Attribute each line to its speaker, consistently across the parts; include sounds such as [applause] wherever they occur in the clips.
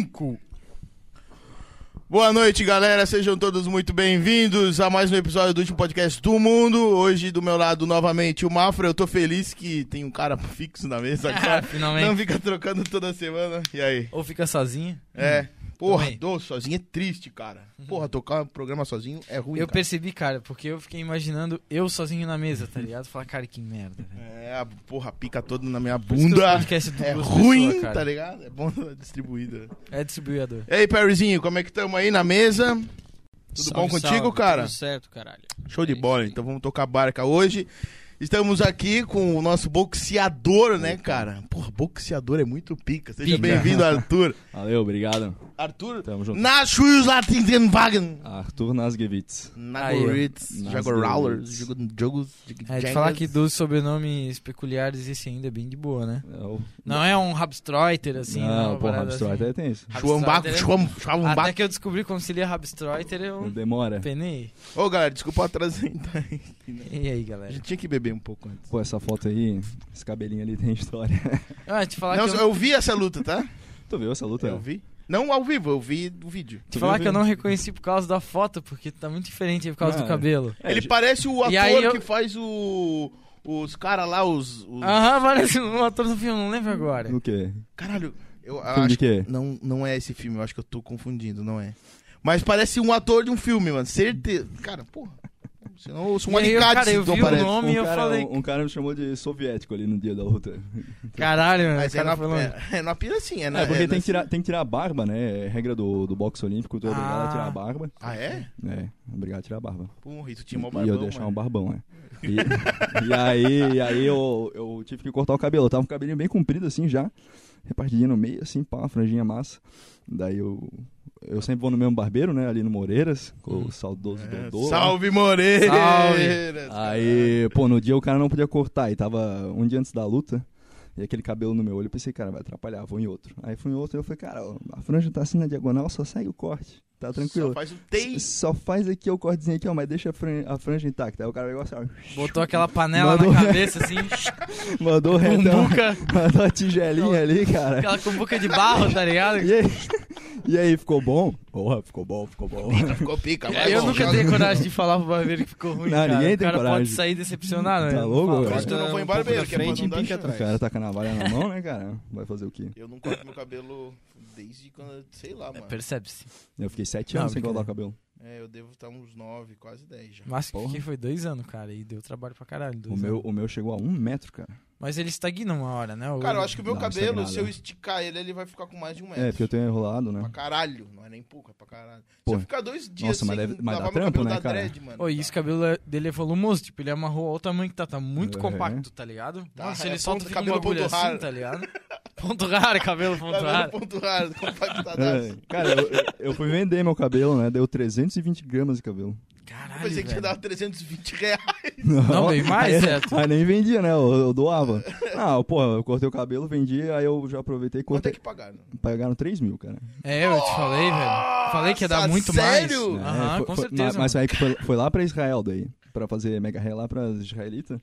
Speaker 1: Cinco. Boa noite, galera. Sejam todos muito bem-vindos a mais um episódio do último podcast do mundo. Hoje, do meu lado, novamente, o Mafra. Eu tô feliz que tem um cara fixo na
Speaker 2: [laughs]
Speaker 1: mesa
Speaker 3: [laughs]
Speaker 1: agora.
Speaker 2: Finalmente.
Speaker 1: Não fica trocando toda semana. E aí?
Speaker 2: Ou fica sozinho.
Speaker 1: É. Porra,
Speaker 2: Hum, Também. Uhum.
Speaker 1: tô sozinho é triste, cara. Porra, tocar um programa sozinho é ruim.
Speaker 2: eu
Speaker 1: cara.
Speaker 2: percebi, cara, porque eu fiquei imaginando eu sozinho na mesa, tá ligado? Falar, cara, que merda. velho.
Speaker 1: É, a porra pica toda na minha
Speaker 2: Por isso que os
Speaker 1: bunda.
Speaker 2: podcasts do
Speaker 1: É
Speaker 2: duas
Speaker 1: ruim,
Speaker 2: pessoas,
Speaker 1: tá
Speaker 2: cara.
Speaker 1: ligado? É bom [laughs] distribuída.
Speaker 2: É distribuidor.
Speaker 1: Ei, Perryzinho, como é que estamos aí na mesa? Tudo
Speaker 3: Salve,
Speaker 1: bom contigo,
Speaker 3: salve,
Speaker 1: cara?
Speaker 3: Tudo certo, caralho.
Speaker 1: Show de
Speaker 3: É isso
Speaker 1: bola,
Speaker 3: aí.
Speaker 1: então vamos tocar barca hoje. Estamos aqui com o nosso boxeador, né, cara? Porra, boxeador é muito pica. Seja
Speaker 3: Pica.
Speaker 1: bem-vindo,
Speaker 2: [laughs]
Speaker 1: Arthur.
Speaker 4: Valeu, obrigado.
Speaker 1: Arthur,
Speaker 4: Tamo junto.
Speaker 1: Nachus Latinzenwagen.
Speaker 4: Arthur Nasgevitz.
Speaker 1: Nagoritz,
Speaker 4: Nas-
Speaker 1: Jago Rowlers, Jogo- Jogos,
Speaker 2: É, de falar que dos sobrenomes peculiares, esse ainda é bem de boa, né?
Speaker 4: É o-
Speaker 2: Não é um Rabstreuter, assim.
Speaker 4: não,
Speaker 2: uma
Speaker 4: pô,
Speaker 2: parada
Speaker 4: Abstract
Speaker 2: assim.
Speaker 4: é tem isso.
Speaker 1: Chuambaco,
Speaker 2: Rabstreuter é- Até
Speaker 1: Chuambaco.
Speaker 2: que eu descobri como se lia Rabstreuter, eu
Speaker 4: Demora.
Speaker 2: penei.
Speaker 1: Ô, galera, desculpa o atraso ainda.
Speaker 2: E aí,
Speaker 1: A
Speaker 2: galera?
Speaker 1: gente tinha que beber um pouco antes.
Speaker 4: Pô, essa foto aí, esse cabelinho ali tem história. [laughs]
Speaker 2: Ah, te falar
Speaker 1: Não,
Speaker 2: que eu...
Speaker 1: eu vi essa luta, tá?
Speaker 4: tu viu essa luta?
Speaker 1: Eu vi. Não ao vivo, eu vi o vídeo.
Speaker 2: Te
Speaker 4: Tu
Speaker 2: falar
Speaker 4: viu,
Speaker 2: que eu
Speaker 4: viu?
Speaker 2: não reconheci por causa da foto, porque tá muito diferente aí por causa do
Speaker 4: Ah,
Speaker 2: cabelo.
Speaker 4: É,
Speaker 1: Ele
Speaker 4: já-
Speaker 1: parece o
Speaker 2: E
Speaker 1: ator
Speaker 2: aí eu-
Speaker 1: que faz o. Os caras lá, os. os-
Speaker 2: Aham, parece [laughs] um ator do filme, não lembro agora.
Speaker 4: No quê?
Speaker 1: Caralho, eu
Speaker 4: Filme
Speaker 1: acho
Speaker 4: de quê?
Speaker 1: Não, não é esse filme, eu acho que eu tô confundindo, não é. Mas parece um ator de um filme, mano. Certeza. Cara, porra. Senão eu sou um
Speaker 2: E aí, eu,
Speaker 1: alicate
Speaker 2: cara,
Speaker 1: se
Speaker 2: eu
Speaker 1: não
Speaker 2: vi o
Speaker 1: parece.
Speaker 2: nome e eu
Speaker 4: cara,
Speaker 2: falei, É,
Speaker 4: um cara me chamou de soviético ali no dia da luta.
Speaker 2: caralho, mano,
Speaker 1: Mas
Speaker 2: né, o
Speaker 1: é
Speaker 2: cara
Speaker 1: na,
Speaker 2: falou.
Speaker 1: é, é na pira assim, é na.
Speaker 4: É, porque
Speaker 1: é na-
Speaker 4: tem, que tirar, tem que tirar a barba, né? É regra do, do boxe olímpico, tu é obrigado
Speaker 2: Ah.
Speaker 4: a tirar a barba.
Speaker 1: Ah, é?
Speaker 4: É, obrigado a tirar a barba.
Speaker 1: Porra, e tu tinha mó
Speaker 4: e
Speaker 1: barbão,
Speaker 4: eu deixar um
Speaker 1: mano.
Speaker 4: barbão, é.
Speaker 1: [laughs]
Speaker 4: E, e aí, e aí eu, eu tive que cortar o cabelo. Eu tava com o cabelinho bem comprido assim já, repartidinho no meio, assim, pá, uma franjinha massa. Daí eu. Eu sempre vou no mesmo barbeiro, né? Ali no Moreiras, com o saudoso
Speaker 1: É,
Speaker 4: Dodô. lá.
Speaker 1: Salve, Moreira! Ah,
Speaker 2: Salve.
Speaker 4: Aí, pô, no dia o cara não podia cortar, e tava um dia antes da luta, e aquele cabelo no meu olho, eu pensei, cara, vai atrapalhar, vou em outro. Aí fui em outro, e eu falei, cara, ó, a franja tá assim na diagonal, só segue o corte, tá tranquilo.
Speaker 1: Só faz o
Speaker 4: [laughs]
Speaker 1: take.
Speaker 4: Só faz aqui o cortezinho aqui, ó, mas deixa a fran- a franja, intacta. Aí o cara assim, negócio
Speaker 2: Botou aquela panela
Speaker 4: Mandou- [laughs]
Speaker 2: na cabeça, assim,
Speaker 4: mandou o
Speaker 2: Um
Speaker 4: retão,
Speaker 2: cumbuca,
Speaker 4: [laughs] mandou a tigelinha ali, cara.
Speaker 2: aquela cumbuca de barro, tá ligado?
Speaker 4: [laughs] E aí, e aí, ficou bom? Porra, ficou bom, ficou Tá bom.
Speaker 1: Ficou pica, vai,
Speaker 2: Eu
Speaker 1: bom,
Speaker 2: nunca
Speaker 1: joga.
Speaker 2: dei coragem de falar pro barbeiro que ficou ruim,
Speaker 4: Não,
Speaker 2: cara.
Speaker 4: ninguém
Speaker 2: o
Speaker 4: tem
Speaker 2: cara pode
Speaker 4: coragem.
Speaker 2: sair decepcionado, né?
Speaker 4: Tá louco,
Speaker 2: Fala,
Speaker 4: velho?
Speaker 1: Mas tu não foi em
Speaker 3: Um pouco
Speaker 1: barbeiro,
Speaker 3: da
Speaker 1: que é pra
Speaker 3: frente
Speaker 1: não
Speaker 3: e
Speaker 1: dar
Speaker 3: pique
Speaker 1: chance.
Speaker 4: O cara tá com a navalha na mão, né, cara? Vai fazer o quê?
Speaker 1: Eu não corto meu cabelo desde quando. Sei
Speaker 2: É,
Speaker 1: lá, mano.
Speaker 2: Percebe-se.
Speaker 4: Eu fiquei sete
Speaker 2: Não,
Speaker 4: anos sem
Speaker 2: brincadeira.
Speaker 4: cortar o cabelo.
Speaker 1: É, eu devo estar uns 9, quase 10 já.
Speaker 2: Mas
Speaker 4: Porra.
Speaker 2: que foi dois anos, cara, e deu trabalho pra caralho. dois
Speaker 4: O meu,
Speaker 2: anos.
Speaker 4: o meu chegou a um metro, cara.
Speaker 2: Mas ele estagna uma hora, né? o-
Speaker 1: Cara, eu acho que o meu
Speaker 4: Dá uma
Speaker 1: cabelo,
Speaker 4: estagnada.
Speaker 1: se eu esticar ele, ele vai ficar com mais de um metro.
Speaker 4: É, porque eu tenho enrolado, né?
Speaker 1: Pra caralho, não é nem pouco, é pra caralho.
Speaker 4: Pô.
Speaker 1: Se eu ficar dois dias
Speaker 4: Nossa, mas
Speaker 1: sem
Speaker 4: deve- mas dá
Speaker 1: lavar meu
Speaker 4: trampo,
Speaker 1: cabelo
Speaker 4: né,
Speaker 1: da
Speaker 4: cara?
Speaker 1: dread, mano.
Speaker 2: Pô, e esse cabelo é- dele é volumoso, tipo, ele amarrou ao tamanho que tá, tá muito
Speaker 4: É.
Speaker 2: compacto, tá ligado?
Speaker 1: Tá,
Speaker 2: Nossa,
Speaker 1: é
Speaker 2: ele solta
Speaker 1: ponto-
Speaker 2: fica um
Speaker 1: cabelo
Speaker 2: bagulho
Speaker 1: ponto
Speaker 2: assim,
Speaker 1: raro.
Speaker 2: tá ligado? [laughs] Ponto raro, cabelo ponto
Speaker 1: Cabelo
Speaker 2: raro.
Speaker 1: ponto raro,
Speaker 4: [laughs]
Speaker 1: compactadaço.
Speaker 4: É, cara, eu, eu- eu fui vender meu cabelo, né? Deu 320 gramas de cabelo.
Speaker 1: Eu
Speaker 2: Caralho,
Speaker 1: pensei que
Speaker 2: velho.
Speaker 1: tinha dado 320 reais.
Speaker 2: Não, bem mais,
Speaker 4: aí,
Speaker 2: certo?
Speaker 4: aí nem vendia, né? Eu, eu doava. Ah, porra, eu cortei o cabelo, vendi, aí eu já aproveitei e
Speaker 1: Quanto é
Speaker 4: cortei.
Speaker 1: que pagaram?
Speaker 4: Pagaram 3 mil, cara.
Speaker 2: É, eu te falei, velho. Falei que ia dar
Speaker 1: Nossa,
Speaker 2: muito
Speaker 1: sério?
Speaker 2: mais.
Speaker 4: É,
Speaker 2: Aham,
Speaker 4: foi-
Speaker 2: com
Speaker 4: foi-
Speaker 2: certeza. [laughs]
Speaker 4: Mas, mas aí que foi, foi lá pra Israel daí. Pra fazer mega ré lá pra israelita.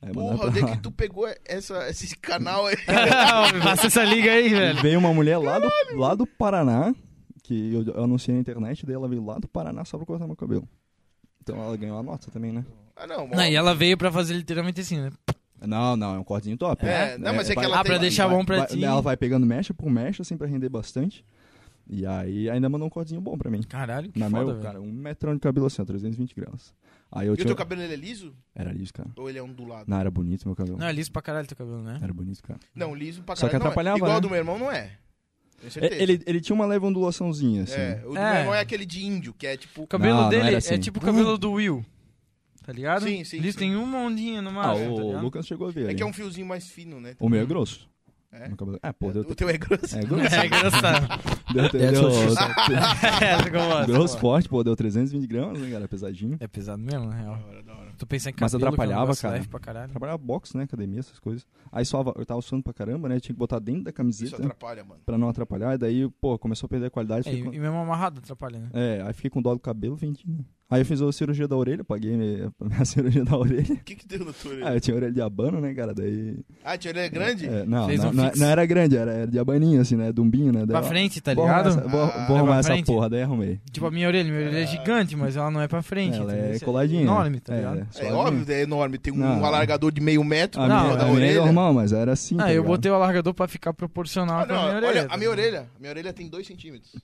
Speaker 4: Aí mandaram
Speaker 1: Porra,
Speaker 4: pra
Speaker 1: onde é
Speaker 4: lá.
Speaker 1: que tu pegou essa, esse canal aí?
Speaker 2: Faça essa liga aí,
Speaker 4: E
Speaker 2: velho.
Speaker 4: veio uma mulher lá do, lá do Paraná, que eu, eu anunciei na internet, daí ela veio lá do Paraná só pra cortar meu cabelo. Então ela ganhou a nota também, né?
Speaker 1: Ah, não, mano.
Speaker 2: Não, e ela veio pra fazer literalmente assim, né?
Speaker 4: Não, não, é um cortezinho top.
Speaker 1: É, não, mas é que ela
Speaker 2: Ah, pra
Speaker 1: tem-
Speaker 2: deixar
Speaker 4: vai-
Speaker 2: bom pra
Speaker 4: vai-
Speaker 2: ti.
Speaker 4: Ela vai pegando mecha por mecha, assim, pra render bastante. E aí ainda mandou um cortezinho bom pra mim.
Speaker 2: Caralho, que
Speaker 4: Na
Speaker 2: foda,
Speaker 4: meu,
Speaker 2: velho.
Speaker 4: cara, um metrão de cabelo assim, ó, 320 graus. Aí eu
Speaker 1: E o
Speaker 4: tinha...
Speaker 1: teu cabelo, ele é liso?
Speaker 4: Era liso, cara.
Speaker 1: Ou ele é ondulado?
Speaker 4: Não, era bonito meu cabelo.
Speaker 2: Não, é liso pra caralho teu cabelo, né?
Speaker 4: Era bonito, cara.
Speaker 1: Não, liso pra
Speaker 4: Só que
Speaker 1: caralho. não é.
Speaker 4: atrapalhava,
Speaker 1: Igual
Speaker 4: né?
Speaker 1: do meu irmão, não é. Tenho certeza.
Speaker 4: Ele, ele tinha uma leve ondulaçãozinha, assim.
Speaker 1: É, o do
Speaker 2: É.
Speaker 1: meu irmão é aquele de índio, que é tipo...
Speaker 2: O cabelo
Speaker 4: Não, não
Speaker 2: dele
Speaker 4: era assim.
Speaker 2: é tipo o cabelo do Will. Tá ligado?
Speaker 1: Sim, sim,
Speaker 2: Liso
Speaker 1: sim.
Speaker 2: tem uma ondinha no
Speaker 4: Ah,
Speaker 2: máximo, tá
Speaker 4: o
Speaker 2: ligado?
Speaker 4: Lucas chegou a ver
Speaker 1: É
Speaker 4: ali.
Speaker 1: que é um fiozinho mais fino, né?
Speaker 4: O meu é grosso.
Speaker 1: É?
Speaker 4: Meu cabelo- Ah, pô, deu
Speaker 1: O teu é grosso.
Speaker 4: É, grosso.
Speaker 2: É engraçado.
Speaker 4: [laughs] Deu, deu,
Speaker 3: That's what she
Speaker 4: deu,
Speaker 2: é, essa que eu gosto.
Speaker 4: grosso forte, pô, deu 320 gramas, né, cara? Pesadinho.
Speaker 2: É pesado mesmo, na real.
Speaker 1: Da hora, da hora.
Speaker 2: Tu pensa em cabelo,
Speaker 4: Mas
Speaker 2: que é um
Speaker 4: atrapalhava,
Speaker 2: negócio
Speaker 4: cara.
Speaker 2: leve Pra caralho.
Speaker 4: Trabalhava boxe, né? Academia, essas coisas. Aí suava, eu tava suando pra caramba, né? Tinha que botar dentro da
Speaker 1: Isso
Speaker 4: camiseta
Speaker 1: atrapalha, mano.
Speaker 4: pra não atrapalhar. E daí, pô, começou a perder a qualidade.
Speaker 2: É,
Speaker 4: fiquei
Speaker 2: e
Speaker 4: com-
Speaker 2: e mesmo amarrado atrapalha, né?
Speaker 4: É, aí fiquei com dó do cabelo, vendi, né? Aí eu fiz a cirurgia da orelha, paguei minha, [laughs] minha cirurgia da orelha.
Speaker 1: [laughs] O que que deu na tua orelha?
Speaker 4: Ah, eu tinha orelha de abano, né, cara? Daí.
Speaker 1: Ah, tia orelha é grande?
Speaker 4: É, não,
Speaker 2: Fez
Speaker 4: não,
Speaker 2: um
Speaker 4: não-
Speaker 2: fix.
Speaker 4: não era grande, era, era de abaninho, assim, né? Dumbinho, né? Daí,
Speaker 2: Pra
Speaker 4: ó,
Speaker 2: frente, tá
Speaker 4: vou arrumar
Speaker 2: ligado?
Speaker 4: essa- Vou,
Speaker 1: Ah,
Speaker 4: vou
Speaker 2: é
Speaker 4: arrumar
Speaker 2: pra
Speaker 4: essa
Speaker 2: frente?
Speaker 4: porra, daí arrumei.
Speaker 2: Tipo, a minha orelha, minha orelha é gigante, mas ela não é pra frente.
Speaker 4: Ela
Speaker 2: entendeu?
Speaker 4: é
Speaker 2: Isso
Speaker 4: coladinha.
Speaker 2: Enorme, tá ligado?
Speaker 1: É
Speaker 4: suave.
Speaker 1: óbvio, é enorme. Tem um
Speaker 4: Não.
Speaker 1: alargador de meio metro
Speaker 4: A
Speaker 1: na
Speaker 2: Não,
Speaker 4: minha,
Speaker 1: da
Speaker 4: a minha é
Speaker 1: orelha.
Speaker 4: normal, mas era assim.
Speaker 2: Ah,
Speaker 4: tá
Speaker 2: eu
Speaker 4: ligado?
Speaker 2: botei o alargador pra ficar proporcional
Speaker 1: Ah,
Speaker 2: pra
Speaker 1: não,
Speaker 2: minha orelha.
Speaker 1: olha,
Speaker 2: tá
Speaker 1: a
Speaker 4: né?
Speaker 1: minha
Speaker 2: ligado?
Speaker 1: orelha, minha orelha tem 2 centímetros.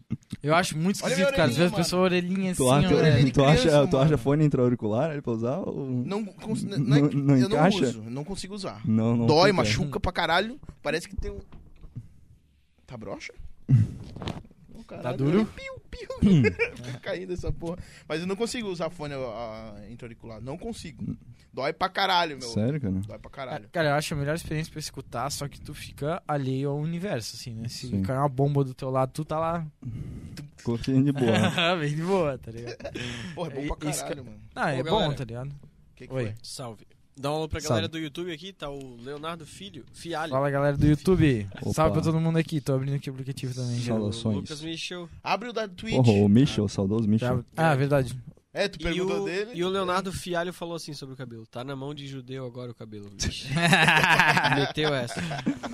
Speaker 2: Eu acho muito
Speaker 1: Olha a
Speaker 2: esquisito,
Speaker 1: minha
Speaker 2: cara. Às vezes a
Speaker 1: orelhinha,
Speaker 2: pessoa orelhinha assim,
Speaker 4: Tu acha, [laughs]
Speaker 1: orelha de
Speaker 4: tu acha,
Speaker 1: criança,
Speaker 4: tu acha
Speaker 1: mano.
Speaker 4: fone intra-auricular assim, ali pra usar? Ou...
Speaker 1: Não, cons-
Speaker 4: N-
Speaker 1: não é-
Speaker 4: não- não
Speaker 1: eu
Speaker 4: encaixa?
Speaker 1: não uso, eu não consigo usar.
Speaker 4: Não, não.
Speaker 1: Dói,
Speaker 4: fica.
Speaker 1: machuca pra caralho. Parece que tem um. Tá
Speaker 4: [laughs]
Speaker 1: broxa? Ô, caralho,
Speaker 2: Tá duro?
Speaker 1: olha, [laughs] Piu,
Speaker 4: Hum.
Speaker 1: piu. Fica caindo essa porra. Mas eu não consigo usar fone ah, intra-auricular. Não consigo. Dói pra caralho, meu.
Speaker 4: Sério, cara?
Speaker 1: Dói pra caralho.
Speaker 2: Cara, eu acho a melhor experiência pra escutar, só que tu fica alheio ao universo, assim, né? Se
Speaker 4: Sim.
Speaker 2: cair uma bomba do teu lado, tu tá lá.
Speaker 4: Curtindo de
Speaker 1: [laughs]
Speaker 4: boa. né?
Speaker 2: [laughs] Bem de boa, tá ligado?
Speaker 1: Porra, é bom pra
Speaker 2: É, isso,
Speaker 1: caralho,
Speaker 2: cara.
Speaker 1: mano.
Speaker 2: Ah, é
Speaker 3: Ô,
Speaker 2: bom,
Speaker 3: galera.
Speaker 2: tá ligado?
Speaker 1: O que, que
Speaker 2: Oi.
Speaker 1: foi?
Speaker 3: Salve. Dá um alô pra galera
Speaker 2: Salve.
Speaker 3: do YouTube aqui, tá o Leonardo Filho, Fialho.
Speaker 2: Fala galera do YouTube.
Speaker 4: Opa.
Speaker 2: Salve pra todo mundo aqui. Tô abrindo aqui o aplicativo também. Já.
Speaker 4: Salve.
Speaker 3: O
Speaker 4: Saudações.
Speaker 3: Lucas Michel.
Speaker 1: Abre o da Twitch.
Speaker 4: Porra, o Michel, saudoso Michel.
Speaker 2: Ah, verdade.
Speaker 1: É, tu
Speaker 3: E
Speaker 1: perguntou
Speaker 3: o,
Speaker 1: dele.
Speaker 3: e o Leonardo Fialho falou assim sobre o cabelo. Tá na mão de judeu agora o cabelo. bicho. Meteu essa.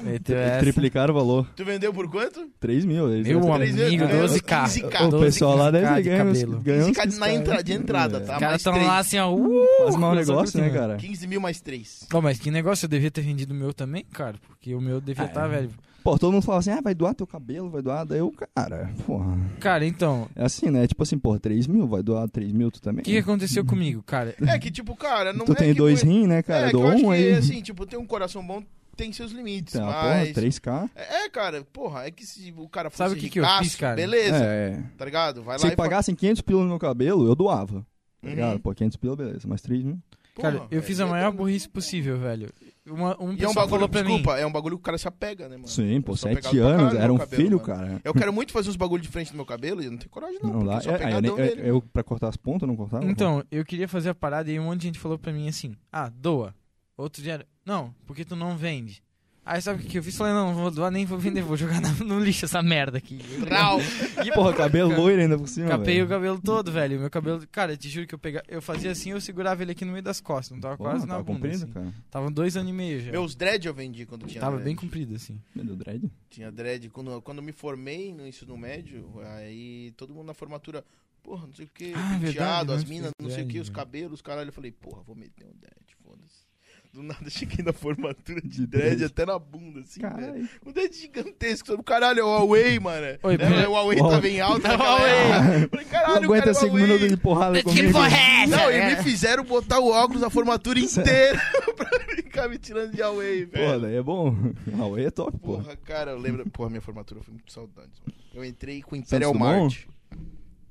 Speaker 2: Meteu É,
Speaker 4: É,
Speaker 2: essa.
Speaker 4: Triplicar o valor.
Speaker 1: Tu vendeu por quanto?
Speaker 4: 3 mil. Eles
Speaker 2: Meu
Speaker 4: eles-
Speaker 1: Três
Speaker 2: amigo,
Speaker 1: vezes,
Speaker 2: 12k.
Speaker 1: 15K.
Speaker 4: O pessoal lá deve
Speaker 2: 12K de
Speaker 4: ganhar uns-
Speaker 2: cabelo.
Speaker 4: ganha uns
Speaker 1: 15K de- na
Speaker 4: 15K.
Speaker 1: entra- de entrada,
Speaker 4: É.
Speaker 1: tá? mais
Speaker 2: Os caras tão
Speaker 1: três.
Speaker 2: lá assim, ó. Uh,
Speaker 4: Faz mau
Speaker 2: Eu só
Speaker 4: negócio,
Speaker 2: curti,
Speaker 4: né,
Speaker 2: mano.
Speaker 4: cara?
Speaker 1: 15 mil mais
Speaker 4: [laughs]
Speaker 1: 3.
Speaker 2: Não, mas que negócio, eu devia ter vendido o meu também, cara. Porque o meu devia
Speaker 4: Ah,
Speaker 2: estar,
Speaker 4: é.
Speaker 2: velho.
Speaker 4: Pô, todo mundo fala assim, ah, vai doar teu cabelo, vai doar. Daí eu, cara, porra.
Speaker 2: Cara, então,
Speaker 4: É assim, né? Tipo assim, porra, 3 mil, vai doar 3 mil tu também?
Speaker 2: o que que aconteceu comigo, cara?
Speaker 1: É que, tipo, cara, não
Speaker 4: tu
Speaker 1: é
Speaker 4: tem
Speaker 1: que
Speaker 4: dois
Speaker 1: foi-
Speaker 4: rins, né, cara?
Speaker 1: é, que
Speaker 4: Doa
Speaker 1: eu acho
Speaker 4: um
Speaker 1: que,
Speaker 4: aí.
Speaker 1: assim, tipo, tem um coração bom, tem seus limites,
Speaker 4: tá,
Speaker 1: mas...
Speaker 4: porra, 3K.
Speaker 1: É, cara, porra, é que se o cara fosse
Speaker 2: Sabe o que que eu
Speaker 1: ricaço,
Speaker 2: fiz, cara?
Speaker 1: Beleza,
Speaker 4: É.
Speaker 1: tá ligado? Vai
Speaker 4: Se
Speaker 1: lá e...
Speaker 4: pagassem 500 pila no meu cabelo, eu doava. Tá
Speaker 1: Uhum.
Speaker 4: ligado? Pô, 500 pila, beleza. Mas 3 mil.
Speaker 1: fa-
Speaker 2: Cara,
Speaker 1: Porra,
Speaker 2: eu fiz a
Speaker 1: é-
Speaker 2: maior burrice possível, velho. Uma, um
Speaker 1: E é
Speaker 2: pessoal
Speaker 1: um bagulho,
Speaker 2: falou pra mim.
Speaker 1: desculpa, é um bagulho que o cara se apega, né, mano?
Speaker 4: Sim, pô,
Speaker 1: Eu sou
Speaker 4: 7
Speaker 1: apegado pra
Speaker 4: anos,
Speaker 1: caralho
Speaker 4: era
Speaker 1: no
Speaker 4: um
Speaker 1: cabelo,
Speaker 4: filho,
Speaker 1: mano.
Speaker 4: cara.
Speaker 1: Eu quero muito fazer uns bagulhos de frente no meu cabelo e eu não tenho coragem, não.
Speaker 4: Não,
Speaker 1: porque
Speaker 4: lá.
Speaker 1: eu sou
Speaker 4: é, aí eu,
Speaker 1: apegadão
Speaker 4: nem- eu,
Speaker 1: nele.
Speaker 4: eu, pra cortar as pontas, eu não cortava?
Speaker 2: Então, eu queria fazer a parada e um monte de gente falou pra mim assim: ah, doa. Outro dia, não, porque tu não vende. Aí sabe o que que eu fiz? Falei, não, não vou doar, nem vou vender, vou jogar na- no lixo essa
Speaker 1: [laughs]
Speaker 2: merda aqui.
Speaker 4: é.
Speaker 1: Trau.
Speaker 4: E, porra,
Speaker 1: [laughs]
Speaker 4: cabelo
Speaker 2: Cara,
Speaker 4: loiro ainda por cima.
Speaker 2: Capei
Speaker 4: velho.
Speaker 2: o cabelo todo, velho. Meu cabelo, cara, eu te juro que eu pegava, eu fazia assim, eu segurava ele aqui no meio das costas, não tava
Speaker 4: Pô,
Speaker 2: quase na
Speaker 4: tava
Speaker 2: bunda.
Speaker 4: tá comprido,
Speaker 2: assim.
Speaker 4: cara.
Speaker 2: Tava dois anos e meio já.
Speaker 1: Meus dread eu né? vendi quando tinha
Speaker 2: Tava
Speaker 1: dread.
Speaker 2: bem comprido, assim.
Speaker 4: Meu dread.
Speaker 1: Tinha dread. Quando, quando eu me formei no ensino médio, aí todo mundo na formatura, porra, não sei o que,
Speaker 2: Ah, verdade,
Speaker 1: penteado, as
Speaker 2: né?
Speaker 1: minas, não sei o que, os
Speaker 2: Dread,
Speaker 1: cabelos, os caralho. Eu falei, porra, vou meter um dread, foda-se. Do nada [laughs] eu cheguei na formatura de dread até na bunda, assim, velho.
Speaker 4: Caralho.
Speaker 1: Um dread gigantesco. Eu falei, caralho, é o Huawei, mano.
Speaker 2: Oi,
Speaker 1: né,
Speaker 2: pera-
Speaker 1: o Huawei
Speaker 4: Uau.
Speaker 1: tá bem alto. né, cara?
Speaker 2: Huawei.
Speaker 1: Eu Falei, caralho,
Speaker 4: Não aguenta
Speaker 1: cara,
Speaker 4: 5
Speaker 1: Huawei.
Speaker 4: minutos de
Speaker 1: [laughs]
Speaker 4: porrada comigo.
Speaker 1: é Não, e me fizeram botar o óculos a formatura inteira [laughs] pra ficar me tirando de Huawei, velho.
Speaker 4: Porra, daí é bom. [laughs] Huawei é top, pô.
Speaker 1: Porra, cara, eu lembro. Porra, minha formatura foi muito saudades, mano. Eu entrei com o Imperial
Speaker 4: Santos Dumont?
Speaker 1: Mart.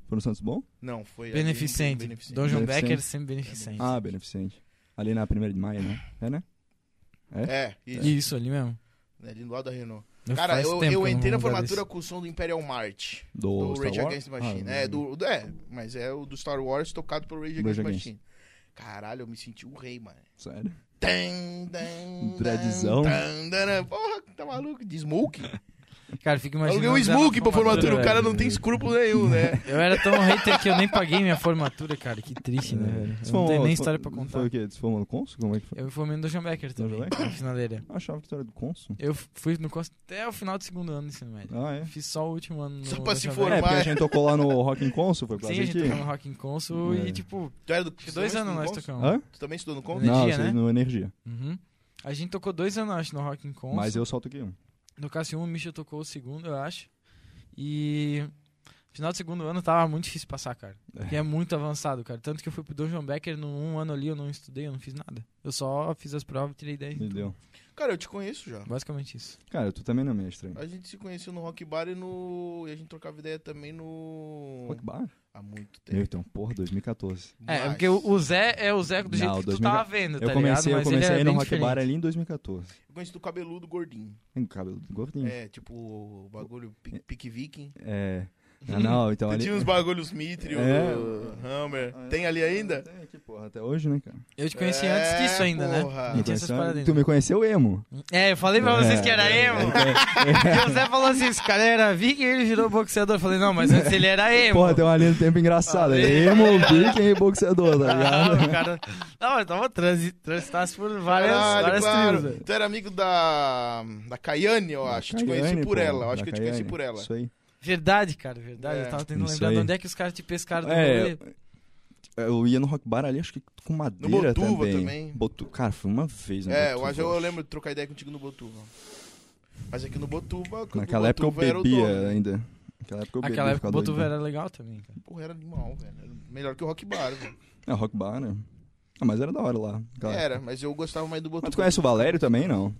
Speaker 4: Foi no Santos Bom?
Speaker 1: Não, foi. ali em
Speaker 2: Beneficente.
Speaker 1: Beneficente.
Speaker 2: Dom João
Speaker 4: Beneficente.
Speaker 2: Becker sempre beneficente.
Speaker 4: Ah, beneficente. Ali na 1 de maio, né? É, né?
Speaker 1: É, isso. né,
Speaker 2: Isso, ali mesmo.
Speaker 1: Ali do lado da Renault.
Speaker 2: Eu
Speaker 1: Cara,
Speaker 2: faz
Speaker 1: eu,
Speaker 2: tempo que
Speaker 1: eu
Speaker 2: não
Speaker 1: entrei na
Speaker 2: vou num lugar
Speaker 1: formatura
Speaker 2: desse.
Speaker 1: com o som do Imperial Mart.
Speaker 4: Do,
Speaker 1: do
Speaker 4: Star
Speaker 1: Rage
Speaker 4: Wars?
Speaker 1: Against the Machine.
Speaker 4: Ah,
Speaker 1: é, do, do- é, mas é o do Star Wars tocado pelo Rage
Speaker 4: Rage
Speaker 1: Against the
Speaker 4: Against.
Speaker 1: Machine. Caralho, eu me senti o rei, mano.
Speaker 4: Sério?
Speaker 1: Tan, tan,
Speaker 4: Um Dreadzão.
Speaker 1: tan, tan, tan. Porra, tá maluco? De smoke?
Speaker 2: Cara, fica imaginando.
Speaker 1: Aluguei um
Speaker 2: eu na
Speaker 1: smoke pra formatura, o cara
Speaker 2: velho.
Speaker 1: não
Speaker 4: É.
Speaker 1: tem escrúpulo nenhum,
Speaker 4: [laughs]
Speaker 1: né?
Speaker 2: Eu era tão hater que eu nem paguei minha formatura, cara. Que triste, né, velho? Eu
Speaker 4: Isso
Speaker 2: não tenho
Speaker 4: foi-
Speaker 2: nem
Speaker 4: É, foi- um
Speaker 2: história pra contar.
Speaker 4: Foi o quê? Tu foi no Consul? Como é que foi?
Speaker 2: Eu me formei no John Becker também,
Speaker 4: João Becker?
Speaker 2: na finaleira.
Speaker 4: Eu achava que tu era do Consul.
Speaker 2: Eu f- fui no curso até o final do segundo ano do ensino médio.
Speaker 4: Ah, é?
Speaker 2: Fiz só o último ano no
Speaker 1: Só pra
Speaker 2: John
Speaker 1: se
Speaker 2: Becker.
Speaker 1: formar.
Speaker 4: É, porque a gente tocou lá no Rock in Consul, foi quase
Speaker 2: Sim, a gente
Speaker 4: aqui.
Speaker 2: tocou no Rock in Consul
Speaker 4: É.
Speaker 2: e, tipo,
Speaker 1: Tu era do
Speaker 2: acho que dois
Speaker 1: tu também
Speaker 2: anos nós
Speaker 1: estudou no
Speaker 2: tocamos.
Speaker 4: Hã?
Speaker 1: Consul? Tu também estudou no Consul?
Speaker 2: Né?
Speaker 4: Não,
Speaker 2: Energia,
Speaker 4: isso aí
Speaker 2: né?
Speaker 4: no Energia.
Speaker 2: Uhum. A gente tocou dois anos, acho, no Rock in Consul.
Speaker 4: Mas eu solto aqui um.
Speaker 2: No Cássio 1, o Michel tocou o segundo, eu acho. E final do segundo ano tava muito difícil passar, cara. Porque é muito avançado, cara. Tanto que eu fui pro Dom João Becker no um ano ali, eu não estudei, eu não fiz nada. Eu só fiz as provas e tirei 10.
Speaker 4: Me deu.
Speaker 1: Cara, eu te conheço já.
Speaker 2: Basicamente isso.
Speaker 4: Cara, tu também não me é estranho.
Speaker 1: A gente se conheceu no Rock Bar e no. E a gente trocava ideia também no.
Speaker 4: Rock Bar?
Speaker 1: Há muito tempo.
Speaker 4: Meu, então, porra, 2014.
Speaker 2: É,
Speaker 1: Mas-
Speaker 2: porque o o Zé é o Zé do jeito
Speaker 4: Não,
Speaker 2: que
Speaker 4: 2000
Speaker 2: tu tava vendo, tá
Speaker 4: eu
Speaker 2: ligado?
Speaker 4: comecei,
Speaker 2: Mas
Speaker 4: eu
Speaker 2: ele
Speaker 4: comecei
Speaker 2: era
Speaker 4: no
Speaker 2: bem
Speaker 4: Rock Bar
Speaker 2: diferente.
Speaker 4: ali em 2014.
Speaker 1: Eu conheço do cabeludo gordinho.
Speaker 4: Tem cabelo gordinho.
Speaker 1: É, tipo, o bagulho pi- pique viking.
Speaker 4: É. Ah, não, então ali...
Speaker 1: Tinha uns bagulhos Mitrio,
Speaker 4: É.
Speaker 1: Hammer. Tem ali ainda?
Speaker 4: Tem aqui, porra, até hoje, né, cara?
Speaker 2: Eu te conheci
Speaker 1: É,
Speaker 2: antes disso ainda,
Speaker 1: porra.
Speaker 2: né? Não tinha essas paradas ainda.
Speaker 4: tu me conheceu emo.
Speaker 2: É, eu falei pra
Speaker 4: É,
Speaker 2: vocês que era
Speaker 4: [laughs]
Speaker 2: emo. E o Zé falou assim, esse cara era viking, ele virou boxeador. Eu falei, não, mas antes ele era emo.
Speaker 4: Porra, tem uma linha do tempo engraçada. emo, viking e boxeador, tá
Speaker 2: Ah,
Speaker 4: ligado?
Speaker 2: o [laughs] cara... Não, eu tava transi... transitasse por várias,
Speaker 1: Caralho,
Speaker 2: várias
Speaker 1: claro.
Speaker 2: tribos. velho.
Speaker 1: Tu era amigo da. Da Caiane, eu acho. te conheci
Speaker 4: Caiane,
Speaker 1: por
Speaker 4: pô,
Speaker 1: ela. Eu acho
Speaker 4: da
Speaker 1: que eu te conheci
Speaker 4: Caiane,
Speaker 1: por ela.
Speaker 4: Isso aí.
Speaker 2: Verdade, cara, verdade.
Speaker 1: É.
Speaker 2: Eu tava tentando
Speaker 4: Isso
Speaker 2: lembrar
Speaker 4: aí.
Speaker 2: de onde é que os caras te pescaram do
Speaker 4: É,
Speaker 2: rolê.
Speaker 4: Eu ia no Rock Bar ali, acho que com madeira
Speaker 1: Botuva
Speaker 4: também.
Speaker 1: também.
Speaker 4: Botu- Cara, foi uma vez, né?
Speaker 1: É, eu, acho- eu lembro de trocar ideia contigo no Botuva. Mas aqui no Botuva. quando o
Speaker 4: Naquela época eu
Speaker 1: Botuva era o
Speaker 4: bebia
Speaker 1: dono, né?
Speaker 4: ainda. Naquela época eu bebia.
Speaker 2: Aquela época
Speaker 4: ficava
Speaker 2: o
Speaker 4: doido.
Speaker 2: Botuva era legal também, cara.
Speaker 1: Porra, era animal, velho. Era melhor que o Rock Bar, velho.
Speaker 4: É, Rock Bar, né? Ah, mas era da hora lá. Claro.
Speaker 1: Era, mas eu gostava mais do Botuva.
Speaker 4: Mas tu conhece o Valério também, não?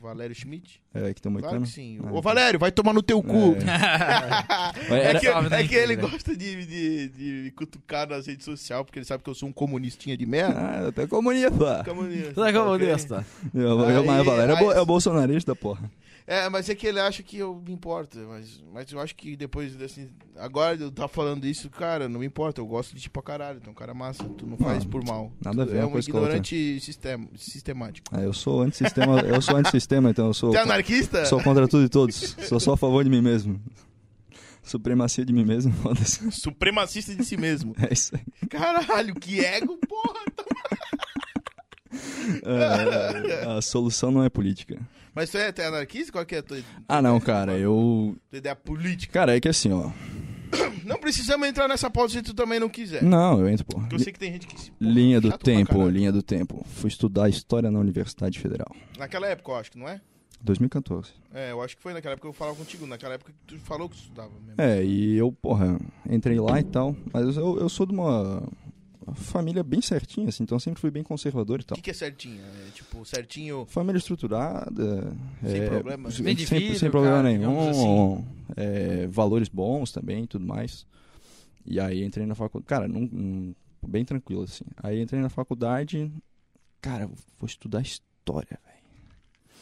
Speaker 1: Valério Schmidt?
Speaker 4: É, que tem muito
Speaker 1: Claro
Speaker 4: ano.
Speaker 1: que sim.
Speaker 4: Ah, É.
Speaker 1: Ô, Valério, vai tomar no teu cu.
Speaker 4: [laughs] Mas
Speaker 1: [laughs] É
Speaker 4: era-
Speaker 1: que,
Speaker 2: Salve na
Speaker 1: é que ele
Speaker 2: íntegra.
Speaker 1: gosta de, de, de me cutucar nas redes sociais, porque ele sabe que eu sou um comunistinha de merda.
Speaker 4: Ah, eu até comunista.
Speaker 1: Comunista.
Speaker 2: Tudo é como
Speaker 1: ok?
Speaker 2: Deus, tá?
Speaker 4: [laughs] Eu, eu,
Speaker 1: Aí-
Speaker 4: mas o Valério é, bo-
Speaker 1: aí-
Speaker 4: é bolsonarista, porra.
Speaker 1: É, mas é que ele acha que eu me importo. Mas, mas eu acho que depois, assim, agora eu tá falando isso, cara, não me importa. Eu gosto de ti pra caralho. Tu é um cara massa. Tu não faz por mal.
Speaker 4: Ah, nada a
Speaker 1: Tu
Speaker 4: ver
Speaker 1: É
Speaker 4: uma
Speaker 1: um
Speaker 4: coisa com a outra.
Speaker 1: ignorante sistema, sistemático.
Speaker 4: Ah, eu sou antissistema, eu sou antissistema, então eu sou,
Speaker 1: Tu é anarquista?
Speaker 4: sou contra tudo e todos. Sou só a favor de mim mesmo. Supremacia de mim mesmo, [laughs] foda-se.
Speaker 1: Supremacista de si mesmo.
Speaker 4: É isso aí.
Speaker 1: Caralho, que ego, porra. tá.
Speaker 4: É, a solução não é política.
Speaker 1: Mas tu é, tu é anarquista? Qual que é a tua,
Speaker 4: Ah, não, cara, eu.
Speaker 1: tua ideia política?
Speaker 4: Cara, é que assim, ó.
Speaker 1: Não precisamos entrar nessa pauta se tu também não quiser.
Speaker 4: Não, eu entro, porra.
Speaker 1: Porque eu sei que tem gente que se... porra,
Speaker 4: Linha do
Speaker 1: chato pra
Speaker 4: tempo,
Speaker 1: caralho.
Speaker 4: linha do tempo. Fui estudar história na Universidade Federal.
Speaker 1: Naquela época, eu acho que não é?
Speaker 4: 2014.
Speaker 1: É, eu acho que foi naquela época que eu falava contigo. Naquela época que tu falou que tu estudava mesmo.
Speaker 4: É, e eu, porra, entrei lá e tal. Mas eu, eu sou de uma família bem certinha, assim, então eu sempre fui bem conservador e
Speaker 1: O
Speaker 4: tal.
Speaker 1: que, que é certinho? É, tipo, certinho.
Speaker 4: Família estruturada.
Speaker 1: Sem
Speaker 4: é,
Speaker 1: problemas.
Speaker 4: Sem,
Speaker 2: Bem de
Speaker 4: sem,
Speaker 2: vida,
Speaker 4: sem problema
Speaker 2: cara, digamos assim.
Speaker 4: nenhum. é, valores bons também tudo mais. E aí entrei na faculdade. Cara, num- num- bem tranquilo, assim. Aí entrei na faculdade. Cara, vou estudar história, velho.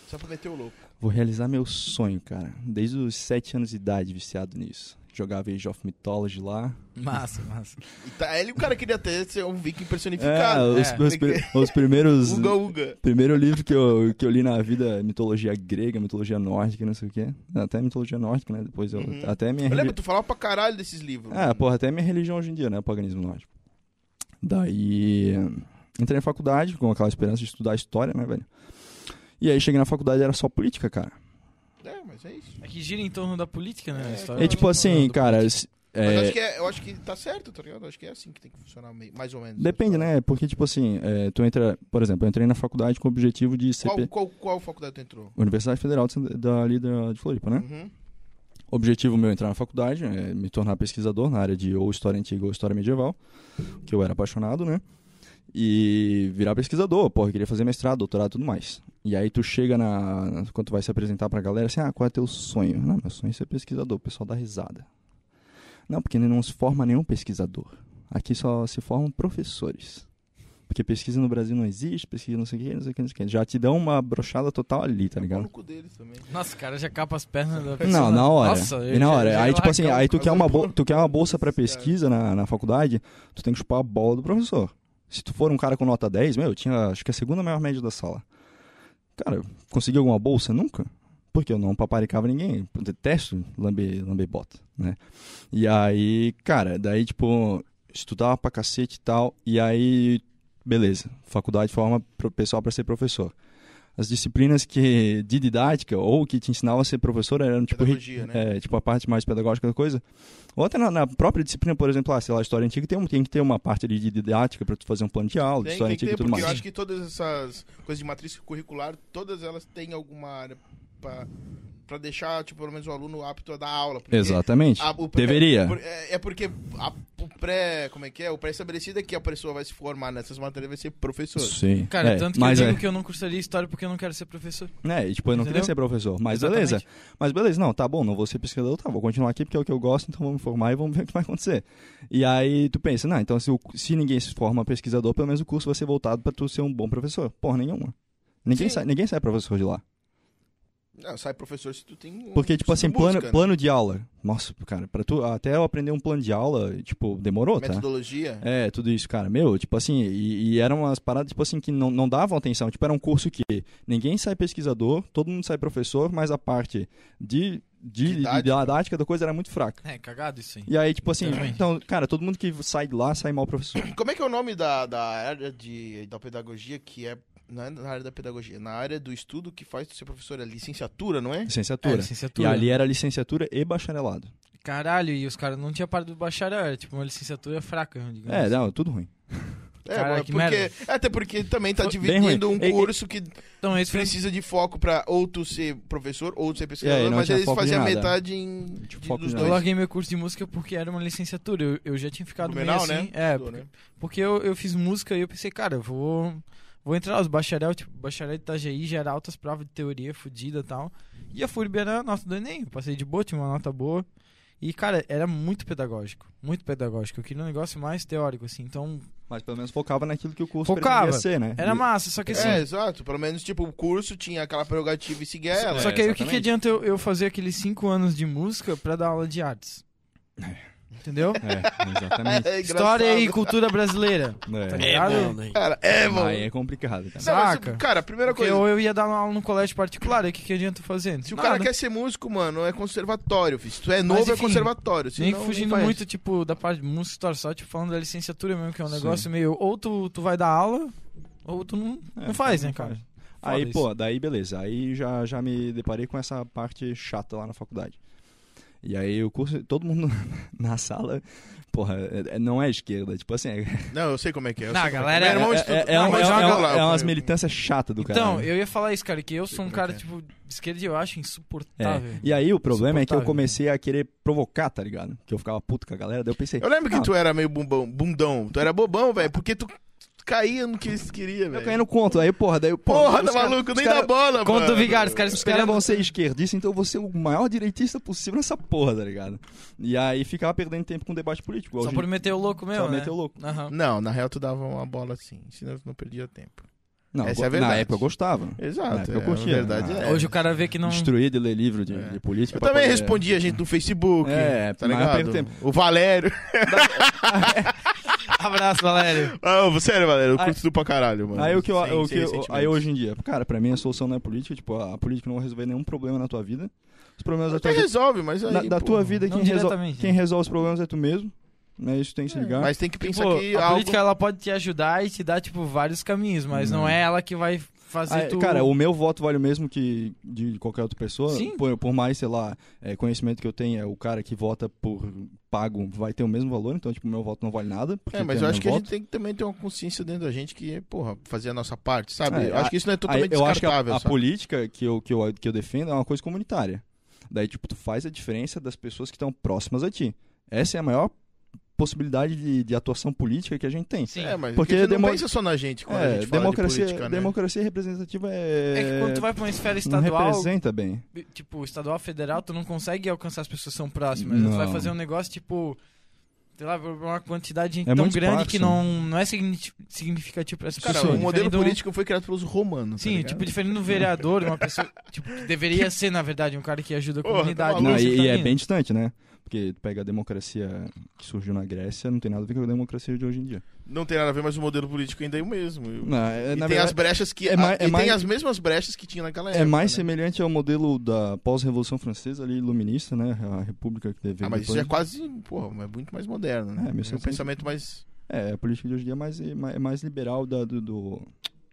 Speaker 1: Só pra meter o louco.
Speaker 4: Vou realizar meu sonho, cara. Desde os 7 anos de idade, viciado nisso. Jogava Age of Mythology lá.
Speaker 2: né? Massa, massa.
Speaker 1: E tá, ele, o cara queria até ser um viking
Speaker 4: É,
Speaker 1: personificado.
Speaker 4: os,
Speaker 2: é.
Speaker 4: meus pri- os
Speaker 2: [laughs]
Speaker 4: primeiros.
Speaker 1: Uga Uga.
Speaker 4: Primeiro livro que eu, que eu li na vida, mitologia grega, mitologia nórdica, não sei o quê. Até mitologia nórdica, né? Depois eu.
Speaker 1: Uhum.
Speaker 4: Até minha
Speaker 1: Eu lembro,
Speaker 4: religião.
Speaker 1: tu falava pra caralho desses livros.
Speaker 4: Ah, porra, até minha religião hoje em dia, né? O paganismo nórdico. Daí. Entrei na faculdade com aquela esperança de estudar história, né, velho? E aí cheguei na faculdade era só política, cara.
Speaker 1: É, mas é isso.
Speaker 2: É que gira em torno da política, né? a
Speaker 1: É,
Speaker 2: história
Speaker 4: É
Speaker 1: Eu
Speaker 4: tipo
Speaker 2: gira em torno
Speaker 4: assim,
Speaker 2: da
Speaker 4: cara.
Speaker 2: política.
Speaker 4: se-
Speaker 1: Mas
Speaker 4: é,
Speaker 1: acho que é- eu acho que tá certo, tá ligado? Acho que é assim que tem que funcionar, meio- mais ou menos.
Speaker 4: Depende, né? Porque, tipo assim, é, tu entra. Por exemplo, eu entrei na faculdade com o objetivo de ser.
Speaker 1: Qual,
Speaker 4: pe-
Speaker 1: qual, qual faculdade tu entrou?
Speaker 4: Universidade Federal de Santa- da, ali da, de Floripa, né?
Speaker 1: Uhum.
Speaker 4: objetivo meu é entrar na faculdade, é me tornar pesquisador na área de ou história antiga ou história medieval, que eu era apaixonado, né? E virar pesquisador, porra, eu queria fazer mestrado, doutorado e tudo mais. E aí tu chega na. Quando tu vai se apresentar pra galera, assim, ah, qual é teu sonho? Não, meu sonho é ser pesquisador, o pessoal dá risada. Não, porque não se forma nenhum pesquisador. Aqui só se formam professores. Porque pesquisa no Brasil não existe, pesquisa não sei o que, não sei o que, não sei o que. Já te dão uma brochada total ali, tá
Speaker 1: Pau
Speaker 4: ligado?
Speaker 1: no cu É deles também.
Speaker 2: Nossa, o cara já capa as pernas da pessoa.
Speaker 4: Não, na hora.
Speaker 2: Nossa, eu
Speaker 4: e na
Speaker 2: já-
Speaker 4: hora.
Speaker 2: já
Speaker 4: aí,
Speaker 2: ia
Speaker 4: tipo assim,
Speaker 2: largar
Speaker 4: aí tu
Speaker 1: cara
Speaker 4: quer, uma
Speaker 1: do
Speaker 4: bol-
Speaker 1: corpo.
Speaker 4: tu quer uma bolsa
Speaker 2: é.
Speaker 4: pra pesquisa na, na faculdade, tu tem que chupar a bola do professor. Se tu for um cara com nota 10, meu, eu tinha acho que é a segunda maior média da sala. Cara, consegui alguma bolsa? Nunca. Porque eu não paparicava ninguém. Eu detesto lamber, lamber bota, né? E aí, cara, daí, tipo, estudava pra cacete e tal. E aí, beleza. Faculdade forma pro pessoal pra ser professor. As disciplinas que de didática ou que te ensinava a ser professor eram tipo ri-
Speaker 1: Pedagogia, né?
Speaker 4: é, tipo, a parte mais pedagógica da coisa. Ou até na, na própria disciplina, por exemplo, ah, sei lá, história antiga, tem, um- tem que ter uma parte ali de didática pra tu fazer um plano de aula, de
Speaker 1: Tem,
Speaker 4: história
Speaker 1: tem que
Speaker 4: antiga
Speaker 1: ter,
Speaker 4: e tudo
Speaker 1: porque eu
Speaker 4: mais.
Speaker 1: acho que todas essas coisas de matriz curricular, todas elas têm alguma área pra, pra deixar, tipo, pelo menos o aluno apto a dar aula. porque
Speaker 4: Exatamente.
Speaker 1: a- o-
Speaker 4: Deveria.
Speaker 1: por- É, é porque a- o pré, como é que é? O pré-estabelecido é que a pessoa vai se formar nessas matérias, vai ser professor.
Speaker 4: Sim.
Speaker 2: Cara,
Speaker 4: é,
Speaker 2: tanto que
Speaker 4: mas
Speaker 2: eu digo
Speaker 4: é,
Speaker 2: que eu não cursaria história porque eu não quero ser professor.
Speaker 4: né, e, tipo, eu não queria
Speaker 2: Entendeu?
Speaker 4: ser professor, mas
Speaker 2: Exatamente.
Speaker 4: beleza. Mas beleza, não, tá bom, não vou ser pesquisador, tá, vou continuar aqui porque é o que eu gosto, então vamos me formar e vamos ver o que vai acontecer. E aí tu pensa, não, então se, o- se ninguém se forma pesquisador, pelo menos o curso vai ser voltado pra tu ser um bom professor. Porra nenhuma. Ninguém
Speaker 1: Sim.
Speaker 4: sai, ninguém sai professor de lá.
Speaker 1: Não, sai professor se tu tem. um-
Speaker 4: Porque, tipo
Speaker 1: se tu
Speaker 4: assim, plano,
Speaker 1: busca, né?
Speaker 4: plano de aula. Nossa, cara, pra tu, até eu aprender um plano de aula, tipo, demorou, tá?
Speaker 1: Metodologia.
Speaker 4: É, tudo isso, cara. Meu, tipo assim, e, e eram umas paradas, tipo assim, que não, não davam atenção. Tipo, era um curso que ninguém sai pesquisador, todo mundo sai professor, mas a parte de, de,
Speaker 1: Didática.
Speaker 4: de didática da coisa era muito fraca.
Speaker 2: É, cagado isso aí.
Speaker 4: E aí, tipo assim,
Speaker 2: Também.
Speaker 4: então, cara, todo mundo que sai de lá sai
Speaker 2: [coughs]
Speaker 4: mal professor.
Speaker 1: Como é que é o nome da, da área de, da pedagogia que é. Não é na área da pedagogia, na área do estudo que faz tu ser professor, é licenciatura, não é?
Speaker 4: Licenciatura.
Speaker 2: É, licenciatura.
Speaker 4: E ali era licenciatura e bacharelado.
Speaker 2: Caralho, e os caras não tinham parado do bacharel, era tipo uma licenciatura fraca, né? digamos.
Speaker 4: É, não, tudo ruim.
Speaker 1: É,
Speaker 2: Cara,
Speaker 1: mas
Speaker 2: que
Speaker 1: porque,
Speaker 2: merda.
Speaker 1: até porque também tá
Speaker 4: Bem
Speaker 1: dividindo
Speaker 4: ruim.
Speaker 1: um
Speaker 4: E- e-
Speaker 1: curso que
Speaker 2: Então, esse foi
Speaker 1: precisa de foco pra ou tu ser professor ou tu ser pesquisador,
Speaker 4: não
Speaker 1: mas
Speaker 4: tinha
Speaker 1: eles
Speaker 4: foco de
Speaker 1: faziam
Speaker 4: nada.
Speaker 1: metade em,
Speaker 4: Tipo,
Speaker 1: de-
Speaker 4: foco
Speaker 1: dos
Speaker 4: de
Speaker 2: Eu
Speaker 4: nada.
Speaker 1: dois.
Speaker 2: larguei meu curso de música porque era uma licenciatura. Eu, eu já tinha ficado meio
Speaker 1: Blumenau, né?
Speaker 2: assim. É,
Speaker 1: Estudou,
Speaker 2: porque,
Speaker 1: né?
Speaker 2: porque eu, eu fiz música e eu pensei, cara, eu vou, vou entrar os bacharel, tipo, bacharel de Itajaí, já era altas provas de teoria fodida e tal. E a FURB era a nota do Enem. Eu passei de boa, tinha uma nota boa. E, cara, era muito pedagógico. Muito pedagógico. Eu queria um negócio mais teórico, assim. Então,
Speaker 4: Mas pelo menos focava naquilo que o curso
Speaker 2: Focava.
Speaker 4: pretendia ser, né?
Speaker 2: era massa, só que assim.
Speaker 1: É, exato. Pelo menos, tipo, o curso tinha aquela prerrogativa e né? seguia ela.
Speaker 2: Só que aí o que, que
Speaker 4: exatamente.
Speaker 2: adianta eu, eu fazer aqueles cinco anos de música pra dar aula de artes?
Speaker 1: [laughs]
Speaker 2: Entendeu? [laughs]
Speaker 4: É, exatamente.
Speaker 1: É
Speaker 2: História e
Speaker 1: engraçado.
Speaker 2: cultura brasileira. Tá
Speaker 4: É.
Speaker 2: ligado?
Speaker 3: né?
Speaker 1: Cara, é, mano.
Speaker 4: Aí é complicado, cara.
Speaker 1: Não, mas,
Speaker 2: Saca.
Speaker 1: cara, a primeira
Speaker 2: Porque
Speaker 1: coisa.
Speaker 2: ou eu ia dar uma aula num colégio particular, aí o que, que adianta eu fazer?
Speaker 1: Se o
Speaker 2: Nada.
Speaker 4: é
Speaker 1: cara quer ser músico, mano, é conservatório. filho. Se tu é novo, é
Speaker 2: enfim,
Speaker 1: conservatório. Se
Speaker 2: Nem
Speaker 1: não,
Speaker 2: fugindo
Speaker 1: faz.
Speaker 2: muito, tipo, da parte de música, história, só tipo, falando da licenciatura mesmo, que é um
Speaker 4: Sim.
Speaker 2: negócio meio... Ou tu, tu vai dar aula, ou tu não,
Speaker 4: É,
Speaker 2: não faz,
Speaker 4: não
Speaker 2: né, cara? Foda
Speaker 4: Aí,
Speaker 2: isso.
Speaker 4: pô, daí beleza. Aí já, já me deparei com essa parte chata lá na faculdade. E aí o curso, todo mundo [laughs] na sala, porra, é- é- não é esquerda, tipo assim, é,
Speaker 1: Não, eu sei como é que é. eu
Speaker 2: Não,
Speaker 1: sei como
Speaker 2: galera,
Speaker 1: é,
Speaker 2: é-
Speaker 1: Meu irmão
Speaker 4: é-
Speaker 1: estuda-
Speaker 4: é- é-
Speaker 1: Não,
Speaker 4: é-
Speaker 1: mas
Speaker 4: é-
Speaker 1: já
Speaker 4: é-
Speaker 1: vou lá,
Speaker 4: é
Speaker 1: eu-
Speaker 4: umas militâncias chatas do cara.
Speaker 2: Então,
Speaker 4: né?
Speaker 2: eu ia falar isso, cara, que eu sou
Speaker 1: como
Speaker 2: um
Speaker 1: é
Speaker 2: cara,
Speaker 1: que é.
Speaker 2: tipo, de esquerda e eu acho
Speaker 4: É.
Speaker 2: insuportável.
Speaker 4: E aí o problema é que eu
Speaker 2: Insuportável.
Speaker 4: comecei a querer provocar, tá ligado? Que eu ficava puto com a galera, daí eu pensei,
Speaker 1: Eu lembro que
Speaker 4: Ah.
Speaker 1: tu era meio bumbão, bundão. Tu era bobão, velho, porque tu caía no que eles queriam,
Speaker 4: eu
Speaker 1: velho.
Speaker 4: caí no conto, aí porra, daí eu, pô,
Speaker 1: Porra,
Speaker 4: os
Speaker 1: tá
Speaker 4: cara-
Speaker 1: maluco,
Speaker 4: os
Speaker 1: nem
Speaker 4: cara-
Speaker 1: dá bola, mano.
Speaker 2: Conta o Vigário, os caras
Speaker 4: Os caras é
Speaker 2: esperando...
Speaker 4: vão ser esquerdistas, então eu vou ser o maior direitista possível nessa porra, tá ligado? E aí ficava perdendo tempo com debate político.
Speaker 2: Só
Speaker 4: Hoje-
Speaker 2: por meter o louco mesmo,
Speaker 4: só
Speaker 2: né?
Speaker 4: meter o louco.
Speaker 2: Aham.
Speaker 1: Não, na real tu dava uma bola assim, senão tu não perdia tempo.
Speaker 4: Não,
Speaker 1: Essa
Speaker 4: go-
Speaker 1: é a verdade.
Speaker 4: Na época eu gostava. Na
Speaker 1: Exato,
Speaker 4: época
Speaker 1: eu
Speaker 4: eu
Speaker 1: curti.
Speaker 4: curtia,
Speaker 1: A verdade
Speaker 4: né?
Speaker 1: é.
Speaker 2: Hoje o cara vê que não...
Speaker 4: Destruído e ler livro de,
Speaker 1: É.
Speaker 4: de política.
Speaker 1: Eu
Speaker 4: pra
Speaker 1: também
Speaker 4: poder-
Speaker 1: respondi a gente no Facebook.
Speaker 4: É,
Speaker 1: tá
Speaker 4: mas
Speaker 1: ligado?
Speaker 4: perde tempo.
Speaker 1: O
Speaker 4: [laughs]
Speaker 1: Valério.
Speaker 2: [laughs] Abraço, Valério.
Speaker 1: Ah, sério, Valério, eu
Speaker 4: Aí-
Speaker 1: curto tu pra caralho, mano.
Speaker 4: Aí o que eu,
Speaker 1: Sem-
Speaker 4: o que
Speaker 1: sem
Speaker 4: eu- aí
Speaker 1: sentimentos.
Speaker 4: hoje em dia, cara, pra mim a solução não é política, tipo, a, a política não vai resolver nenhum problema na tua vida. Os problemas da
Speaker 1: Até
Speaker 4: tua vida,
Speaker 1: resolve, mas aí.
Speaker 4: na- da
Speaker 1: pô.
Speaker 4: tua vida
Speaker 2: Não
Speaker 4: quem, resol-
Speaker 2: diretamente,
Speaker 4: quem
Speaker 2: né?
Speaker 4: resolve os problemas é tu mesmo. Né? Isso tem que se ligar.
Speaker 1: Mas tem que pensar
Speaker 2: Tipo,
Speaker 1: que
Speaker 2: a
Speaker 1: algo...
Speaker 2: política ela pode te ajudar e te dar tipo vários caminhos, mas não,
Speaker 4: Não.
Speaker 2: é ela que vai fazer
Speaker 4: Hum. Ah, é,
Speaker 2: tu
Speaker 4: Cara, o meu voto vale o mesmo que de qualquer outra pessoa.
Speaker 2: Sim.
Speaker 4: Por, por mais, sei lá, é, conhecimento que eu tenha, o cara que vota por pago vai ter o mesmo valor, então, tipo, o meu voto não vale nada. porque
Speaker 1: É, mas
Speaker 4: tem
Speaker 1: eu
Speaker 4: o
Speaker 1: acho
Speaker 2: um
Speaker 4: meu
Speaker 1: que a
Speaker 4: voto.
Speaker 1: gente tem que também ter uma consciência dentro da gente que, porra, fazer a nossa parte, sabe?
Speaker 4: É,
Speaker 1: eu acho que isso não é
Speaker 4: Aí,
Speaker 1: totalmente
Speaker 4: eu acho que a,
Speaker 1: descartável,
Speaker 4: a
Speaker 1: sabe?
Speaker 4: política que eu, que, eu, que eu defendo é uma coisa comunitária. Daí, tipo, tu faz a diferença das pessoas que estão próximas a ti. Essa é a maior possibilidade de, de atuação política que a gente tem.
Speaker 2: Sim.
Speaker 1: É, mas
Speaker 4: Porque
Speaker 1: a gente
Speaker 4: demo-
Speaker 1: não pensa só na gente quando a
Speaker 4: É,
Speaker 1: gente fala
Speaker 4: democracia,
Speaker 1: de política, né?
Speaker 4: democracia representativa é.
Speaker 2: É que quando tu vai pra uma esfera
Speaker 4: não
Speaker 2: estadual,
Speaker 4: representa bem.
Speaker 2: tipo, estadual, federal, tu não consegue alcançar as pessoas que são próximas. Tu vai
Speaker 4: Não.
Speaker 2: fazer um negócio, tipo, sei lá, uma quantidade de gente
Speaker 4: É
Speaker 2: tão
Speaker 4: muito
Speaker 2: grande
Speaker 4: esparso,
Speaker 2: que não, não é signi- significativo pra essa
Speaker 1: Cara,
Speaker 2: pessoa.
Speaker 1: o modelo
Speaker 2: Diferente do-
Speaker 1: político foi criado pelos romanos, tá
Speaker 2: Sim,
Speaker 1: ligado?
Speaker 2: tipo, diferente do vereador, uma [laughs] pessoa tipo, que deveria ser, na verdade, um cara que ajuda a
Speaker 1: Porra, tá
Speaker 2: comunidade.
Speaker 1: maluco,
Speaker 4: Não,
Speaker 2: mas
Speaker 4: e,
Speaker 2: tá
Speaker 4: e é
Speaker 2: indo. [laughs]
Speaker 4: bem distante, né? Porque tu pega a democracia que surgiu na Grécia, não tem nada a ver com a democracia de hoje em dia.
Speaker 1: Não tem nada a ver, mas o modelo político ainda é o mesmo. Eu-
Speaker 4: Não, é,
Speaker 1: e
Speaker 4: na
Speaker 1: tem
Speaker 4: verdade,
Speaker 1: as brechas que.
Speaker 4: é
Speaker 1: a-
Speaker 4: mais-
Speaker 1: e
Speaker 4: é mais-
Speaker 1: tem as mesmas brechas que tinha naquela
Speaker 4: é
Speaker 1: época.
Speaker 4: mais
Speaker 1: né?
Speaker 4: semelhante ao modelo da pós-revolução francesa ali, iluminista, né? A república que teve.
Speaker 1: Ah, mas isso
Speaker 4: depois.
Speaker 1: é quase. Porra, é muito mais moderno, né?
Speaker 4: É,
Speaker 1: É, um
Speaker 4: 1700.
Speaker 1: pensamento mais.
Speaker 4: É, a política de hoje em dia é mais, é mais- é mais liberal da, do, do-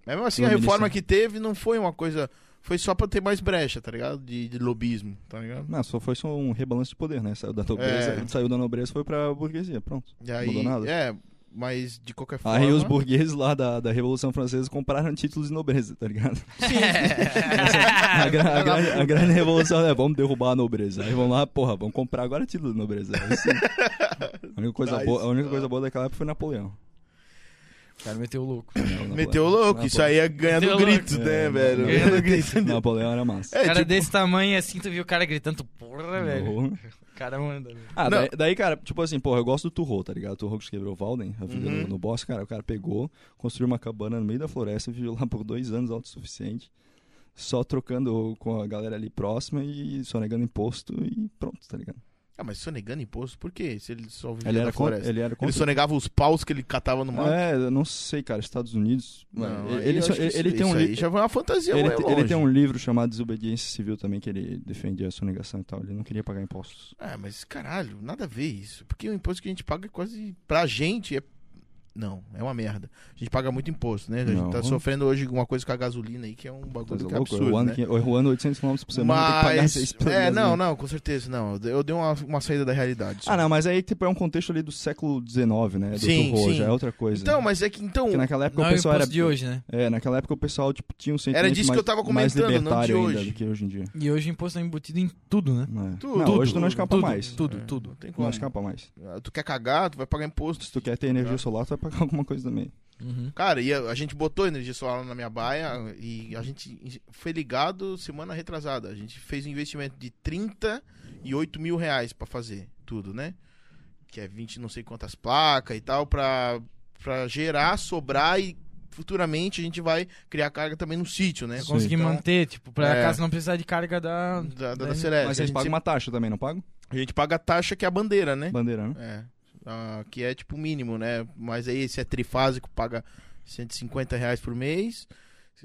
Speaker 1: Mas mesmo assim, a
Speaker 4: Iluminista.
Speaker 1: reforma que teve não foi uma coisa. Foi só pra ter mais brecha, tá ligado? De, de lobismo, tá ligado?
Speaker 4: Não, só foi só um rebalanço de poder, né? Saiu da nobreza,
Speaker 1: É.
Speaker 4: saiu da nobreza foi pra burguesia, pronto.
Speaker 1: E aí.
Speaker 4: Mudou nada.
Speaker 1: É, mas de qualquer forma.
Speaker 4: Aí os burgueses lá da, da Revolução Francesa compraram títulos de nobreza, tá ligado?
Speaker 1: Ah,
Speaker 4: a, gra- a grande, a grande revolução é, vamos derrubar a nobreza. Aí vamos lá, porra, vamos comprar agora título de nobreza. Aí sim. a, única coisa
Speaker 1: Nice.
Speaker 4: boa, a única coisa boa daquela época foi Napoleão.
Speaker 2: O cara meteu o louco.
Speaker 4: né,
Speaker 1: Meteu o louco, isso aí é ganhar
Speaker 2: Meteu
Speaker 1: no
Speaker 2: o louco.
Speaker 1: grito, né,
Speaker 4: Ah, É,
Speaker 1: velho? [laughs]
Speaker 2: ganhar no
Speaker 1: grito.
Speaker 4: Napoleão era massa.
Speaker 2: cara
Speaker 1: tipo-
Speaker 2: desse tamanho assim, tu viu o cara gritando, tu,
Speaker 1: É,
Speaker 2: porra, velho.
Speaker 4: Porra.
Speaker 2: O cara
Speaker 1: um
Speaker 2: manda. velho.
Speaker 4: Ah,
Speaker 1: Não.
Speaker 4: daí, daí, cara, tipo assim, porra, eu gosto do Turro, tá ligado? O Turro que quebrou o Valden, a vida
Speaker 1: Uhum.
Speaker 4: no, no [laughs] boss, cara. O cara pegou, construiu uma cabana no meio da floresta, viveu lá por dois anos autossuficiente. só trocando com a galera ali próxima e só negando imposto e pronto, tá ligado?
Speaker 1: Ah, mas sonegando imposto, por quê? Se ele só vivia
Speaker 4: Ele
Speaker 1: na
Speaker 4: era, contra,
Speaker 1: floresta. Ele,
Speaker 4: ele era contra.
Speaker 1: sonegava os paus que ele catava no mato.
Speaker 4: É, eu não sei, cara, Estados Unidos.
Speaker 1: Não,
Speaker 4: ele
Speaker 1: aí
Speaker 4: ele
Speaker 1: eu
Speaker 4: só-
Speaker 1: acho que isso-
Speaker 4: ele tem um
Speaker 1: isso
Speaker 4: li-
Speaker 1: aí já foi uma fantasia,
Speaker 4: ele,
Speaker 1: vai
Speaker 4: te-
Speaker 1: longe.
Speaker 4: ele tem um livro chamado Desobediência Civil também, que ele defendia a sonegação e tal. Ele não queria pagar impostos.
Speaker 1: Ah, mas caralho, nada a ver isso. Porque o imposto que a gente paga é quase. Pra gente é. Não, é uma merda. A gente paga muito imposto, né? A gente
Speaker 4: Não.
Speaker 1: tá sofrendo hoje alguma coisa com a gasolina aí, que é um
Speaker 4: Tá
Speaker 1: bagulho que é
Speaker 4: louco?
Speaker 1: absurdo.
Speaker 4: Ruanda,
Speaker 1: né?
Speaker 4: que- Ruanda 800 km por semana, tem que pagar
Speaker 1: Mas.
Speaker 4: seis pela
Speaker 1: É,
Speaker 4: gasolina.
Speaker 1: não, não, com certeza, não. Eu dei uma, uma saída da realidade. só.
Speaker 4: Ah, não, mas aí tipo, é um contexto ali do século XIX, né? Do
Speaker 1: Sim,
Speaker 4: horror,
Speaker 1: sim.
Speaker 4: já é outra coisa.
Speaker 1: Então, mas é que então.
Speaker 4: Porque naquela época
Speaker 2: Não é
Speaker 4: o
Speaker 2: o
Speaker 4: pessoal
Speaker 2: imposto
Speaker 4: era.
Speaker 2: de hoje, né?
Speaker 4: É, naquela época o pessoal tipo, tinha um sentimento
Speaker 1: disso que
Speaker 4: mais,
Speaker 1: eu tava
Speaker 4: mais
Speaker 1: comentando, não de
Speaker 4: libertário ainda
Speaker 1: hoje.
Speaker 4: do que hoje em dia.
Speaker 2: E hoje o imposto é embutido em tudo, né?
Speaker 4: É.
Speaker 1: Tudo,
Speaker 4: não, hoje tu
Speaker 1: tudo,
Speaker 4: não escapa
Speaker 2: tudo,
Speaker 4: mais.
Speaker 2: Tudo,
Speaker 1: É,
Speaker 2: tudo.
Speaker 1: Não tem
Speaker 4: Tu não
Speaker 1: como.
Speaker 4: escapa mais.
Speaker 1: Ah, Tu quer cagar, tu vai pagar imposto.
Speaker 4: Se tu quer ter
Speaker 1: Tá.
Speaker 4: energia solar, tu vai pagar alguma coisa também.
Speaker 2: Uhum.
Speaker 1: Cara, e a, a gente botou energia solar na minha baia e a gente in- foi ligado semana retrasada. A gente fez um investimento de 38 mil reais pra fazer tudo, né? Que é 20 não sei quantas placas e tal, pra, pra gerar, sobrar e futuramente a gente vai criar carga também no sítio, né?
Speaker 4: Sim.
Speaker 2: É
Speaker 4: É.
Speaker 2: Conseguir
Speaker 1: Então,
Speaker 2: manter, tipo, pra
Speaker 1: É.
Speaker 2: casa não precisar de carga da.
Speaker 1: Da, da, da
Speaker 2: Mas
Speaker 1: Celeste.
Speaker 4: Né? Mas
Speaker 1: É, a,
Speaker 4: vocês
Speaker 1: gente
Speaker 4: pagam
Speaker 1: sempre-
Speaker 4: uma taxa também, não pagam?
Speaker 1: a gente paga a taxa que é a bandeira, né?
Speaker 4: Bandeira, né?
Speaker 1: É. Ah, que é tipo o mínimo, né? Mas aí esse é trifásico, paga 150 reais por mês.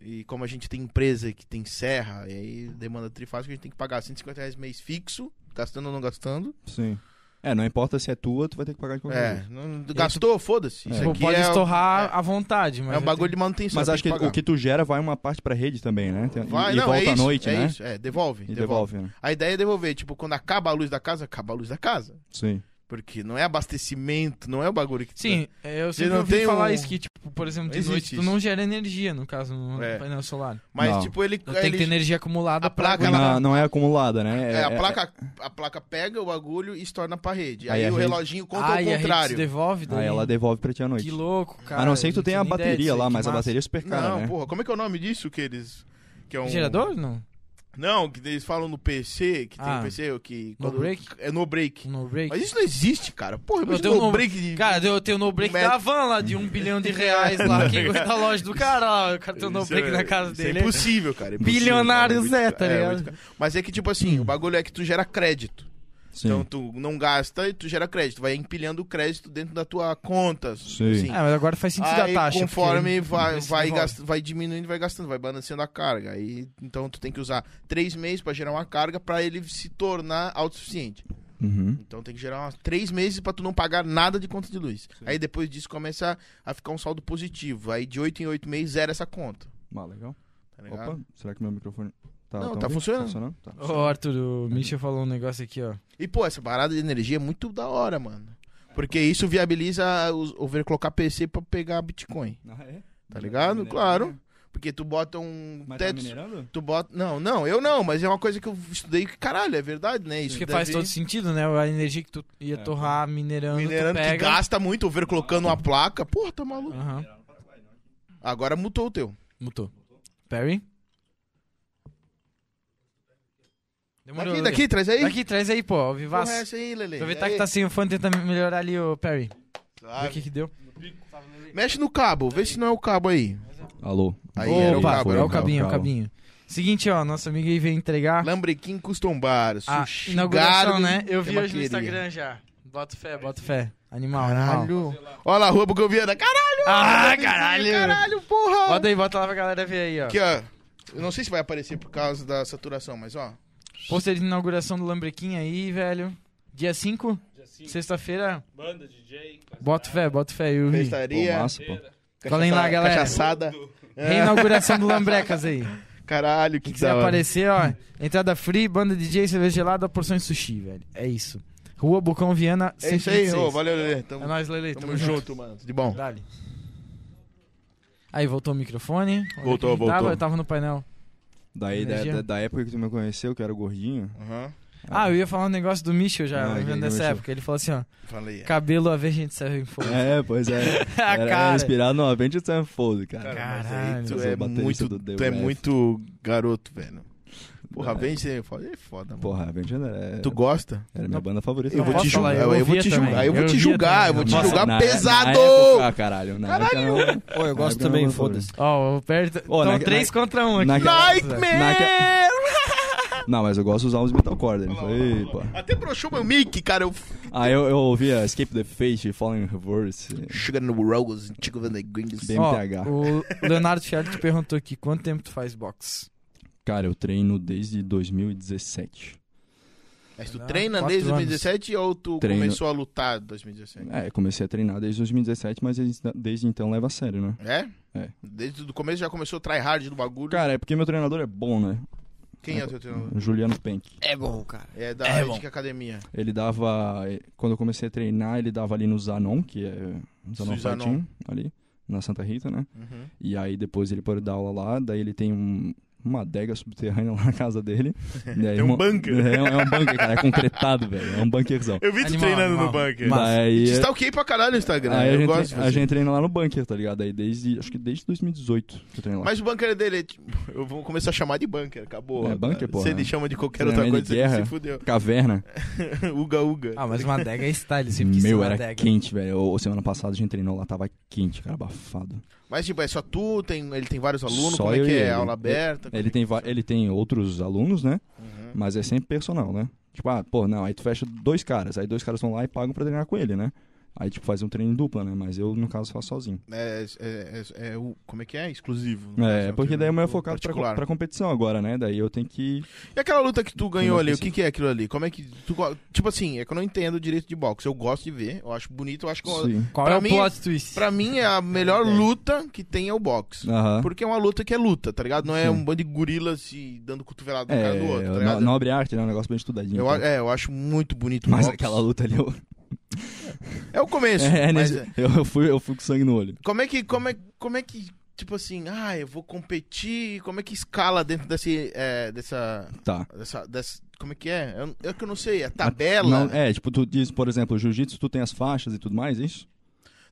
Speaker 1: E como a gente tem empresa que tem serra, e aí demanda trifásico, a gente tem que pagar 150 reais mês fixo, gastando ou não gastando.
Speaker 4: Sim. É, não importa se é tua, tu vai ter que pagar de qualquer
Speaker 1: É,
Speaker 4: jeito.
Speaker 1: não- gastou, foda-se.
Speaker 4: É.
Speaker 1: Isso
Speaker 2: Tipo,
Speaker 1: aqui
Speaker 2: pode
Speaker 1: é,
Speaker 2: estorrar
Speaker 1: é-
Speaker 2: à vontade, mas.
Speaker 1: é um bagulho de manutenção.
Speaker 4: Mas
Speaker 1: tem
Speaker 4: acho que
Speaker 1: pagar.
Speaker 4: o que tu gera vai uma parte pra rede também, né? Tem-
Speaker 1: Vai,
Speaker 4: e
Speaker 1: não,
Speaker 4: volta
Speaker 1: é isso,
Speaker 4: à noite,
Speaker 1: é
Speaker 4: né?
Speaker 1: Isso, é, devolve,
Speaker 4: E
Speaker 1: devolve.
Speaker 4: devolve, né?
Speaker 1: A ideia é devolver, tipo, quando acaba a luz da casa, acaba a luz da casa.
Speaker 4: Sim.
Speaker 1: Porque não é abastecimento, não é o bagulho que tu-
Speaker 2: Sim, eu sempre
Speaker 1: não
Speaker 2: ouvi
Speaker 1: tem
Speaker 2: falar
Speaker 1: um-
Speaker 2: isso, que, tipo, por exemplo, de
Speaker 1: Existe
Speaker 2: noite tu
Speaker 1: isso.
Speaker 2: não gera energia, no caso, no
Speaker 1: É.
Speaker 2: painel solar.
Speaker 1: Mas,
Speaker 4: Não.
Speaker 1: tipo, ele.
Speaker 2: Então tem
Speaker 1: ele-
Speaker 2: que ter energia acumulada
Speaker 1: a
Speaker 2: pra
Speaker 1: placa
Speaker 2: aguentar.
Speaker 1: lá-
Speaker 4: Não, não é acumulada, né?
Speaker 1: É, a placa, a placa pega o bagulho e estoura na parede. Aí,
Speaker 4: Aí a
Speaker 1: o
Speaker 4: rede-
Speaker 1: reloginho conta
Speaker 2: Ah,
Speaker 1: ao
Speaker 2: e a rede
Speaker 1: contrário.
Speaker 2: se devolve daí?
Speaker 4: Aí ela devolve pra ti à noite.
Speaker 2: Que louco, cara.
Speaker 4: a não ser que tu
Speaker 2: não
Speaker 4: tenha a
Speaker 2: tinha nem ideia
Speaker 4: bateria
Speaker 2: disso
Speaker 4: lá,
Speaker 2: aí,
Speaker 4: mas
Speaker 2: que
Speaker 4: a
Speaker 2: massa.
Speaker 4: bateria é super cara,
Speaker 1: não,
Speaker 4: né?
Speaker 1: porra, como é que é o nome disso que eles. Que é um...
Speaker 2: Gerador? Não.
Speaker 1: Não, que eles falam no PC, que tem
Speaker 2: Ah.
Speaker 1: um PC que.
Speaker 2: No break?
Speaker 1: É no break.
Speaker 2: No break.
Speaker 1: Mas isso não existe, cara. Porra, mas
Speaker 2: tenho
Speaker 1: no
Speaker 2: um-
Speaker 1: break de.
Speaker 2: Cara, eu tenho o no break
Speaker 1: Um metro.
Speaker 2: da van lá de um bilhão de reais lá. Quem aguenta a loja do cara lá? O cara tem o no
Speaker 1: Isso
Speaker 2: break
Speaker 1: é-
Speaker 2: na casa
Speaker 1: isso
Speaker 2: dele.
Speaker 1: É impossível, cara. é impossível,
Speaker 2: Bilionário
Speaker 1: cara, é muito
Speaker 2: Zé,
Speaker 1: ca-
Speaker 2: tá
Speaker 1: é,
Speaker 2: ligado?
Speaker 1: muito ca- Mas é que, tipo assim, o bagulho é que tu gera crédito.
Speaker 4: Sim.
Speaker 1: Então tu não gasta e tu gera crédito. Vai empilhando o crédito dentro da tua conta.
Speaker 4: Sim.
Speaker 1: assim.
Speaker 2: Ah, mas agora faz sentido
Speaker 1: Aí,
Speaker 2: a taxa.
Speaker 1: Conforme
Speaker 2: porque
Speaker 1: vai,
Speaker 2: isso
Speaker 1: vai,
Speaker 2: devolve.
Speaker 1: gast- vai diminuindo, vai gastando, vai balanceando a carga. Aí, então tu tem que usar três meses pra gerar uma carga pra ele se tornar autossuficiente.
Speaker 4: Uhum.
Speaker 1: Então tem que gerar umas três meses pra tu não pagar nada de conta de luz. Aí depois disso começa a ficar um saldo positivo. Aí de oito em oito meses zera essa conta.
Speaker 4: Ah, legal.
Speaker 1: Tá ligado?
Speaker 4: Opa, será que meu microfone tá
Speaker 1: Não,
Speaker 4: tá
Speaker 1: tá
Speaker 4: ouvindo?
Speaker 1: funcionando.
Speaker 4: Tá.
Speaker 2: Ô, Arthur, o Michel falou um negócio aqui, ó.
Speaker 1: E pô, essa parada de energia é muito da hora, mano. Porque isso viabiliza os overclockar PC pra pegar Bitcoin.
Speaker 4: Ah, é?
Speaker 1: Tá ligado? Claro. Porque tu bota um
Speaker 4: né? Mas tá
Speaker 1: teto.
Speaker 4: minerando?
Speaker 1: Tu bota. Não, não, eu não, mas é uma coisa que eu estudei que, caralho, é verdade, né?
Speaker 2: Isso que
Speaker 1: deve-
Speaker 2: faz todo sentido, né? A energia que tu ia
Speaker 4: É.
Speaker 2: torrar minerando,
Speaker 1: Minerando
Speaker 2: tu
Speaker 1: que
Speaker 2: pega... Ah.
Speaker 1: gasta muito, over colocando uma placa. Porra, tá maluco.
Speaker 2: Aham, Ah.
Speaker 1: Agora mutou o teu.
Speaker 2: mutou. Perry? Demorou.
Speaker 1: Daqui,
Speaker 2: Lele.
Speaker 1: daqui, traz aí.
Speaker 2: Daqui, traz aí, pô,
Speaker 1: Porra,
Speaker 2: vivaço.
Speaker 1: é essa aí, Lele.
Speaker 2: Aproveitar
Speaker 1: Aí.
Speaker 2: que tá sem o fone, tenta melhorar ali, o Perry. Vê
Speaker 1: Claro.
Speaker 2: o que que deu.
Speaker 1: Mexe no cabo, vê se não é o cabo aí.
Speaker 4: Alô.
Speaker 1: Aí
Speaker 2: Opa,
Speaker 4: era o cabo,
Speaker 2: é
Speaker 4: era
Speaker 2: o
Speaker 4: o cabo.
Speaker 2: cabinho, é o cabinho. Seguinte, ó, nosso amigo aí veio entregar
Speaker 1: Lambrequim Custom Bar.
Speaker 2: a
Speaker 1: Sushi
Speaker 2: Ah. inauguração,
Speaker 1: Garden,
Speaker 2: né? Eu vi hoje no
Speaker 1: temaqueria.
Speaker 2: Instagram já. Bota fé, bota fé. Animal, animal.
Speaker 1: Caralho. Olha lá, a Rua Bugoviana. Caralho!
Speaker 2: Ah,
Speaker 1: Lambrequim,
Speaker 2: caralho.
Speaker 1: Caralho, porra!
Speaker 2: Bota aí, bota lá pra galera ver aí, ó.
Speaker 1: Aqui, ó. Eu não sei se vai aparecer por causa da saturação, mas ó.
Speaker 2: Pôster de inauguração do Lambrequim aí, velho. Dia 5, sexta-feira.
Speaker 3: Banda, DJ.
Speaker 2: Bota fé, bota fé, eu vi.
Speaker 1: Festaria.
Speaker 4: Pô, massa, pô.
Speaker 2: Colhem lá, galera.
Speaker 1: Cachaçada.
Speaker 2: Reinauguração do Lambrecas aí.
Speaker 1: Caralho, que,
Speaker 2: Quem
Speaker 1: que
Speaker 2: quiser
Speaker 1: da hora.
Speaker 2: aparecer, ó. Entrada free, banda DJ, cerveja gelada, porção de sushi, velho. É isso. Rua Bucão Viana,
Speaker 1: É isso aí, ô,
Speaker 2: 126.
Speaker 1: valeu, Lelê. Tamo,
Speaker 2: É nóis, Lele.
Speaker 1: tamo junto, mano. De bom.
Speaker 2: Dale. Aí voltou o microfone. Onde
Speaker 1: Voltou,
Speaker 2: é que a gente Tava?
Speaker 1: voltou.
Speaker 2: Eu tava no painel.
Speaker 4: Daí, da,
Speaker 2: Energia.
Speaker 4: da, da época que tu me conheceu, que eu era gordinho.
Speaker 1: Aham.
Speaker 2: Ah, eu ia falar um negócio do Michel já,
Speaker 4: Ah,
Speaker 2: lembrando
Speaker 4: que
Speaker 2: dessa
Speaker 4: Michel.
Speaker 2: época. Ele falou assim, ó.
Speaker 1: Falei. é.
Speaker 2: Cabelo a ver gente serve em fogo.
Speaker 4: É, pois é.
Speaker 2: Ah,
Speaker 4: Era,
Speaker 2: cara.
Speaker 4: era inspirado no Avenged Sevenfold, cara.
Speaker 1: Cara, mas aí
Speaker 2: Caralho.
Speaker 1: tu
Speaker 4: Eu sou
Speaker 1: é
Speaker 4: baterista
Speaker 1: muito,
Speaker 4: do The
Speaker 1: tu é
Speaker 4: Ref.
Speaker 1: muito garoto, velho. Porra, Avenged Sevenfold é foda, mano.
Speaker 4: Porra, Avenged era,
Speaker 1: Tu gosta?
Speaker 4: era minha banda favorita.
Speaker 1: Eu
Speaker 2: Não
Speaker 1: vou
Speaker 2: posso
Speaker 1: te
Speaker 2: falar,
Speaker 1: julgar,
Speaker 2: eu
Speaker 1: eu vou
Speaker 2: ouvia
Speaker 1: te
Speaker 2: também.
Speaker 1: julgar, eu vou
Speaker 2: Eu
Speaker 1: te
Speaker 2: ouvia
Speaker 1: julgar, eu
Speaker 2: também.
Speaker 1: vou te
Speaker 2: Nossa,
Speaker 1: julgar
Speaker 4: na-
Speaker 1: pesado!
Speaker 4: Na época, ah, caralho, na época
Speaker 3: Pô, eu gosto
Speaker 4: Ah,
Speaker 3: também,
Speaker 4: não,
Speaker 3: foda-se.
Speaker 2: Ó, eu perto.
Speaker 4: Ô,
Speaker 2: Então,
Speaker 4: na-
Speaker 2: três contra um aqui.
Speaker 4: naquela-
Speaker 1: Nightmare!
Speaker 4: não... não, mas eu gosto de usar os metalcore dele. Aí, pô.
Speaker 1: Até broxou meu mic, cara. Eu
Speaker 4: Ah, eu, eu ouvia Escape the Fate, Falling in Reverse.
Speaker 1: chegando no Rose, Chico Van the Grings.
Speaker 4: Bem-
Speaker 2: Ó,
Speaker 4: MTH.
Speaker 2: o Leonardo Fialho te perguntou aqui, quanto tempo tu faz boxe?
Speaker 4: Cara, eu treino desde 2017.
Speaker 1: Mas tu
Speaker 2: Caralho,
Speaker 1: treina
Speaker 2: quatro
Speaker 1: desde
Speaker 2: anos.
Speaker 1: 2017 ou tu
Speaker 4: Treino.
Speaker 1: começou a lutar em 2017?
Speaker 4: É, eu comecei a treinar desde 2017, mas desde- desde então leva a sério, né?
Speaker 1: É?
Speaker 4: É.
Speaker 1: Desde o começo já começou o tryhard do bagulho.
Speaker 4: Cara, é porque meu treinador é bom, né?
Speaker 1: Quem é o teu treinador?
Speaker 4: Juliano Penck.
Speaker 3: É bom, cara.
Speaker 1: É da
Speaker 2: É,
Speaker 1: é,
Speaker 2: bom.
Speaker 1: Academia.
Speaker 4: Ele dava. eh, Quando eu comecei a treinar, ele dava ali no Zanon, que é. Zanon
Speaker 1: Suzanon.
Speaker 4: Fighting, ali, na Santa Rita, né?
Speaker 1: Uhum.
Speaker 4: E aí depois ele pôde dar aula lá, daí ele tem um- uma adega subterrânea [laughs] lá na casa dele.
Speaker 1: [laughs] Tem um bunker.
Speaker 4: É, é um bunker, cara, é concretado, [laughs] velho. É um bunkerzão.
Speaker 1: Eu vi tu
Speaker 2: Animal,
Speaker 1: treinando
Speaker 2: animal.
Speaker 1: no bunker.
Speaker 2: Massa.
Speaker 4: Daí,
Speaker 1: Te stalkeei pra caralho no Instagram.
Speaker 4: é- aí a,
Speaker 1: né? eu
Speaker 4: gente,
Speaker 1: gosto de
Speaker 4: a
Speaker 1: você.
Speaker 4: gente treina lá no bunker, tá ligado? Aí desde. Acho que desde 2018 que eu treino lá.
Speaker 1: Mas o bunker dele, é tipo- [laughs] eu vou começar a chamar de bunker, acabou.
Speaker 4: É, bunker,
Speaker 1: Se
Speaker 4: porra.
Speaker 1: ele chama de qualquer outra coisa,
Speaker 4: Treinamento de
Speaker 1: você se
Speaker 4: guerra.
Speaker 1: fudeu.
Speaker 4: Caverna.
Speaker 2: É,
Speaker 1: [laughs] uga, uga.
Speaker 2: Ah, mas uma adega é style, sempre quis
Speaker 4: Meu,
Speaker 2: uma
Speaker 4: era
Speaker 2: adega.
Speaker 4: quente, velho. Ou semana passada a gente treinou lá, tava quente, cara, abafado.
Speaker 1: Mas tipo, é só tu, tem, ele tem vários alunos,
Speaker 4: Só
Speaker 1: como é
Speaker 4: eu
Speaker 1: que
Speaker 4: e
Speaker 1: é?
Speaker 4: ele.
Speaker 1: Aula aberta? é
Speaker 4: Ele tem, va- ele tem outros alunos, né?
Speaker 1: Uhum.
Speaker 4: Mas é sempre personal, né? Tipo, ah, pô, não, aí tu fecha dois caras, aí dois caras vão lá e pagam pra treinar com ele, né? Aí, tipo, faz um treino em dupla, né? Mas eu, no caso, faço sozinho.
Speaker 1: É, é, é, é o- como é que é? Exclusivo. no caso,
Speaker 4: É, porque daí o meu é focado pra,
Speaker 1: particular.
Speaker 4: co- pra competição agora, né? Daí eu tenho que.
Speaker 1: E aquela luta que tu ganhou
Speaker 4: Não
Speaker 1: ali, o que,
Speaker 4: precisa.
Speaker 1: que é aquilo ali? Como é que. tu go- tipo assim, é que eu não entendo direito de boxe. Eu gosto de ver, eu acho bonito, eu acho que.
Speaker 4: Sim.
Speaker 2: Qual
Speaker 1: Pra
Speaker 2: é o
Speaker 1: mim-
Speaker 2: plot twist?
Speaker 1: Pra mim é a melhor
Speaker 2: Entendi.
Speaker 1: luta que tem é o boxe.
Speaker 4: Aham.
Speaker 1: Porque é uma luta que é luta, tá ligado? Não é
Speaker 4: Sim.
Speaker 1: um bando de gorilas se dando cotovelada no cara do
Speaker 4: É,
Speaker 1: outro, tá
Speaker 4: no-
Speaker 1: ligado?
Speaker 4: nobre arte, né? Um negócio bem estudadinho.
Speaker 1: eu, a-
Speaker 4: tá?
Speaker 1: é, eu acho muito bonito o
Speaker 4: [laughs] Mas
Speaker 1: boxe.
Speaker 4: aquela luta ali, eu,
Speaker 1: É o começo.
Speaker 4: [laughs]
Speaker 1: [laughs]
Speaker 4: é,
Speaker 1: mas
Speaker 4: nesse- eu, fui, eu fui com sangue no olho.
Speaker 1: Como é que. Como é, como é que. Tipo assim, ah, eu vou competir. Como é que escala dentro desse. é, dessa,
Speaker 4: Tá.
Speaker 1: dessa, dessa- Como é que é? Eu, eu que eu não sei, é tabela.
Speaker 4: Não, é, tipo, tu diz, por exemplo, jiu-jitsu, tu tem as faixas e tudo mais, é isso?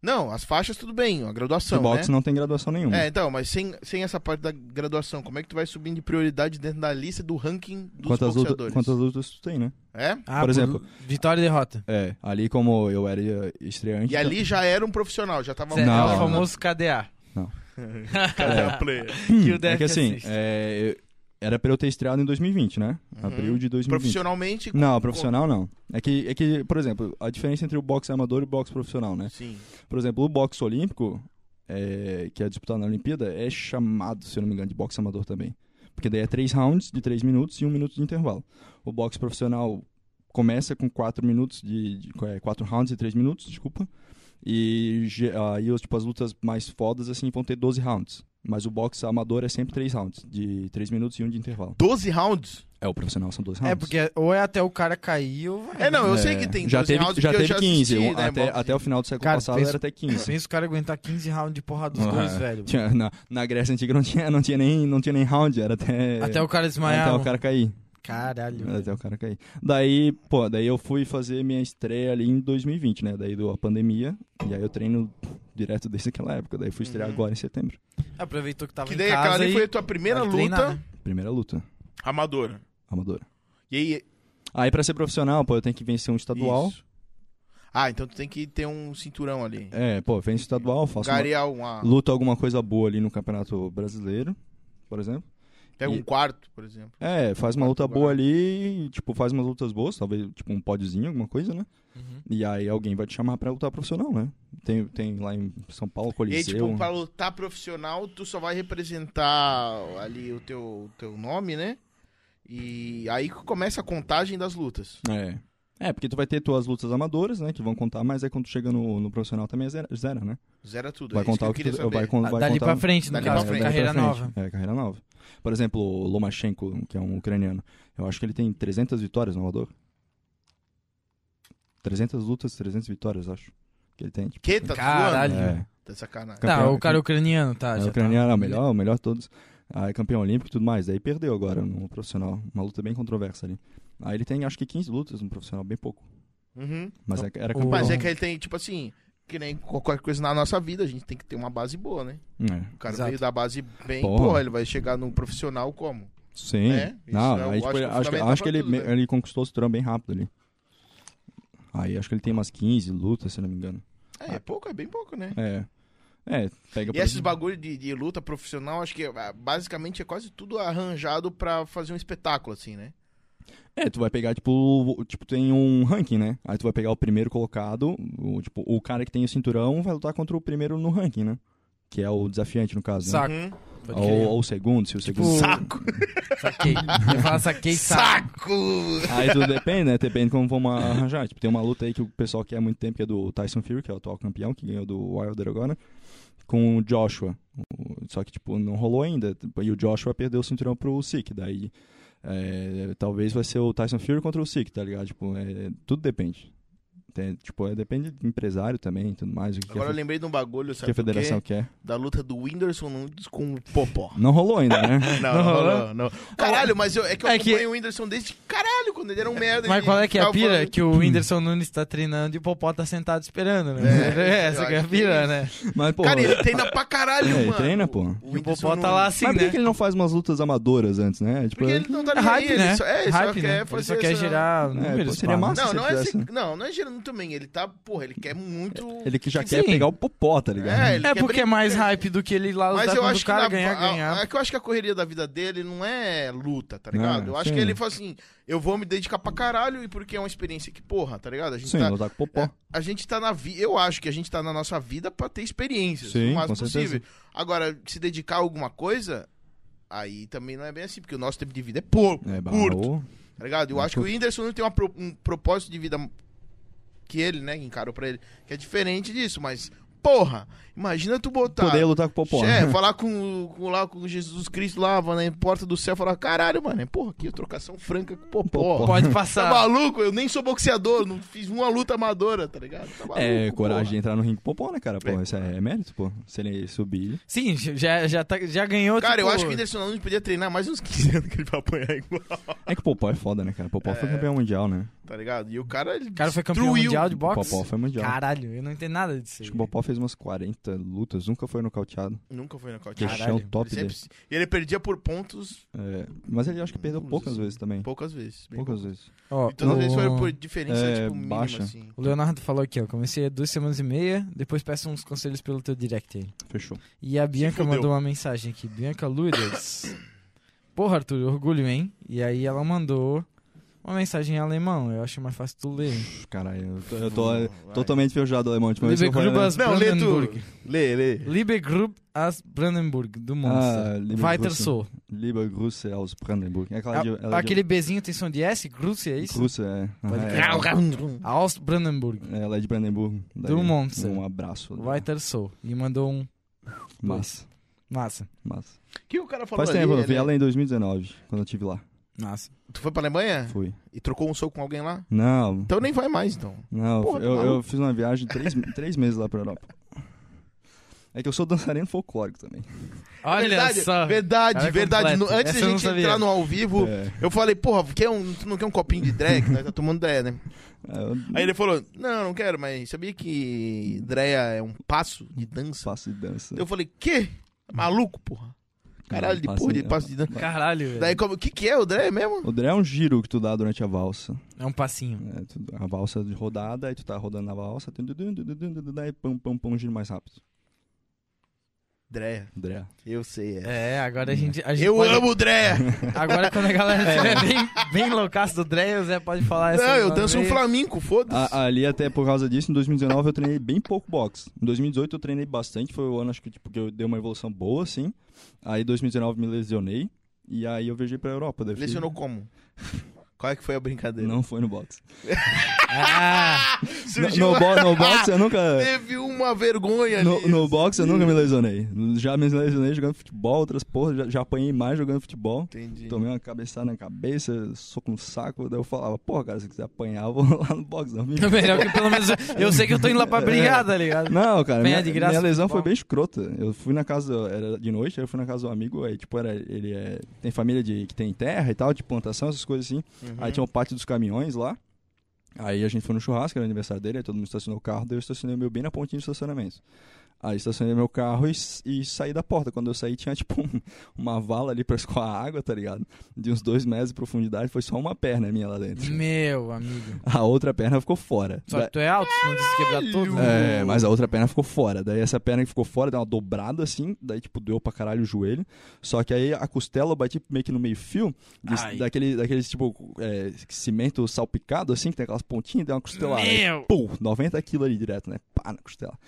Speaker 1: Não, as faixas tudo bem, a graduação,
Speaker 4: o
Speaker 1: né?
Speaker 4: boxe não tem graduação nenhuma.
Speaker 1: É, então, mas sem, sem essa parte da graduação, como é que tu vai subindo de prioridade dentro da lista do ranking dos
Speaker 4: quantas, luta,
Speaker 1: boxeadores?
Speaker 4: quantas lutas tu tem, né?
Speaker 1: É?
Speaker 2: Ah,
Speaker 4: por exemplo-
Speaker 2: Vitória e derrota.
Speaker 4: É, ali como eu era estreante.
Speaker 1: E ali já era um profissional, já tava
Speaker 2: Cê- é
Speaker 4: tá- Não,
Speaker 2: o
Speaker 4: não.
Speaker 2: famoso KDA.
Speaker 1: Cadê a player?
Speaker 2: Que o
Speaker 4: é
Speaker 2: Derek
Speaker 4: que assim,
Speaker 2: assiste.
Speaker 4: é, eu- era pra eu ter estreado em 2020, né?
Speaker 1: Uhum.
Speaker 4: Abril de 2020.
Speaker 1: Profissionalmente.
Speaker 4: Não,
Speaker 1: com-
Speaker 4: profissional não. É que, é que, por exemplo, a diferença entre o boxe amador e o boxe profissional, né?
Speaker 1: com- Sim.
Speaker 4: Por exemplo, o boxe olímpico, é, que é disputado na Olimpíada, é chamado, se eu não me engano, de boxe amador também. Porque daí é três rounds de três minutos e um minuto de intervalo. O boxe profissional começa com quatro minutos de, de- é, quatro rounds e três minutos, desculpa. E ge- aí os, tipo, as lutas mais fodas assim vão ter 12 rounds. Mas o boxe amador é sempre três rounds, de três minutos e um de intervalo.
Speaker 1: 12 rounds?
Speaker 4: É, o profissional são 12 rounds.
Speaker 2: É, porque ou é até o cara cair ou vai.
Speaker 1: É, não, eu
Speaker 4: É,
Speaker 1: sei que tem 12
Speaker 4: já teve,
Speaker 1: rounds
Speaker 4: já
Speaker 1: porque eu
Speaker 4: teve 15.
Speaker 1: assisti,
Speaker 4: um-
Speaker 1: né,
Speaker 4: até,
Speaker 1: boxe.
Speaker 4: até o final do século
Speaker 2: Cara,
Speaker 4: passado
Speaker 2: pensa-
Speaker 4: era até 15.
Speaker 2: Pensa o cara aguentar 15 rounds de porrada dos
Speaker 4: Ah,
Speaker 2: dois, velho.
Speaker 4: Tinha- na, na Grécia Antiga não tinha, não tinha, nem, não tinha nem round, era até.
Speaker 2: Até o cara desmaiar.
Speaker 4: até o
Speaker 2: mano.
Speaker 4: cara cair.
Speaker 2: Caralho.
Speaker 4: Era
Speaker 2: velho.
Speaker 4: Até o cara cair. Daí, pô, daí eu fui fazer minha estreia ali em 2020, né? Daí deu a pandemia. E aí eu treino direto desde aquela época. Daí fui estrear
Speaker 1: Uhum.
Speaker 4: agora em setembro.
Speaker 2: Aproveitou que tava
Speaker 1: Que
Speaker 2: em
Speaker 1: daí
Speaker 2: casa
Speaker 1: aquela ali
Speaker 2: e...
Speaker 1: foi a tua primeira
Speaker 2: vai
Speaker 1: luta
Speaker 2: treinar, né?
Speaker 4: Primeira luta,
Speaker 1: amadora.
Speaker 4: amadora.
Speaker 1: E aí.
Speaker 4: Aí pra ser profissional, pô, eu tenho que vencer um estadual.
Speaker 1: isso. Ah, então tu tem que ter um cinturão ali.
Speaker 4: É, pô, venço o estadual, faço uma,
Speaker 1: Garear uma.
Speaker 4: luto alguma coisa boa ali no campeonato brasileiro, por exemplo.
Speaker 1: Pega um
Speaker 4: e-
Speaker 1: quarto, por exemplo.
Speaker 4: É, faz uma luta
Speaker 1: Portugal.
Speaker 4: boa ali, tipo, faz umas lutas boas, talvez, tipo, um pódiozinho, alguma coisa, né?
Speaker 2: Uhum.
Speaker 4: E aí alguém vai te chamar pra lutar profissional, né? Tem, tem lá em São Paulo,
Speaker 1: E aí,
Speaker 4: Coliseu.
Speaker 1: tipo, pra lutar profissional, tu só vai representar ali o teu, teu nome, né? E aí que começa a contagem das lutas.
Speaker 4: É. É, porque tu vai ter tuas lutas amadoras, né? Que vão contar, mas aí quando tu chega no, no profissional também é zero, zero, né?
Speaker 1: Zera tudo.
Speaker 4: Vai
Speaker 1: é isso que
Speaker 4: contar
Speaker 1: eu
Speaker 4: o que
Speaker 1: queria
Speaker 4: tu,
Speaker 1: saber.
Speaker 4: vai, um con-
Speaker 2: Ah,
Speaker 4: vai
Speaker 2: Dali
Speaker 4: contar...
Speaker 2: pra frente, no
Speaker 1: Dali
Speaker 2: caso,
Speaker 1: pra frente.
Speaker 2: carreira
Speaker 4: frente.
Speaker 2: nova.
Speaker 4: É, carreira nova. Por exemplo, o Lomachenko, que é um ucraniano, eu acho que ele tem 300 vitórias no amador. 300 lutas, 300 vitórias, acho. Que ele tem, tipo...
Speaker 1: Que? Tá
Speaker 2: Caralho.
Speaker 1: zoando?
Speaker 4: É.
Speaker 1: Tá sacanagem.
Speaker 4: Campeão-
Speaker 2: Tá, o cara ucraniano, tá.
Speaker 1: Ah,
Speaker 4: É,
Speaker 2: já
Speaker 4: o
Speaker 2: tá.
Speaker 4: ucraniano é o melhor, o melhor de todos. Aí campeão olímpico e tudo mais. Daí perdeu agora no profissional. Uma luta bem controversa ali. Aí ele tem acho que 15 lutas no profissional, bem pouco.
Speaker 1: Uhum.
Speaker 4: Mas é- era
Speaker 2: O-
Speaker 4: campeão.
Speaker 1: Mas é que ele tem, tipo assim, que nem qualquer coisa na nossa vida, a gente tem que ter uma base boa, né?
Speaker 4: É.
Speaker 1: O cara
Speaker 2: Exato.
Speaker 1: veio da base bem,
Speaker 4: Porra.
Speaker 1: porra, ele vai chegar no profissional como?
Speaker 4: Sim.
Speaker 1: É, isso
Speaker 4: não,
Speaker 1: é o-
Speaker 4: aí,
Speaker 1: acho
Speaker 4: tipo,
Speaker 1: que
Speaker 4: acho, acho que,
Speaker 1: fundamental pra
Speaker 4: ele,
Speaker 1: tudo,
Speaker 4: me-
Speaker 1: né?
Speaker 4: ele conquistou o cinturão bem rápido ali. Aí acho que ele tem umas 15 lutas, se não me engano.
Speaker 1: É, é pouco, é bem pouco, né?
Speaker 4: É. É, pega
Speaker 1: E esses bagulho de, de luta profissional, acho que ah, basicamente é quase tudo arranjado pra fazer um espetáculo, assim, né?
Speaker 4: É, tu vai pegar, tipo, o- tipo, tem um ranking, né? Aí tu vai pegar o primeiro colocado, o, tipo, o cara que tem o cinturão vai lutar contra o primeiro no ranking, né? Que é o desafiante, no caso, né?
Speaker 2: Saco.
Speaker 1: Uhum.
Speaker 2: Pode
Speaker 4: Ou,
Speaker 2: crer. Tipo,
Speaker 4: ou o segundo, se o segundo...
Speaker 1: Saco!
Speaker 2: Saquei. Eu
Speaker 1: [laughs]
Speaker 2: falo saquei, saco.
Speaker 1: Saco!
Speaker 4: [laughs] Aí tudo depende, né? Depende como vamos arranjar. Tipo, tem uma luta aí que o pessoal quer há muito tempo, que é do Tyson Fury, que é o atual campeão, que ganhou do Wilder agora, com o Joshua. O- Só que, tipo, não rolou ainda. E o Joshua perdeu o cinturão pro Sik. Daí, é, talvez vai ser o Tyson Fury contra o Sik, tá ligado? Tipo, é, tudo depende. Tem- tipo, é, depende do empresário também, tudo mais. O que,
Speaker 1: Agora eu
Speaker 4: que, a,
Speaker 1: lembrei de um bagulho,
Speaker 4: que
Speaker 1: sabe?
Speaker 4: a
Speaker 1: do quê?
Speaker 4: federação quer.
Speaker 1: Da luta do Whindersson Nunes com o
Speaker 4: [laughs]
Speaker 1: Popó.
Speaker 4: Não rolou ainda,
Speaker 1: [laughs]
Speaker 4: né?
Speaker 1: Não,
Speaker 2: Não
Speaker 1: não,
Speaker 2: rolou?
Speaker 1: rolou, não. Caralho, mas eu, é que eu
Speaker 2: É que-
Speaker 1: acompanho o Whindersson desde caralho, quando ele era um merda.
Speaker 2: Mas
Speaker 1: de
Speaker 2: qual é que é a
Speaker 1: ficar
Speaker 2: pira?
Speaker 1: falando-
Speaker 2: Que o Whindersson Nunes tá treinando e o Popó tá sentado esperando, né?
Speaker 1: É,
Speaker 2: [laughs] Essa
Speaker 1: eu
Speaker 2: que é a
Speaker 1: acho que
Speaker 2: pira,
Speaker 1: é
Speaker 2: né?
Speaker 4: Mas, pô...
Speaker 1: Cara, ele treina pra caralho,
Speaker 4: É, ele
Speaker 1: mano.
Speaker 4: treina, pô.
Speaker 2: E o
Speaker 1: Whindersson
Speaker 2: Popó tá lá
Speaker 1: Nunes.
Speaker 2: assim,
Speaker 4: mas por
Speaker 2: né?
Speaker 4: que que ele não faz umas lutas amadoras antes, né? Tipo,
Speaker 1: Porque ele não tá nem
Speaker 2: Hype,
Speaker 1: aí, ele
Speaker 2: né?
Speaker 1: só, é, ele só
Speaker 2: Hype,
Speaker 1: quer
Speaker 2: né? Ele
Speaker 1: fazer
Speaker 2: só quer
Speaker 1: essa-
Speaker 2: gerar
Speaker 4: É,
Speaker 2: números.
Speaker 4: pô, seria
Speaker 2: pá.
Speaker 4: massa.
Speaker 1: Não,
Speaker 4: se
Speaker 1: não
Speaker 4: ele
Speaker 1: é,
Speaker 4: tivesse-
Speaker 1: assim- não, não é gerando também, ele tá, porra, ele quer muito...
Speaker 4: Ele que já
Speaker 2: Sim.
Speaker 4: quer pegar o popó, tá ligado?
Speaker 1: É, ele
Speaker 2: É
Speaker 1: quer
Speaker 2: porque é mais
Speaker 1: brincar.
Speaker 2: hype do que ele ir lá lutar
Speaker 1: Mas eu
Speaker 2: contra
Speaker 1: acho
Speaker 2: o cara,
Speaker 1: que na-
Speaker 2: ganhar,
Speaker 1: a-
Speaker 2: ganhar.
Speaker 1: é que eu acho que a correria da vida dele não é luta, tá ligado?
Speaker 4: Ah,
Speaker 1: eu acho
Speaker 4: sim.
Speaker 1: que ele fala assim, eu vou me dedicar pra caralho e porque é uma experiência que, porra, tá ligado? A gente
Speaker 4: Sim,
Speaker 1: tá,
Speaker 4: lutar com o popó.
Speaker 1: É, a gente tá na vida, eu acho que a gente tá na nossa vida pra ter experiências,
Speaker 4: Sim,
Speaker 1: o máximo
Speaker 4: com certeza.
Speaker 1: possível. Agora, se dedicar a alguma coisa, aí também não é bem assim, porque o nosso tempo de vida é pouco,
Speaker 4: É, bah,
Speaker 1: curto,
Speaker 4: ô,
Speaker 1: tá ligado? Eu
Speaker 4: é
Speaker 1: acho que o Whindersson não tem uma pro- um propósito de vida que ele, né, que encarou pra ele, que é diferente disso, mas, porra, imagina tu botar...
Speaker 4: Poder lutar com o popó. [laughs]
Speaker 1: É, falar com, o- com, lá, com Jesus Cristo lá na porta do céu, falar, caralho, mano, é porra, que trocação franca com o Popó.
Speaker 4: Popó.
Speaker 2: Pode
Speaker 1: Tá
Speaker 2: passar.
Speaker 1: maluco? Eu nem sou boxeador, não fiz uma luta amadora, tá ligado? Tá maluco,
Speaker 4: [laughs] É, coragem de
Speaker 1: porra.
Speaker 4: entrar no ringue com o popó, né, cara? Pô,
Speaker 1: É.
Speaker 4: isso é mérito, pô. Se ele subir.
Speaker 2: Sim, já, já, tá- já ganhou.
Speaker 1: Cara, eu
Speaker 2: tipo,
Speaker 1: acho que o Whindersson Nunes podia treinar mais uns [laughs] 15 anos que ele vai apanhar igual,
Speaker 4: É que o popó é foda, né, cara? O popó foi campeão mundial, né?
Speaker 1: tá ligado? E o cara, ele
Speaker 2: O cara foi campeão
Speaker 1: destruiu.
Speaker 2: mundial de
Speaker 4: O
Speaker 2: boxe.
Speaker 4: popó foi mundial.
Speaker 2: Caralho, eu não entendo nada disso. aí.
Speaker 4: Acho que o popó fez umas 40 lutas, nunca foi nocauteado.
Speaker 1: Nunca foi nocaute.
Speaker 2: Caralho, é
Speaker 4: Queixão top
Speaker 1: Ele
Speaker 4: dele.
Speaker 1: sempre- E ele perdia por pontos
Speaker 4: É, mas ele acho que perdeu
Speaker 1: Vamos
Speaker 4: poucas
Speaker 2: assim?
Speaker 1: dizer,
Speaker 4: vezes também.
Speaker 1: poucas vezes. bem
Speaker 4: Poucas vezes.
Speaker 2: Ó,
Speaker 1: poucas. E todas as
Speaker 2: o-
Speaker 1: vezes foi por diferença,
Speaker 4: é,
Speaker 1: tipo, mínima,
Speaker 4: baixa.
Speaker 1: assim.
Speaker 2: O Leonardo falou aqui, ó. Comecei há duas semanas e meia, depois peço uns conselhos pelo teu direct aí.
Speaker 4: Fechou.
Speaker 2: E a Bianca
Speaker 1: fudeu.
Speaker 2: mandou uma mensagem aqui. Bianca Lourdes. [coughs] Porra, Arthur, orgulho, hein? E aí ela mandou uma mensagem em alemão. Eu acho mais fácil tu ler.
Speaker 4: Caralho, eu tô, eu tô
Speaker 1: Hum, vai.
Speaker 4: totalmente viajado alemão. Tipo,
Speaker 2: Liebe Grub as
Speaker 1: Não, lê tu.
Speaker 2: Brandenburg.
Speaker 1: Lê, lê.
Speaker 2: Liebe Grub as Brandenburg, do Monster.
Speaker 4: ah, liebe
Speaker 2: Weiter
Speaker 4: Grüße.
Speaker 2: so.
Speaker 4: Liebe Grüße aus Brandenburg. É aquela de- ela de-
Speaker 2: Ah, Aquele Bzinho tem som de S? Grüße, é isso?
Speaker 4: Grüße, é.
Speaker 2: Pode
Speaker 4: Aham, é.
Speaker 2: crer. Aus Brandenburg.
Speaker 4: Ela é de Brandenburgo. Daí,
Speaker 2: Do Monster.
Speaker 4: Um abraço.
Speaker 2: Weiter so. E mandou um...
Speaker 4: Mas,
Speaker 2: Massa,
Speaker 4: mas.
Speaker 1: O que o cara falou
Speaker 4: Faz
Speaker 1: ali,
Speaker 4: tempo, eu vi
Speaker 1: ele- é
Speaker 4: ela em 2019, quando eu estive lá.
Speaker 2: massa.
Speaker 1: Tu foi pra Alemanha?
Speaker 4: Fui.
Speaker 1: E trocou um soco com alguém lá?
Speaker 4: Não,
Speaker 1: Então nem vai mais, então.
Speaker 4: não.
Speaker 1: Porra,
Speaker 4: eu,
Speaker 1: tá
Speaker 4: eu
Speaker 1: maluco.
Speaker 4: fiz uma viagem três, três meses lá pra Europa. É que eu sou dançarino folclórico também.
Speaker 2: Olha
Speaker 1: verdade,
Speaker 2: só.
Speaker 1: Verdade,
Speaker 2: Cara
Speaker 1: verdade.
Speaker 2: completo.
Speaker 1: No- antes
Speaker 2: Essa
Speaker 1: da
Speaker 2: eu não
Speaker 1: gente
Speaker 2: sabia.
Speaker 1: entrar no ao vivo,
Speaker 4: É,
Speaker 1: eu falei, porra, quer um, tu não quer um copinho de drag? Nós tá tomando dreia, né?
Speaker 4: eu
Speaker 1: Aí ele falou, não, não quero, mas sabia que dreia é um passo de dança?
Speaker 4: faço de dança.
Speaker 1: Eu falei, quê? Maluco, porra. Caralho, de
Speaker 4: Passo
Speaker 1: porra de
Speaker 4: de-
Speaker 1: passo de dança.
Speaker 2: Caralho, velho.
Speaker 1: Daí, como, o que que é o dreia mesmo?
Speaker 4: O dré é um giro que tu dá durante a valsa.
Speaker 2: É um passinho.
Speaker 4: É, tu- a valsa de rodada, aí tu tá rodando na valsa, tum, tum, tum, tum, tum, tum, tum, daí pam, pam, pam, um giro mais rápido.
Speaker 1: Dreia.
Speaker 4: Dré.
Speaker 1: Eu sei, é.
Speaker 2: É, agora a
Speaker 4: Hum.
Speaker 2: gente... A gente
Speaker 1: Eu
Speaker 2: pode-
Speaker 1: amo dreia.
Speaker 2: Agora quando a galera
Speaker 4: É.
Speaker 2: estiver bem, bem loucaço do Dreia, o Zé pode falar [laughs] essa é. Ah,
Speaker 1: Não, eu
Speaker 2: semana
Speaker 1: danço um
Speaker 2: aí.
Speaker 1: flamenco, foda-se.
Speaker 4: A- ali até por causa disso, em 2019 eu treinei bem pouco boxe. Em 2018 eu treinei bastante, foi o ano acho que tipo, que eu dei uma evolução boa, assim. Aí em 2019 me lesionei e aí eu viajei pra
Speaker 2: ah,
Speaker 4: Europa. daí eu fiquei-
Speaker 1: Lecionou como? Qual é que foi a brincadeira?
Speaker 4: Não foi no boxe.
Speaker 2: Ah, [laughs]
Speaker 4: No,
Speaker 1: [laughs] Surgiu
Speaker 4: no, bo- no boxe eu nunca...
Speaker 1: Teve uma vergonha
Speaker 4: No,
Speaker 1: ali.
Speaker 4: no boxe eu nunca me lesionei. Já me lesionei jogando futebol, outras porras, já, já apanhei mais jogando futebol.
Speaker 1: Entendi.
Speaker 4: Tomei uma cabeçada na cabeça, soco no saco, daí eu falava, porra, cara, se quiser apanhar, eu vou [laughs] lá no boxe, não me
Speaker 2: melhor que pelo menos eu sei que eu tô indo lá pra brigar, tá ligado?
Speaker 4: Não, cara,
Speaker 2: Venha
Speaker 4: minha,
Speaker 2: de graça,
Speaker 4: minha lesão
Speaker 2: futebol.
Speaker 4: foi bem escrota. Eu fui na casa, era de noite, aí eu fui na casa do amigo, aí, tipo, era, ele é, tem família de, que tem terra e tal, de plantação, essas coisas assim.
Speaker 1: Uhum.
Speaker 4: Aí tinha o pátio dos caminhões lá. Aí a gente foi no churrasco, era o aniversário dele, aí todo mundo estacionou o carro, daí eu estacionei o meu bem na pontinha do estacionamento. Aí estacionei meu carro e, s- e saí da porta. Quando eu saí, tinha [laughs] tipo um- uma vala ali pra escoar a água, tá ligado? De uns dois metros de profundidade, foi só uma perna minha lá dentro.
Speaker 2: Meu amigo.
Speaker 4: A outra perna ficou fora.
Speaker 2: Uhum. Só que né? tu é alto, senão tu se quebrar todo.
Speaker 4: É,
Speaker 1: Uhum.
Speaker 4: mas a outra perna ficou fora. Daí essa perna que ficou fora deu uma dobrada assim, daí tipo deu pra caralho o joelho. Só que aí a costela eu bati meio que no meio fio, de-
Speaker 2: Ai.
Speaker 4: daquele, daquele tipo é, cimento salpicado assim, que tem aquelas pontinhas, deu uma costelada. Aí,
Speaker 2: Meu!
Speaker 4: Pum, 90 quilos ali direto, né? Pá, na costela.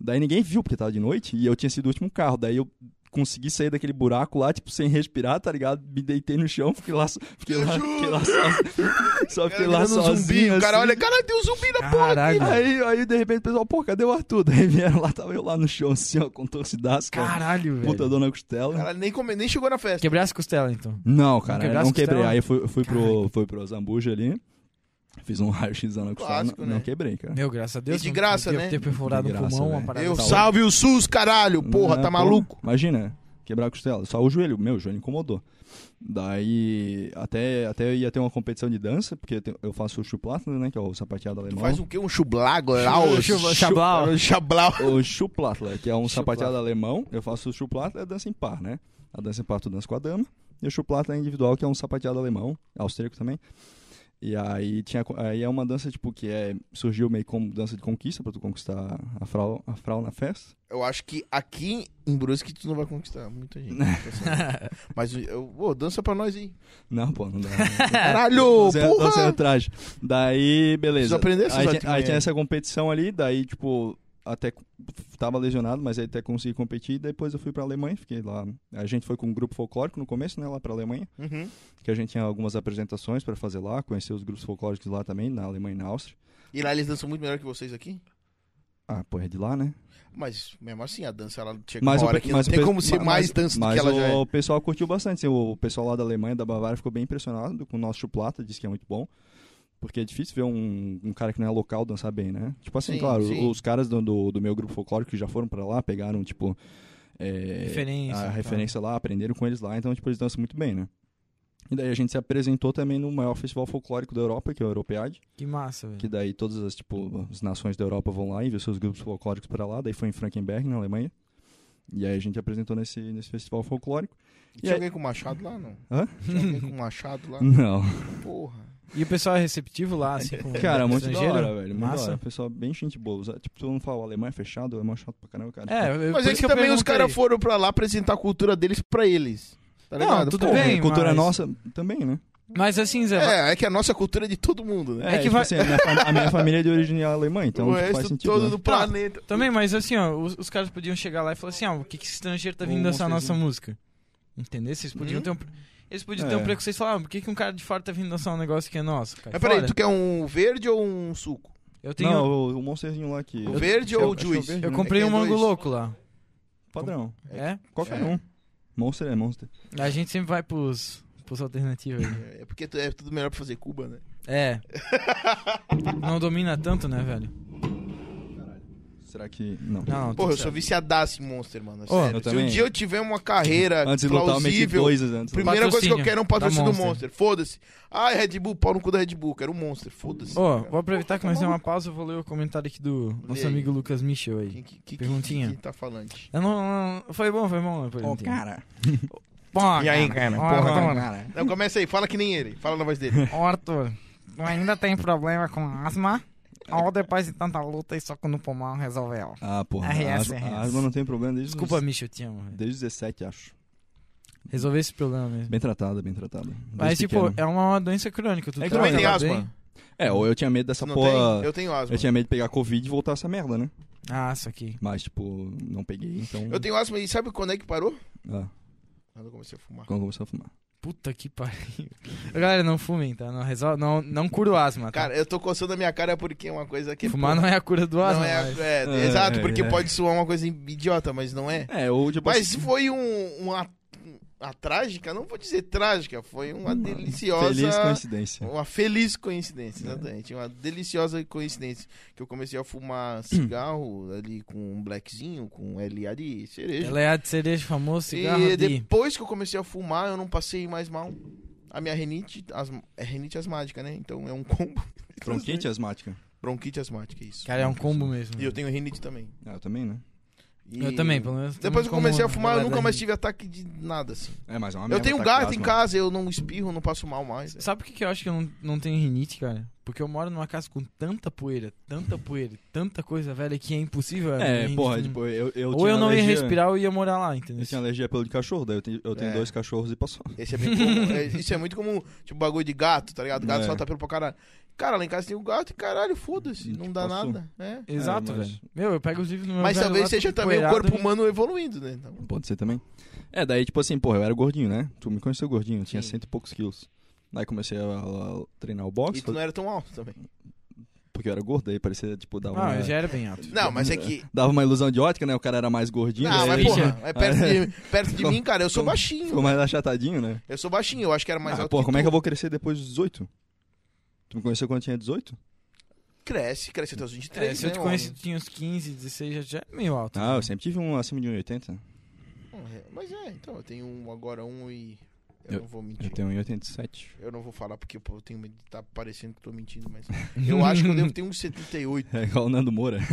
Speaker 4: Daí ninguém viu porque tava de noite e eu tinha sido o último carro. Daí eu consegui sair daquele buraco lá, tipo, sem respirar, tá ligado? Me deitei no chão, fiquei lá, so- fiquei lá, fiquei lá sozinho. Só fiquei lá
Speaker 1: virando um
Speaker 4: sozinho.
Speaker 1: zumbi, o cara
Speaker 4: assim.
Speaker 1: olha, cara, tem um zumbi na
Speaker 2: Caralho.
Speaker 4: Aí, aí, de repente, o pessoal, pô, cadê o Arthur? [laughs] Daí vieram lá, tava eu lá no chão, assim, ó, com torcidaço, cara.
Speaker 2: Caralho, velho.
Speaker 4: Puta dor na costela.
Speaker 1: Cara, nem, come- nem chegou na festa.
Speaker 2: Quebrar as costelas, então.
Speaker 4: Não, cara,
Speaker 2: quebrasse
Speaker 4: eu não quebrei.
Speaker 2: costela?
Speaker 4: Aí eu fui, eu fui pro,
Speaker 2: Caraca.
Speaker 4: fui pro Zambuja ali, fiz um [laughs] raio-x na costela,
Speaker 1: Clássico,
Speaker 4: não,
Speaker 1: né?
Speaker 4: não quebrei, cara.
Speaker 2: Meu, graças a Deus.
Speaker 1: E de
Speaker 2: não-
Speaker 1: graça,
Speaker 2: eu devo
Speaker 1: né?
Speaker 2: ter perfurado
Speaker 4: De
Speaker 2: um
Speaker 4: graça, né?
Speaker 2: pulmão, uma
Speaker 4: velho.
Speaker 2: parada
Speaker 1: Eu
Speaker 2: tal.
Speaker 1: salve o SUS, caralho, porra,
Speaker 4: Não,
Speaker 1: tá
Speaker 4: pô,
Speaker 1: maluco?
Speaker 4: Imagina, quebrar a costela. Só o joelho, meu, o joelho incomodou. Daí, até, até eu ia ter uma competição de dança, porque eu te- eu faço o chuplatna, né, que é o sapateado
Speaker 1: Tu
Speaker 4: alemão.
Speaker 1: faz o quê? Um chublagolau?
Speaker 4: [laughs]
Speaker 2: Chu- Chablau.
Speaker 4: Ah, Um
Speaker 1: Chablau.
Speaker 4: O Schuplatler, que é um
Speaker 2: Schuplatler.
Speaker 4: sapateado alemão. Eu faço o Schuplatler, é dança em par, né? A dança em par tu dança com a dama. E o Schuplatler é individual, que é um sapateado alemão, austríaco também. E aí, tinha, co- aí é uma dança, tipo, que é, surgiu meio como dança de conquista, pra tu conquistar a frau, a frau na festa.
Speaker 1: Eu acho que aqui em Brusque tu não vai conquistar muita gente. Tá
Speaker 4: [laughs]
Speaker 1: certo. Mas eu, ô, dança pra nós aí.
Speaker 4: Não, pô, não dá. né?
Speaker 1: [laughs] Caralho,
Speaker 4: Dança- dança
Speaker 1: porra!
Speaker 4: atrás. Daí,
Speaker 1: Preciso
Speaker 4: beleza.
Speaker 1: aprender essas
Speaker 4: aí, tinha-
Speaker 1: artes
Speaker 4: aí tinha
Speaker 1: manhã.
Speaker 4: essa competição ali, daí, tipo, até co- tava lesionado, mas aí até consegui competir. Depois eu fui pra Alemanha, fiquei lá. A gente foi com um grupo folclórico no começo, né, lá pra Alemanha.
Speaker 1: Uhum.
Speaker 4: que a gente tinha algumas apresentações pra fazer lá, conhecer os grupos folclóricos lá também, na Alemanha e na Áustria.
Speaker 1: E lá eles dançam muito melhor que vocês aqui?
Speaker 4: Ah, pô, é de lá, né?
Speaker 1: Mas mesmo assim, a dança ela chega uma hora
Speaker 4: pe-
Speaker 1: que não tem
Speaker 4: pe-
Speaker 1: como ser
Speaker 4: mas-
Speaker 1: mais dança do
Speaker 4: mas
Speaker 1: que ela
Speaker 4: o
Speaker 1: já é.
Speaker 4: pessoal curtiu bastante. assim, o pessoal lá da Alemanha, da Bavária, ficou bem impressionado com o nosso chuplata, disse que é muito bom. Porque é difícil ver um, um cara que não é local dançar bem, né? Tipo assim,
Speaker 1: Sim,
Speaker 4: claro,
Speaker 1: sim.
Speaker 4: os caras do, do, do meu grupo folclórico que já foram pra lá, pegaram, tipo. é,
Speaker 2: Referência. tá?
Speaker 4: a
Speaker 1: tá.
Speaker 2: tal.
Speaker 4: referência lá, aprenderam com eles lá, então, tipo, eles dançam muito bem, né? E daí a gente se apresentou também no maior festival folclórico da Europa, que é o Europeade.
Speaker 2: Que massa, velho.
Speaker 4: que daí todas as tipo as nações da Europa vão lá e enviam seus grupos folclóricos para lá daí foi em Frankenberg na Alemanha e aí a gente apresentou nesse nesse festival folclórico
Speaker 1: Tinha
Speaker 4: e aí-
Speaker 1: alguém com machado lá, não?
Speaker 4: Hã?
Speaker 1: Tinha alguém com machado
Speaker 2: Ah.
Speaker 4: [laughs]
Speaker 1: lá?
Speaker 4: não
Speaker 1: Porra.
Speaker 2: E o pessoal é receptivo lá, assim, com
Speaker 4: [laughs] cara muito da
Speaker 2: estrangeiro?
Speaker 4: hora velho muito
Speaker 2: Massa.
Speaker 4: da hora. pessoal bem gente boa Os- tipo tu não fala o alemão é fechado o alemão é chato pra caramba cara
Speaker 2: É,
Speaker 4: Tipo,
Speaker 2: eu-
Speaker 1: Mas
Speaker 2: por
Speaker 1: é
Speaker 2: isso
Speaker 1: que
Speaker 2: eu
Speaker 1: também os
Speaker 2: perguntei.
Speaker 1: caras foram pra lá apresentar a cultura deles pra eles. Tá
Speaker 2: Não,
Speaker 1: ligado?
Speaker 2: tudo
Speaker 1: Porra.
Speaker 2: bem,
Speaker 4: a cultura
Speaker 2: mas-
Speaker 4: nossa também né
Speaker 2: Mas assim, Zé,
Speaker 1: É, é que a nossa cultura é de todo mundo, né?
Speaker 2: É que
Speaker 4: tipo
Speaker 2: vai-
Speaker 4: assim, a, minha fam- a minha família é de origem alemã então
Speaker 1: o
Speaker 4: tipo, faz
Speaker 1: resto
Speaker 4: sentido
Speaker 1: todo
Speaker 4: né?
Speaker 1: do planeta.
Speaker 2: Também, mas assim, ó, os, os caras podiam chegar lá e falar assim, ó, o que que esse estrangeiro tá vindo
Speaker 4: Um
Speaker 2: dançar a nossa
Speaker 4: monstrezinho.
Speaker 2: música? Entendeu? Vocês podiam
Speaker 1: Uhum.
Speaker 2: ter um... pre- Eles podiam ter um
Speaker 4: É.
Speaker 2: preconceito e falar, ah, por que, que um cara de fora tá vindo dançar um negócio que é nosso? Cai
Speaker 1: Mas peraí,
Speaker 2: fora.
Speaker 1: tu quer um verde ou um suco?
Speaker 2: Eu tenho...
Speaker 4: não o, o monsterzinho lá que
Speaker 1: O verde
Speaker 4: eu-
Speaker 1: ou o
Speaker 4: acho que é o
Speaker 1: juice?
Speaker 4: verde,
Speaker 2: um- eu
Speaker 4: né?
Speaker 2: comprei
Speaker 1: é que
Speaker 2: um
Speaker 1: é dois.
Speaker 2: mango louco lá.
Speaker 4: padrão
Speaker 2: É?
Speaker 4: qualquer
Speaker 1: É.
Speaker 4: um monster é monster
Speaker 2: A gente sempre vai pros, pros alternativos. aí.
Speaker 1: É porque tu- é tudo melhor pra fazer Cuba, né?
Speaker 2: É. Não domina tanto, né, velho?
Speaker 4: será que não
Speaker 2: Não, não.
Speaker 1: Porra, eu
Speaker 2: tudo
Speaker 1: sou viciadaço em Monster, mano. é
Speaker 2: Ó,
Speaker 1: sério.
Speaker 4: eu
Speaker 1: Se um
Speaker 4: também.
Speaker 1: dia eu tiver uma carreira
Speaker 4: antes de lutar eu meti
Speaker 1: plausível,
Speaker 4: coisas antes lá.
Speaker 1: primeira coisa que eu
Speaker 2: Patrocínio
Speaker 1: quero é um
Speaker 2: da
Speaker 1: patrocínio do
Speaker 2: Monster.
Speaker 1: Monster. Foda-se. Ai, Red Bull, pau no cu da Red Bull. Quero um Monster, foda-se.
Speaker 2: certo. Ó,
Speaker 1: cara.
Speaker 2: vou aproveitar que nós temos uma pausa, eu vou ler o comentário aqui do nosso
Speaker 1: aí.
Speaker 2: amigo Lucas Michel aí.
Speaker 1: Quem que, que,
Speaker 2: Perguntinha.
Speaker 1: Que, que tá falando?
Speaker 2: Eu não, não- Foi bom, foi bom. né, Foi
Speaker 4: Ô, cara
Speaker 2: Porra,
Speaker 1: E aí, cara?
Speaker 2: Ó,
Speaker 1: Porra,
Speaker 2: Arthur,
Speaker 1: Não, começa aí, fala que nem ele. Fala na voz dele.
Speaker 2: Ó, Arthur, tu ainda tem problema com asma? Ou depois de tanta luta e soco no pulmão resolveu?
Speaker 4: Ah, porra.
Speaker 2: RS,
Speaker 4: a, asma-
Speaker 2: RS.
Speaker 4: a asma não tem problema desde
Speaker 2: Desculpa,
Speaker 4: os,
Speaker 2: Michel, eu te amo. velho.
Speaker 4: desde os 17, acho.
Speaker 2: Resolver esse problema mesmo.
Speaker 4: Bem tratada, bem tratada. Desde
Speaker 2: Mas, tipo,
Speaker 4: pequeno.
Speaker 2: é uma doença crônica. Tu
Speaker 4: É que
Speaker 2: trata
Speaker 4: também tem
Speaker 2: ela
Speaker 1: asma.
Speaker 2: Tá bem.
Speaker 4: é, ou eu tinha medo dessa
Speaker 1: Tu não
Speaker 4: porra.
Speaker 1: tem?
Speaker 4: Eu...
Speaker 1: Eu tenho asma.
Speaker 4: tinha medo de pegar Covid e voltar essa merda, né?
Speaker 2: Ah, isso aqui.
Speaker 4: Mas, tipo, não peguei, então.
Speaker 1: Eu tenho asma e sabe quando é que parou?
Speaker 4: Ah,
Speaker 1: Quando eu comecei a fumar.
Speaker 4: quando começou a fumar.
Speaker 2: Puta que pariu. [laughs] Galera, não fumem, tá? Não, resol... não, não cura o asma, tá?
Speaker 1: Cara, eu tô coçando a minha cara porque é uma coisa que.
Speaker 2: Fumar não é a cura do asma,
Speaker 1: Não é,
Speaker 2: mas-
Speaker 1: é,
Speaker 4: É,
Speaker 1: exato, porque
Speaker 4: é.
Speaker 1: pode soar uma coisa idiota, mas não é.
Speaker 4: É, ou tipo.
Speaker 1: Mas foi um, uma, uma trágica, não vou dizer trágica, foi uma
Speaker 4: Uma
Speaker 1: deliciosa.
Speaker 4: Feliz coincidência.
Speaker 1: Uma feliz coincidência, exatamente. Uma deliciosa coincidência. Que eu comecei a fumar cigarro ali com um blackzinho, com LA de cereja.
Speaker 2: Ela é a de cereja famoso, cigarro
Speaker 1: e
Speaker 2: de...
Speaker 1: depois que eu comecei a fumar, eu não passei mais mal. A minha renite, asma, é renite asmática, né? Então é um combo. [laughs]
Speaker 4: Tronquite asmática.
Speaker 1: Bronquite asmática, isso.
Speaker 2: Cara, é um combo mesmo.
Speaker 1: E eu tenho rinite também.
Speaker 4: Ah, eu também, né?
Speaker 1: E
Speaker 2: Eu também, pelo menos.
Speaker 1: Depois que eu comecei a fumar, eu nunca mais
Speaker 2: tive.
Speaker 1: tive ataque de nada, assim.
Speaker 4: É, mas é uma
Speaker 1: Eu tenho
Speaker 4: tá
Speaker 1: gato
Speaker 4: aqui,
Speaker 1: em
Speaker 4: asma.
Speaker 1: casa, eu não espirro, não passo mal mais.
Speaker 2: Sabe por que que eu acho que eu não, não tenho rinite, cara? Porque eu moro numa casa com tanta poeira, tanta poeira, tanta coisa velha que é impossível.
Speaker 4: É,
Speaker 2: né,
Speaker 4: porra,
Speaker 2: não-
Speaker 4: tipo, eu, eu
Speaker 2: Ou
Speaker 4: tinha
Speaker 2: eu não ia
Speaker 4: alergia-
Speaker 2: respirar ou ia morar lá, entendeu?
Speaker 4: Eu tinha alergia pelo de cachorro, daí eu tenho, eu tenho
Speaker 1: É.
Speaker 4: dois cachorros e passou.
Speaker 1: Esse é bem comum.
Speaker 2: [laughs]
Speaker 1: É, Isso é muito comum. Tipo, bagulho de gato, tá ligado? Gato
Speaker 4: É.
Speaker 1: solta pelo pra caralho. Cara, lá em casa tem o gato e caralho, foda-se. Não dá
Speaker 4: Passou.
Speaker 1: nada. É.
Speaker 2: Exato,
Speaker 4: É, mas-
Speaker 2: velho. Meu, eu pego os livros no meu
Speaker 1: Mas
Speaker 2: velho
Speaker 1: talvez
Speaker 2: lá,
Speaker 1: seja
Speaker 2: tudo
Speaker 1: também o
Speaker 2: poeirado,
Speaker 1: corpo humano evoluindo, né? Então,
Speaker 4: Pode ser também. É, daí, tipo assim, porra, eu era gordinho, né? Tu me conheceu gordinho, eu tinha
Speaker 3: Sim.
Speaker 4: cento e poucos quilos. Daí comecei a, a treinar o boxe,
Speaker 1: e tu não era tão alto também.
Speaker 4: porque eu era gordo, aí parecia, tipo, dava
Speaker 2: Não,
Speaker 4: uma...
Speaker 2: eu Ah, já era
Speaker 1: [laughs]
Speaker 2: bem alto.
Speaker 1: Não,
Speaker 4: [laughs]
Speaker 1: mas é que.
Speaker 4: Dava uma ilusão de ótica, né? O cara era mais gordinho.
Speaker 1: Não,
Speaker 4: daí
Speaker 1: mas
Speaker 4: ele
Speaker 1: porra, é perto de,
Speaker 4: [laughs]
Speaker 1: perto de
Speaker 4: Ficou-
Speaker 1: mim, cara. Eu sou
Speaker 4: ficou-
Speaker 1: baixinho.
Speaker 4: [laughs] Ficou mais achatadinho, né?
Speaker 1: Eu sou baixinho, eu acho que era mais
Speaker 4: ah,
Speaker 1: alto.
Speaker 4: porra,
Speaker 1: que
Speaker 4: como é
Speaker 1: tu.
Speaker 4: que eu vou crescer depois dos 18? Tu me conheceu quando eu tinha 18?
Speaker 1: Cresce, cresce até os 23.
Speaker 2: É, se eu
Speaker 1: né,
Speaker 2: te conheci,
Speaker 1: homem?
Speaker 2: tu tinha uns 15, 16, já, já era meio alto.
Speaker 4: Ah, eu sempre tive um acima de 1,80.
Speaker 1: Hum, é, Mas é, então, eu tenho um, agora um e. Eu,
Speaker 4: Eu-
Speaker 1: não vou
Speaker 4: Eu
Speaker 1: mentir.
Speaker 2: um
Speaker 4: tenho 1,87.
Speaker 1: Eu não vou falar porque pô, eu tenho medo de estar parecendo que tô mentindo, mas. Eu acho que eu devo ter uns 78.
Speaker 4: [laughs] É igual o Nando Moura. [laughs]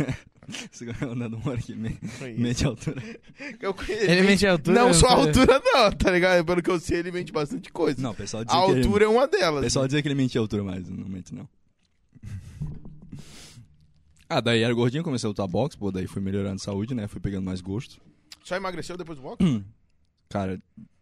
Speaker 4: Esse cara é o Nando Moura que [laughs] me-
Speaker 1: aí.
Speaker 4: mede
Speaker 1: [laughs]
Speaker 4: a altura.
Speaker 1: Eu conhe-
Speaker 2: Ele mente a altura. né?
Speaker 1: Não
Speaker 2: eu-
Speaker 1: só a altura, não, tá ligado? Pelo que eu sei, ele mente bastante coisa.
Speaker 4: Não, o pessoal
Speaker 1: a
Speaker 4: dizia que
Speaker 1: altura é uma
Speaker 4: ele... O
Speaker 1: delas.
Speaker 4: pessoal dizia que ele mentia a altura, mas não mente não. [laughs] Ah, daí era gordinho, comecei a lutar boxe, pô, daí fui melhorando de saúde, né? Fui pegando mais gosto.
Speaker 1: Só emagreceu depois do boxe?
Speaker 4: Cara,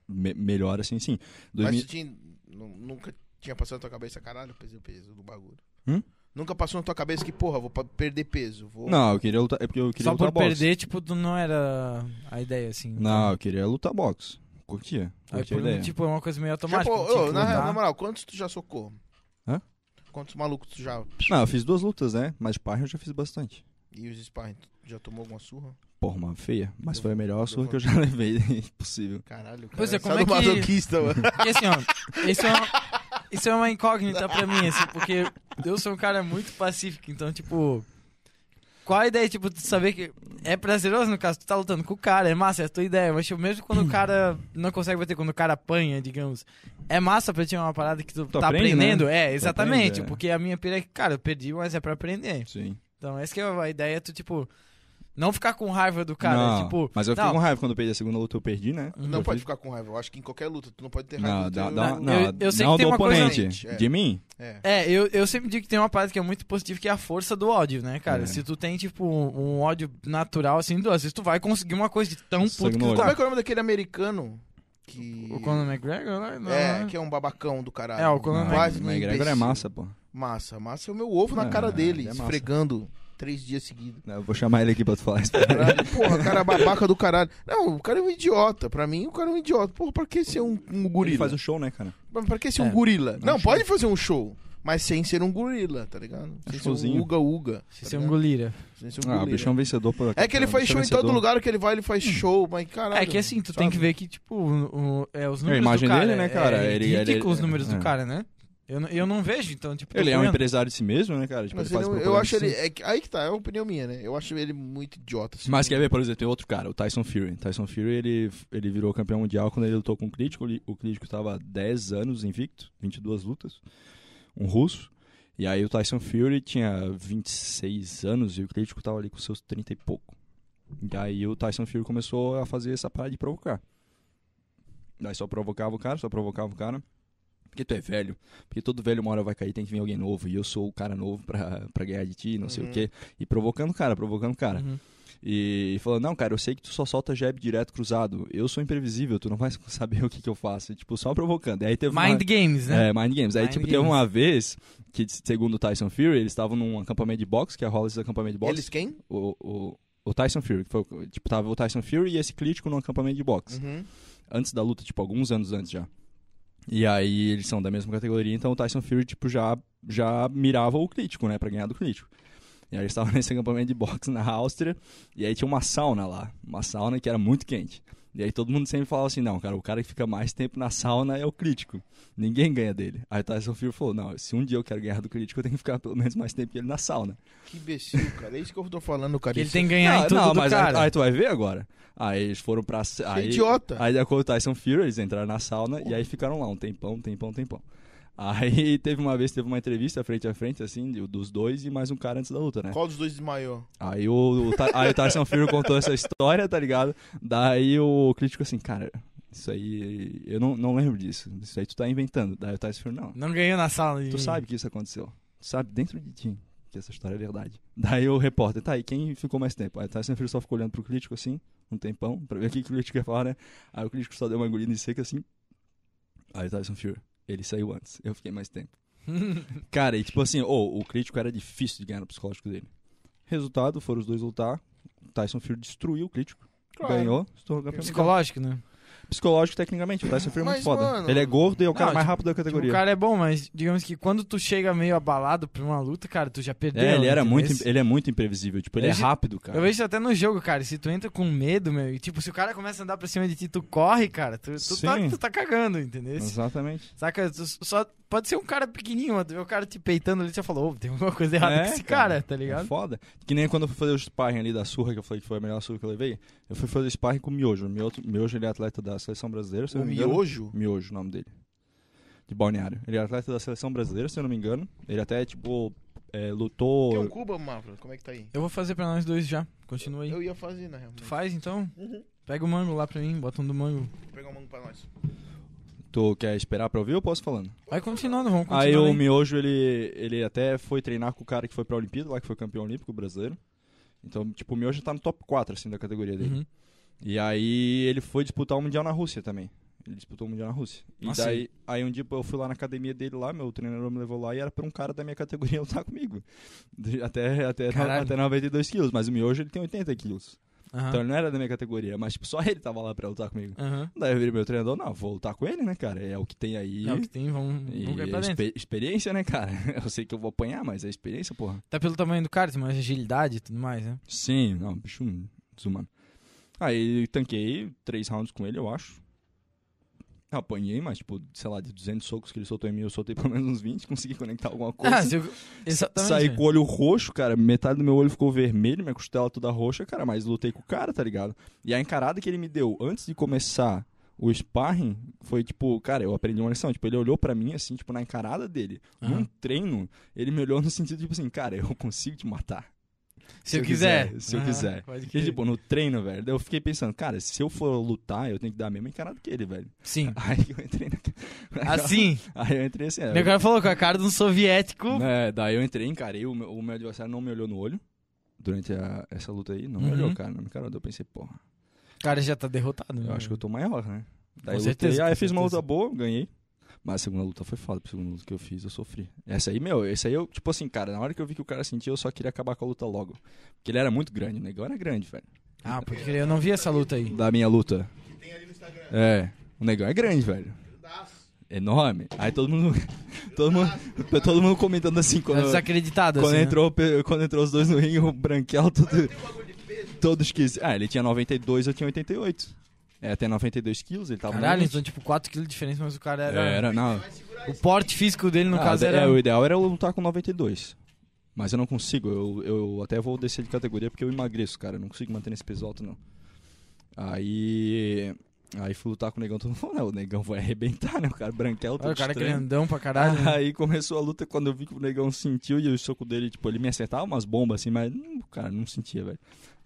Speaker 4: me- melhor assim, sim. Dois
Speaker 1: Mas tipo,
Speaker 4: mil-
Speaker 1: tu tinha, nu- nunca tinha passado na tua cabeça, caralho, eu pesei o peso do bagulho.
Speaker 4: Hum?
Speaker 1: Nunca passou na tua cabeça que, porra, vou pa- perder peso. Vou...
Speaker 4: Não, eu queria lutar, é porque eu queria
Speaker 2: Só
Speaker 4: lutar
Speaker 2: por
Speaker 4: boxe.
Speaker 2: perder, tipo, tu não era a ideia, assim.
Speaker 4: Não, eu queria lutar boxe. Curtia.
Speaker 2: Aí,
Speaker 4: Curtia a
Speaker 2: por mim,
Speaker 4: ideia.
Speaker 2: tipo, é uma coisa meio
Speaker 1: já,
Speaker 2: automática. tipo,
Speaker 1: pô,
Speaker 2: tinha
Speaker 1: ô,
Speaker 2: que
Speaker 1: na, real,
Speaker 2: mudar.
Speaker 1: na moral, quantos tu já socou?
Speaker 4: Hã?
Speaker 1: Quantos malucos tu já.
Speaker 4: Não, eu fiz duas lutas, né? Mas parra eu já fiz bastante.
Speaker 1: E os sparring, tu já tomou alguma surra?
Speaker 4: Porra, uma feia. Mas
Speaker 1: Eu
Speaker 4: foi a
Speaker 1: vou-
Speaker 4: melhor
Speaker 1: eu
Speaker 4: surra
Speaker 1: vou-
Speaker 4: que eu já [laughs] levei é possível.
Speaker 1: Caralho, cara.
Speaker 2: Pois é, como
Speaker 1: Sabe
Speaker 2: é que-
Speaker 1: masoquista,
Speaker 2: [laughs]
Speaker 1: mano.
Speaker 2: E assim, ó, isso é, uma, isso é uma incógnita pra mim, assim, porque eu sou um cara muito pacífico, então, tipo. Qual a ideia, tipo, de saber que. É prazeroso, no caso, tu tá lutando com o cara, é massa, é a tua ideia, mas tipo, mesmo quando o cara não consegue bater, quando o cara apanha, digamos, é massa pra ti, é uma parada que tu, tá
Speaker 4: aprende,
Speaker 2: aprendendo? É, exatamente,
Speaker 4: aprende, é.
Speaker 2: porque a minha pira é que, cara, eu perdi, mas é pra aprender.
Speaker 4: Sim.
Speaker 2: Então, essa que é a ideia, tu, tipo, não ficar com raiva do cara,
Speaker 4: não,
Speaker 2: tipo.
Speaker 4: mas eu fiquei
Speaker 2: não.
Speaker 4: com raiva quando eu perdi a segunda luta, eu perdi, né?
Speaker 1: Não
Speaker 4: Eu
Speaker 1: pode
Speaker 4: fiz-
Speaker 1: ficar com raiva. Eu acho que em qualquer luta tu não pode ter raiva.
Speaker 4: Não,
Speaker 1: do
Speaker 4: dá,
Speaker 1: teu-
Speaker 4: dá, um-
Speaker 2: Eu-
Speaker 4: não,
Speaker 2: eu sei que
Speaker 4: não
Speaker 2: tem
Speaker 4: do
Speaker 2: uma coisa-
Speaker 4: oponente.
Speaker 1: É.
Speaker 4: De mim?
Speaker 1: É.
Speaker 2: É, eu, eu sempre digo que tem uma parada que é muito positiva, que é a força do ódio, né, cara?
Speaker 4: É.
Speaker 2: Se tu tem, tipo, um um ódio natural, assim, do- às vezes tu vai conseguir uma coisa de tão
Speaker 4: Sangue
Speaker 2: puto que
Speaker 4: no
Speaker 2: tu
Speaker 4: olho.
Speaker 1: Como
Speaker 2: tá.
Speaker 1: é que é o nome daquele americano que.
Speaker 2: O Conor McGregor, né? Não,
Speaker 1: É,
Speaker 2: né?
Speaker 1: que é um babacão do caralho.
Speaker 2: É, o Conor
Speaker 4: Não,
Speaker 2: McGregor.
Speaker 1: Quase
Speaker 4: mas
Speaker 1: um
Speaker 4: McGregor é
Speaker 1: imbecil.
Speaker 4: massa, pô.
Speaker 1: Massa, massa é o meu ovo na
Speaker 4: Ah,
Speaker 1: cara dele,
Speaker 4: ele é massa.
Speaker 1: esfregando três dias seguidos.
Speaker 4: Não, Eu vou chamar ele aqui pra tu falar isso.
Speaker 1: Caralho, porra, cara babaca do caralho. Não, o cara é um idiota. Pra mim, o cara é um idiota. Porra, pra que ser um, um
Speaker 4: Ele
Speaker 1: gorila?
Speaker 4: faz o show, né, cara?
Speaker 1: Pra, pra que ser
Speaker 2: É,
Speaker 1: um gorila? Não,
Speaker 4: show.
Speaker 1: pode fazer um show, mas sem ser um gorila, tá ligado? Sem ser um
Speaker 4: showzinho.
Speaker 1: uga-uga.
Speaker 2: Se
Speaker 1: tá
Speaker 2: ser um
Speaker 1: ligado?
Speaker 2: golira.
Speaker 1: Sem ser um
Speaker 4: Ah, o
Speaker 1: gorila.
Speaker 4: bicho é um vencedor. Pô,
Speaker 1: É que ele faz
Speaker 4: bicho
Speaker 1: show em todo
Speaker 4: vencedor.
Speaker 1: lugar que ele vai, ele faz show, mas caralho.
Speaker 2: É que assim, tu
Speaker 1: sabe?
Speaker 2: tem que ver que, tipo, o- o- é, os números
Speaker 4: imagem
Speaker 2: do cara.
Speaker 4: dele, né, cara?
Speaker 2: É
Speaker 4: Ele-
Speaker 2: ridículo
Speaker 4: ele-
Speaker 2: os números
Speaker 4: é.
Speaker 2: do cara, né? Eu, não- eu não vejo, então, tipo... tô
Speaker 4: Ele é um
Speaker 2: vendo.
Speaker 4: empresário de si mesmo, né, cara? Tipo,
Speaker 1: Mas
Speaker 4: ele
Speaker 1: ele
Speaker 4: faz
Speaker 1: é um- eu
Speaker 4: propaganda
Speaker 1: acho
Speaker 4: de
Speaker 1: ele.
Speaker 4: si.
Speaker 1: é que- aí que tá, é uma opinião minha, né? Eu acho ele muito idiota. assim.
Speaker 4: Mas quer ver, por exemplo, tem outro cara, o Tyson Fury. Tyson Fury, ele, ele virou campeão mundial quando ele lutou com o Crítico. Ele- O Crítico tava 10 anos invicto, 22 lutas, um russo. E aí o Tyson Fury tinha 26 anos e o Crítico tava ali com seus 30 e pouco. E aí o Tyson Fury começou a fazer essa parada de provocar. Daí só provocava o cara, só provocava o cara. Porque tu é velho. Porque todo velho uma hora vai cair, tem que vir alguém novo. E eu sou o cara novo pra, pra ganhar de ti, não sei
Speaker 1: Uhum.
Speaker 4: o quê. E provocando o cara, provocando o cara.
Speaker 2: Uhum.
Speaker 4: E falando, não, cara, eu sei que tu só solta jab direto cruzado. Eu sou imprevisível, tu não vai [laughs] saber o que, que eu faço. E, tipo, só provocando. E aí teve
Speaker 2: Mind
Speaker 4: uma...
Speaker 2: Games, né?
Speaker 4: É, Mind Games. Aí,
Speaker 2: Mind
Speaker 4: tipo, teve
Speaker 2: Games.
Speaker 4: uma vez que, segundo o Tyson Fury, eles estavam num acampamento de boxe, que é a rola desse acampamento de boxe.
Speaker 1: Eles quem?
Speaker 4: O, o, o Tyson Fury, que foi, o- tipo, tava o Tyson Fury e esse crítico num acampamento de boxe
Speaker 1: Uhum.
Speaker 4: antes da luta, tipo, alguns anos antes já. E aí eles são da mesma categoria, então o Tyson Fury, tipo, já, já mirava o crítico, né, pra ganhar do crítico. E aí eles estavam [laughs] nesse acampamento de boxe na Áustria, e aí tinha uma sauna lá, uma sauna que era muito quente. E aí todo mundo sempre falava assim, não, cara, o cara que fica mais tempo na sauna é o crítico, ninguém ganha dele. Aí o Tyson Fury falou, não, se um dia eu quero ganhar do crítico, eu tenho que ficar pelo menos mais tempo que ele na sauna.
Speaker 1: Que imbecil, cara. É isso que eu tô falando, cara.
Speaker 2: Que ele
Speaker 1: Isso é
Speaker 2: tem que ganhar em tudo do
Speaker 4: mas
Speaker 2: cara.
Speaker 4: Aí, aí tu vai ver agora. Aí eles foram pra...
Speaker 1: é
Speaker 4: Aí,
Speaker 1: idiota.
Speaker 4: Aí de acordo com o Tyson Fury, eles entraram na sauna e aí ficaram lá um tempão, um tempão, um tempão. Aí [laughs] teve uma vez, teve uma entrevista frente a frente, assim, de- dos dois e mais um cara antes da luta, né?
Speaker 1: Qual dos dois desmaiou?
Speaker 4: Aí o, o, Ta- aí o Tyson Fury contou essa história, tá ligado? Daí o crítico assim, cara, isso aí, eu não, não lembro disso. Isso aí tu tá inventando. Daí o Tyson Fury, não,
Speaker 2: Não ganhou na sala. de-
Speaker 4: Tu sabe que isso aconteceu. Tu sabe dentro de ti que essa história é verdade. [laughs] Daí o repórter, tá, e quem ficou mais tempo? Aí o Tyson Fury só ficou olhando pro crítico assim, um tempão, pra ver o que que o crítico ia falar, né? Aí o crítico só deu uma engolida em seca assim. Aí o Tyson Fury, ele saiu antes, eu fiquei mais tempo. Cara, e tipo assim, ô, o crítico era difícil de ganhar no psicológico dele. Resultado, foram os dois lutar. O Tyson Fury destruiu o crítico. Ganhou, se tornou campeão.
Speaker 2: [laughs]
Speaker 4: mundial.
Speaker 2: Psicológico, né?
Speaker 4: Psicológico, tecnicamente. O Tyson Fury é muito
Speaker 1: Mas,
Speaker 4: foda.
Speaker 1: mano-
Speaker 4: Ele é gordo e é o
Speaker 2: Não,
Speaker 4: cara mais
Speaker 2: tipo-
Speaker 4: rápido da
Speaker 2: Tipo,
Speaker 4: categoria.
Speaker 2: o cara é bom, mas digamos que quando tu chega meio abalado pra uma luta, cara, tu já perdeu. né? Tipo,
Speaker 4: É, ele era
Speaker 2: entendeu?
Speaker 4: muito, ele é muito imprevisível, tipo, ele é
Speaker 2: Eu já-
Speaker 4: rápido, cara.
Speaker 2: Eu vejo isso até no jogo, cara. Se tu entra com medo, meu, e tipo, se o cara começa a andar pra cima de ti, tu corre, cara, tu, tu, tá,
Speaker 4: Sim.
Speaker 2: tu tá cagando, entendeu?
Speaker 4: Exatamente.
Speaker 2: Saca? Tu só pode ser um cara pequenininho, mas tu vê o cara te peitando ali, tu já falou, "Ô, tem alguma coisa errada
Speaker 4: É,
Speaker 2: com esse cara,
Speaker 4: cara.
Speaker 2: tá
Speaker 4: É
Speaker 2: ligado?
Speaker 4: foda. Que nem quando eu fui fazer o sparring ali da surra, que eu falei que foi a melhor surra que eu levei, eu fui fazer sparring com o Miojo. O Miojo, Miojo, ele é atleta da seleção brasileira, se eu
Speaker 1: O
Speaker 4: não me engano.
Speaker 1: miojo?
Speaker 4: Miojo, o nome dele. De balneário. Ele é atleta da seleção brasileira, se eu não me engano. Ele até, tipo, é,
Speaker 1: Que é o
Speaker 4: lutou.
Speaker 1: Cuba, Mafra? Como é que tá aí?
Speaker 2: Eu vou fazer pra nós dois já. Continua aí.
Speaker 1: Eu ia fazer, né, na real.
Speaker 2: Tu
Speaker 1: mas-
Speaker 2: faz então?
Speaker 1: Uhum.
Speaker 2: Pega o mango lá pra mim, bota um do mango.
Speaker 1: Vou pegar um mango pra nós.
Speaker 4: Tu quer esperar pra ouvir ou posso falando?
Speaker 2: Vai continuando, vamos continuar.
Speaker 4: Aí o
Speaker 2: hein?
Speaker 4: Miojo, ele, ele até foi treinar com o cara que foi pra Olimpíada, lá que foi campeão olímpico brasileiro. Então, tipo, o Miojo tá no top 4, assim, da categoria dele.
Speaker 2: Uhum.
Speaker 4: E aí ele foi disputar o Mundial na Rússia também. Ele disputou o Mundial na Rússia. E
Speaker 2: Nossa,
Speaker 4: daí, aí um dia eu fui lá na academia dele lá, meu treinador me levou lá e era pra um cara da minha categoria [laughs] lutar comigo. De- Até, até,
Speaker 2: Caralho. Ah.
Speaker 4: até 92 quilos, mas o Miojo ele tem 80 quilos.
Speaker 2: Aham.
Speaker 4: Então ele não era da minha categoria, mas tipo, só ele tava lá pra lutar comigo.
Speaker 2: Aham.
Speaker 4: Daí eu virei meu treinador, não, vou lutar com ele, né, cara? É o que tem aí.
Speaker 2: É o que tem, vamos,
Speaker 4: E
Speaker 2: vamos cair pra dentro.
Speaker 4: expe- experiência, né, cara? [laughs] Eu sei que eu vou apanhar, mas é experiência, porra.
Speaker 2: Até Tá pelo tamanho do cara, tem mais agilidade e tudo mais, né?
Speaker 4: Sim, não, bicho desumano. Aí tanquei três rounds com ele, eu acho. Apanhei, mas tipo, sei lá, de 200 socos que ele soltou em mim, eu soltei pelo menos uns 20, [laughs] consegui conectar alguma coisa.
Speaker 2: Ah, se eu- Exatamente.
Speaker 4: Saí
Speaker 2: né?
Speaker 4: com o olho roxo, cara, metade do meu olho ficou vermelho, minha costela toda roxa, cara, mas lutei com o cara, tá ligado? E a encarada que ele me deu antes de começar o sparring foi tipo, cara, eu aprendi uma lição, tipo, ele olhou pra mim assim, tipo, na encarada dele,
Speaker 2: Aham.
Speaker 4: num treino, ele me olhou no sentido tipo assim, cara, eu consigo te matar.
Speaker 2: Se eu quiser.
Speaker 4: se eu quiser.
Speaker 2: Pode
Speaker 4: Que, tipo, no treino, velho. Daí eu fiquei pensando, cara, se eu for lutar, eu tenho que dar a mesma encarada que ele, velho.
Speaker 2: Sim.
Speaker 4: [laughs] Aí eu entrei na... [laughs]
Speaker 2: Assim,
Speaker 4: Aí eu entrei assim, é,
Speaker 2: meu cara falou com a cara de um soviético.
Speaker 4: né, daí eu entrei, encarei, o meu, o meu adversário não me olhou no olho durante a- essa luta aí. Não me
Speaker 2: Uhum.
Speaker 4: olhou, cara, não me encarou. Daí eu pensei, porra,
Speaker 2: O cara já tá derrotado.
Speaker 4: eu
Speaker 2: né?
Speaker 4: acho que eu tô maior, né? Daí
Speaker 2: Com
Speaker 4: eu
Speaker 2: certeza,
Speaker 4: lutei,
Speaker 2: com
Speaker 4: aí eu fiz uma
Speaker 2: certeza.
Speaker 4: luta boa, ganhei. Mas a segunda luta foi foda, a segunda luta que eu fiz, eu sofri. Essa aí, meu, essa aí eu, tipo assim, cara, na hora que eu vi que o cara sentiu, eu só queria acabar com a luta logo. Porque ele era muito grande, o negão era grande, velho.
Speaker 2: Ah, porque eu não vi essa luta aí.
Speaker 4: da minha luta. É. O negão é grande, velho. Enorme. Aí todo mundo. [laughs] Todo mundo, todo mundo comentando assim
Speaker 2: Tá
Speaker 4: quando,
Speaker 2: desacreditado,
Speaker 4: quando,
Speaker 2: assim, né?
Speaker 4: entrou, o pe- quando entrou os dois no ringue, o branquelo todo. Todo esquisito. Ah, ele tinha 92, eu tinha 88. É, até 92 quilos, ele tava.
Speaker 2: Caralho,
Speaker 4: muito-
Speaker 2: então, tipo, 4 kg de diferença, mas o cara era...
Speaker 4: Era, não.
Speaker 2: O porte físico dele, no
Speaker 4: Ah,
Speaker 2: caso,
Speaker 4: de-
Speaker 2: era...
Speaker 4: é, o ideal era eu lutar com 92. Mas eu não consigo. Eu, eu até vou descer de categoria porque eu emagreço, cara. Eu não consigo manter nesse peso alto, não. Aí. Aí fui lutar com o negão, todo mundo falou, não, o negão vai arrebentar, né? O cara branquelo, todo
Speaker 2: Olha, o cara é
Speaker 4: estranho.
Speaker 2: grandão pra caralho.
Speaker 4: [laughs]
Speaker 2: né?
Speaker 4: Aí começou a luta quando eu vi que o negão sentiu e o soco dele, tipo, ele me acertava umas bombas assim, mas, hum, cara, não sentia, velho.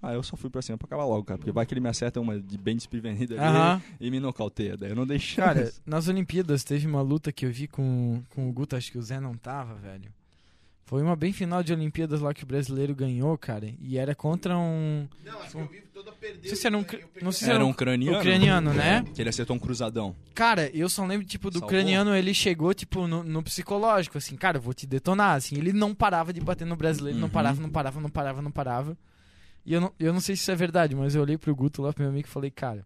Speaker 4: Aí eu só fui pra cima pra acabar logo, cara, porque vai que ele me acerta uma de bem desprevenida ali
Speaker 2: Aham.
Speaker 4: e me nocauteia. Daí eu não deixei. [laughs]
Speaker 2: Cara, nas Olimpíadas teve uma luta que eu vi com, com o Guto, acho que o Zé não tava, velho. Foi uma bem final de Olimpíadas lá que o brasileiro ganhou, cara. E era contra um.
Speaker 1: Não, acho que eu vi toda né?
Speaker 2: Não
Speaker 1: perdeu.
Speaker 2: sei se era um. cr- Não sei se
Speaker 4: era um
Speaker 2: um
Speaker 4: ucraniano.
Speaker 2: ucraniano, né?
Speaker 4: Que ele acertou um cruzadão.
Speaker 2: Cara, eu só lembro, tipo, do
Speaker 4: Salvou.
Speaker 2: ucraniano, ele chegou, tipo, no, no psicológico, assim, cara, eu vou te detonar, assim. Ele não parava de bater no brasileiro, não
Speaker 4: Uhum.
Speaker 2: parava, não parava, não parava, não parava. E eu não, eu não sei se isso é verdade, mas eu olhei pro Guto lá, pro meu amigo, e falei, cara,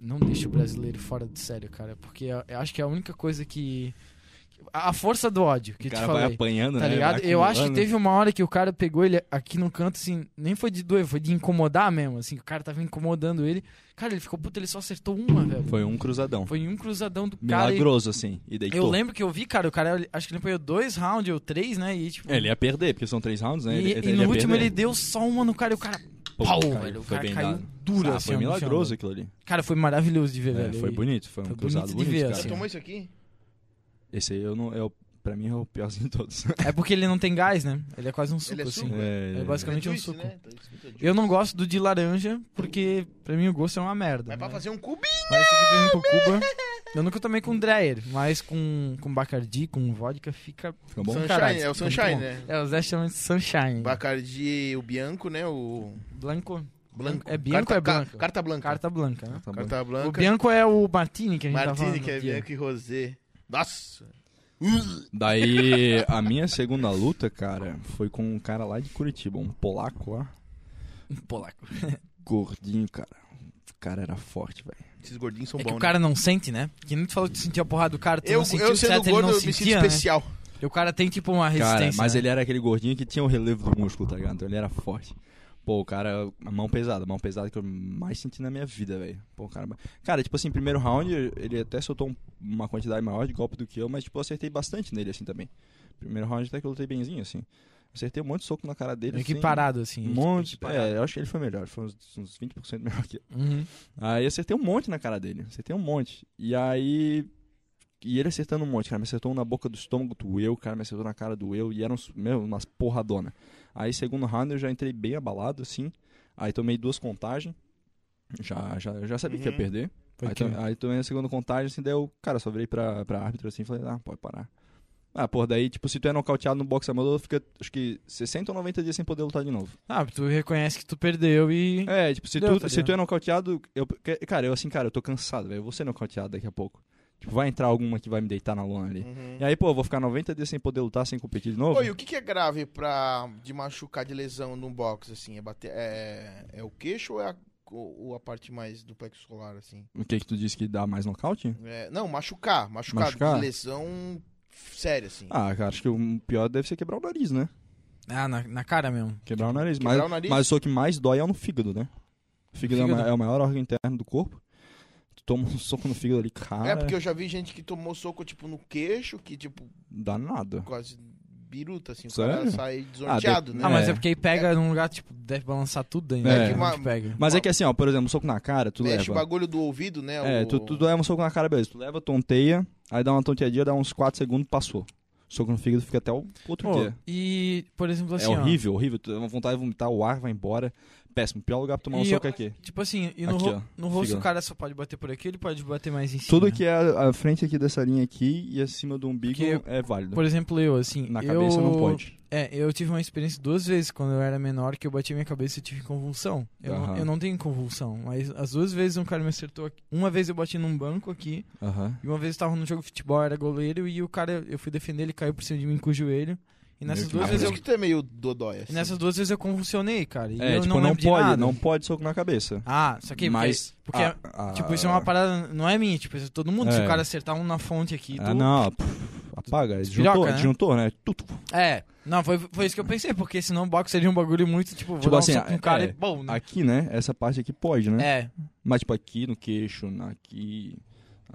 Speaker 2: não deixa o brasileiro fora do sério, cara, porque eu, eu acho que é a única coisa que... A a força do ódio, que
Speaker 4: o
Speaker 2: eu te
Speaker 4: cara
Speaker 2: falei.
Speaker 4: vai apanhando,
Speaker 2: Tá
Speaker 4: né?
Speaker 2: ligado?
Speaker 4: Vai
Speaker 2: Eu acho que
Speaker 4: acumulando.
Speaker 2: teve uma hora que o cara pegou ele aqui no canto, assim, nem foi de doer, foi de incomodar mesmo, assim, o cara tava incomodando ele. Cara, ele ficou puto, ele só acertou uma, velho.
Speaker 4: Foi um cruzadão.
Speaker 2: Foi um cruzadão do cara. e-
Speaker 4: Milagroso, assim. E deitou.
Speaker 2: Eu lembro que eu vi, cara, o cara, ele- acho que ele apanhou dois rounds ou três, né? E tipo.
Speaker 4: É, Ele ia perder, porque são três rounds, né?
Speaker 2: e-
Speaker 4: Ele,
Speaker 2: e
Speaker 4: ele
Speaker 2: no
Speaker 4: ia
Speaker 2: último
Speaker 4: perder.
Speaker 2: ele deu só uma no cara e o cara.
Speaker 4: Pô,
Speaker 2: pau,
Speaker 4: caiu,
Speaker 2: velho. O
Speaker 4: foi
Speaker 2: cara
Speaker 4: bem
Speaker 2: caiu
Speaker 4: dado.
Speaker 2: duro
Speaker 4: Ah,
Speaker 2: assim.
Speaker 4: Foi
Speaker 2: ó, no chão,
Speaker 4: milagroso
Speaker 2: velho.
Speaker 4: aquilo ali.
Speaker 2: Cara, foi maravilhoso de ver,
Speaker 4: É,
Speaker 2: velho.
Speaker 4: foi
Speaker 2: E-
Speaker 4: bonito, foi um
Speaker 2: foi
Speaker 4: cruzado
Speaker 2: bonito de
Speaker 4: bonito,
Speaker 2: ver,
Speaker 4: cara.
Speaker 2: assim.
Speaker 1: Tomou isso aqui?
Speaker 4: Esse aí eu não, é o, pra mim é o piorzinho de todos.
Speaker 2: [laughs] É porque ele não tem gás, né? Ele é quase um suco,
Speaker 1: Ele é
Speaker 2: assim.
Speaker 1: suco,
Speaker 4: É,
Speaker 2: É basicamente um
Speaker 1: juice,
Speaker 2: suco.
Speaker 1: né? Tá escrito juice.
Speaker 2: Eu não gosto do de laranja, porque pra mim o gosto é uma merda.
Speaker 1: Mas
Speaker 2: né?
Speaker 1: pra fazer um cubi.
Speaker 2: Mas esse aqui, por exemplo, Cuba. Eu nunca tomei com Dreyer, mas com, com Bacardi, com vodka, fica.
Speaker 4: Fica bom?
Speaker 2: São-
Speaker 1: Sunshine,
Speaker 2: caralho,
Speaker 1: é o
Speaker 2: isso é muito
Speaker 1: Sunshine,
Speaker 2: bom.
Speaker 1: né?
Speaker 2: É, o Zé chama de Sunshine.
Speaker 1: Bacardi, o Bianco, né? O
Speaker 2: Blanco.
Speaker 1: Blanco.
Speaker 2: É Bianco ou
Speaker 1: Carta-
Speaker 2: é Blanco?
Speaker 1: ca- Carta Blanca.
Speaker 2: Carta branca, né?
Speaker 4: Tá bom.
Speaker 1: Carta
Speaker 2: O
Speaker 1: Blanca.
Speaker 2: Bianco é o Martini que a gente tá
Speaker 1: Martini,
Speaker 2: falando.
Speaker 1: que é
Speaker 2: aqui.
Speaker 1: Bianco e Rosé. Nossa. Uh,
Speaker 4: Daí, a minha segunda luta, cara, foi com um cara lá de Curitiba, um polaco lá,
Speaker 2: Polaco.
Speaker 4: gordinho, cara. O cara era forte, velho.
Speaker 1: Esses gordinhos são
Speaker 2: É que
Speaker 1: bons,
Speaker 2: o
Speaker 1: né?
Speaker 2: cara não sente, né? Que nem tu falou que tu sentia a porrada do cara, tu
Speaker 1: Eu,
Speaker 2: não sentiu,
Speaker 1: eu sendo
Speaker 2: certo? Ele
Speaker 1: gordo,
Speaker 2: não
Speaker 1: eu me sinto
Speaker 2: sentia, né?
Speaker 1: especial.
Speaker 2: E o cara tem tipo uma resistência.
Speaker 4: Cara, mas
Speaker 2: né?
Speaker 4: ele era aquele gordinho que tinha o relevo do músculo, tá ligado? Então ele era forte. Pô, o cara, a mão pesada, a mão pesada que eu mais senti na minha vida, velho. Pô, cara, cara, tipo assim, primeiro round, ele até soltou um- uma quantidade maior de golpe do que eu, mas tipo, eu acertei bastante nele, assim, também. Primeiro round até que eu lutei benzinho, assim. Acertei um monte de soco na cara dele,
Speaker 2: Meio que
Speaker 4: assim,
Speaker 2: parado, assim.
Speaker 4: Um monte,
Speaker 2: equiparado.
Speaker 4: é, eu acho que ele foi melhor, foi uns, uns 20% [laughs] melhor que eu.
Speaker 2: Uhum.
Speaker 4: Aí acertei um monte na cara dele. Acertei um monte. E aí. E ele acertando um monte, cara. Me acertou um na boca do estômago, doeu, cara. Me acertou na cara, doeu. E eram uns- meu, umas porradona. Aí, segundo round, eu já entrei bem abalado, assim. Aí tomei duas contagens. Já, já, eu já sabia que ia
Speaker 1: Uhum.
Speaker 4: perder.
Speaker 2: Foi
Speaker 4: aí,
Speaker 2: que-
Speaker 4: to- aí tomei a segunda contagem, assim, daí eu, cara, só virei pra, pra árbitro assim e falei, ah, pode parar. Ah, pô, daí, tipo, se tu é nocauteado no boxe amador, fica, acho que 60 ou 90 dias sem poder lutar de novo.
Speaker 2: Ah, tu reconhece que tu perdeu e.
Speaker 4: É, tipo, se,
Speaker 2: Deu,
Speaker 4: tu,
Speaker 2: tá
Speaker 4: se tu
Speaker 2: ligado?
Speaker 4: é nocauteado, eu, que- cara, eu assim, cara, eu tô cansado, velho, eu vou ser nocauteado daqui a pouco. Tipo, vai entrar alguma que vai me deitar na lona ali.
Speaker 1: Uhum.
Speaker 4: E aí, pô, eu vou ficar 90 dias sem poder lutar, sem competir de novo?
Speaker 1: Oi, o que, que é grave pra de machucar de lesão no box, assim? É, bater, é, é o queixo ou é a, ou, ou a parte mais do plexo solar, assim?
Speaker 4: O que que tu disse que dá mais nocaute?
Speaker 1: É, não, machucar, machucar,
Speaker 4: Machucar?
Speaker 1: de lesão séria, assim.
Speaker 4: Ah, cara, acho que o pior deve ser quebrar o nariz, né?
Speaker 2: Ah, na, na cara mesmo.
Speaker 4: Quebrar o nariz.
Speaker 1: Quebrar
Speaker 4: mas,
Speaker 1: o nariz?
Speaker 4: mas o soco que mais dói é no fígado, né? O fígado, É, o
Speaker 2: Fígado?
Speaker 4: ma- é o maior órgão interno do corpo. Tu toma um [laughs] soco no fígado ali, cara,
Speaker 1: é, porque eu já vi gente que tomou soco, tipo, no queixo, que, tipo,
Speaker 4: dá nada.
Speaker 1: quase biruta, assim. O
Speaker 4: Sério?
Speaker 1: cara sai desorteado,
Speaker 4: Ah,
Speaker 1: né?
Speaker 2: Ah, mas
Speaker 4: É.
Speaker 2: é porque aí pega num lugar, tipo, deve balançar tudo ainda.
Speaker 4: É.
Speaker 2: né?
Speaker 4: É que
Speaker 1: uma-
Speaker 2: Onde pega.
Speaker 4: Mas é que assim, ó, por exemplo, um soco na cara, tu
Speaker 1: Mexe
Speaker 4: leva...
Speaker 1: o bagulho do ouvido, né?
Speaker 4: É,
Speaker 1: o...
Speaker 4: tu, tu leva um soco na cara, beleza. Tu leva, tonteia, aí dá uma tonteadinha, dá uns 4 segundos, passou. Soco no fígado fica até o outro
Speaker 2: Pô,
Speaker 4: dia.
Speaker 2: e, por exemplo, assim.
Speaker 4: é
Speaker 2: ó,
Speaker 4: horrível, horrível. Tu dá uma vontade de vomitar, o ar vai embora. Péssimo. Pior lugar pra tomar um
Speaker 2: E
Speaker 4: soco
Speaker 2: eu-
Speaker 4: é aqui.
Speaker 2: Tipo assim, e no,
Speaker 4: Aqui,
Speaker 2: ro-
Speaker 4: ó,
Speaker 2: no rosto
Speaker 4: fígado.
Speaker 2: o cara só pode bater por aqui, ele pode bater mais em cima. né?
Speaker 4: Tudo que é a a frente aqui dessa linha aqui e acima do umbigo
Speaker 2: Porque,
Speaker 4: é válido.
Speaker 2: Por exemplo, eu, assim.
Speaker 4: Na
Speaker 2: eu-
Speaker 4: cabeça não pode.
Speaker 2: É, eu tive uma experiência duas vezes quando eu era menor que eu bati minha cabeça e tive convulsão. Eu, não,
Speaker 4: Aham.
Speaker 2: eu não tenho convulsão, mas as duas vezes um cara me acertou aqui. Uma vez eu bati num banco aqui,
Speaker 4: Aham.
Speaker 2: e uma vez eu tava num jogo de futebol, eu era goleiro, e o cara, eu fui defender, ele caiu por cima de mim com o joelho. E nessas,
Speaker 4: Meu
Speaker 1: Ah, por
Speaker 2: duas
Speaker 4: Deus.
Speaker 2: vezes,
Speaker 1: isso
Speaker 2: eu,
Speaker 1: que tu é meio dodói,
Speaker 2: e
Speaker 1: assim.
Speaker 2: nessas duas vezes eu convulsionei, cara. E
Speaker 4: É,
Speaker 2: eu
Speaker 4: tipo,
Speaker 2: não,
Speaker 4: não,
Speaker 2: lembro de
Speaker 4: pode,
Speaker 2: nada.
Speaker 4: não pode soco na cabeça.
Speaker 2: Ah, só que
Speaker 4: Mas.
Speaker 2: porque, porque
Speaker 4: a- a-
Speaker 2: tipo, isso é uma parada, não é minha, tipo, isso é todo mundo. Se
Speaker 4: É.
Speaker 2: o cara acertar um na fonte aqui,
Speaker 4: Ah,
Speaker 2: tu-
Speaker 4: não. pff, apaga.
Speaker 2: Despiroca,
Speaker 4: Juntou,
Speaker 2: né?
Speaker 4: juntou, né? Tu, tu,
Speaker 2: É, não, foi, foi isso que eu pensei, porque senão o boxe seria um bagulho muito, tipo, vou
Speaker 4: Tipo
Speaker 2: dar um
Speaker 4: assim,
Speaker 2: soco no cara
Speaker 4: é,
Speaker 2: e bom, né?
Speaker 4: Aqui, né? Essa parte aqui pode, né?
Speaker 2: É,
Speaker 4: Mas, tipo, aqui no queixo, na- aqui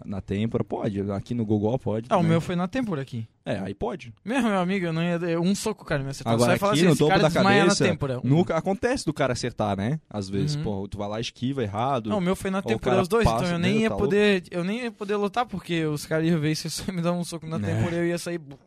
Speaker 4: na têmpora, pode. Aqui no gogó, pode.
Speaker 2: Ah, o
Speaker 4: também.
Speaker 2: meu foi na têmpora aqui.
Speaker 4: É, aí pode.
Speaker 2: Meu, meu amigo, eu não ia. eu- Um soco, cara, me acertou.
Speaker 4: Agora
Speaker 2: Você vai
Speaker 4: aqui
Speaker 2: falar assim,
Speaker 4: no
Speaker 2: esse
Speaker 4: topo
Speaker 2: cara
Speaker 4: da
Speaker 2: desmaia
Speaker 4: cabeça,
Speaker 2: na têmpora. Um.
Speaker 4: Nunca acontece do cara acertar, né? Às vezes,
Speaker 2: Uhum.
Speaker 4: pô, tu vai lá, esquiva errado.
Speaker 2: Não, o meu foi na
Speaker 4: o
Speaker 2: têmpora
Speaker 4: cara
Speaker 2: os dois,
Speaker 4: passa,
Speaker 2: então eu
Speaker 4: né,
Speaker 2: nem ia
Speaker 4: tá louco.
Speaker 2: poder. Eu nem ia poder lutar, porque os caras iam ver se você me dar um soco na
Speaker 4: É.
Speaker 2: têmpora eu ia sair bu-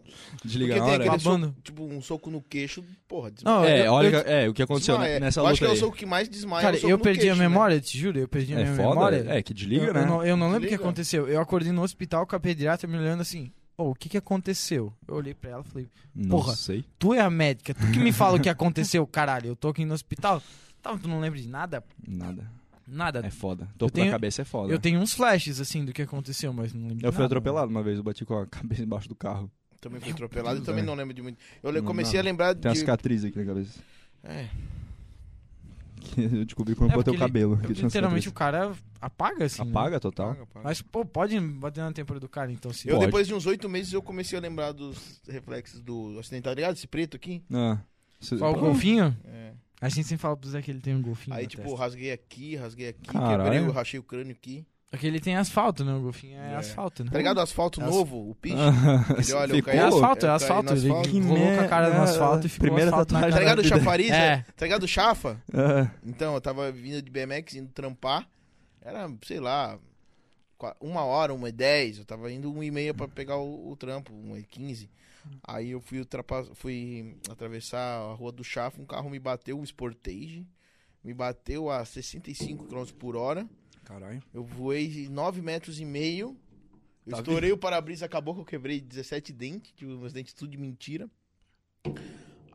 Speaker 4: Desliga
Speaker 1: Porque
Speaker 4: na
Speaker 1: tem
Speaker 4: hora.
Speaker 1: aquele
Speaker 2: babando.
Speaker 1: soco, tipo, um soco no queixo, porra, desmaia.
Speaker 2: Não,
Speaker 4: É,
Speaker 2: eu-
Speaker 4: olha,
Speaker 2: eu-
Speaker 4: que- é, o que aconteceu
Speaker 1: Desmaia.
Speaker 4: nessa
Speaker 1: eu acho
Speaker 4: luta
Speaker 1: que é o
Speaker 4: aí.
Speaker 1: soco que mais desmaia. é o
Speaker 2: Cara,
Speaker 1: soco
Speaker 2: eu
Speaker 1: no
Speaker 2: perdi
Speaker 1: queixo,
Speaker 2: a
Speaker 1: né?
Speaker 2: memória, te juro, eu perdi a
Speaker 4: É
Speaker 2: minha
Speaker 4: foda,
Speaker 2: memória.
Speaker 4: é que desliga,
Speaker 2: eu,
Speaker 4: né?
Speaker 2: eu não, eu não lembro o que
Speaker 1: Desliga.
Speaker 2: aconteceu. Eu acordei no hospital com a pediatra me olhando assim. Pô, o que que aconteceu? Eu olhei pra ela e falei,
Speaker 4: Não
Speaker 2: Porra.
Speaker 4: sei.
Speaker 2: tu é a médica, tu que me fala
Speaker 4: [laughs]
Speaker 2: o que aconteceu, caralho. Eu tô aqui no hospital. Tá, tu não lembra de nada?
Speaker 4: Nada.
Speaker 2: Nada.
Speaker 4: É foda. Topo
Speaker 2: tenho-
Speaker 4: da cabeça é foda.
Speaker 2: Eu tenho uns flashes, assim, do que aconteceu, mas não lembro.
Speaker 4: Eu fui
Speaker 2: nada.
Speaker 4: atropelado uma vez, eu bati com a [laughs] cabeça embaixo do carro.
Speaker 1: Também fui atropelado
Speaker 4: Deus,
Speaker 1: e também
Speaker 4: velho.
Speaker 1: não lembro de muito. Eu le-
Speaker 4: Não,
Speaker 1: comecei
Speaker 4: nada.
Speaker 1: a lembrar
Speaker 4: Tem uma
Speaker 1: de.
Speaker 4: cicatriz aqui na cabeça. [laughs]
Speaker 1: É.
Speaker 4: Que eu descobri quando
Speaker 2: É,
Speaker 4: eu botei
Speaker 2: porque
Speaker 4: o
Speaker 2: ele-
Speaker 4: cabelo. que tinha uma
Speaker 2: Literalmente o
Speaker 4: cicatriz.
Speaker 2: cara apaga, assim. né?
Speaker 4: Apaga total.
Speaker 1: Paga, paga.
Speaker 2: Mas, pô, pode bater na têmpora do cara, então, se...
Speaker 1: Eu,
Speaker 4: Pode.
Speaker 1: depois de uns oito meses, eu comecei a lembrar dos reflexos do acidente, tá ligado? Esse preto aqui.
Speaker 4: Ah, se-
Speaker 2: Só o golfinho,
Speaker 1: É.
Speaker 2: a gente sempre fala pro Zé que ele tem um golfinho
Speaker 1: Aí,
Speaker 2: na
Speaker 1: tipo,
Speaker 2: testa.
Speaker 1: rasguei aqui, rasguei aqui,
Speaker 4: Caralho.
Speaker 1: quebrei, eu rachei o crânio aqui.
Speaker 2: É que ele tem asfalto, né? O golfinho é,
Speaker 1: É.
Speaker 2: asfalto, né?
Speaker 1: Tá ligado? O asfalto
Speaker 2: As-
Speaker 1: novo, o piche.
Speaker 4: Ah.
Speaker 1: Ele olha, eu
Speaker 4: Ficou?
Speaker 2: É
Speaker 1: Pô,
Speaker 2: asfalto, é
Speaker 1: eu caí
Speaker 2: asfalto.
Speaker 1: no
Speaker 2: Ele
Speaker 1: asfalto.
Speaker 2: colocou
Speaker 4: Que
Speaker 2: a cara no
Speaker 4: merda.
Speaker 2: asfalto e ficou
Speaker 4: Primeira
Speaker 2: asfalto na
Speaker 4: tatuagem
Speaker 1: Tá ligado
Speaker 2: cara.
Speaker 4: [laughs]
Speaker 1: o chafariz?
Speaker 2: É.
Speaker 1: né? Tá ligado o chafa?
Speaker 4: Ah,
Speaker 1: É. Então, eu tava vindo de BMX, indo trampar. Era, sei lá, qua- uma hora, uma e dez, eu tava indo uma e meia pra pegar o, o trampo, uma e quinze. Aí eu fui, ultrapass... fui atravessar a rua do Chafo, um carro me bateu, um Sportage, me bateu a 65 km por hora.
Speaker 4: Caralho.
Speaker 1: Eu voei 9 metros e meio. Eu
Speaker 4: Tá
Speaker 1: estourei o para-brisa, acabou que eu quebrei 17 dentes, tive meus dentes tudo de mentira.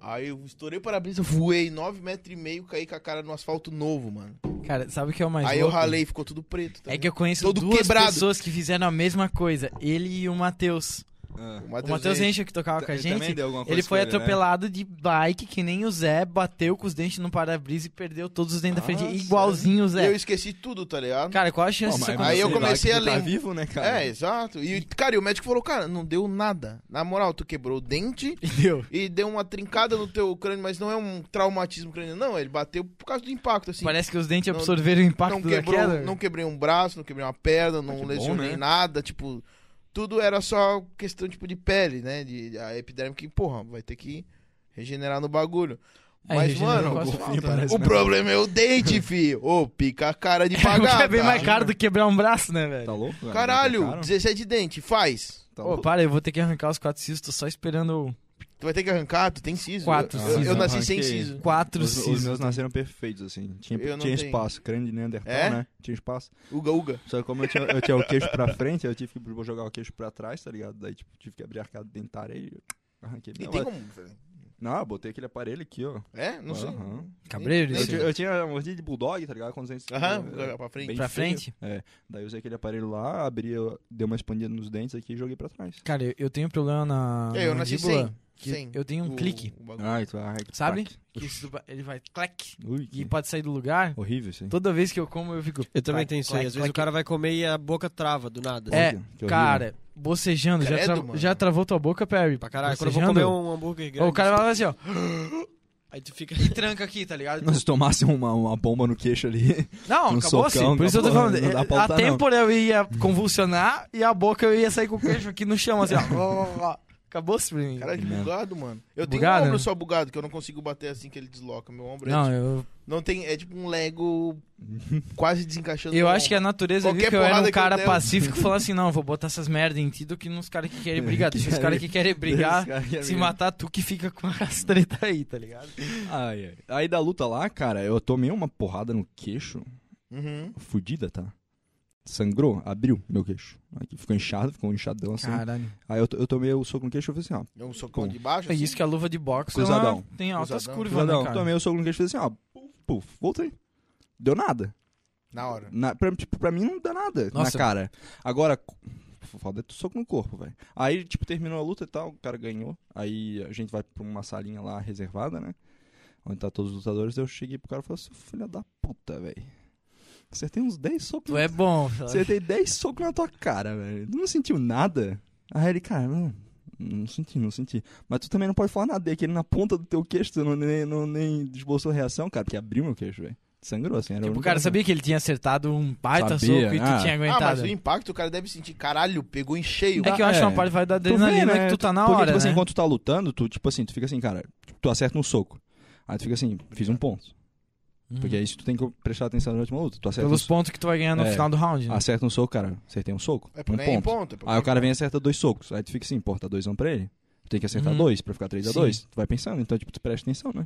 Speaker 1: Aí eu estourei o para-brisa, voei 9 metros e meio, caí com a cara no asfalto novo, mano.
Speaker 2: Cara, sabe o que é o mais
Speaker 1: Tá Aí eu
Speaker 2: louco?
Speaker 1: ralei, ficou tudo preto. tá
Speaker 2: É que
Speaker 1: ligado?
Speaker 2: eu conheço
Speaker 1: Todo
Speaker 2: duas
Speaker 1: quebrado.
Speaker 2: pessoas que fizeram a mesma coisa. Ele e o Matheus.
Speaker 1: O é
Speaker 2: O Matheus Enche que tocava Ah, com a gente.
Speaker 4: deu alguma
Speaker 2: Ele foi
Speaker 4: com né?
Speaker 2: atropelado de bike, que nem o Zé, bateu com os dentes no para-brisa e perdeu todos os dentes da frente,
Speaker 4: Ah,
Speaker 2: igualzinho o Zé.
Speaker 1: Eu esqueci tudo, tá ligado?
Speaker 2: Cara, qual a
Speaker 4: Pô,
Speaker 2: chance
Speaker 4: mas
Speaker 2: disso
Speaker 4: mas
Speaker 1: Aí eu
Speaker 4: sei
Speaker 2: acontecer?
Speaker 1: comecei
Speaker 4: lá, que
Speaker 1: a
Speaker 4: tu tá
Speaker 1: lem-
Speaker 4: vivo, né, cara?
Speaker 1: É, exato. E, cara, e o médico falou, cara, não deu nada. Na moral, tu quebrou o dente
Speaker 2: Entendeu?
Speaker 1: e deu uma trincada no teu crânio, mas não é um traumatismo crânio, não. Ele bateu por causa do impacto, assim.
Speaker 2: Parece que os dentes
Speaker 1: Não-
Speaker 2: absorveram [laughs] o impacto
Speaker 1: não quebrou,
Speaker 2: da queda.
Speaker 1: não quebrei um braço, não quebrei uma perna, não
Speaker 4: que bom,
Speaker 1: lesionei
Speaker 4: né?
Speaker 1: nada, tipo, tudo era só questão tipo de pele, né? De a epiderme que, porra, vai ter que regenerar no bagulho.
Speaker 2: É,
Speaker 1: Mas,
Speaker 2: regenerar
Speaker 1: mano,
Speaker 2: no
Speaker 1: o,
Speaker 2: asfalto, né?
Speaker 4: parece, né?
Speaker 1: problema é o
Speaker 2: [laughs]
Speaker 1: dente, fi. Ô, pica a cara de
Speaker 2: O
Speaker 1: pagar.
Speaker 2: que é bem
Speaker 1: tá?
Speaker 2: mais caro é do que quebrar um braço, né,
Speaker 4: Tá
Speaker 2: velho?
Speaker 4: louco? cara? Tá
Speaker 1: Caralho,
Speaker 4: caro?
Speaker 1: 17 dente, faz.
Speaker 4: Tá
Speaker 2: Ô,
Speaker 4: louco?
Speaker 2: para, eu vou ter que arrancar os quatro cistos, tô só esperando
Speaker 1: Tu vai ter que arrancar, tu tem siso.
Speaker 2: Quatro
Speaker 1: eu, eu,
Speaker 2: siso, né?
Speaker 1: eu nasci sem
Speaker 4: arranquei.
Speaker 1: siso.
Speaker 2: quatro
Speaker 4: Os, os
Speaker 2: cistos.
Speaker 4: meus nasceram perfeitos, assim. Tinha,
Speaker 1: Eu não
Speaker 4: tinha
Speaker 1: tenho.
Speaker 4: espaço, crânio de Neandertal,
Speaker 1: É?
Speaker 4: né? Tinha espaço.
Speaker 1: Uga, uga.
Speaker 4: Só que como eu tinha, eu tinha o queixo pra frente, eu tive que jogar o queixo pra trás, tá ligado? Daí tipo, tive que abrir a arcada dentária e arranquei.
Speaker 1: E
Speaker 4: Não,
Speaker 1: tem
Speaker 4: mas-
Speaker 1: como. velho?
Speaker 4: não, eu botei aquele aparelho aqui, ó.
Speaker 1: É? Não sei.
Speaker 4: Aham.
Speaker 2: Cabreiro,
Speaker 1: Nem-
Speaker 4: Eu,
Speaker 1: Sim.
Speaker 2: isso?
Speaker 4: tinha- eu tinha mordida de bulldog, tá ligado? Quando você
Speaker 1: Aham, pra frente.
Speaker 4: bem
Speaker 2: Pra
Speaker 4: feio.
Speaker 2: frente?
Speaker 4: É. Daí eu usei aquele aparelho lá, abri, eu- dei uma expandida nos dentes aqui e joguei pra trás.
Speaker 2: Cara, eu, eu tenho um problema na
Speaker 1: É, eu nasci
Speaker 2: mandíbula,
Speaker 1: sem.
Speaker 2: que
Speaker 1: sem.
Speaker 2: Eu tenho um
Speaker 1: o-
Speaker 2: clique,
Speaker 1: o bagulho.
Speaker 4: Ai, tu ai, que
Speaker 2: sabe?
Speaker 4: craque.
Speaker 2: Que isso vai- ele vai clac
Speaker 4: Ui,
Speaker 2: e
Speaker 4: que
Speaker 2: pode sair do lugar.
Speaker 4: horrível isso aí.
Speaker 2: Toda vez que eu como, eu fico...
Speaker 3: Eu também
Speaker 2: clac,
Speaker 3: tenho isso aí.
Speaker 2: clac,
Speaker 3: Às vezes o
Speaker 2: clac.
Speaker 3: cara vai comer e a boca trava do nada.
Speaker 2: É,
Speaker 4: Olha, que horrível.
Speaker 2: Cara, bocejando. já,
Speaker 1: Credo,
Speaker 2: tra-
Speaker 1: mano.
Speaker 2: já travou tua boca, Perry?
Speaker 3: assim, Pra caralho, quando eu
Speaker 2: bocejando?
Speaker 3: vou comer um hambúrguer grande,
Speaker 2: Tá Ô, O cara vai fazer assim, ó.
Speaker 3: aí tu fica...
Speaker 2: E tranca aqui, tá ligado?
Speaker 4: [laughs] Nós tomasse uma, uma bomba no queixo ali.
Speaker 2: Não,
Speaker 4: [laughs] Um
Speaker 2: acabou
Speaker 4: socão,
Speaker 2: assim. Por isso eu tô
Speaker 4: acabou,
Speaker 2: falando.
Speaker 4: não dá pra
Speaker 2: A
Speaker 4: voltar,
Speaker 2: têmpora né, eu ia convulsionar e a boca eu ia sair com o queijo aqui no chão, assim,
Speaker 4: [laughs]
Speaker 2: ó. Acabou-se pra mim.
Speaker 1: Cara, é de
Speaker 4: Merda.
Speaker 1: bugado, mano. Eu tenho
Speaker 2: Bugado,
Speaker 1: um ombro
Speaker 2: né?
Speaker 1: só bugado, que eu não consigo bater assim que ele desloca. Meu ombro é,
Speaker 2: Não,
Speaker 1: tipo,
Speaker 2: eu,
Speaker 1: não tem. É tipo um Lego quase desencaixando.
Speaker 2: eu
Speaker 1: no
Speaker 2: acho que é- a natureza viu
Speaker 1: Qualquer
Speaker 2: que eu era
Speaker 1: porrada
Speaker 2: um
Speaker 1: que eu
Speaker 2: cara
Speaker 1: der-
Speaker 2: pacífico e falou assim: não, vou botar essas merda em ti do que nos caras que querem brigar. Deixa os caras que querem [laughs] brigar
Speaker 4: é
Speaker 2: se matar, tu que fica com as treta aí, tá ligado?
Speaker 4: Ai, ai. Aí da luta lá, cara, eu tomei uma porrada no queixo,
Speaker 1: ombro. Uhum.
Speaker 4: fudida, tá? Sangrou, abriu meu queixo. Aqui ficou inchado, ficou inchadão assim.
Speaker 2: Caralho.
Speaker 4: Aí eu, to- eu tomei o soco no queixo e falei assim, ó.
Speaker 1: É um socão
Speaker 4: Bom,
Speaker 1: de baixo.
Speaker 2: É
Speaker 1: assim.
Speaker 2: isso que a luva de boxe ela
Speaker 4: Cruzadão.
Speaker 2: tem altas
Speaker 1: Cruzadão.
Speaker 2: curvas,
Speaker 4: Não,
Speaker 2: né, cara?
Speaker 4: tomei o soco no queixo e falei assim, ó. Puf, puf, voltei. Deu nada.
Speaker 1: Na hora.
Speaker 4: Na, pra, tipo, pra mim não dá nada
Speaker 2: Nossa.
Speaker 4: na cara. Agora, f- foda é tu soco no corpo, velho. Aí, tipo, terminou a luta e tal, o cara ganhou. Aí a gente vai pra uma salinha lá reservada, né? Onde tá todos os lutadores. Eu cheguei pro cara e falei assim, filha da puta, velho. Acertei uns 10 socos.
Speaker 2: Tu é bom.
Speaker 4: Acertei 10 socos na tua cara, velho. Tu não sentiu nada? Aí ele, cara, não, não senti, não senti. Mas tu também não pode falar nada dele, que ele na ponta do teu queixo, tu não, nem, não, nem desbolsou reação, cara, porque abriu meu queixo, velho. Sangrou, assim. Era a
Speaker 2: Tipo, o
Speaker 4: única
Speaker 2: cara
Speaker 4: razão.
Speaker 2: sabia que ele tinha acertado um baita
Speaker 4: Sabia,
Speaker 2: soco e tu
Speaker 4: ah.
Speaker 2: tinha
Speaker 1: Ah, mas
Speaker 2: aguentado.
Speaker 1: o impacto o cara deve sentir. Caralho, pegou em cheio.
Speaker 2: é que eu acho
Speaker 4: É.
Speaker 2: uma parte vai da
Speaker 4: Tu vê,
Speaker 2: adrenalina
Speaker 4: né?
Speaker 2: que tu tá na
Speaker 4: Porque,
Speaker 2: hora,
Speaker 4: tipo assim,
Speaker 2: né?
Speaker 4: enquanto tu tá lutando, tu, tipo assim, tu fica assim, cara, tipo, tu acerta um soco. Aí tu fica assim, fiz um ponto.
Speaker 2: Uhum.
Speaker 4: Porque é isso que tu tem que prestar atenção na última luta. Tu acerta, um,
Speaker 2: Pelos
Speaker 4: so-
Speaker 2: pontos que tu vai ganhar no
Speaker 4: É.
Speaker 2: final do round. né?
Speaker 4: acerta um soco, cara, acertei um soco.
Speaker 1: É
Speaker 4: um
Speaker 1: pra ganhar em
Speaker 4: ponto.
Speaker 1: ponto. é pra
Speaker 2: Ah,
Speaker 4: Aí o cara vem
Speaker 1: ganhar em
Speaker 4: e
Speaker 1: ponto.
Speaker 4: acerta dois socos. Aí tu fica assim, pô, tá dois a um pra ele. Tu tem que acertar
Speaker 2: Uhum.
Speaker 4: dois pra ficar 3 a
Speaker 2: Sim.
Speaker 4: 2 Tu vai pensando, então, tipo, tu presta atenção, né?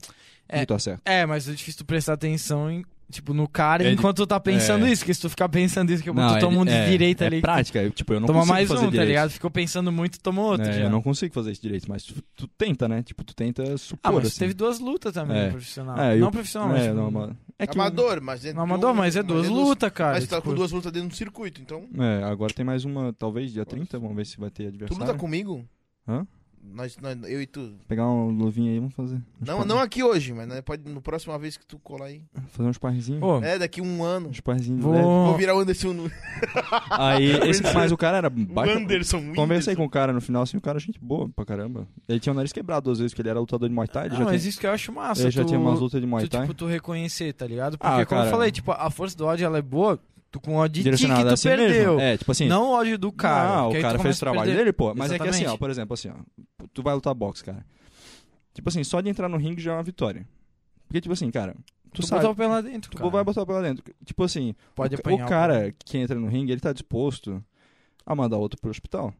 Speaker 2: É.
Speaker 4: E tu acerta.
Speaker 2: É, mas é difícil tu prestar atenção em, tipo, no cara
Speaker 4: Ele-
Speaker 2: enquanto tu tá pensando
Speaker 4: É.
Speaker 2: isso, porque se tu ficar pensando isso, que
Speaker 4: Não,
Speaker 2: tu toma um
Speaker 4: ele-
Speaker 2: de
Speaker 4: é,
Speaker 2: direita
Speaker 4: é
Speaker 2: ali.
Speaker 4: prática. eu, Tipo, eu não
Speaker 2: toma
Speaker 4: consigo
Speaker 2: mais um,
Speaker 4: fazer
Speaker 2: tá
Speaker 4: direito.
Speaker 2: ligado? Ficou pensando muito, toma outro
Speaker 4: É,
Speaker 2: já.
Speaker 4: Eu não consigo fazer isso direito, mas tu, tu tenta, né? Tipo, tu tenta supor,
Speaker 2: Ah, mas
Speaker 4: assim.
Speaker 2: teve duas lutas também
Speaker 4: É.
Speaker 2: no profissional.
Speaker 4: É, eu-
Speaker 2: não profissional, mas.
Speaker 4: É,
Speaker 2: tipo,
Speaker 4: não, mas- é que o-
Speaker 1: Amador, mas é.
Speaker 2: não amador, mas é duas lutas, cara.
Speaker 1: Mas tu tá
Speaker 2: tipo,
Speaker 1: com duas lutas dentro do circuito, então.
Speaker 4: É, agora tem mais uma, talvez dia 30, vamos ver se vai ter
Speaker 1: Tu
Speaker 4: adversário.
Speaker 1: luta comigo?
Speaker 4: Hã?
Speaker 1: Nós, nós- eu e tu.
Speaker 4: Pegar um luvinha aí, vamos fazer.
Speaker 1: Não, não aqui hoje, mas nós pode, no próxima vez que tu colar aí.
Speaker 4: Fazer um uns parrezinhos.
Speaker 2: Pô,
Speaker 1: É, daqui um ano.
Speaker 4: Uns parrezinhos de leve.
Speaker 1: Vou
Speaker 2: vou.
Speaker 1: virar o Anderson. no-
Speaker 2: [laughs]
Speaker 4: Aí, esse, mas o cara era
Speaker 1: O
Speaker 4: baita.
Speaker 1: Anderson.
Speaker 4: Conversei com o cara no final, assim, o cara é gente boa pra caramba. Ele tinha o nariz quebrado duas vezes, porque ele era lutador de Muay Thai. Ele
Speaker 2: Ah,
Speaker 4: já,
Speaker 2: mas
Speaker 4: tinha,
Speaker 2: isso que eu acho massa.
Speaker 4: ele já
Speaker 2: tu-
Speaker 4: tinha umas lutas de Muay
Speaker 2: tu,
Speaker 4: Thai.
Speaker 2: tipo, tu reconhecer, tá ligado? Porque,
Speaker 4: Ah,
Speaker 2: como eu
Speaker 4: cara.
Speaker 2: falei, tipo, a força do ódio, ela é boa, tu com ódio de ti que
Speaker 4: direcionado
Speaker 2: tu
Speaker 4: assim
Speaker 2: perdeu.
Speaker 4: mesmo. É, tipo assim.
Speaker 2: Não o ódio do cara. porque
Speaker 4: ah, o
Speaker 2: aí tu
Speaker 4: cara fez
Speaker 2: começa
Speaker 4: o
Speaker 2: a
Speaker 4: trabalho
Speaker 2: perder.
Speaker 4: dele, pô. Mas é que assim, ó,
Speaker 2: Exatamente.
Speaker 4: por exemplo, assim, ó. Tu vai lutar boxe, cara. Tipo assim, só de entrar no ringue já é uma vitória. Porque, tipo assim, cara, Tu,
Speaker 2: tu
Speaker 4: sabe.
Speaker 2: botar o pé lá dentro,
Speaker 4: Tu
Speaker 2: cara.
Speaker 4: vai botar o pé lá dentro. Tipo assim,
Speaker 2: Pode
Speaker 4: o, ca-
Speaker 2: apanhar. um
Speaker 4: o cara que entra no ringue, ele tá disposto a mandar outro pro hospital.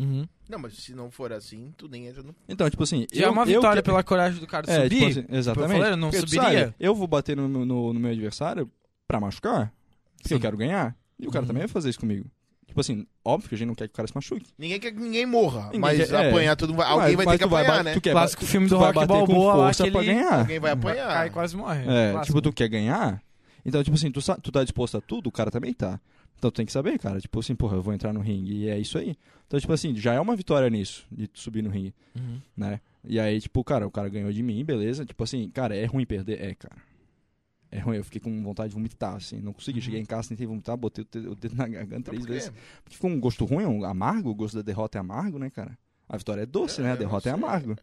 Speaker 2: Uhum.
Speaker 1: Não, mas se não for assim, tu nem entra no.
Speaker 4: Então, tipo assim.
Speaker 2: Já
Speaker 4: eu,
Speaker 2: é uma
Speaker 4: eu
Speaker 2: vitória
Speaker 4: que-
Speaker 2: pela coragem do cara de
Speaker 4: É,
Speaker 2: subir.
Speaker 4: tipo assim, exatamente.
Speaker 2: falei, eu não
Speaker 4: Porque tu
Speaker 2: subiria.
Speaker 4: sabe, eu vou bater no, no- no meu adversário pra machucar, porque eu
Speaker 2: Sim.
Speaker 4: quero ganhar. E o cara
Speaker 2: Uhum.
Speaker 4: também vai fazer isso comigo. Tipo assim, óbvio que a gente não quer que o cara se machuque.
Speaker 1: Ninguém quer que ninguém morra,
Speaker 4: Ninguém
Speaker 1: mas
Speaker 4: quer- é.
Speaker 1: apanhar todo mundo. vai- Alguém
Speaker 4: Mas-
Speaker 1: vai
Speaker 4: mas
Speaker 1: ter que
Speaker 4: tu vai
Speaker 1: apanhar,
Speaker 4: ba-
Speaker 1: né?
Speaker 4: Tu quer,
Speaker 2: Clássico filme
Speaker 4: tu
Speaker 2: do
Speaker 4: vai
Speaker 2: Rock
Speaker 4: bater com
Speaker 2: Balboa lá,
Speaker 4: força
Speaker 2: que
Speaker 4: pra
Speaker 2: ele
Speaker 4: ganhar.
Speaker 1: Alguém vai
Speaker 2: cai
Speaker 1: apanhar.
Speaker 2: e quase morre.
Speaker 4: É,
Speaker 2: Clássico.
Speaker 1: né?
Speaker 4: tipo, tu quer ganhar, então, tipo assim, tu, sa- tu tá disposto a tudo, o cara também tá. Então tu tem que saber, cara, tipo assim, porra, eu vou entrar no ringue e é isso aí. Então, tipo assim, já é uma vitória nisso, de tu subir no ringue,
Speaker 2: Uhum.
Speaker 4: né? E aí, tipo, cara, o cara ganhou de mim, beleza. Tipo assim, cara, é ruim perder? É, cara. É ruim, eu fiquei com vontade de vomitar, assim, não consegui.
Speaker 2: Uhum.
Speaker 4: Cheguei em casa, tentei vomitar, botei o dedo, o dedo na garganta
Speaker 1: Não,
Speaker 4: três
Speaker 1: porque-
Speaker 4: vezes. Porque ficou um gosto ruim, um amargo, o gosto da derrota é amargo, né, cara? A vitória é doce,
Speaker 1: É,
Speaker 4: né? A
Speaker 1: eu não
Speaker 4: derrota é
Speaker 1: sei.
Speaker 4: amargo.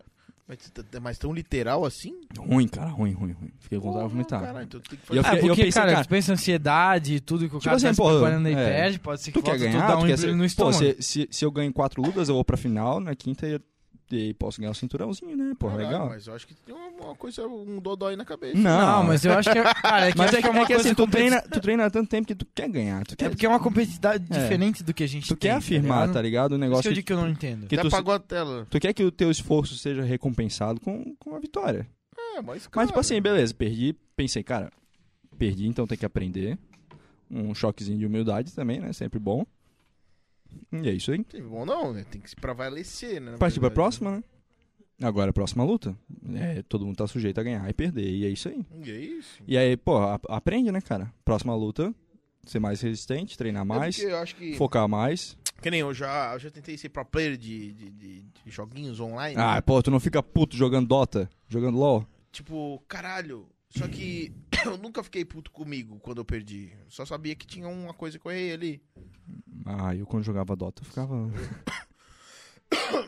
Speaker 1: Mas, t- mas tão literal assim?
Speaker 4: Ruim, cara, ruim, ruim, ruim. Fiquei com vontade de
Speaker 1: Porra,
Speaker 4: vomitar.
Speaker 1: caralho, então tu tem que
Speaker 4: E eu
Speaker 1: fazer-
Speaker 2: Ah,
Speaker 4: fiquei-
Speaker 2: porque,
Speaker 4: pensei,
Speaker 2: cara,
Speaker 4: cara-
Speaker 2: tu pensa em ansiedade e tudo que o
Speaker 4: Tipo
Speaker 2: cara
Speaker 4: assim,
Speaker 2: tá se
Speaker 4: porra,
Speaker 2: preparando e
Speaker 4: é.
Speaker 2: perde, pode ser que
Speaker 4: Tu quer
Speaker 2: volta,
Speaker 4: ganhar?
Speaker 2: tu dá
Speaker 4: tu
Speaker 2: um
Speaker 4: quer
Speaker 2: embrulho
Speaker 4: ser...
Speaker 2: no
Speaker 4: Pô,
Speaker 2: estômago.
Speaker 4: se, se, se eu ganho quatro lutas, eu vou pra final, na quinta e, e posso ganhar o cinturãozinho, né? Porra,
Speaker 1: Caralho,
Speaker 4: legal.
Speaker 1: Mas eu acho que tem uma, uma coisa, um dodói na cabeça. né?
Speaker 4: Não.
Speaker 2: Não, mas eu acho que é, cara, é que,
Speaker 4: Mas
Speaker 2: acho
Speaker 4: é,
Speaker 2: que é
Speaker 4: que-
Speaker 2: uma
Speaker 4: é que
Speaker 2: coisa
Speaker 4: assim, tu
Speaker 2: competi-
Speaker 4: treina, tu treina há tanto tempo que tu quer ganhar. Tu
Speaker 2: É
Speaker 4: quer,
Speaker 2: porque é uma competitividade
Speaker 4: É.
Speaker 2: diferente do que a gente
Speaker 4: tu
Speaker 2: tem,
Speaker 4: quer afirmar, tá
Speaker 2: ligado? Por
Speaker 4: ligado? O
Speaker 2: isso que
Speaker 4: negócio
Speaker 2: eu digo que eu não entendo.
Speaker 4: que
Speaker 1: Até
Speaker 4: tu se-
Speaker 1: apagou a tela.
Speaker 4: Tu quer que o teu esforço seja recompensado com, com a vitória.
Speaker 1: É, mas,
Speaker 4: Mas, tipo
Speaker 1: cara,
Speaker 4: assim, beleza, perdi, pensei, cara, perdi, então tem que aprender. Um choquezinho de humildade também, né? Sempre bom. E é isso aí.
Speaker 1: Tem bom não, né? Tem que se pra prevalecer, né? na
Speaker 4: Partir pra
Speaker 1: verdade.
Speaker 4: próxima, né? Agora, a próxima luta. É, todo mundo tá sujeito a ganhar e perder, e é isso aí.
Speaker 1: E é isso.
Speaker 4: E aí, pô, a- aprende, né, cara? Próxima luta, ser mais resistente, treinar
Speaker 1: É
Speaker 4: mais,
Speaker 1: porque eu acho que...
Speaker 4: focar mais.
Speaker 1: Que nem eu já, eu já tentei ser pro player de, de, de- de joguinhos online.
Speaker 4: Ah, pô, tu não fica puto jogando Dota, jogando LOL.
Speaker 1: Tipo, caralho. Só que [coughs] eu nunca fiquei puto comigo quando eu perdi. Eu Só sabia que tinha uma coisa que eu errei ali. [coughs]
Speaker 4: Ah, eu quando jogava Dota, eu ficava...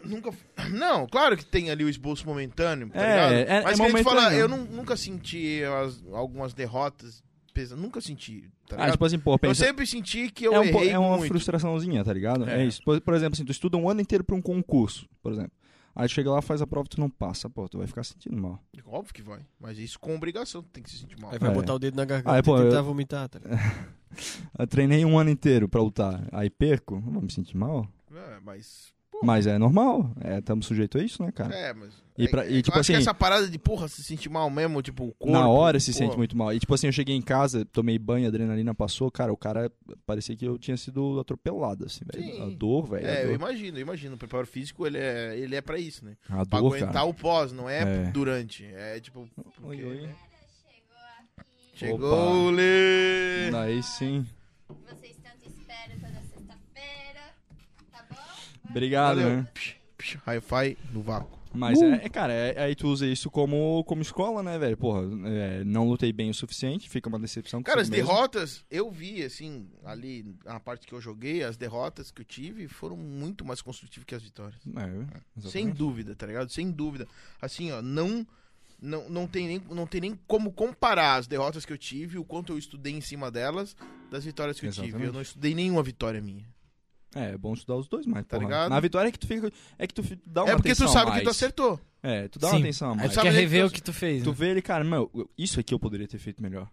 Speaker 1: Nunca. [coughs] Não, claro que tem ali o esboço momentâneo, tá
Speaker 4: É,
Speaker 1: ligado?
Speaker 4: é-
Speaker 1: Mas
Speaker 4: é
Speaker 1: que nem tu fala,
Speaker 4: momentâneo.
Speaker 1: eu nu- nunca senti as- algumas derrotas pesadas. Nunca senti, tá
Speaker 4: Ah,
Speaker 1: ligado?
Speaker 4: tipo assim, pô,
Speaker 1: eu
Speaker 4: pensa...
Speaker 1: sempre senti que eu
Speaker 4: é, um po-
Speaker 1: errei
Speaker 4: é uma
Speaker 1: muito.
Speaker 4: frustraçãozinha, tá ligado? É.
Speaker 1: É.
Speaker 4: isso. Por, por exemplo, assim, tu estuda um ano inteiro pra um concurso, por exemplo. Aí tu chega lá, faz a prova, tu não passa, pô, tu vai ficar sentindo mal.
Speaker 1: Óbvio que vai. Mas isso com obrigação, tu tem que se sentir mal.
Speaker 3: Aí vai
Speaker 4: É.
Speaker 3: botar o dedo na garganta
Speaker 4: Aí, pô,
Speaker 3: e tentar
Speaker 4: eu-
Speaker 3: vomitar, tá ligado?
Speaker 4: Eu treinei um ano inteiro pra lutar, aí perco, não vou me sentir mal.
Speaker 1: É, mas.
Speaker 4: Mas é normal, é, estamos sujeitos a isso, né, cara?
Speaker 1: É, mas.
Speaker 4: E
Speaker 1: é-
Speaker 4: pra- e,
Speaker 1: eu
Speaker 4: tipo
Speaker 1: acho que
Speaker 4: assim-
Speaker 1: essa parada de porra se sentir mal mesmo, tipo, o corpo.
Speaker 4: Na hora se
Speaker 1: pô,
Speaker 4: sente muito mal. E tipo assim, eu cheguei em casa, tomei banho, a adrenalina passou, cara, o cara parecia que eu tinha sido atropelado, assim, velho. A
Speaker 1: Sim.
Speaker 4: dor, velho.
Speaker 1: É, eu
Speaker 4: a dor,
Speaker 1: imagino, eu imagino. O preparo físico, ele é, ele é pra isso, né?
Speaker 4: a
Speaker 1: Pra
Speaker 4: dor
Speaker 1: aguentar
Speaker 4: cara.
Speaker 1: o pós, não é,
Speaker 4: É.
Speaker 1: durante. É tipo. Porque,
Speaker 4: Oi, oi.
Speaker 1: né?
Speaker 4: Opa.
Speaker 1: Chegou o Lê!
Speaker 4: Aí sim.
Speaker 5: Vocês tanto esperam toda sexta-feira, tá bom?
Speaker 4: Obrigado,
Speaker 1: Valeu.
Speaker 4: né?
Speaker 1: Psh, psh, Hi-Fi no vácuo.
Speaker 4: Mas é, é, cara, é- aí tu usa isso como, como escola, né, velho? Porra, é, não lutei bem o suficiente, fica uma decepção.
Speaker 1: Cara, as
Speaker 4: consigo mesmo.
Speaker 1: derrotas, eu vi, assim, ali na parte que eu joguei, as derrotas que eu tive foram muito mais construtivas que as vitórias.
Speaker 4: É, exatamente.
Speaker 1: Sem dúvida, tá ligado? Sem dúvida. Assim, ó, não. Não, não, tem nem, não tem nem como comparar as derrotas que eu tive, o quanto eu estudei em cima delas, das vitórias que eu tive.
Speaker 4: Exatamente.
Speaker 1: Eu não estudei nenhuma vitória minha.
Speaker 4: É, é bom estudar os dois, mas,
Speaker 1: Tá
Speaker 4: porra,
Speaker 1: ligado?
Speaker 4: Na vitória é que tu fica. É que tu fi- dá uma
Speaker 1: é porque tu
Speaker 4: atenção a
Speaker 1: sabe
Speaker 4: mais.
Speaker 1: que tu acertou.
Speaker 4: É, tu dá
Speaker 2: Sim.
Speaker 4: uma atenção a
Speaker 2: Aí
Speaker 4: mais.
Speaker 2: tu
Speaker 1: sabe
Speaker 2: quer
Speaker 1: onde é que
Speaker 2: rever
Speaker 1: tu-
Speaker 2: o que tu fez,
Speaker 4: Tu
Speaker 2: né?
Speaker 4: vê ele, cara, meu, eu- isso aqui eu poderia ter feito melhor.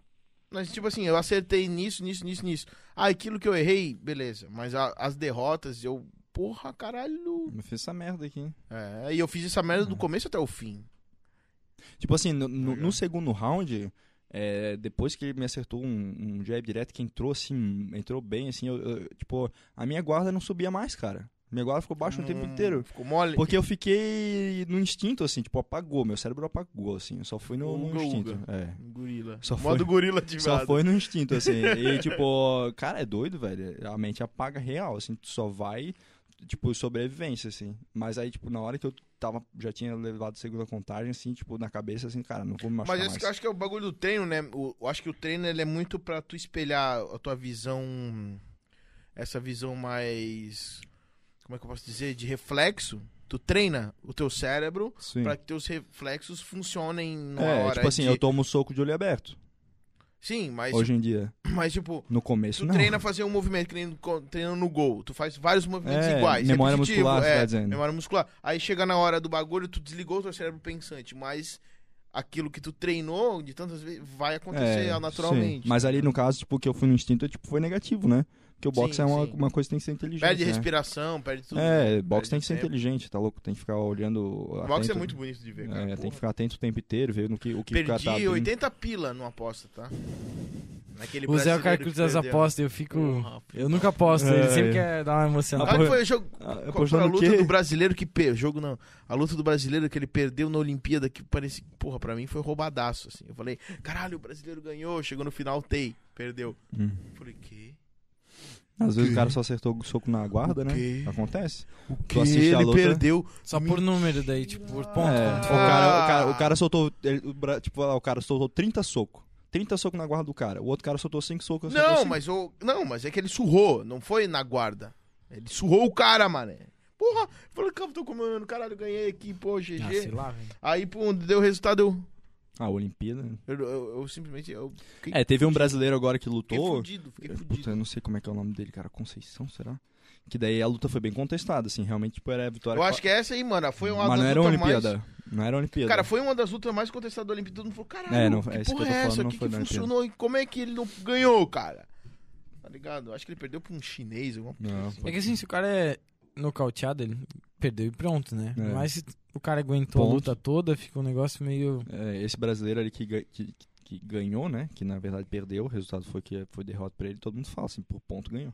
Speaker 1: Mas, tipo assim, eu acertei nisso, nisso, nisso, nisso. Ah, aquilo que eu errei, beleza. Mas a- as derrotas, eu. Porra, caralho.
Speaker 4: Eu fiz essa merda aqui.
Speaker 1: É, e eu fiz essa merda do começo até o fim.
Speaker 4: Tipo assim, no, no-
Speaker 1: Legal.
Speaker 4: no segundo round, é, depois que ele me acertou um, um jab direto que entrou assim, entrou bem, assim, eu- eu- tipo, a minha guarda não subia mais, cara. Minha guarda ficou baixa o tempo
Speaker 1: Hum,
Speaker 4: inteiro.
Speaker 1: Ficou mole.
Speaker 4: Porque eu fiquei no instinto, assim, tipo, apagou, meu cérebro apagou, assim, eu só fui no, no
Speaker 1: Uga,
Speaker 4: instinto.
Speaker 1: uga.
Speaker 4: É.
Speaker 1: Gorila.
Speaker 4: Só
Speaker 1: Modo
Speaker 4: foi-
Speaker 1: gorila
Speaker 4: Só
Speaker 1: ativado.
Speaker 4: foi no instinto, assim.
Speaker 1: [laughs]
Speaker 4: E, tipo, cara, é doido, velho. A mente apaga real, assim. Tu só vai, tipo, sobrevivência, assim. Mas aí, tipo, na hora que eu tava, já tinha levado a segunda contagem, assim, tipo, na cabeça, assim, cara, não vou me machucar
Speaker 1: Mas esse que eu
Speaker 4: mais.
Speaker 1: acho que é o bagulho do treino, né? O- eu acho que o treino ele é muito pra tu espelhar a tua visão. Essa visão mais. Como é que eu posso dizer? De reflexo. Tu treina o teu cérebro
Speaker 4: Sim.
Speaker 1: pra que teus reflexos funcionem na
Speaker 4: É,
Speaker 1: hora.
Speaker 4: tipo assim,
Speaker 1: de-
Speaker 4: eu tomo soco de olho aberto.
Speaker 1: Sim, mas,
Speaker 4: Hoje em dia.
Speaker 1: [laughs] mas tipo,
Speaker 4: No começo,
Speaker 1: tu
Speaker 4: não.
Speaker 1: treina a fazer um movimento que nem co- treinando no gol. Tu faz vários movimentos
Speaker 4: É,
Speaker 1: iguais.
Speaker 4: memória
Speaker 1: repetitivo,
Speaker 4: muscular, você
Speaker 1: é,
Speaker 4: tá dizendo.
Speaker 1: memória muscular. Aí chega na hora do bagulho, tu desligou o teu cérebro pensante, mas aquilo que tu treinou de tantas vezes vai acontecer
Speaker 4: É,
Speaker 1: naturalmente.
Speaker 4: sim. Mas ali, no caso, tipo, que eu fui no instinto, tipo, foi negativo, né? Porque o boxe
Speaker 1: Sim,
Speaker 4: é uma,
Speaker 1: sim.
Speaker 4: uma coisa que tem que ser inteligente.
Speaker 1: Perde
Speaker 4: né?
Speaker 1: respiração, perde tudo.
Speaker 4: É,
Speaker 1: Perde
Speaker 4: boxe tem que ser
Speaker 1: tempo.
Speaker 4: inteligente, tá louco? Tem que ficar olhando.
Speaker 1: O boxe é
Speaker 4: atento.
Speaker 1: muito bonito de ver, cara.
Speaker 4: É, tem
Speaker 1: Porra.
Speaker 4: que ficar atento o tempo inteiro, ver no que o que o cara
Speaker 1: Perdi
Speaker 4: tá abrindo.
Speaker 1: 80 pila numa aposta, tá? Naquele
Speaker 2: O Zé é o cara
Speaker 1: brasileiro
Speaker 2: que
Speaker 1: que
Speaker 2: usa as
Speaker 1: perdeu.
Speaker 2: apostas, eu fico.
Speaker 1: Porra,
Speaker 2: Eu nunca aposto, ele
Speaker 4: É,
Speaker 2: sempre
Speaker 4: é.
Speaker 2: quer dar uma
Speaker 1: Qual
Speaker 2: emocionada.
Speaker 1: que foi o jogo?
Speaker 4: Ah,
Speaker 1: Qual
Speaker 4: apostando
Speaker 1: foi a
Speaker 4: no
Speaker 1: luta
Speaker 4: quê?
Speaker 1: do brasileiro que per... jogo não, a luta do brasileiro que ele perdeu na Olimpíada que parece, porra, pra mim foi roubadaço assim. Eu falei, caralho, o brasileiro ganhou, chegou no final, tei, perdeu.
Speaker 4: Hum.
Speaker 1: Eu falei, que?
Speaker 4: Às vezes
Speaker 1: quê?
Speaker 4: o cara só acertou o soco na guarda, né?
Speaker 1: quê?
Speaker 4: Acontece.
Speaker 1: O
Speaker 4: Tu assiste a
Speaker 1: Ele
Speaker 4: luta?
Speaker 1: perdeu.
Speaker 2: Só por número daí, tipo, por ponto.
Speaker 4: É,
Speaker 2: ponto.
Speaker 4: o, cara, o, cara,
Speaker 1: Ah.
Speaker 4: o cara soltou. ele- o bra- tipo, lá, o cara soltou 30 socos. 30 socos na guarda do cara. O outro cara soltou 5 socos. eu soltou
Speaker 1: Não,
Speaker 4: cinco.
Speaker 1: mas o não, mas é que ele surrou, não foi na guarda. Ele surrou o cara, mané. Porra, eu falei, cara, tô comendo, caralho, ganhei aqui, pô, GG.
Speaker 2: Ah, sei lá, velho.
Speaker 1: Aí, pô, deu o resultado, eu
Speaker 4: Ah, Olimpíada. né?
Speaker 1: Eu, eu- eu simplesmente. Eu fiquei,
Speaker 4: É, teve um brasileiro agora que
Speaker 1: fiquei
Speaker 4: lutou.
Speaker 1: fudido, fiquei
Speaker 4: Eu,
Speaker 1: fudido.
Speaker 4: puta, eu não sei como é que é o nome dele, cara. Conceição, será? Que daí a luta foi bem contestada, assim. Realmente, tipo, era a vitória.
Speaker 1: eu acho que é essa aí, mano. Foi uma
Speaker 4: Mas não
Speaker 1: das
Speaker 4: era
Speaker 1: lutas
Speaker 4: Olimpíada.
Speaker 1: mais.
Speaker 4: Não era Olimpíada.
Speaker 1: Cara, foi uma das lutas mais contestadas da Olimpíada. Todo mundo falou, caralho,
Speaker 4: É, não- é
Speaker 1: que
Speaker 4: isso que
Speaker 1: porra
Speaker 4: eu tô
Speaker 1: é
Speaker 4: falando,
Speaker 1: essa? O
Speaker 4: não
Speaker 1: que,
Speaker 4: foi
Speaker 1: que
Speaker 4: da
Speaker 1: funcionou? E como é que ele não ganhou, cara? Tá ligado? Acho que ele perdeu pra um chinês, alguma coisa
Speaker 4: Não,
Speaker 1: assim.
Speaker 2: É que assim, se o cara é nocauteado, ele perdeu e pronto, né?
Speaker 4: É.
Speaker 2: Mas se o cara aguentou a
Speaker 4: Ponto.
Speaker 2: luta toda, fica um negócio meio.
Speaker 4: É, esse brasileiro ali que, ga- que- que ganhou, né? Que na verdade perdeu, o resultado foi que foi derrota pra ele, todo mundo fala assim, por ponto ganhou.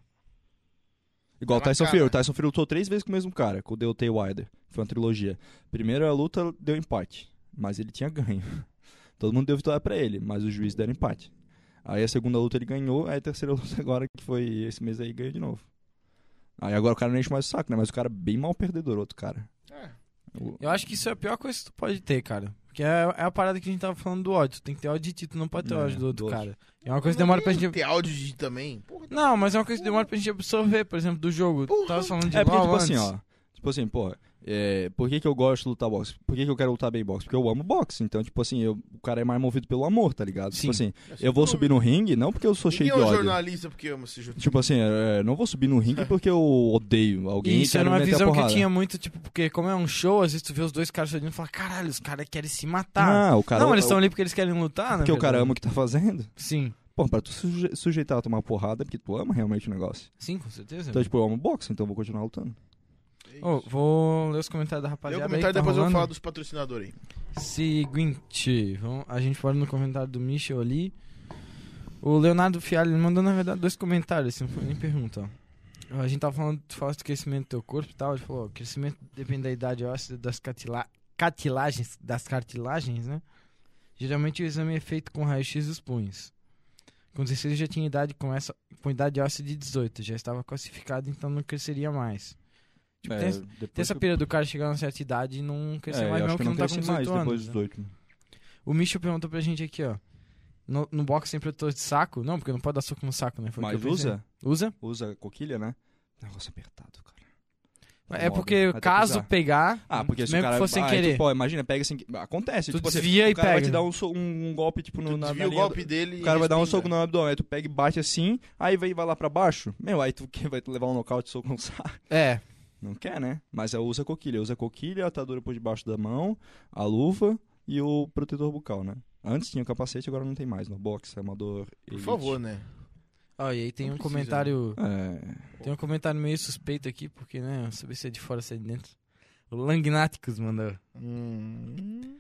Speaker 4: Igual o
Speaker 1: Tá na
Speaker 4: Tyson
Speaker 1: cara.
Speaker 4: Fury, o Tyson Fury lutou três vezes com o mesmo cara, com o Deontay Wilder. Foi uma trilogia. Primeira luta deu empate, mas ele tinha ganho. [laughs] Todo mundo deu vitória pra ele, mas os juízes deram empate. Aí a segunda luta ele ganhou, aí a terceira [laughs] luta agora, que foi esse mês aí, ganhou de novo. Aí agora o cara não enche mais o saco, né? Mas o cara é bem mal perdedor, outro cara.
Speaker 1: É.
Speaker 4: O-
Speaker 2: Eu acho que isso é a pior coisa que tu pode ter, cara. Porque é, é a parada que a gente tava falando do ódio. Tu tem que ter ódio de ti, tu não pode ter
Speaker 4: É,
Speaker 2: ódio do outro
Speaker 4: do outro.
Speaker 2: cara. É uma coisa que demora pra gente.
Speaker 1: Tem áudio de também. Porra,
Speaker 2: Não, mas é uma coisa que demora pra gente absorver, por exemplo, do jogo. Tu
Speaker 1: Porra.
Speaker 2: tava falando de
Speaker 4: É porque,
Speaker 2: LOL
Speaker 4: tipo
Speaker 2: antes.
Speaker 4: assim, ó. Tipo assim, porra, é, por que, que eu gosto de lutar boxe? Por que, que eu quero lutar bem boxe? Porque eu amo boxe. Então, tipo assim, eu- o cara é mais movido pelo amor, tá ligado? Tipo
Speaker 2: Sim.
Speaker 4: assim, eu vou subir no ringue, não porque eu sou
Speaker 1: tá Ninguém
Speaker 4: cheio
Speaker 1: é
Speaker 4: de
Speaker 1: um
Speaker 4: ódio.
Speaker 1: jornalista porque ama esse jornal.
Speaker 4: Tipo assim, é, não vou subir no ringue porque eu odeio alguém
Speaker 2: E
Speaker 4: e
Speaker 2: isso
Speaker 4: quero
Speaker 2: era uma
Speaker 4: meter a
Speaker 2: visão que
Speaker 4: porrada.
Speaker 2: tinha muito, tipo, porque como é um show, às vezes tu vê os dois caras olhando e fala, caralho, os caras querem se matar.
Speaker 4: Não, o Ah, cara...
Speaker 2: tá. não, eles estão ali porque eles querem lutar, né?
Speaker 4: Porque o cara ama o que tá fazendo.
Speaker 2: Sim.
Speaker 4: Pô, pra tu suje- sujeitar a tomar porrada, é porque tu ama realmente o negócio.
Speaker 2: Sim, com certeza.
Speaker 4: Então, tipo, eu amo boxe, então eu vou continuar lutando.
Speaker 2: Ô, vou ler os comentários da
Speaker 1: Lê o
Speaker 2: rapaziada. aí que
Speaker 1: comentário
Speaker 2: tá
Speaker 1: depois eu vou
Speaker 2: rolando.
Speaker 1: falar dos patrocinadores aí.
Speaker 2: Seguinte, vamos- a gente pode no comentário do Michel ali. O Leonardo Fialho ele mandou, na verdade, dois comentários, assim, não foi nem pergunta. ó. A gente tava falando, tu falaste do crescimento do teu corpo e tal. Ele falou, ó, crescimento depende da idade óssea, das catila catilagens, das cartilagens, né? Geralmente o exame é feito com raio-x dos punhos. Com 16 eu já tinha idade com essa com idade óssea de 18, já estava classificado, então não cresceria mais. Tipo, tem, essa-
Speaker 4: É, depois
Speaker 2: tem essa
Speaker 4: que-
Speaker 2: pira do cara chegar a uma certa idade e não crescer
Speaker 4: é,
Speaker 2: mais, mesmo
Speaker 4: eu
Speaker 2: que
Speaker 4: acho que
Speaker 2: não
Speaker 4: não
Speaker 2: tá com
Speaker 4: cresce
Speaker 2: 18
Speaker 4: mais
Speaker 2: anos.
Speaker 4: depois dos
Speaker 2: né?
Speaker 4: 18.
Speaker 2: O Michel perguntou pra gente aqui, ó. No, no box sempre eu tô de saco? Não, porque não pode dar soco no saco, né? Foi o que
Speaker 4: Mas
Speaker 2: eu pensei.
Speaker 4: usa...
Speaker 2: Usa?
Speaker 4: usa coquilha, né? Negócio apertado, cara.
Speaker 2: é
Speaker 4: Incomoda.
Speaker 2: porque
Speaker 4: Tá Vai ter que
Speaker 2: caso
Speaker 4: usar.
Speaker 2: pegar,
Speaker 4: Ah, porque se
Speaker 2: mesmo
Speaker 4: o cara
Speaker 2: que fosse sem
Speaker 4: ah,
Speaker 2: querer,
Speaker 4: Tu, pô, imagina, pega sem. Acontece,
Speaker 2: tu
Speaker 4: tipo assim.
Speaker 2: desvia
Speaker 4: O
Speaker 2: e
Speaker 4: cara vai
Speaker 2: pega.
Speaker 4: te dar um, so- um golpe, tipo,
Speaker 1: Tu
Speaker 4: no, na, na
Speaker 1: desvia o
Speaker 4: linha
Speaker 1: golpe
Speaker 4: do-
Speaker 1: dele
Speaker 4: O
Speaker 1: e
Speaker 4: cara vai dar um
Speaker 1: respinga.
Speaker 4: soco no abdômen, aí tu pega e bate assim, aí vai, vai lá pra baixo. Meu, aí tu [laughs] que vai levar um nocaute, soco no saco.
Speaker 2: É.
Speaker 4: Não quer, né? Mas eu uso a coquilha. Usa a coquilha, a atadura por debaixo da mão, a luva e o protetor bucal, né? Antes tinha o capacete, agora não tem mais. No box, amador.
Speaker 1: Por favor, né?
Speaker 2: Ó, e aí tem
Speaker 1: Não
Speaker 2: um
Speaker 1: precisa,
Speaker 2: comentário.
Speaker 4: É.
Speaker 2: Tem um comentário meio suspeito aqui, porque, né? Eu saber se é de fora ou se é de dentro. O Langnáticos mandou.
Speaker 1: Hum.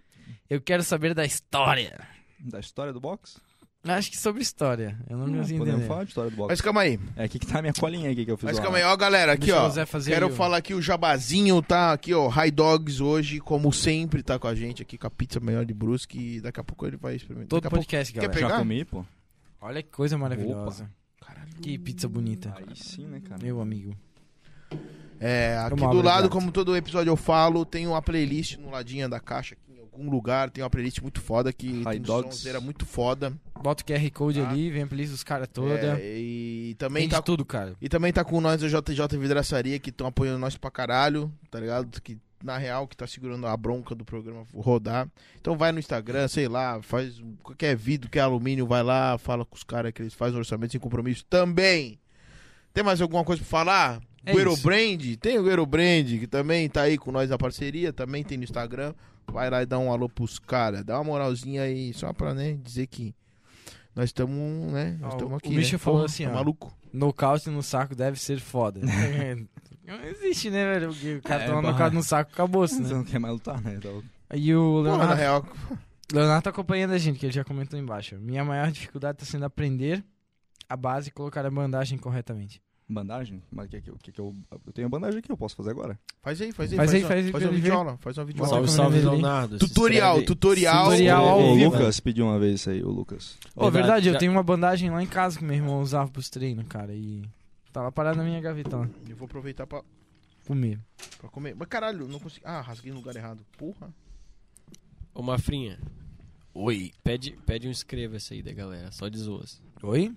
Speaker 2: Eu quero saber da história.
Speaker 4: É, Da história do box?
Speaker 2: Acho que sobre história. Eu não
Speaker 4: Ah,
Speaker 2: consigo
Speaker 4: podemos
Speaker 2: entender.
Speaker 4: falar de história do box.
Speaker 1: Mas calma aí.
Speaker 4: É aqui que tá a minha colinha aqui que eu fiz.
Speaker 1: Mas
Speaker 4: lá. né?
Speaker 1: calma aí, ó, galera, aqui,
Speaker 2: Deixa o
Speaker 1: ó.
Speaker 2: Zé fazer
Speaker 1: Quero
Speaker 2: aí o-
Speaker 1: falar aqui, o Jabazinho tá aqui, ó. High Dogs hoje, como sempre, tá com a gente aqui com a pizza melhor de Brusque. E daqui a pouco ele vai experimentar.
Speaker 2: Todo
Speaker 1: daqui a
Speaker 2: podcast,
Speaker 1: quer
Speaker 2: galera.
Speaker 1: pegar?
Speaker 4: Já comi, pô.
Speaker 2: Olha que coisa maravilhosa.
Speaker 1: pouco. Caralho.
Speaker 2: Que pizza bonita.
Speaker 4: Aí sim, né, cara?
Speaker 2: Meu amigo.
Speaker 1: É, aqui
Speaker 2: Vamos
Speaker 1: do
Speaker 2: lá,
Speaker 1: lado,
Speaker 2: obrigado.
Speaker 1: como todo episódio eu falo, tem uma playlist no ladinho da caixa, aqui em algum lugar. Tem uma playlist muito foda que
Speaker 4: High
Speaker 1: tem
Speaker 4: Dogs.
Speaker 1: sonzeira muito foda.
Speaker 2: Bota o QR Code
Speaker 1: Tá.
Speaker 2: ali, vem a playlist dos caras toda.
Speaker 1: É, e também
Speaker 2: Tem
Speaker 1: tá
Speaker 2: de tudo, cara.
Speaker 1: E também tá com nós o JJ Vidraçaria, que estão apoiando nós pra caralho, tá ligado? Que, na real, que tá segurando a bronca do programa rodar. Então vai no Instagram, sei lá, faz um- qualquer vídeo, qualquer alumínio, vai lá, fala com os caras que eles fazem um orçamento sem compromisso também. Tem mais alguma coisa pra falar?
Speaker 2: É
Speaker 1: Guero
Speaker 2: isso.
Speaker 1: Brand, tem o Guero Brand, que também tá aí com nós na parceria, também tem no Instagram. vai lá e dá um alô pros caras. Dá uma moralzinha aí, só pra, né, dizer que nós estamos, né, nós
Speaker 2: Ó,
Speaker 1: estamos
Speaker 2: Ah, o
Speaker 1: aqui,
Speaker 2: Misha
Speaker 1: né?
Speaker 2: falou
Speaker 1: Porra,
Speaker 2: assim,
Speaker 1: tá
Speaker 2: ó.
Speaker 1: maluco.
Speaker 2: Nocaute no saco deve ser foda. Não existe, né, velho? Porque O cara
Speaker 4: É,
Speaker 2: toma
Speaker 4: porra.
Speaker 2: nocaute no saco, acabou-se,
Speaker 4: [laughs] Você
Speaker 2: né?
Speaker 4: não quer mais lutar, né? Tá-
Speaker 2: E o
Speaker 1: Pô, na
Speaker 2: Leonardo,
Speaker 1: real,
Speaker 2: Leonardo tá acompanhando a gente, que ele já comentou embaixo. Minha maior dificuldade tá sendo aprender a base e colocar a bandagem corretamente.
Speaker 4: Bandagem? Mas o que, que, que, que eu. Eu tenho bandagem aqui, eu posso fazer agora.
Speaker 1: faz aí, faz aí,
Speaker 2: Faz aí,
Speaker 1: uma-
Speaker 2: faz
Speaker 1: faz
Speaker 2: aí pra
Speaker 1: uma
Speaker 2: ele ver.
Speaker 1: videoaula, faz uma
Speaker 2: Mostra
Speaker 1: videoaula.
Speaker 3: Salve,
Speaker 2: como
Speaker 3: salve,
Speaker 2: ele lê.
Speaker 3: Leonardo. Se
Speaker 1: Tutorial,
Speaker 3: inscreve-
Speaker 1: tutorial.
Speaker 2: Tutorial ao
Speaker 4: o
Speaker 2: vivo.
Speaker 4: Lucas pediu uma vez isso aí, o Lucas.
Speaker 2: Ô, verdade,
Speaker 3: Verdade,
Speaker 2: eu
Speaker 3: já-
Speaker 2: tenho uma bandagem lá em casa que meu irmão usava pros treinos, cara, e tava parado na minha gaveta lá,
Speaker 1: Eu vou aproveitar pra,
Speaker 2: comer.
Speaker 1: pra comer. Mas caralho, não consegui. Ah, rasguei no lugar errado. Porra.
Speaker 3: Ô, Mafrinha,
Speaker 1: Oi.
Speaker 3: pede, pede um inscreva-se aí da galera, só de zoas.
Speaker 2: Oi?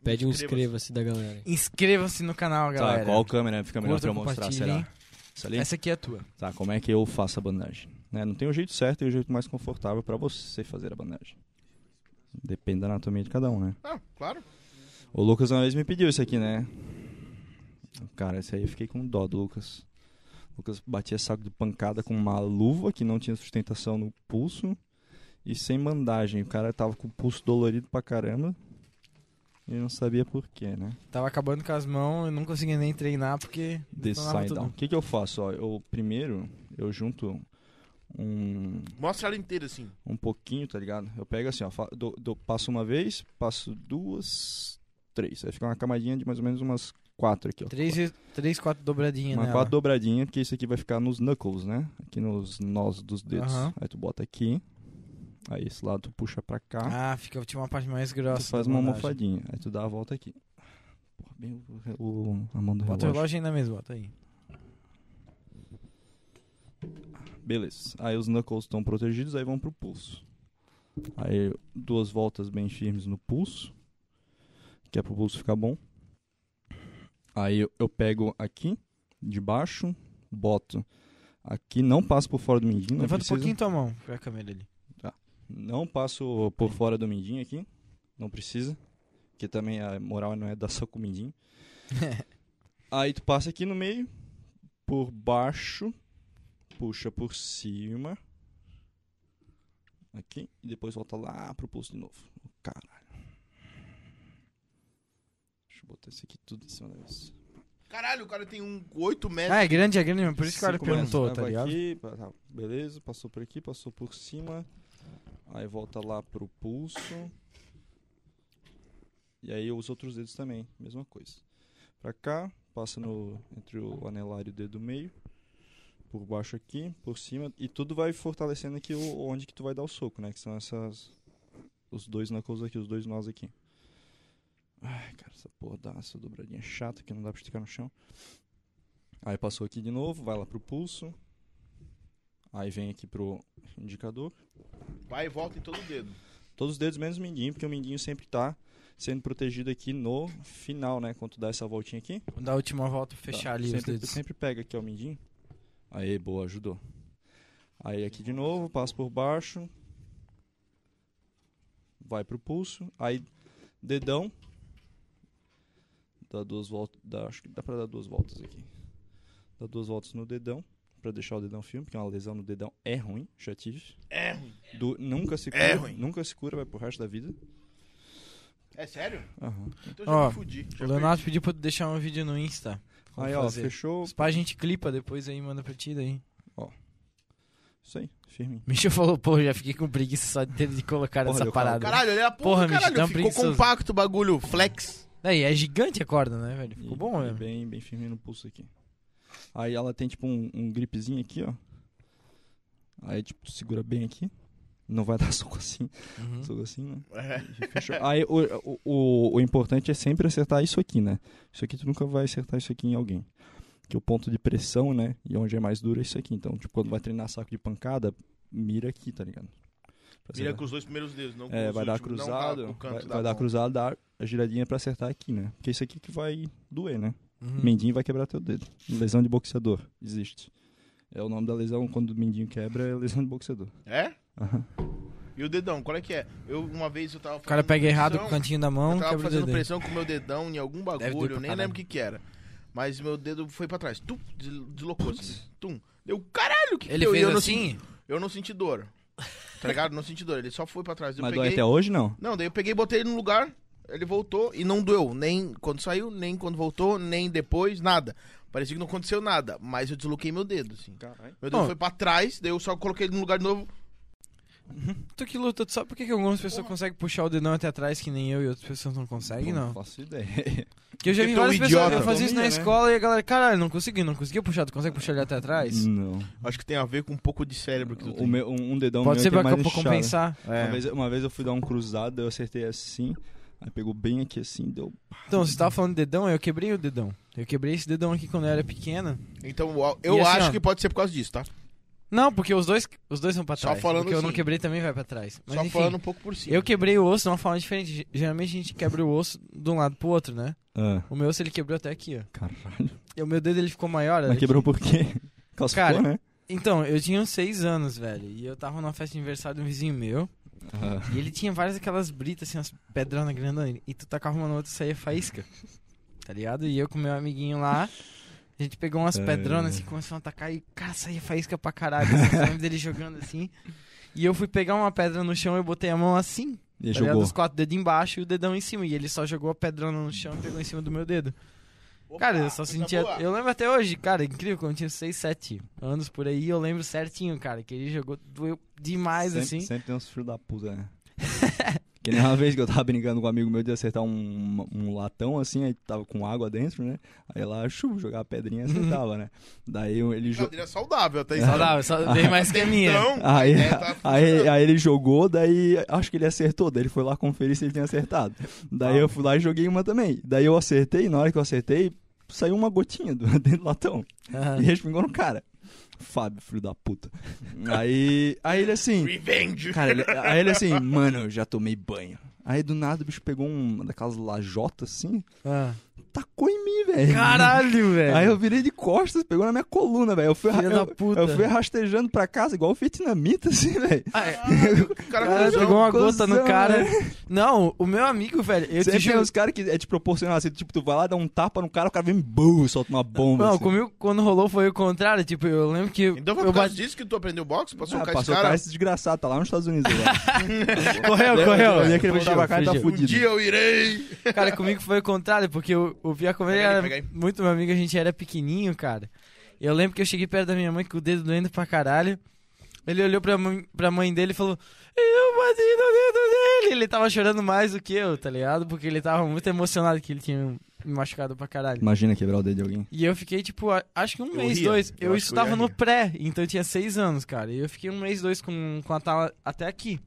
Speaker 3: Pede um inscreva-se da galera.
Speaker 2: Inscrevam-se no canal, galera.
Speaker 4: Tá, qual câmera fica melhor
Speaker 2: Curta,
Speaker 4: pra eu mostrar?
Speaker 2: compartilhem.
Speaker 4: Será? Essa ali?
Speaker 2: Essa aqui é a tua.
Speaker 4: Tá, como é que eu faço a bandagem? Né, Não tem o jeito certo e o jeito mais confortável pra você fazer a bandagem. Depende da anatomia de cada um, né?
Speaker 1: Ah, claro.
Speaker 4: O Lucas uma vez me pediu isso aqui, né? Cara, esse aí eu fiquei com dó do Lucas. O Lucas batia saco de pancada com uma luva que não tinha sustentação no pulso e sem bandagem. O cara tava com o pulso dolorido pra caramba e não sabia porquê, né?
Speaker 2: Tava acabando com as mãos, eu não conseguia nem treinar porque
Speaker 4: Desse
Speaker 2: detonava
Speaker 4: side
Speaker 2: tudo.
Speaker 4: down. O que, que eu faço? Ó, eu primeiro eu junto um
Speaker 1: Mostra ela inteira assim.
Speaker 4: um pouquinho, tá ligado? Eu pego assim, ó, fa- dou- dou- passo uma vez, passo duas, três. Vai ficar uma camadinha de mais ou menos umas quatro aqui, ó.
Speaker 2: Três, e- três quatro dobradinhas,
Speaker 4: Uma
Speaker 2: né?
Speaker 4: quatro dobradinha, porque isso aqui vai ficar nos knuckles, né? Aqui nos nós dos dedos.
Speaker 2: Aham.
Speaker 4: Aí tu bota aqui. Aí esse lado tu puxa pra cá.
Speaker 2: Ah, fica, tinha uma parte mais
Speaker 4: tu
Speaker 2: grossa.
Speaker 4: faz
Speaker 2: da
Speaker 4: uma
Speaker 2: bandagem.
Speaker 4: almofadinha. Aí tu dá a volta aqui. Porra, bem o, o- a mão do
Speaker 2: Bota o
Speaker 4: relógio.
Speaker 2: relógio ainda mesmo, bota aí.
Speaker 4: Beleza. Aí os knuckles estão protegidos, aí vão pro pulso. Aí duas voltas bem firmes no pulso, que é pro pulso ficar bom. Aí eu, eu pego aqui, de baixo, boto aqui, não passo por fora do mindinho, não
Speaker 2: Levanta um
Speaker 4: precisa.
Speaker 2: pouquinho tua mão pra câmera ali.
Speaker 4: Não passo por fora do mindinho aqui, não precisa, que também a moral não é dar só com o mindinho. Aí tu passa aqui no meio, por baixo, puxa por cima, aqui, e depois volta lá pro pulso de novo. Caralho. Deixa eu botar isso aqui tudo em cima da mesa.
Speaker 1: Caralho, o cara tem um 8 metros.
Speaker 2: Ah, é grande, é grande mesmo, por isso que o cara
Speaker 4: Cinco metros.
Speaker 2: perguntou,
Speaker 4: Aí
Speaker 2: tá
Speaker 4: vai
Speaker 2: ligado?
Speaker 4: aqui, pa- tá, beleza, passou por aqui, passou por cima. Aí volta lá pro pulso. E aí os outros dedos também, mesma coisa. Pra cá, passa no, entre o anelar e o dedo meio. Por baixo aqui, por cima. E tudo vai fortalecendo aqui o, onde que tu vai dar o soco, né? Que são essas... Os dois knuckles aqui, os dois nós aqui. Ai, cara, essa porra dá essa dobradinha é chata que não dá pra esticar no chão. Aí passou aqui de novo, vai lá pro pulso. Aí vem aqui pro indicador.
Speaker 1: Vai e volta em todo o dedo.
Speaker 4: Todos os dedos menos o mindinho, porque o mindinho sempre tá sendo protegido aqui no final, né? Quando tu dá essa voltinha aqui.
Speaker 2: Vou dar a última volta pra fechar
Speaker 4: Tá.
Speaker 2: ali
Speaker 4: sempre,
Speaker 2: os dedos.
Speaker 4: Sempre pega aqui, ó, o mindinho. Aí, boa, ajudou. Aí aqui de novo, passa por baixo. Vai pro pulso. Aí, dedão. Dá duas voltas. Dá, acho que dá pra dar duas voltas aqui. Dá duas voltas no dedão. Pra deixar o dedão firme, porque uma lesão no dedão é ruim, já tive.
Speaker 1: É ruim.
Speaker 4: Du- nunca se cura.
Speaker 1: É ruim.
Speaker 4: Nunca se cura, vai pro resto da vida.
Speaker 1: É sério?
Speaker 4: Aham.
Speaker 1: Então
Speaker 2: Ó,
Speaker 1: já me fudi.
Speaker 2: O
Speaker 1: Já
Speaker 2: Leonardo pediu pra tu deixar um vídeo no Insta. Como
Speaker 4: Aí, ó,
Speaker 2: fazer.
Speaker 4: fechou.
Speaker 2: Se pá, a gente clipa depois aí e manda pra ti daí. [laughs]
Speaker 4: Isso aí, firme.
Speaker 2: Michel falou, pô, já fiquei com preguiça só de ter de colocar
Speaker 4: Porra,
Speaker 2: essa
Speaker 4: eu falo,
Speaker 1: perdi.
Speaker 2: parada.
Speaker 1: Caralho, ele era porra,
Speaker 2: Porra, bicho,
Speaker 1: caralho.
Speaker 2: dá um
Speaker 1: ficou
Speaker 2: preguiçoso.
Speaker 1: compacto o bagulho. Flex.
Speaker 2: Daí é gigante a corda, né, velho?
Speaker 4: E-
Speaker 2: Ficou bom,
Speaker 4: e
Speaker 2: né?
Speaker 4: Bem, bem firme no pulso aqui. Aí ela tem tipo um, um gripezinho aqui, ó. Aí tipo, tu segura bem aqui. Não vai [laughs] dar soco assim,
Speaker 2: Uhum.
Speaker 4: soco assim,
Speaker 2: [laughs]
Speaker 4: né?
Speaker 1: É.
Speaker 4: E fechou. Aí o, o, o, o importante é sempre acertar isso aqui, né? Isso aqui tu nunca vai acertar isso aqui em alguém. Que o ponto de pressão, né? E onde é mais duro é isso aqui. Então, tipo, quando vai treinar saco de pancada, mira aqui, tá ligado?
Speaker 1: Mira
Speaker 4: Pra acertar.
Speaker 1: com os dois primeiros dedos, não com
Speaker 4: É,
Speaker 1: os
Speaker 4: vai dar
Speaker 1: últimos, não
Speaker 4: cruzado,
Speaker 1: com o canto
Speaker 4: vai,
Speaker 1: da
Speaker 4: vai dar
Speaker 1: mão.
Speaker 4: cruzado, dá a giradinha pra acertar aqui, né? Porque isso aqui que vai doer, né?
Speaker 2: Uhum.
Speaker 4: Mendinho vai quebrar teu dedo. Lesão de boxeador. Existe. É o nome da lesão quando o mendinho quebra, é lesão de boxeador.
Speaker 1: É?
Speaker 4: Aham.
Speaker 1: E o dedão, qual é que é? Eu, uma vez eu tava
Speaker 2: O cara
Speaker 1: fazendo
Speaker 2: pega errado
Speaker 1: pressão,
Speaker 2: com o cantinho da mão,
Speaker 1: Eu tava
Speaker 2: quebra o
Speaker 1: fazendo
Speaker 2: dedo. aí.
Speaker 1: pressão com o meu dedão em algum
Speaker 2: doer
Speaker 1: bagulho, eu nem
Speaker 2: pra caralho.
Speaker 1: lembro o que que era. Mas meu dedo foi pra trás. Tum, des- deslocou. assim. Tum. Eu, caralho, o que que
Speaker 2: Ele
Speaker 1: deu? E
Speaker 2: fez
Speaker 1: eu não
Speaker 2: assim?
Speaker 1: senti- Eu não senti dor. Tá ligado? Não senti dor. Ele só foi pra trás. Eu
Speaker 4: Mas dói
Speaker 1: peguei...
Speaker 4: até hoje, não?
Speaker 1: Não, daí eu peguei e botei ele no lugar, ele voltou e não doeu. Nem quando saiu, nem quando voltou, nem depois, nada. Parecia que não aconteceu nada, mas eu desloquei meu dedo, assim.
Speaker 4: Caralho.
Speaker 1: Meu dedo
Speaker 2: Bom.
Speaker 1: foi pra trás, daí eu só coloquei ele no lugar de novo.
Speaker 2: Tu que luta, tu sabe por que, que algumas pessoas conseguem puxar o dedão até atrás que nem eu e outras pessoas não conseguem,
Speaker 4: [laughs] Não
Speaker 2: não?
Speaker 4: faço ideia.
Speaker 2: Porque eu já
Speaker 1: Porque
Speaker 2: vi
Speaker 1: tu é um
Speaker 2: várias pessoas,
Speaker 1: idiota.
Speaker 2: eu fazia isso na
Speaker 4: Anatomia, né?
Speaker 2: escola e a galera, caralho, não consegui, não conseguiu puxar, tu consegue puxar ele até atrás?
Speaker 4: Não.
Speaker 1: Acho que tem a ver com um pouco de cérebro que tu
Speaker 4: O
Speaker 1: tem.
Speaker 4: meu, um um dedão
Speaker 2: Pode
Speaker 4: meu
Speaker 2: ser
Speaker 4: que é
Speaker 2: pra,
Speaker 4: mais
Speaker 2: pra
Speaker 4: inchado.
Speaker 2: compensar. É.
Speaker 4: Uma, vez, uma vez eu fui dar um cruzado, eu acertei assim, aí pegou bem aqui assim, deu.
Speaker 2: Então, você tava falando de dedão, eu quebrei o dedão. Eu quebrei esse dedão aqui quando eu era pequena.
Speaker 1: Então eu
Speaker 2: E assim,
Speaker 1: acho
Speaker 2: ó.
Speaker 1: que pode ser por causa disso, tá?
Speaker 2: Não, porque os dois, os dois são pra
Speaker 1: Só
Speaker 2: trás.
Speaker 1: falando
Speaker 2: porque eu não
Speaker 1: assim.
Speaker 2: quebrei também vai pra trás. Mas,
Speaker 1: só
Speaker 2: enfim,
Speaker 1: falando um pouco por cima.
Speaker 2: eu quebrei o osso de uma forma diferente. Ge- Geralmente a gente quebra o osso de um lado pro outro, né?
Speaker 4: Ah,
Speaker 2: O meu osso ele quebrou até aqui, ó.
Speaker 4: caralho.
Speaker 2: E o meu dedo ele ficou maior.
Speaker 4: Mas
Speaker 2: Tá aqui.
Speaker 4: quebrou por quê? [laughs] Calcificou,
Speaker 2: Cara,
Speaker 4: né?
Speaker 2: Então, eu tinha uns seis anos, velho. E eu tava numa festa de aniversário de um vizinho meu.
Speaker 4: Ah,
Speaker 2: E ele tinha várias aquelas britas, assim, umas pedronas grandes. E tu tacava uma no outro e saía faísca. Tá ligado? E eu com meu amiguinho lá. A gente pegou umas
Speaker 4: É.
Speaker 2: pedronas assim, começou a atacar e, cara, saía faísca pra caralho. assim, Eu lembro dele jogando assim. E eu fui pegar uma pedra no chão, eu botei a mão assim,
Speaker 4: e
Speaker 2: tá ligado?
Speaker 4: jogou.
Speaker 2: Os quatro dedos embaixo e o dedão em cima. E ele só jogou a pedrona no chão e pegou em cima do meu dedo. Cara, eu só sentia. Eu lembro até hoje, cara, incrível, quando eu tinha 6, 7 anos por aí, eu lembro certinho, cara, que ele jogou, doeu demais
Speaker 4: sempre,
Speaker 2: assim.
Speaker 4: Sempre tem uns filhos da puta,
Speaker 2: [laughs]
Speaker 4: né? que nem uma vez que eu tava brincando com um amigo meu de acertar um, um latão assim, aí tava com água dentro, né? Aí lá, chu, jogava a pedrinha e acertava, né? Daí ele jogou.
Speaker 1: Brincadeira é saudável até isso.
Speaker 2: Saudável,
Speaker 4: Ah.
Speaker 2: Ah, é. só bem mais que a minha.
Speaker 1: Então, a
Speaker 4: Aí,
Speaker 1: ideia tá
Speaker 4: [laughs] aí,
Speaker 1: funcionando.
Speaker 4: aí ele jogou, daí acho que ele acertou. Daí ele foi lá conferir se ele tinha acertado. Daí
Speaker 2: Ah.
Speaker 4: eu fui lá e joguei uma também. Daí eu acertei, e na hora que eu acertei, saiu uma gotinha do, [laughs] dentro do latão.
Speaker 2: Aham.
Speaker 4: E respingou no cara. Fábio, filho da puta. Aí, aí ele
Speaker 2: é.
Speaker 4: assim.
Speaker 1: Revenge.
Speaker 4: Cara, ele- aí ele assim, mano, eu já tomei banho. Aí do nada o bicho pegou um, uma daquelas lajotas assim,
Speaker 2: Ah.
Speaker 4: tacou em mim, velho.
Speaker 2: Caralho, velho.
Speaker 4: Aí eu virei de costas, pegou na minha coluna, velho. Eu fui,
Speaker 2: Filha da
Speaker 4: eu,
Speaker 2: puta.
Speaker 4: eu fui rastejando pra casa igual o vietnamita, [laughs] assim, velho.
Speaker 2: Ah, é.
Speaker 1: O cara,
Speaker 2: Cara,
Speaker 4: Cusão,
Speaker 2: pegou uma gota
Speaker 4: cusão,
Speaker 2: no cara.
Speaker 4: né?
Speaker 2: Não, o meu amigo, velho, eu te
Speaker 4: Sempre tem
Speaker 2: juro.
Speaker 4: uns caras que é te proporcional, assim, tipo, tu vai lá, dá um tapa no cara, o cara vem, bum, solta uma bomba.
Speaker 2: Não,
Speaker 4: assim.
Speaker 2: comigo quando rolou foi o contrário, tipo, eu lembro que
Speaker 1: Então foi
Speaker 2: eu
Speaker 1: por causa
Speaker 2: bati-
Speaker 1: disso que tu aprendeu boxe? Passou
Speaker 4: Ah,
Speaker 1: o cara esse
Speaker 4: passou o cara
Speaker 1: cara?
Speaker 4: esse desgraçado, tá lá nos Estados Unidos agora.
Speaker 2: [laughs] Correu, correu.
Speaker 4: Eu ia que
Speaker 2: Fugiu,
Speaker 4: ele voltava pra casa e tava
Speaker 2: fugiu.
Speaker 1: Um
Speaker 4: fudido.
Speaker 1: dia eu irei.
Speaker 2: Cara, comigo foi o contrário, porque o, o Pia, como ele
Speaker 1: Pega aí,
Speaker 2: era
Speaker 1: pega aí.
Speaker 2: muito meu amigo, a gente era pequenininho, cara. Eu lembro que eu cheguei perto da minha mãe com o dedo doendo pra caralho. Ele olhou pra mãe, pra mãe dele e falou: Eu bati no dedo dele! Ele tava chorando mais do que eu, tá ligado? Porque ele tava muito emocionado que ele tinha me machucado pra caralho.
Speaker 4: Imagina quebrar o dedo de alguém.
Speaker 2: E eu fiquei, tipo, a- acho que um
Speaker 1: Eu
Speaker 2: mês,
Speaker 1: ria.
Speaker 2: dois.
Speaker 1: Eu
Speaker 2: Eu,
Speaker 1: acho que eu
Speaker 2: estudava
Speaker 1: ia
Speaker 2: no
Speaker 1: rir.
Speaker 2: pré, então eu tinha seis anos, cara. E eu fiquei um mês, dois com, com a tala até aqui.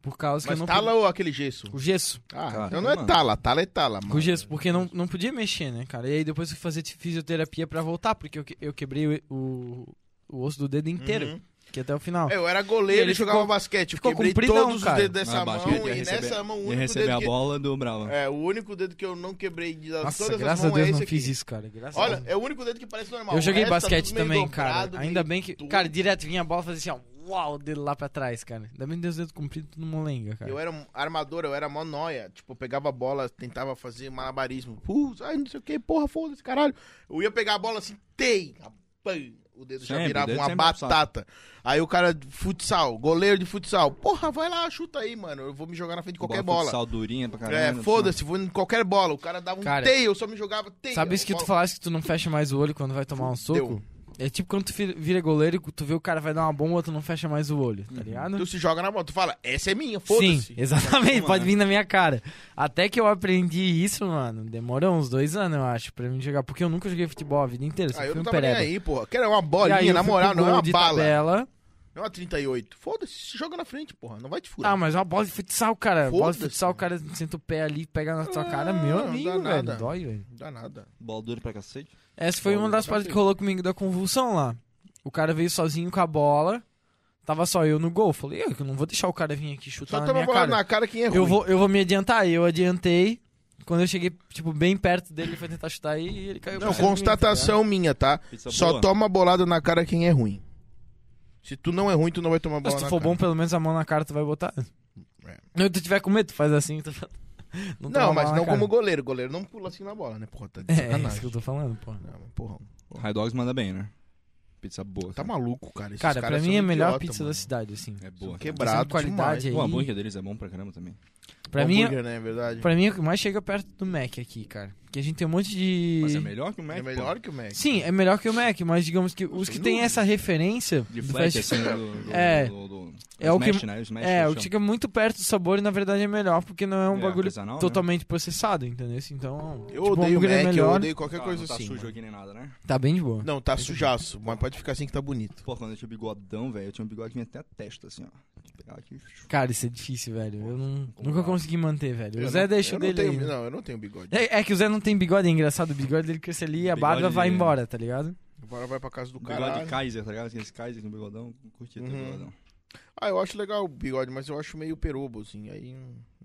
Speaker 2: Por causa que eu
Speaker 1: Mas
Speaker 2: não.
Speaker 1: tala
Speaker 2: podia-
Speaker 1: ou aquele gesso?
Speaker 2: O gesso.
Speaker 1: Ah,
Speaker 4: Cara,
Speaker 1: então não é
Speaker 4: mano.
Speaker 1: tala. Tala é tala, mano.
Speaker 2: Com gesso, porque não, não podia mexer, né, cara? E aí depois eu fui fazer fisioterapia pra voltar, porque eu, que- eu quebrei o, o, o osso do dedo inteiro,
Speaker 1: Uhum.
Speaker 2: que é até o final.
Speaker 1: Eu era goleiro
Speaker 2: E
Speaker 1: e
Speaker 2: ele
Speaker 1: jogava
Speaker 2: ficou-
Speaker 1: basquete. Eu
Speaker 2: ficou
Speaker 1: quebrei
Speaker 2: compridão,
Speaker 1: todos os
Speaker 2: cara.
Speaker 1: dedos dessa
Speaker 4: Ah,
Speaker 1: mão
Speaker 4: basquete,
Speaker 1: e
Speaker 4: ia receber-
Speaker 1: nessa mão o
Speaker 4: Ia
Speaker 1: único
Speaker 4: receber
Speaker 1: dedo
Speaker 4: a
Speaker 1: que-
Speaker 4: bola do Brava.
Speaker 1: É, o único dedo que eu não quebrei de
Speaker 2: Nossa,
Speaker 1: todas as
Speaker 2: graças a
Speaker 1: mãos
Speaker 2: Deus
Speaker 1: é
Speaker 2: não
Speaker 1: esse
Speaker 2: fiz
Speaker 1: aqui.
Speaker 2: isso, cara. Graças a
Speaker 1: Olha,
Speaker 2: Deus.
Speaker 1: é o único dedo que parece normal.
Speaker 2: eu
Speaker 1: O
Speaker 2: joguei
Speaker 1: resto tá tudo
Speaker 2: basquete
Speaker 1: meio
Speaker 2: também,
Speaker 1: dobrado,
Speaker 2: cara.
Speaker 1: meio-
Speaker 2: Ainda bem que.
Speaker 1: tudo.
Speaker 2: Cara, direto vinha a bola fazia assim, ó. Uau, o dedo lá pra trás, cara. Ainda bem que deu os dedos compridos tudo molenga, cara.
Speaker 1: Eu era um armador, eu era mó noia. Tipo, eu pegava a bola, tentava fazer malabarismo. Putz, ai, não sei o que, porra, foda-se, caralho. Eu ia pegar a bola assim, tem! a- pam, O dedo já
Speaker 4: Sempre,
Speaker 1: virava
Speaker 4: o dedo
Speaker 1: uma
Speaker 2: é
Speaker 4: sempre absorve.
Speaker 1: batata. Aí o cara, de futsal, goleiro de futsal. Porra, vai lá, chuta aí, mano. Eu vou me jogar na frente de qualquer bola.
Speaker 4: Saldurinha pra
Speaker 1: É,
Speaker 4: caralho. assim,
Speaker 1: foda-se, vou em qualquer bola. O cara dava um
Speaker 2: assim. Cara,
Speaker 1: teio, eu só me jogava teio.
Speaker 2: Sabe isso que tu falaste que tu não fecha mais o olho quando vai tomar um soco? É tipo quando tu fi- vira goleiro e tu vê o cara vai dar uma bomba, tu não fecha mais o olho, tá ligado?
Speaker 1: Uhum. Tu se joga na bola, tu fala, essa é minha,
Speaker 2: Sim,
Speaker 1: foda-se.
Speaker 2: exatamente,
Speaker 4: Toma,
Speaker 2: pode
Speaker 4: né?
Speaker 2: vir na minha cara. Até que eu aprendi isso, mano, demorou uns dois anos, eu acho, pra mim jogar, porque eu nunca joguei futebol a vida
Speaker 1: Aí
Speaker 2: inteira, sempre
Speaker 1: Ah, eu
Speaker 2: fui
Speaker 1: não
Speaker 2: um
Speaker 1: tava nem
Speaker 2: pereba.
Speaker 1: aí, porra. Quero uma
Speaker 2: E aí
Speaker 1: bolinha,
Speaker 2: eu
Speaker 1: na
Speaker 2: fui
Speaker 1: moral,
Speaker 2: pro
Speaker 1: não é
Speaker 2: gol
Speaker 1: uma
Speaker 2: de
Speaker 1: bala.
Speaker 2: Tabela.
Speaker 1: Não é uma 38. Foda-se, se joga na frente, porra. Não vai te furar.
Speaker 2: Ah, mas uma bola de futsal, cara, bola
Speaker 1: Foda-se.
Speaker 2: de
Speaker 1: Ah,
Speaker 2: futsal, o cara senta o pé ali, pega na tua cara,
Speaker 1: não
Speaker 2: meu
Speaker 1: dá
Speaker 2: amigo,
Speaker 1: nada.
Speaker 2: velho, dói, velho.
Speaker 1: Não dá nada.
Speaker 4: Bola dura pra cacete.
Speaker 2: Essa foi
Speaker 1: Foda,
Speaker 2: uma das
Speaker 1: tá
Speaker 2: partes que
Speaker 1: feio.
Speaker 2: rolou comigo da convulsão lá. O cara veio sozinho com a bola, tava só eu no gol, falei, eu não vou deixar o cara vir aqui
Speaker 1: Só
Speaker 2: chutar na
Speaker 1: toma
Speaker 2: minha
Speaker 1: bola
Speaker 2: cara.
Speaker 1: na cara quem é ruim.
Speaker 2: Eu vou, eu vou me adiantar. Eu adiantei. Quando eu cheguei, tipo, bem perto dele, ele foi tentar chutar e ele caiu. pra
Speaker 1: Não,
Speaker 2: cima de mim,
Speaker 1: constatação minha, tá?
Speaker 4: Pizza
Speaker 1: Só
Speaker 4: boa.
Speaker 1: toma bolada na cara quem é ruim. Se tu não é ruim, tu não vai tomar
Speaker 2: tá ligado?
Speaker 1: bola
Speaker 2: Mas se
Speaker 1: na
Speaker 2: tu for
Speaker 1: cara.
Speaker 2: bom, pelo menos a mão na cara tu vai botar.
Speaker 1: É.
Speaker 2: Não, se tu tiver com medo, tu faz assim. tu- Não, toma
Speaker 1: Não,
Speaker 2: a
Speaker 1: mas
Speaker 2: mão na
Speaker 1: não
Speaker 2: cara.
Speaker 1: como goleiro. Goleiro não pula assim na bola, né? Porra, tá de
Speaker 2: É, é isso
Speaker 1: sacanagem.
Speaker 2: que eu tô falando, pô.
Speaker 1: Não, mas porrão.
Speaker 4: High Dogs manda bem, né? Pizza boa.
Speaker 1: Tá
Speaker 4: cara.
Speaker 1: maluco, cara. Esses
Speaker 2: Cara, pra
Speaker 1: caras
Speaker 2: mim é
Speaker 1: são
Speaker 2: a melhor
Speaker 1: idiota,
Speaker 2: pizza
Speaker 1: mano.
Speaker 2: da cidade, assim.
Speaker 4: É boa. cara.
Speaker 1: Quebrado
Speaker 2: Questão de qualidade
Speaker 1: demais.
Speaker 2: aí.
Speaker 4: O hambúrguer deles é bom pra caramba também.
Speaker 2: Pra mim,
Speaker 1: Hambúrguer, né, é verdade.
Speaker 2: pra mim, o que mais chega perto do Mac aqui, cara. Que a gente tem um monte de.
Speaker 4: Mas é melhor que o Mac.
Speaker 1: É
Speaker 4: pô.
Speaker 1: melhor que o Mac.
Speaker 2: Sim, é melhor que o Mac, mas digamos que os
Speaker 1: Sem
Speaker 2: que têm
Speaker 1: dúvida.
Speaker 2: essa referência.
Speaker 4: De
Speaker 2: do
Speaker 4: flash,
Speaker 2: fast
Speaker 4: assim, do, do,
Speaker 2: É.
Speaker 4: do- do- do
Speaker 2: É o que-
Speaker 4: Smash, né? O Smash,
Speaker 2: É,
Speaker 4: eu
Speaker 2: o que
Speaker 4: chamo.
Speaker 2: fica muito perto do sabor e na verdade é melhor, porque não é um
Speaker 4: É,
Speaker 2: bagulho
Speaker 4: artesanal, né?
Speaker 2: totalmente processado, entendeu? Então,
Speaker 1: Eu
Speaker 2: tipo,
Speaker 1: odeio o
Speaker 2: hambúrguer é
Speaker 1: Mac, eu
Speaker 2: melhor.
Speaker 1: odeio qualquer
Speaker 4: Ah,
Speaker 1: coisa
Speaker 4: não tá
Speaker 1: assim.
Speaker 4: sujo
Speaker 1: mano.
Speaker 4: aqui nem nada, né?
Speaker 2: Tá bem de boa.
Speaker 1: Não, tá sujaço, mas pode ficar assim que tá bonito.
Speaker 4: Pô, quando eu tinha o bigodão, velho, eu tinha um bigode que vinha até a testa, assim, ó. Eu Pegava aqui.
Speaker 2: Cara, isso é difícil, velho. Eu não-
Speaker 4: Como
Speaker 2: nunca
Speaker 4: não?
Speaker 2: consegui manter, velho.
Speaker 1: Eu
Speaker 2: o Zé
Speaker 1: não-
Speaker 2: deixa
Speaker 1: eu
Speaker 2: o
Speaker 1: não
Speaker 2: dele
Speaker 1: tenho,
Speaker 2: aí, né?
Speaker 1: Não, eu não tenho bigode.
Speaker 2: É, é que o Zé não tem bigode, é engraçado. O bigode dele cresce ali e a
Speaker 4: Bigode-
Speaker 2: barba vai embora, tá ligado?
Speaker 1: Agora vai pra casa do
Speaker 4: Bigode
Speaker 1: caralho.
Speaker 4: de Kaiser, tá ligado? Aqueles Kaiser com bigodão. Curti
Speaker 1: Uhum.
Speaker 4: ter bigodão.
Speaker 1: Ah, eu acho legal o bigode, mas eu acho meio perobo, assim. Aí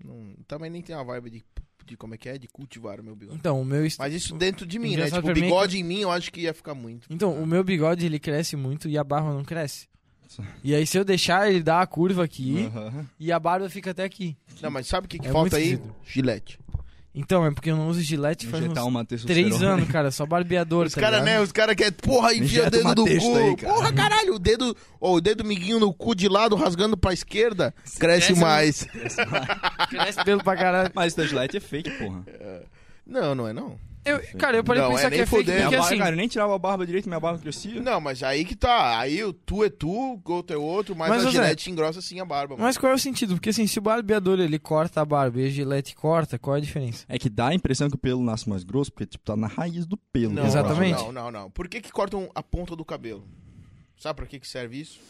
Speaker 1: não, também nem tem a vibe de, de como é que é, de cultivar o meu bigode.
Speaker 2: Então, o meu est-
Speaker 1: Mas isso dentro de mim, né?
Speaker 2: Engraçado
Speaker 1: Tipo,
Speaker 2: pra mim é
Speaker 1: bigode em mim eu acho que ia ficar muito.
Speaker 2: Então, o meu bigode ele cresce muito e a barba não cresce.
Speaker 4: Só-
Speaker 2: E aí se eu deixar ele dá a curva aqui
Speaker 4: Aham.
Speaker 2: e a barba fica até aqui.
Speaker 1: Não, mas sabe o que, que
Speaker 2: É muito
Speaker 1: falta aí?
Speaker 2: esquisito.
Speaker 1: Gilete.
Speaker 2: Então, é porque eu não uso gilete faz uns
Speaker 4: Injetar um uma testosterona.
Speaker 2: três anos, cara, só barbeador,
Speaker 1: Os
Speaker 2: tá
Speaker 1: caras,
Speaker 2: ligado?
Speaker 1: né? Os caras que é, porra, enfia o
Speaker 4: Injeta
Speaker 1: dedo
Speaker 4: uma
Speaker 1: do
Speaker 4: testa
Speaker 1: cu.
Speaker 4: aí, cara.
Speaker 1: porra, caralho, o dedo, ó, o dedo miguinho no cu de lado, rasgando pra esquerda, cresce,
Speaker 2: cresce né?
Speaker 1: mais.
Speaker 2: Cresce pelo pra caralho.
Speaker 4: [laughs] Mas o Teslight é fake, porra.
Speaker 1: Não, não é não.
Speaker 2: Eu, cara, eu parei
Speaker 1: Não, é
Speaker 2: pra pensar
Speaker 1: nem
Speaker 2: que é fake,
Speaker 1: fudendo.
Speaker 2: porque
Speaker 4: Minha barba,
Speaker 2: assim...
Speaker 4: cara, eu nem tirava a barba direito, minha barba crescia.
Speaker 1: Não, mas aí que tá. Aí o tu é tu, o outro é outro, mas,
Speaker 2: Mas,
Speaker 1: a
Speaker 2: ô, Zé,
Speaker 1: Gillette engrossa sim a barba. mano.
Speaker 2: Mas qual é o sentido? Porque assim, se o barbeador ele corta a barba e a gilete corta, qual é a diferença?
Speaker 4: É que dá a impressão que o pelo nasce mais grosso, porque tipo, tá na raiz do pelo.
Speaker 1: Não,
Speaker 4: né?
Speaker 2: Exatamente.
Speaker 1: Não, não, não. Por que, que cortam a ponta do cabelo? Sabe pra que, que serve isso?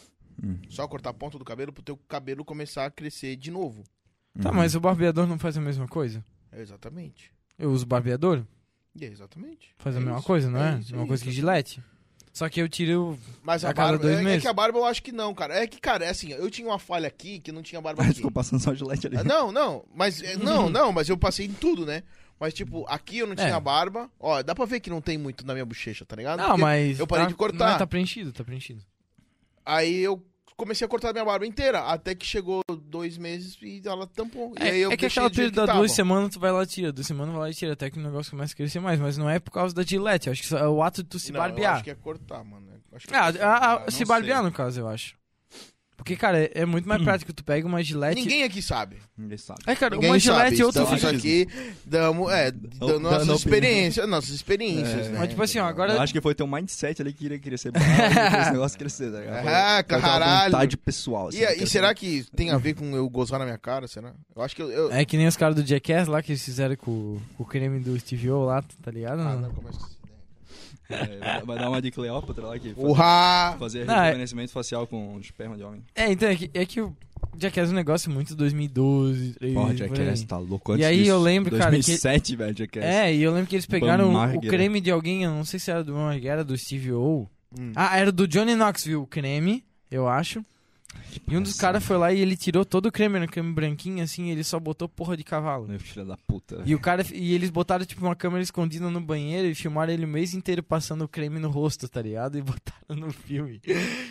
Speaker 4: Hum.
Speaker 1: Só cortar a ponta do cabelo pro teu cabelo começar a crescer de novo.
Speaker 2: Tá,
Speaker 4: Uhum.
Speaker 2: mas o barbeador não faz a mesma coisa?
Speaker 1: É exatamente.
Speaker 2: Eu uso barbeador?
Speaker 1: E é exatamente.
Speaker 2: Faz a
Speaker 1: É
Speaker 2: mesma
Speaker 1: isso,
Speaker 2: coisa, não é?
Speaker 1: isso,
Speaker 2: uma coisa
Speaker 1: isso.
Speaker 2: que gilete. Só que eu tiro.
Speaker 1: Mas
Speaker 2: a
Speaker 1: a,
Speaker 2: cada
Speaker 1: barba.
Speaker 2: dois
Speaker 1: é, é
Speaker 2: meses.
Speaker 1: que a barba eu acho que não, cara. É que, cara, é assim, eu tinha uma falha aqui que não tinha barba
Speaker 2: [laughs]
Speaker 4: Mas
Speaker 1: aqui.
Speaker 4: ficou passando só Gillette ali.
Speaker 1: Ah, Não, não, mas. é, Não, não, mas eu passei em tudo, né? Mas, tipo, aqui eu não tinha
Speaker 2: É.
Speaker 1: barba. Ó, dá pra ver que não tem muito na minha bochecha, tá ligado?
Speaker 2: Não,
Speaker 1: Porque
Speaker 2: mas.
Speaker 1: eu parei
Speaker 2: tá-
Speaker 1: de cortar.
Speaker 2: não, tá preenchido, tá preenchido.
Speaker 1: Aí eu comecei a cortar minha barba inteira, até que chegou dois meses e ela tampou. e
Speaker 2: É,
Speaker 1: aí eu
Speaker 2: é que
Speaker 1: deixei
Speaker 2: aquela
Speaker 1: do jeito
Speaker 2: período
Speaker 1: que
Speaker 2: da é
Speaker 1: tava.
Speaker 2: duas semanas tu vai lá e tira, duas semanas vai lá e tira, até que o negócio começa a crescer mais. Mas não é por causa da gilete, eu acho que só é o ato de tu se
Speaker 1: Não, eu
Speaker 2: barbear.
Speaker 1: acho que é cortar, mano. Eu acho que é
Speaker 2: Ah,
Speaker 1: cortar.
Speaker 2: a- a-
Speaker 4: cara,
Speaker 2: se
Speaker 4: não
Speaker 2: barbear,
Speaker 4: sei.
Speaker 2: no caso, eu acho. Porque, cara, é, é muito mais prático. Tu pega uma gilete.
Speaker 1: Hum. Ninguém aqui sabe.
Speaker 4: [laughs] Ninguém sabe.
Speaker 2: É, cara,
Speaker 1: Ninguém
Speaker 2: uma
Speaker 1: sabe. então
Speaker 2: gilete e outra
Speaker 1: Estamos
Speaker 2: fica.
Speaker 1: aqui, damos, é, dando
Speaker 4: Dando
Speaker 1: nossas
Speaker 4: opinião.
Speaker 1: experiências, nossas experiências,
Speaker 4: É.
Speaker 1: né?
Speaker 2: Mas, tipo assim, ó,
Speaker 4: Eu
Speaker 2: agora.
Speaker 4: acho que foi teu mindset ali que queria crescer barba, e
Speaker 1: [laughs]
Speaker 4: esse negócio crescer, tá ligado? Foi-
Speaker 1: Ah,
Speaker 4: foi aquela
Speaker 1: caralho.
Speaker 4: vontade pessoal. assim,
Speaker 1: E, aí,
Speaker 4: quero
Speaker 1: será
Speaker 4: ser-
Speaker 1: que tem a ver com eu gozar na minha cara, será? Eu acho que eu... eu-
Speaker 2: É que nem os caras do Jackass lá que eles fizeram com, com o creme do Steve O lá, tá ligado?
Speaker 1: Ah,
Speaker 2: Não.
Speaker 1: não, como é que-
Speaker 4: É, vai- vai dar uma de Cleópatra lá que faz-
Speaker 1: Urra!
Speaker 4: fazer
Speaker 2: Não, é-
Speaker 4: rejuvenescimento facial com esperma de homem.
Speaker 2: É, então, é que, é que o Jackass é um negócio muito 2012, 2013.
Speaker 4: Porra,
Speaker 2: por aí.
Speaker 4: Jackass tá louco.
Speaker 2: E
Speaker 4: antes
Speaker 2: aí
Speaker 4: disso,
Speaker 2: eu lembro, cara, que-
Speaker 4: 2007, velho, Jackass.
Speaker 2: É, e eu lembro que eles pegaram
Speaker 4: Bam
Speaker 2: o- o
Speaker 4: Margera.
Speaker 2: creme de alguém, eu não sei se era do Bam Margera, do Steve O.
Speaker 1: Hum.
Speaker 2: Ah, era do Johnny Knoxville o creme, eu acho. E um dos caras foi lá e ele tirou todo o creme, era um creme branquinho assim, e ele só botou porra de cavalo.
Speaker 4: Meu Filho da puta.
Speaker 2: E o cara, e eles botaram tipo uma câmera escondida no banheiro e filmaram ele o mês inteiro passando o creme no rosto, tá ligado? E [laughs] botaram no filme.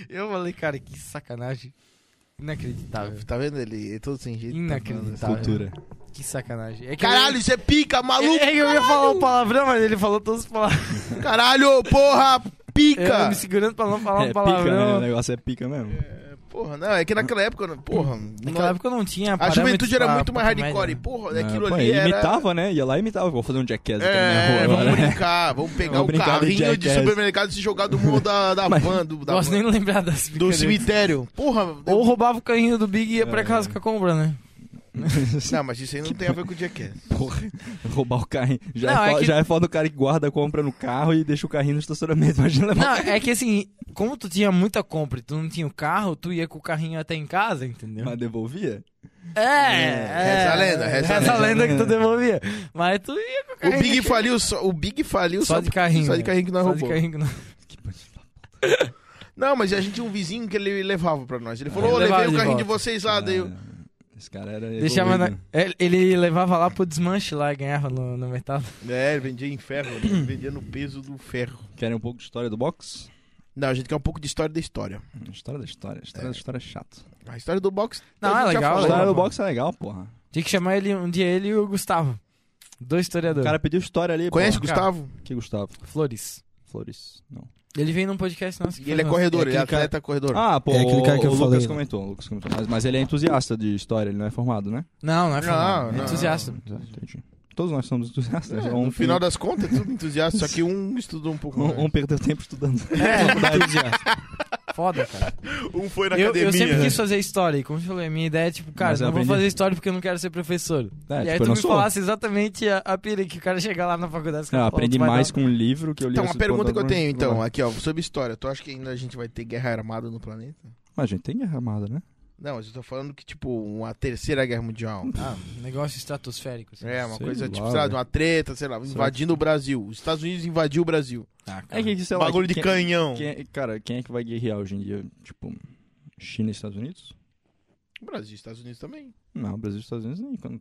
Speaker 2: Eu falei, cara, que sacanagem. Inacreditável.
Speaker 1: Tá vendo ele? É todo sem jeito. tá falando.
Speaker 2: Inacreditável.
Speaker 4: Cultura.
Speaker 2: Que sacanagem. É que
Speaker 1: Caralho, isso é pica,
Speaker 2: eu,
Speaker 1: maluco!
Speaker 2: é que eu ia falar o palavrão, mas ele falou todos os palavrões.
Speaker 1: Caralho, porra,
Speaker 2: Eu
Speaker 1: pica!
Speaker 2: me segurando pra não falar
Speaker 4: É
Speaker 2: um
Speaker 4: pica, né? O
Speaker 2: palavrão.
Speaker 4: negócio é pica mesmo.
Speaker 1: Porra, não, é que naquela época, né, porra...
Speaker 2: Naquela época eu não tinha
Speaker 1: A juventude
Speaker 2: parâmetros
Speaker 1: era
Speaker 2: pra-
Speaker 1: muito mais
Speaker 2: pra comédia,
Speaker 1: hardcore.
Speaker 2: né?
Speaker 1: Porra, aquilo
Speaker 4: Ah, pô,
Speaker 1: ali
Speaker 4: ele
Speaker 1: era...
Speaker 4: imitava, né? Ia lá e imitava. Vou fazer um Jackass aqui na minha
Speaker 1: É,
Speaker 4: rua
Speaker 1: vamos
Speaker 4: agora.
Speaker 1: brincar, vamos pegar
Speaker 4: Vamos
Speaker 1: o
Speaker 4: brincar do
Speaker 1: carrinho de
Speaker 4: Jackass.
Speaker 1: supermercado e se jogar do mundo da, da van, do, da
Speaker 2: Gosto
Speaker 1: van-
Speaker 2: nem de lembrar das
Speaker 1: do
Speaker 2: brincadeiras.
Speaker 1: cemitério. Porra, eu-
Speaker 2: Ou roubava o carrinho do Big e ia
Speaker 1: É.
Speaker 2: pra casa com a compra, né?
Speaker 1: não, mas isso aí não tem a ver com o Jackass.
Speaker 4: Porra, [laughs] roubar o carrinho. Já,
Speaker 2: Não,
Speaker 4: é
Speaker 2: é
Speaker 4: foda,
Speaker 2: que-
Speaker 4: já é foda o cara que guarda a compra no carro e deixa o carrinho no estacionamento. [laughs] Imagina levar.
Speaker 2: Não, é que assim, como tu tinha muita compra e tu não tinha o carro, tu ia com o carrinho até em casa, entendeu?
Speaker 4: Mas devolvia?
Speaker 2: É, é.
Speaker 1: Reza a lenda, reza a
Speaker 2: Reza
Speaker 1: lenda.
Speaker 2: que tu devolvia. Mas tu ia com o carrinho.
Speaker 1: O Big faliu só, o Big faliu
Speaker 2: só de carrinho. é.
Speaker 1: Só de carrinho que nós
Speaker 2: só de
Speaker 1: roubou.
Speaker 2: carrinho que nós-
Speaker 4: Que bandido.
Speaker 1: Não, mas a gente tinha um vizinho que ele levava pra nós. Ele falou,
Speaker 2: Ele
Speaker 1: ô, levei
Speaker 2: É, levava
Speaker 1: o
Speaker 2: de
Speaker 1: carrinho de
Speaker 2: volta.
Speaker 1: vocês lá, daí eu...
Speaker 4: Ah, Esse cara era.
Speaker 2: Deixava na-
Speaker 4: evoluído.
Speaker 2: Ele- Ele levava lá pro desmanche lá e ganhava no, no metal.
Speaker 1: É, ele vendia em ferro, né? Ele vendia no peso do ferro.
Speaker 4: Querem um pouco de história do box?
Speaker 1: Não, a gente quer um pouco de história da história.
Speaker 4: História da história. História
Speaker 1: É.
Speaker 4: da história é chato.
Speaker 1: A história do box.
Speaker 2: Não,
Speaker 1: a gente
Speaker 2: é
Speaker 1: já
Speaker 2: legal,
Speaker 4: A
Speaker 1: falou.
Speaker 4: história do
Speaker 2: pô.
Speaker 4: box é legal, porra.
Speaker 2: Tinha que chamar ele um dia ele e o Gustavo. Dois
Speaker 4: O
Speaker 2: historiadores.
Speaker 4: cara pediu história ali.
Speaker 1: Conhece o
Speaker 4: porra.
Speaker 1: Gustavo?
Speaker 4: Que Gustavo?
Speaker 2: é Flores.
Speaker 4: Flores. Não.
Speaker 2: Ele vem num podcast nosso. que
Speaker 1: E ele é
Speaker 2: foi
Speaker 1: corredor,
Speaker 2: nosso.
Speaker 1: ele é
Speaker 2: aquele cara-
Speaker 1: atleta corredor.
Speaker 4: Ah, pô,
Speaker 6: É aquele cara
Speaker 4: o-
Speaker 6: que eu
Speaker 4: o Lucas
Speaker 6: falei, né?
Speaker 4: comentou, o Lucas comentou. Mas, mas ele é entusiasta de história, ele não é formado, né?
Speaker 2: Não, não é
Speaker 1: Não,
Speaker 2: formado, é
Speaker 1: não.
Speaker 2: entusiasta.
Speaker 4: Tá, entendi. Todos nós somos entusiastas.
Speaker 1: É,
Speaker 4: um
Speaker 1: no final das contas, tudo entusiasta, só que um estudou um pouco mais.
Speaker 4: [laughs] um, um perdeu tempo estudando.
Speaker 2: Foda, cara.
Speaker 1: Um foi [laughs] na
Speaker 2: Eu, eu
Speaker 1: academia.
Speaker 2: sempre quis fazer história, e como eu falei, minha ideia é tipo, cara,
Speaker 4: Mas
Speaker 2: não vou
Speaker 4: aprendi.
Speaker 2: fazer história porque eu não quero ser professor.
Speaker 4: É,
Speaker 2: e aí
Speaker 4: tipo, eu
Speaker 2: tu
Speaker 4: não
Speaker 2: me
Speaker 4: sou.
Speaker 2: falasse exatamente a, a pira que o cara chegar lá na faculdade. os caras
Speaker 4: Eu
Speaker 2: falam,
Speaker 4: Ah, aprendi
Speaker 2: "Tu vai
Speaker 4: mais
Speaker 2: dar-
Speaker 4: com um livro que eu li.
Speaker 1: Então, uma
Speaker 4: esse
Speaker 1: pergunta que eu
Speaker 4: contador-
Speaker 1: tenho, então, aqui, ó, sobre história. Tu acha que ainda a gente vai ter guerra armada no planeta?
Speaker 4: Mas a gente tem guerra armada, né?
Speaker 1: Não, mas eu tô falando que, tipo, uma terceira guerra mundial.
Speaker 2: Ah, um negócio estratosférico. assim.
Speaker 1: É, uma
Speaker 4: sei
Speaker 1: coisa,
Speaker 4: lá,
Speaker 1: tipo, sei lá, de
Speaker 4: velho.
Speaker 1: uma treta, sei lá, invadindo o Brasil. Os Estados Unidos invadiu o Brasil.
Speaker 2: Ah, cara.
Speaker 4: É que, sei lá,
Speaker 1: Bagulho de
Speaker 4: quem-
Speaker 1: canhão.
Speaker 4: quem- cara, quem é que vai guerrear hoje em dia? Tipo, China e Estados Unidos?
Speaker 1: O Brasil, Estados Unidos também.
Speaker 4: Não, Brasil e Estados Unidos nem. Quando...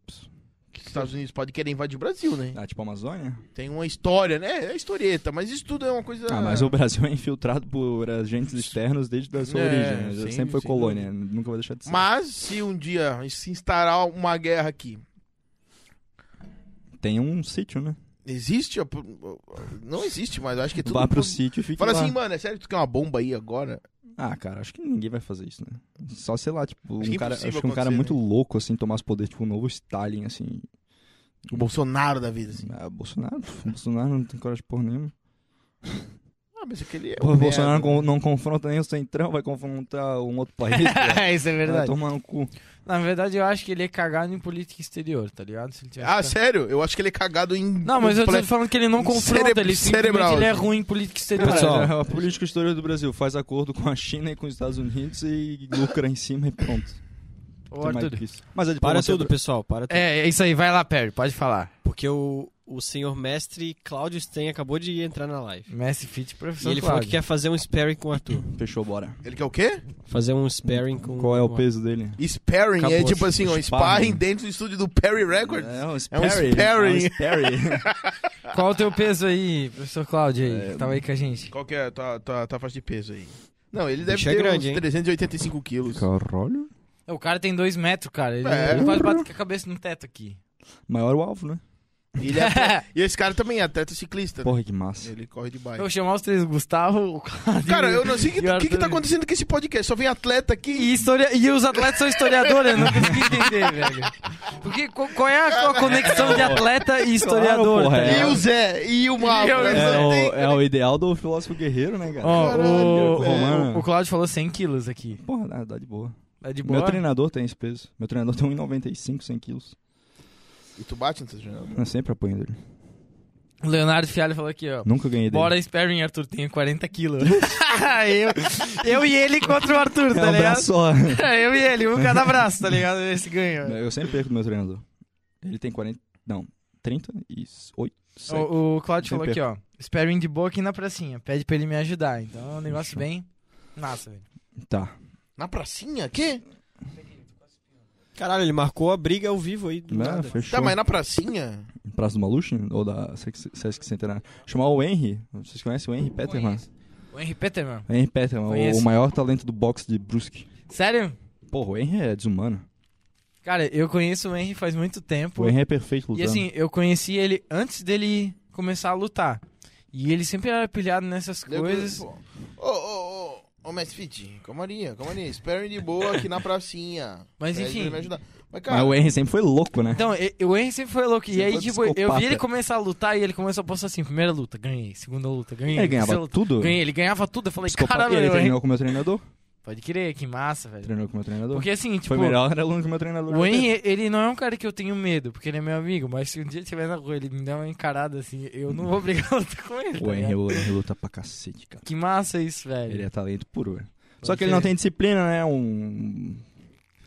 Speaker 1: Que os Estados Unidos podem querer invadir o Brasil, né?
Speaker 4: Ah, tipo Amazônia?
Speaker 1: Tem uma história, né? É historieta, mas isso tudo é uma coisa.
Speaker 4: Ah, mas o Brasil é infiltrado por agentes externos desde a sua
Speaker 1: É,
Speaker 4: origem. né?
Speaker 1: sim,
Speaker 4: Sempre foi
Speaker 1: sim.
Speaker 4: colônia, nunca vai deixar de ser.
Speaker 1: Mas se um dia se instalar uma guerra aqui,
Speaker 4: Tem um sítio, né?
Speaker 1: existe? a- Não existe, mas eu acho que é tudo.
Speaker 4: Vá pro sítio e fica
Speaker 1: Fala
Speaker 4: lá.
Speaker 1: assim, mano, é sério que tu quer uma bomba aí agora?
Speaker 4: Ah, cara, acho que ninguém vai fazer isso, né? Só, sei lá, tipo,
Speaker 1: Acho que
Speaker 4: um
Speaker 1: é
Speaker 4: cara,
Speaker 1: impossível
Speaker 4: acho que um
Speaker 1: acontecer,
Speaker 4: cara
Speaker 1: né?
Speaker 4: muito louco, assim, tomar os poderes, tipo, um novo Stalin, assim.
Speaker 1: O Bolsonaro da vida, assim.
Speaker 4: Ah, Bolsonaro, [laughs] pff, Bolsonaro não tem coragem de porra nenhuma.
Speaker 1: Ah, mas aquele é.
Speaker 4: Pô,
Speaker 1: um
Speaker 4: Bolsonaro
Speaker 1: merda.
Speaker 4: não, con- não confronta nem o Centrão, vai confrontar um outro [laughs] país. pô.
Speaker 2: Isso é
Speaker 4: Vai
Speaker 2: verdade.
Speaker 4: tomar no cu.
Speaker 2: Na verdade, eu acho que ele é cagado em política exterior, tá ligado? Se ele tivesse
Speaker 1: Ah,
Speaker 2: pra-
Speaker 1: sério? Eu acho que ele é cagado em.
Speaker 2: Não, mas eu tô
Speaker 1: completo.
Speaker 2: falando que ele não
Speaker 1: Cere-
Speaker 2: confronta,
Speaker 1: cerebral,
Speaker 2: ele simplesmente ele é
Speaker 1: assim.
Speaker 2: ruim em política exterior.
Speaker 4: Pessoal, a política exterior do Brasil faz acordo com a China e com os Estados Unidos e lucra em cima e pronto.
Speaker 2: Ô,
Speaker 4: Tem mais do
Speaker 2: Arthur.
Speaker 4: que isso. Mas a
Speaker 3: Para
Speaker 4: diplomacia-
Speaker 3: tudo, pessoal, para tudo.
Speaker 2: É, é isso aí, vai lá, Perry, pode falar.
Speaker 3: Porque o, o senhor mestre Cláudio Sten acabou de entrar na live.
Speaker 2: Messi Fit,
Speaker 3: E
Speaker 2: professor
Speaker 3: ele falou que quer fazer um sparring com o Arthur.
Speaker 4: Fechou, bora.
Speaker 1: Ele quer o quê?
Speaker 3: Fazer um sparring com
Speaker 4: Qual é
Speaker 3: com
Speaker 4: o
Speaker 3: o
Speaker 4: peso dele?
Speaker 1: Sparring é
Speaker 4: Acabou,
Speaker 1: tipo assim, um
Speaker 4: sparring.
Speaker 1: sparring dentro do estúdio do Perry Records.
Speaker 4: É um
Speaker 1: sparring.
Speaker 4: É um sparring. [laughs]
Speaker 2: Qual o teu peso aí, professor Cláudio, aí, que tava aí com a gente?
Speaker 1: Qual que é a tua, tua, tua faixa de peso aí? Não, ele deve
Speaker 3: Bicho é
Speaker 1: ter
Speaker 3: grande,
Speaker 1: uns
Speaker 3: hein?
Speaker 1: 385 quilos.
Speaker 4: Caralho.
Speaker 2: O cara tem dois metros, cara. Ele,
Speaker 1: É.
Speaker 2: ele pode bater com a cabeça no teto aqui.
Speaker 4: Maior o alvo, né?
Speaker 1: E, ele é atleta- e esse cara também é atleta ciclista.
Speaker 4: Porra, que massa.
Speaker 1: Ele corre de
Speaker 2: Eu
Speaker 1: bike.
Speaker 2: vou chamar os três Gustavo, o Cláudio
Speaker 1: Cara, eu não sei o que,
Speaker 2: e
Speaker 1: o
Speaker 2: o
Speaker 1: que, que
Speaker 2: Arthur.
Speaker 1: tá acontecendo com esse podcast. Só vem atleta aqui.
Speaker 2: E, história... e os atletas são historiadores, eu não consegui entender, velho. Porque co- qual é a, a conexão de atleta e historiador?
Speaker 4: Claro, porra,
Speaker 2: tá
Speaker 4: é.
Speaker 1: E
Speaker 2: ligado?
Speaker 1: o Zé. E o Mauro.
Speaker 2: E o
Speaker 1: né?
Speaker 2: Zé.
Speaker 1: Só
Speaker 4: É o,
Speaker 1: tem-
Speaker 4: é o ideal do filósofo guerreiro, né, cara?
Speaker 2: Ó, o,
Speaker 4: Caralho,
Speaker 2: o,
Speaker 4: velho.
Speaker 2: o Cláudio falou 100 quilos aqui.
Speaker 4: Porra, dá, dá de boa.
Speaker 2: É de
Speaker 4: Meu
Speaker 2: boa?
Speaker 4: treinador tem esse peso. Meu treinador tem 1,95, 100 quilos.
Speaker 1: E tu bate no teu jornal.
Speaker 4: Eu sempre apanho dele.
Speaker 2: O Leonardo Fialho falou aqui, ó.
Speaker 4: Nunca ganhei
Speaker 2: Tá
Speaker 4: dele.
Speaker 2: Bora Sparring, Arthur, tenho 40 quilos. eu, [laughs] eu e ele contra o Arthur,
Speaker 4: é
Speaker 2: tá
Speaker 4: um
Speaker 2: ligado?
Speaker 4: braço
Speaker 2: [laughs]
Speaker 4: só.
Speaker 2: eu e ele, um cada braço, tá ligado? Esse ganha.
Speaker 4: Eu sempre perco do meu treinador. Ele tem 40... Não, 38. sete.
Speaker 2: O, o Claudio
Speaker 4: Sem
Speaker 2: falou aqui, ó. Sparring de boa aqui na pracinha. Pede pra ele me ajudar. Então é um negócio bem. Massa, velho.
Speaker 4: Tá.
Speaker 1: Na pracinha? Quê?
Speaker 3: Caralho, ele marcou a briga ao vivo aí do
Speaker 4: Né?
Speaker 3: nada.
Speaker 4: Fechou.
Speaker 1: Tá, mas na pracinha?
Speaker 4: Praça do Maluche? Ou da Sesc Sesc Centenário? Chamar o Henry. Vocês conhecem o Henry Peterman?
Speaker 2: O Henry Peterman.
Speaker 4: Henry Peterman, o-
Speaker 2: Conheço.
Speaker 4: o maior talento do boxe de Brusque.
Speaker 2: Sério?
Speaker 4: Porra, o Henry é desumano.
Speaker 2: Cara, eu conheço o Henry faz muito tempo.
Speaker 4: O Henry é perfeito
Speaker 2: E
Speaker 4: lutando.
Speaker 2: assim, eu conheci ele antes dele começar a lutar. E ele sempre era pilhado nessas coisas.
Speaker 1: Ô, ô, ô. Ô, Mestre Fit, calmaria, calmaria. Esperem de boa aqui na pracinha.
Speaker 2: Mas,
Speaker 1: Pede pra
Speaker 2: enfim.
Speaker 1: ele me ajudar. Mas,
Speaker 4: Mas
Speaker 1: cara,
Speaker 4: o Henry sempre foi louco, né?
Speaker 2: Então, e- o Henry sempre foi louco. E
Speaker 4: Sempre
Speaker 2: aí,
Speaker 4: foi
Speaker 2: tipo, eu vi
Speaker 4: é psicopata.
Speaker 2: ele começar a lutar e ele começou a postar assim: primeira luta, ganhei. Segunda luta, ganhei.
Speaker 4: ele
Speaker 2: terceira
Speaker 4: ganhava
Speaker 2: luta,
Speaker 4: tudo.
Speaker 2: Ganhei, ele ganhava tudo. Eu falei,
Speaker 4: Psicopata.
Speaker 2: caralho,
Speaker 4: E ele
Speaker 2: meu, Henry.
Speaker 4: treinou com o meu treinador.
Speaker 2: Pode crer, que massa, velho.
Speaker 4: Treinou com o meu treinador.
Speaker 2: Porque assim, tipo,
Speaker 4: Foi melhor, era aluno que o meu treinador.
Speaker 2: o Henry, ele não é um cara que eu tenho medo, porque ele é meu amigo, mas se um dia tiver na rua ele me der uma encarada assim, eu não vou brigar [laughs] luta com ele.
Speaker 4: O
Speaker 2: tá
Speaker 4: Henry,
Speaker 2: ligado?
Speaker 4: o Henry luta pra cacete, cara.
Speaker 2: Que massa isso, velho.
Speaker 4: Ele é talento puro, velho. Só
Speaker 2: Pode
Speaker 4: que ele não
Speaker 2: crer.
Speaker 4: tem disciplina, né? Um.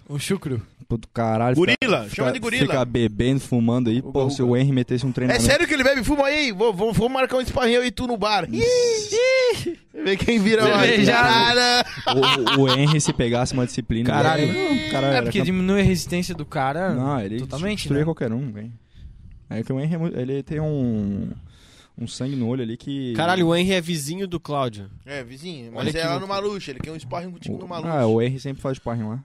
Speaker 2: Um chucro.
Speaker 4: Pô do caralho. fica-
Speaker 1: Gorila,
Speaker 4: fica-
Speaker 1: chama de gorila.
Speaker 4: Fica bebendo, fumando aí. Pô, se o Henry metesse um
Speaker 1: é
Speaker 4: treinamento.
Speaker 1: sério que ele bebe fumo aí? Vou, vou, vou marcar um esparrinho e tu no bar. Ih, ih. Vê quem vira
Speaker 2: Cervejada.
Speaker 1: lá.
Speaker 4: O, o Henry se pegasse uma disciplina.
Speaker 3: Caralho.
Speaker 4: Ele... Caralho,
Speaker 2: É
Speaker 4: era um
Speaker 2: porque
Speaker 4: campe-
Speaker 2: diminui a resistência do cara
Speaker 4: Não, é. ele
Speaker 2: totalmente,
Speaker 4: destruía
Speaker 2: né?
Speaker 4: qualquer um, velho. É que o Henry, é mu- ele tem um. Um sangue no olho ali que.
Speaker 3: Caralho, o Henry é vizinho do Cláudio.
Speaker 1: É, vizinho.
Speaker 3: Olha
Speaker 1: Mas
Speaker 3: que
Speaker 1: é lá
Speaker 3: louco.
Speaker 4: é
Speaker 1: no Maluxo. Ele quer um sparring contigo no Maluxo.
Speaker 4: Ah, o Henry sempre faz parrinho lá.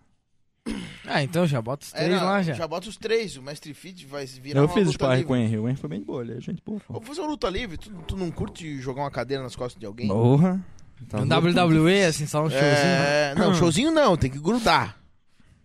Speaker 2: Ah, então já bota os
Speaker 1: É,
Speaker 2: três
Speaker 1: não,
Speaker 2: lá já.
Speaker 1: já bota os três. O mestre Fit vai virar
Speaker 4: Eu
Speaker 1: uma
Speaker 4: fiz
Speaker 1: luta
Speaker 4: sparring com o
Speaker 1: livre.
Speaker 4: Henry. O Henry foi bem de boa, ele é gente boa.
Speaker 1: Ô, fazer uma luta livre, tu, tu não curte jogar uma cadeira nas costas de alguém?
Speaker 4: Porra. Tá
Speaker 2: Um
Speaker 4: louco.
Speaker 2: WWE, assim, só um showzinho.
Speaker 1: É,
Speaker 2: né?
Speaker 1: não, showzinho não, tem que grudar.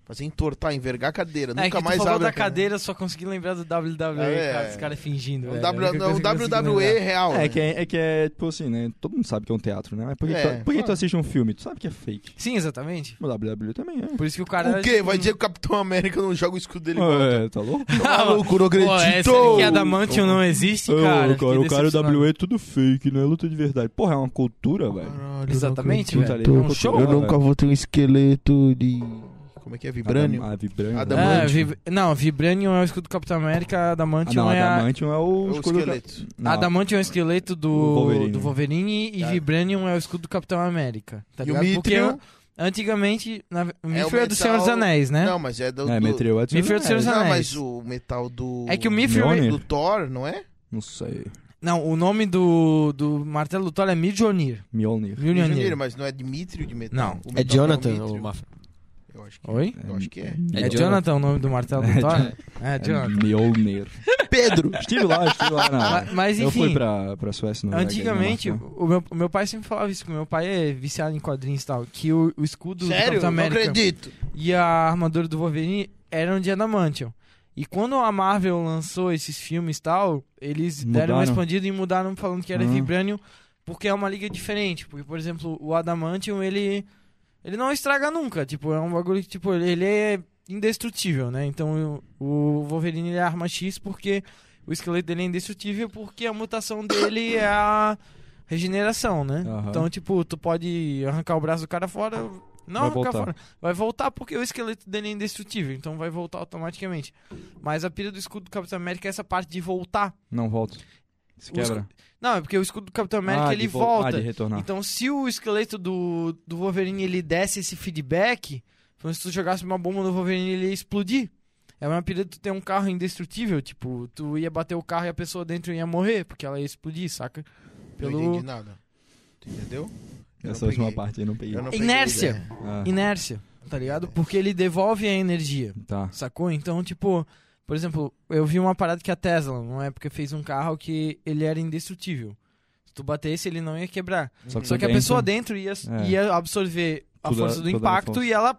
Speaker 1: Fazer entortar, envergar a cadeira.
Speaker 2: É que
Speaker 1: Nunca
Speaker 2: tu
Speaker 1: mais
Speaker 2: falou
Speaker 1: abre.
Speaker 2: da
Speaker 1: a cadeira.
Speaker 2: cadeira, eu só consegui lembrar do WWE,
Speaker 1: É.
Speaker 2: cara, os caras fingindo.
Speaker 1: Um
Speaker 2: velho.
Speaker 1: W-
Speaker 2: É a única
Speaker 1: um
Speaker 2: coisa que eu consigo
Speaker 1: WWE
Speaker 2: lembrar.
Speaker 1: real.
Speaker 4: É
Speaker 1: né?
Speaker 4: que é, é que é, tipo assim, né? Todo mundo sabe que é um teatro, né? Mas por que,
Speaker 1: É,
Speaker 4: tu, por que tu
Speaker 1: claro.
Speaker 4: assiste um filme? Tu sabe que é fake.
Speaker 2: Sim, exatamente.
Speaker 4: O WWE também é.
Speaker 2: Por isso que o cara.
Speaker 1: o quê? Vai dizer que o Capitão América não joga o escudo dele?
Speaker 2: [laughs]
Speaker 4: É, tá louco?
Speaker 1: Maluco, não
Speaker 2: Ah, Pô, essa
Speaker 1: acredito!
Speaker 2: que é Adamantium não existe,
Speaker 4: Ô,
Speaker 2: cara.
Speaker 4: cara, o cara
Speaker 2: WWE.
Speaker 4: WWE é tudo fake, não é luta de verdade. Porra, é uma cultura, velho.
Speaker 2: Exatamente,
Speaker 4: acredito,
Speaker 2: velho. É
Speaker 4: tá
Speaker 2: um
Speaker 4: ligado?
Speaker 2: show.
Speaker 4: Eu nunca
Speaker 1: vou ter um esqueleto de. Como é que é? Vibrânio?
Speaker 4: Adam- Ah, Vibranium.
Speaker 1: Adam-
Speaker 4: Ah,
Speaker 2: É,
Speaker 1: Adamantium.
Speaker 2: vib... Não, Vibranium é o escudo do Capitão América, Adamantium
Speaker 4: não,
Speaker 2: é a.
Speaker 4: Adamantium é o
Speaker 1: Ou o
Speaker 4: escudo-
Speaker 1: esqueleto.
Speaker 4: Não,
Speaker 2: Adamantium é o esqueleto do
Speaker 4: Do Wolverine.
Speaker 2: Wolverine, do Wolverine e
Speaker 1: Tá.
Speaker 2: Vibranium é o escudo do Capitão América. Tá
Speaker 1: e o
Speaker 2: ligado? Porque
Speaker 1: Mithril?
Speaker 2: antigamente, na... o Mithril é, do
Speaker 1: metal-
Speaker 2: Senhor dos Anéis, né?
Speaker 1: Não, mas é do.
Speaker 4: É,
Speaker 1: do-
Speaker 4: Mithril é do
Speaker 2: Mithril é do Senhor dos
Speaker 1: Não,
Speaker 2: Anéis.
Speaker 1: mas o metal do.
Speaker 2: É que o Mithril
Speaker 4: Mjolnir?
Speaker 1: Do Thor, não é?
Speaker 4: Não sei.
Speaker 2: Não, o nome do, do martelo do Thor é Midjonir.
Speaker 4: Mjolnir.
Speaker 1: Mjolnir,
Speaker 2: Midjonir.
Speaker 1: mas não é Dimitrio de metal.
Speaker 2: Não.
Speaker 1: O metal
Speaker 3: É Jonathan,
Speaker 1: Mithril.
Speaker 3: o Mafra.
Speaker 1: Eu acho que
Speaker 2: Oi?
Speaker 1: Eu acho que
Speaker 2: [laughs]
Speaker 1: é.
Speaker 2: É Jonathan o nome do martelo do Thor? É, Jonathan.
Speaker 4: Mjolnir.
Speaker 1: Pedro!
Speaker 4: Estive lá, estive lá na...
Speaker 2: Ma- Mas
Speaker 4: Eu fui
Speaker 2: enfim,
Speaker 4: pra, pra Suécia. né? Noruega,
Speaker 2: antigamente,
Speaker 4: Dinamarca.
Speaker 2: o meu, o meu pai sempre falava isso, que o meu pai é viciado em quadrinhos e tal, que o, o escudo
Speaker 1: Sério?
Speaker 2: do Capitão
Speaker 1: Não
Speaker 2: América
Speaker 1: acredito!
Speaker 2: e a armadura do Wolverine eram de Adamantium. E quando a Marvel lançou esses filmes e tal, eles deram
Speaker 4: Mudaram.
Speaker 2: uma expandida e mudaram falando que era
Speaker 4: Ah.
Speaker 2: Vibranium, porque é uma liga diferente. Porque, por exemplo, o Adamantium, ele. Ele não estraga nunca. Tipo, é um bagulho que, tipo, ele ele é indestrutível, né? Então o o Wolverine ele é arma X porque o esqueleto dele é indestrutível, porque a mutação dele é a regeneração, né?
Speaker 4: Aham.
Speaker 2: Então, tipo, tu pode arrancar o braço do cara fora. Não
Speaker 4: Vai
Speaker 2: arrancar
Speaker 4: voltar.
Speaker 2: fora. Vai voltar porque o esqueleto dele é indestrutível, então vai voltar automaticamente. Mas a pira do escudo do Capitão América é essa parte de voltar.
Speaker 4: Não, volto. Se
Speaker 2: Os-
Speaker 4: quebra.
Speaker 2: Não, é porque o escudo do Capitão América
Speaker 4: Ah,
Speaker 2: ele
Speaker 4: de vol- Ah,
Speaker 2: volta.
Speaker 4: de retornar.
Speaker 2: Então, se o esqueleto do, do Wolverine ele desse esse feedback, então, se tu jogasse uma bomba no Wolverine, ele ia explodir. É uma pira de tu ter um carro indestrutível, tipo, tu ia bater o carro e a pessoa dentro ia morrer, porque ela ia explodir, saca?
Speaker 1: Não entendi
Speaker 2: Pelo
Speaker 1: nada. Tu entendeu? Eu
Speaker 4: Essa
Speaker 1: não
Speaker 4: última
Speaker 1: peguei.
Speaker 4: parte eu não peguei.
Speaker 1: Eu não peguei
Speaker 2: Inércia.
Speaker 1: ideia.
Speaker 4: Ah,
Speaker 2: inércia, tá ligado? Porque ele devolve a energia.
Speaker 4: tá.
Speaker 2: Sacou? Então, tipo, por exemplo, eu vi uma parada que a Tesla, numa época, fez um carro que ele era indestrutível. Se tu batesse, ele não ia quebrar. Só que a
Speaker 4: dentro-
Speaker 2: pessoa dentro ia,
Speaker 4: É.
Speaker 2: ia absorver a
Speaker 4: Toda-
Speaker 2: força do
Speaker 4: toda a
Speaker 2: impacto
Speaker 4: força.
Speaker 2: e ela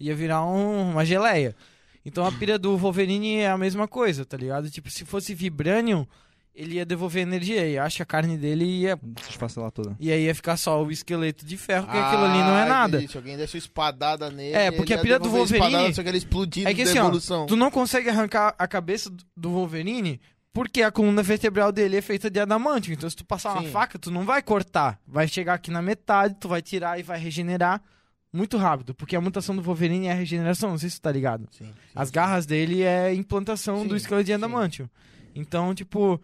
Speaker 2: ia virar um- uma geleia. Então a pira do Wolverine é a mesma coisa, tá ligado? Tipo, se fosse Vibranium, ele ia devolver energia e acha a carne dele e ia.
Speaker 4: Desfacelar toda.
Speaker 2: E aí ia ficar só o esqueleto de ferro, porque aquilo ali não é
Speaker 1: Ah,
Speaker 2: nada.
Speaker 1: entendi. Se alguém desse uma espadada nele.
Speaker 2: É, porque
Speaker 1: ele
Speaker 2: a pira
Speaker 1: ia
Speaker 2: do
Speaker 1: devolver a Espadada,
Speaker 2: Wolverine-
Speaker 1: só que ele explodiu
Speaker 2: É que
Speaker 1: da
Speaker 2: assim, ó,
Speaker 1: evolução.
Speaker 2: Tu não consegue arrancar a cabeça do- do Wolverine porque a coluna vertebral dele é feita de adamante. Então, se tu passar
Speaker 1: Sim.
Speaker 2: uma faca, tu não vai cortar. Vai chegar aqui na metade, tu vai tirar e vai regenerar muito rápido. Porque a mutação do Wolverine é a regeneração. Não sei se tu tá ligado.
Speaker 1: Sim, sim.
Speaker 2: As garras dele é a implantação
Speaker 1: Sim,
Speaker 2: do esqueleto de
Speaker 1: sim.
Speaker 2: adamantio. Então, tipo,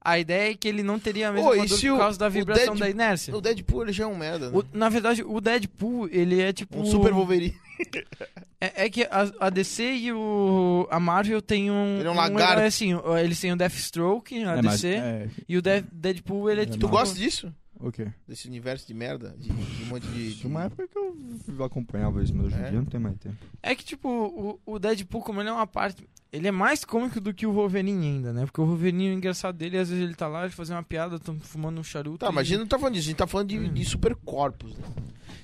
Speaker 2: a ideia é que ele não teria a
Speaker 1: Ô,
Speaker 2: mesma
Speaker 1: e
Speaker 2: armadura
Speaker 1: se o-
Speaker 2: por causa da
Speaker 1: o
Speaker 2: vibração
Speaker 1: Deadpool-
Speaker 2: da inércia.
Speaker 1: O Deadpool ele já é um merda, né?
Speaker 2: O- na verdade, o Deadpool, ele é tipo...
Speaker 1: Um super
Speaker 2: [laughs]
Speaker 1: Wolverine.
Speaker 2: É, é que a, a DC e o, a Marvel tem um.
Speaker 1: Ele é um lagarto.
Speaker 2: herói assim, ó, eles têm o Deathstroke, a
Speaker 1: Ah,
Speaker 4: É, mas-
Speaker 2: DC,
Speaker 4: é,
Speaker 2: e o De- Deadpool, ele é tipo.
Speaker 1: Tu gosta disso?
Speaker 4: ok.
Speaker 1: Desse universo de merda? De, de um monte de. de-
Speaker 4: Tinha é uma época que eu acompanhava isso, mas hoje em
Speaker 1: É.
Speaker 4: dia não tem mais tempo.
Speaker 2: É que, tipo, o, o Deadpool, como ele é uma parte. Ele é mais cômico do que o Wolverine ainda, né? Porque o Wolverine, o engraçado dele, às vezes ele tá lá, ele faz uma piada, tão fumando um charuto.
Speaker 1: Tá,
Speaker 2: e-
Speaker 1: mas a gente não tá falando disso, a gente tá falando de,
Speaker 2: Hum.
Speaker 1: de super corpos. Né?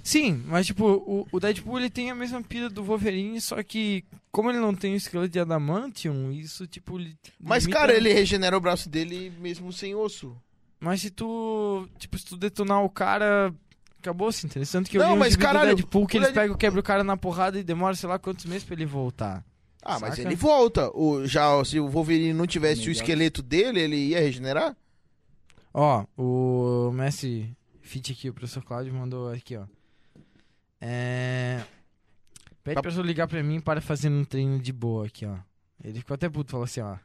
Speaker 2: Sim, mas, tipo, o, o Deadpool, ele tem a mesma pira do Wolverine, só que, como ele não tem o esqueleto de Adamantium, isso, tipo. li-
Speaker 1: Mas,
Speaker 2: limita-
Speaker 1: cara, ele regenera o braço dele mesmo sem osso.
Speaker 2: Mas se tu, tipo, se tu detonar o cara, acabou se interessante que eu
Speaker 1: Não,
Speaker 2: li um
Speaker 1: mas
Speaker 2: gibi do
Speaker 1: caralho,
Speaker 2: Deadpool que
Speaker 1: o
Speaker 2: eles
Speaker 1: Deadpool-
Speaker 2: pegam, quebram o cara na porrada e demora sei lá quantos meses pra ele voltar.
Speaker 1: Ah, mas
Speaker 2: Saca?
Speaker 1: ele volta. O, já, se o Wolverine não tivesse o
Speaker 4: Melhor.
Speaker 1: esqueleto dele, ele ia regenerar?
Speaker 2: Ó, o mestre Fit aqui, o professor Cláudio mandou aqui, ó. É... Pede
Speaker 1: Tá-
Speaker 2: pra pessoa ligar pra mim para fazer um treino de boa aqui, ó. Ele ficou até puto, falou assim, ó.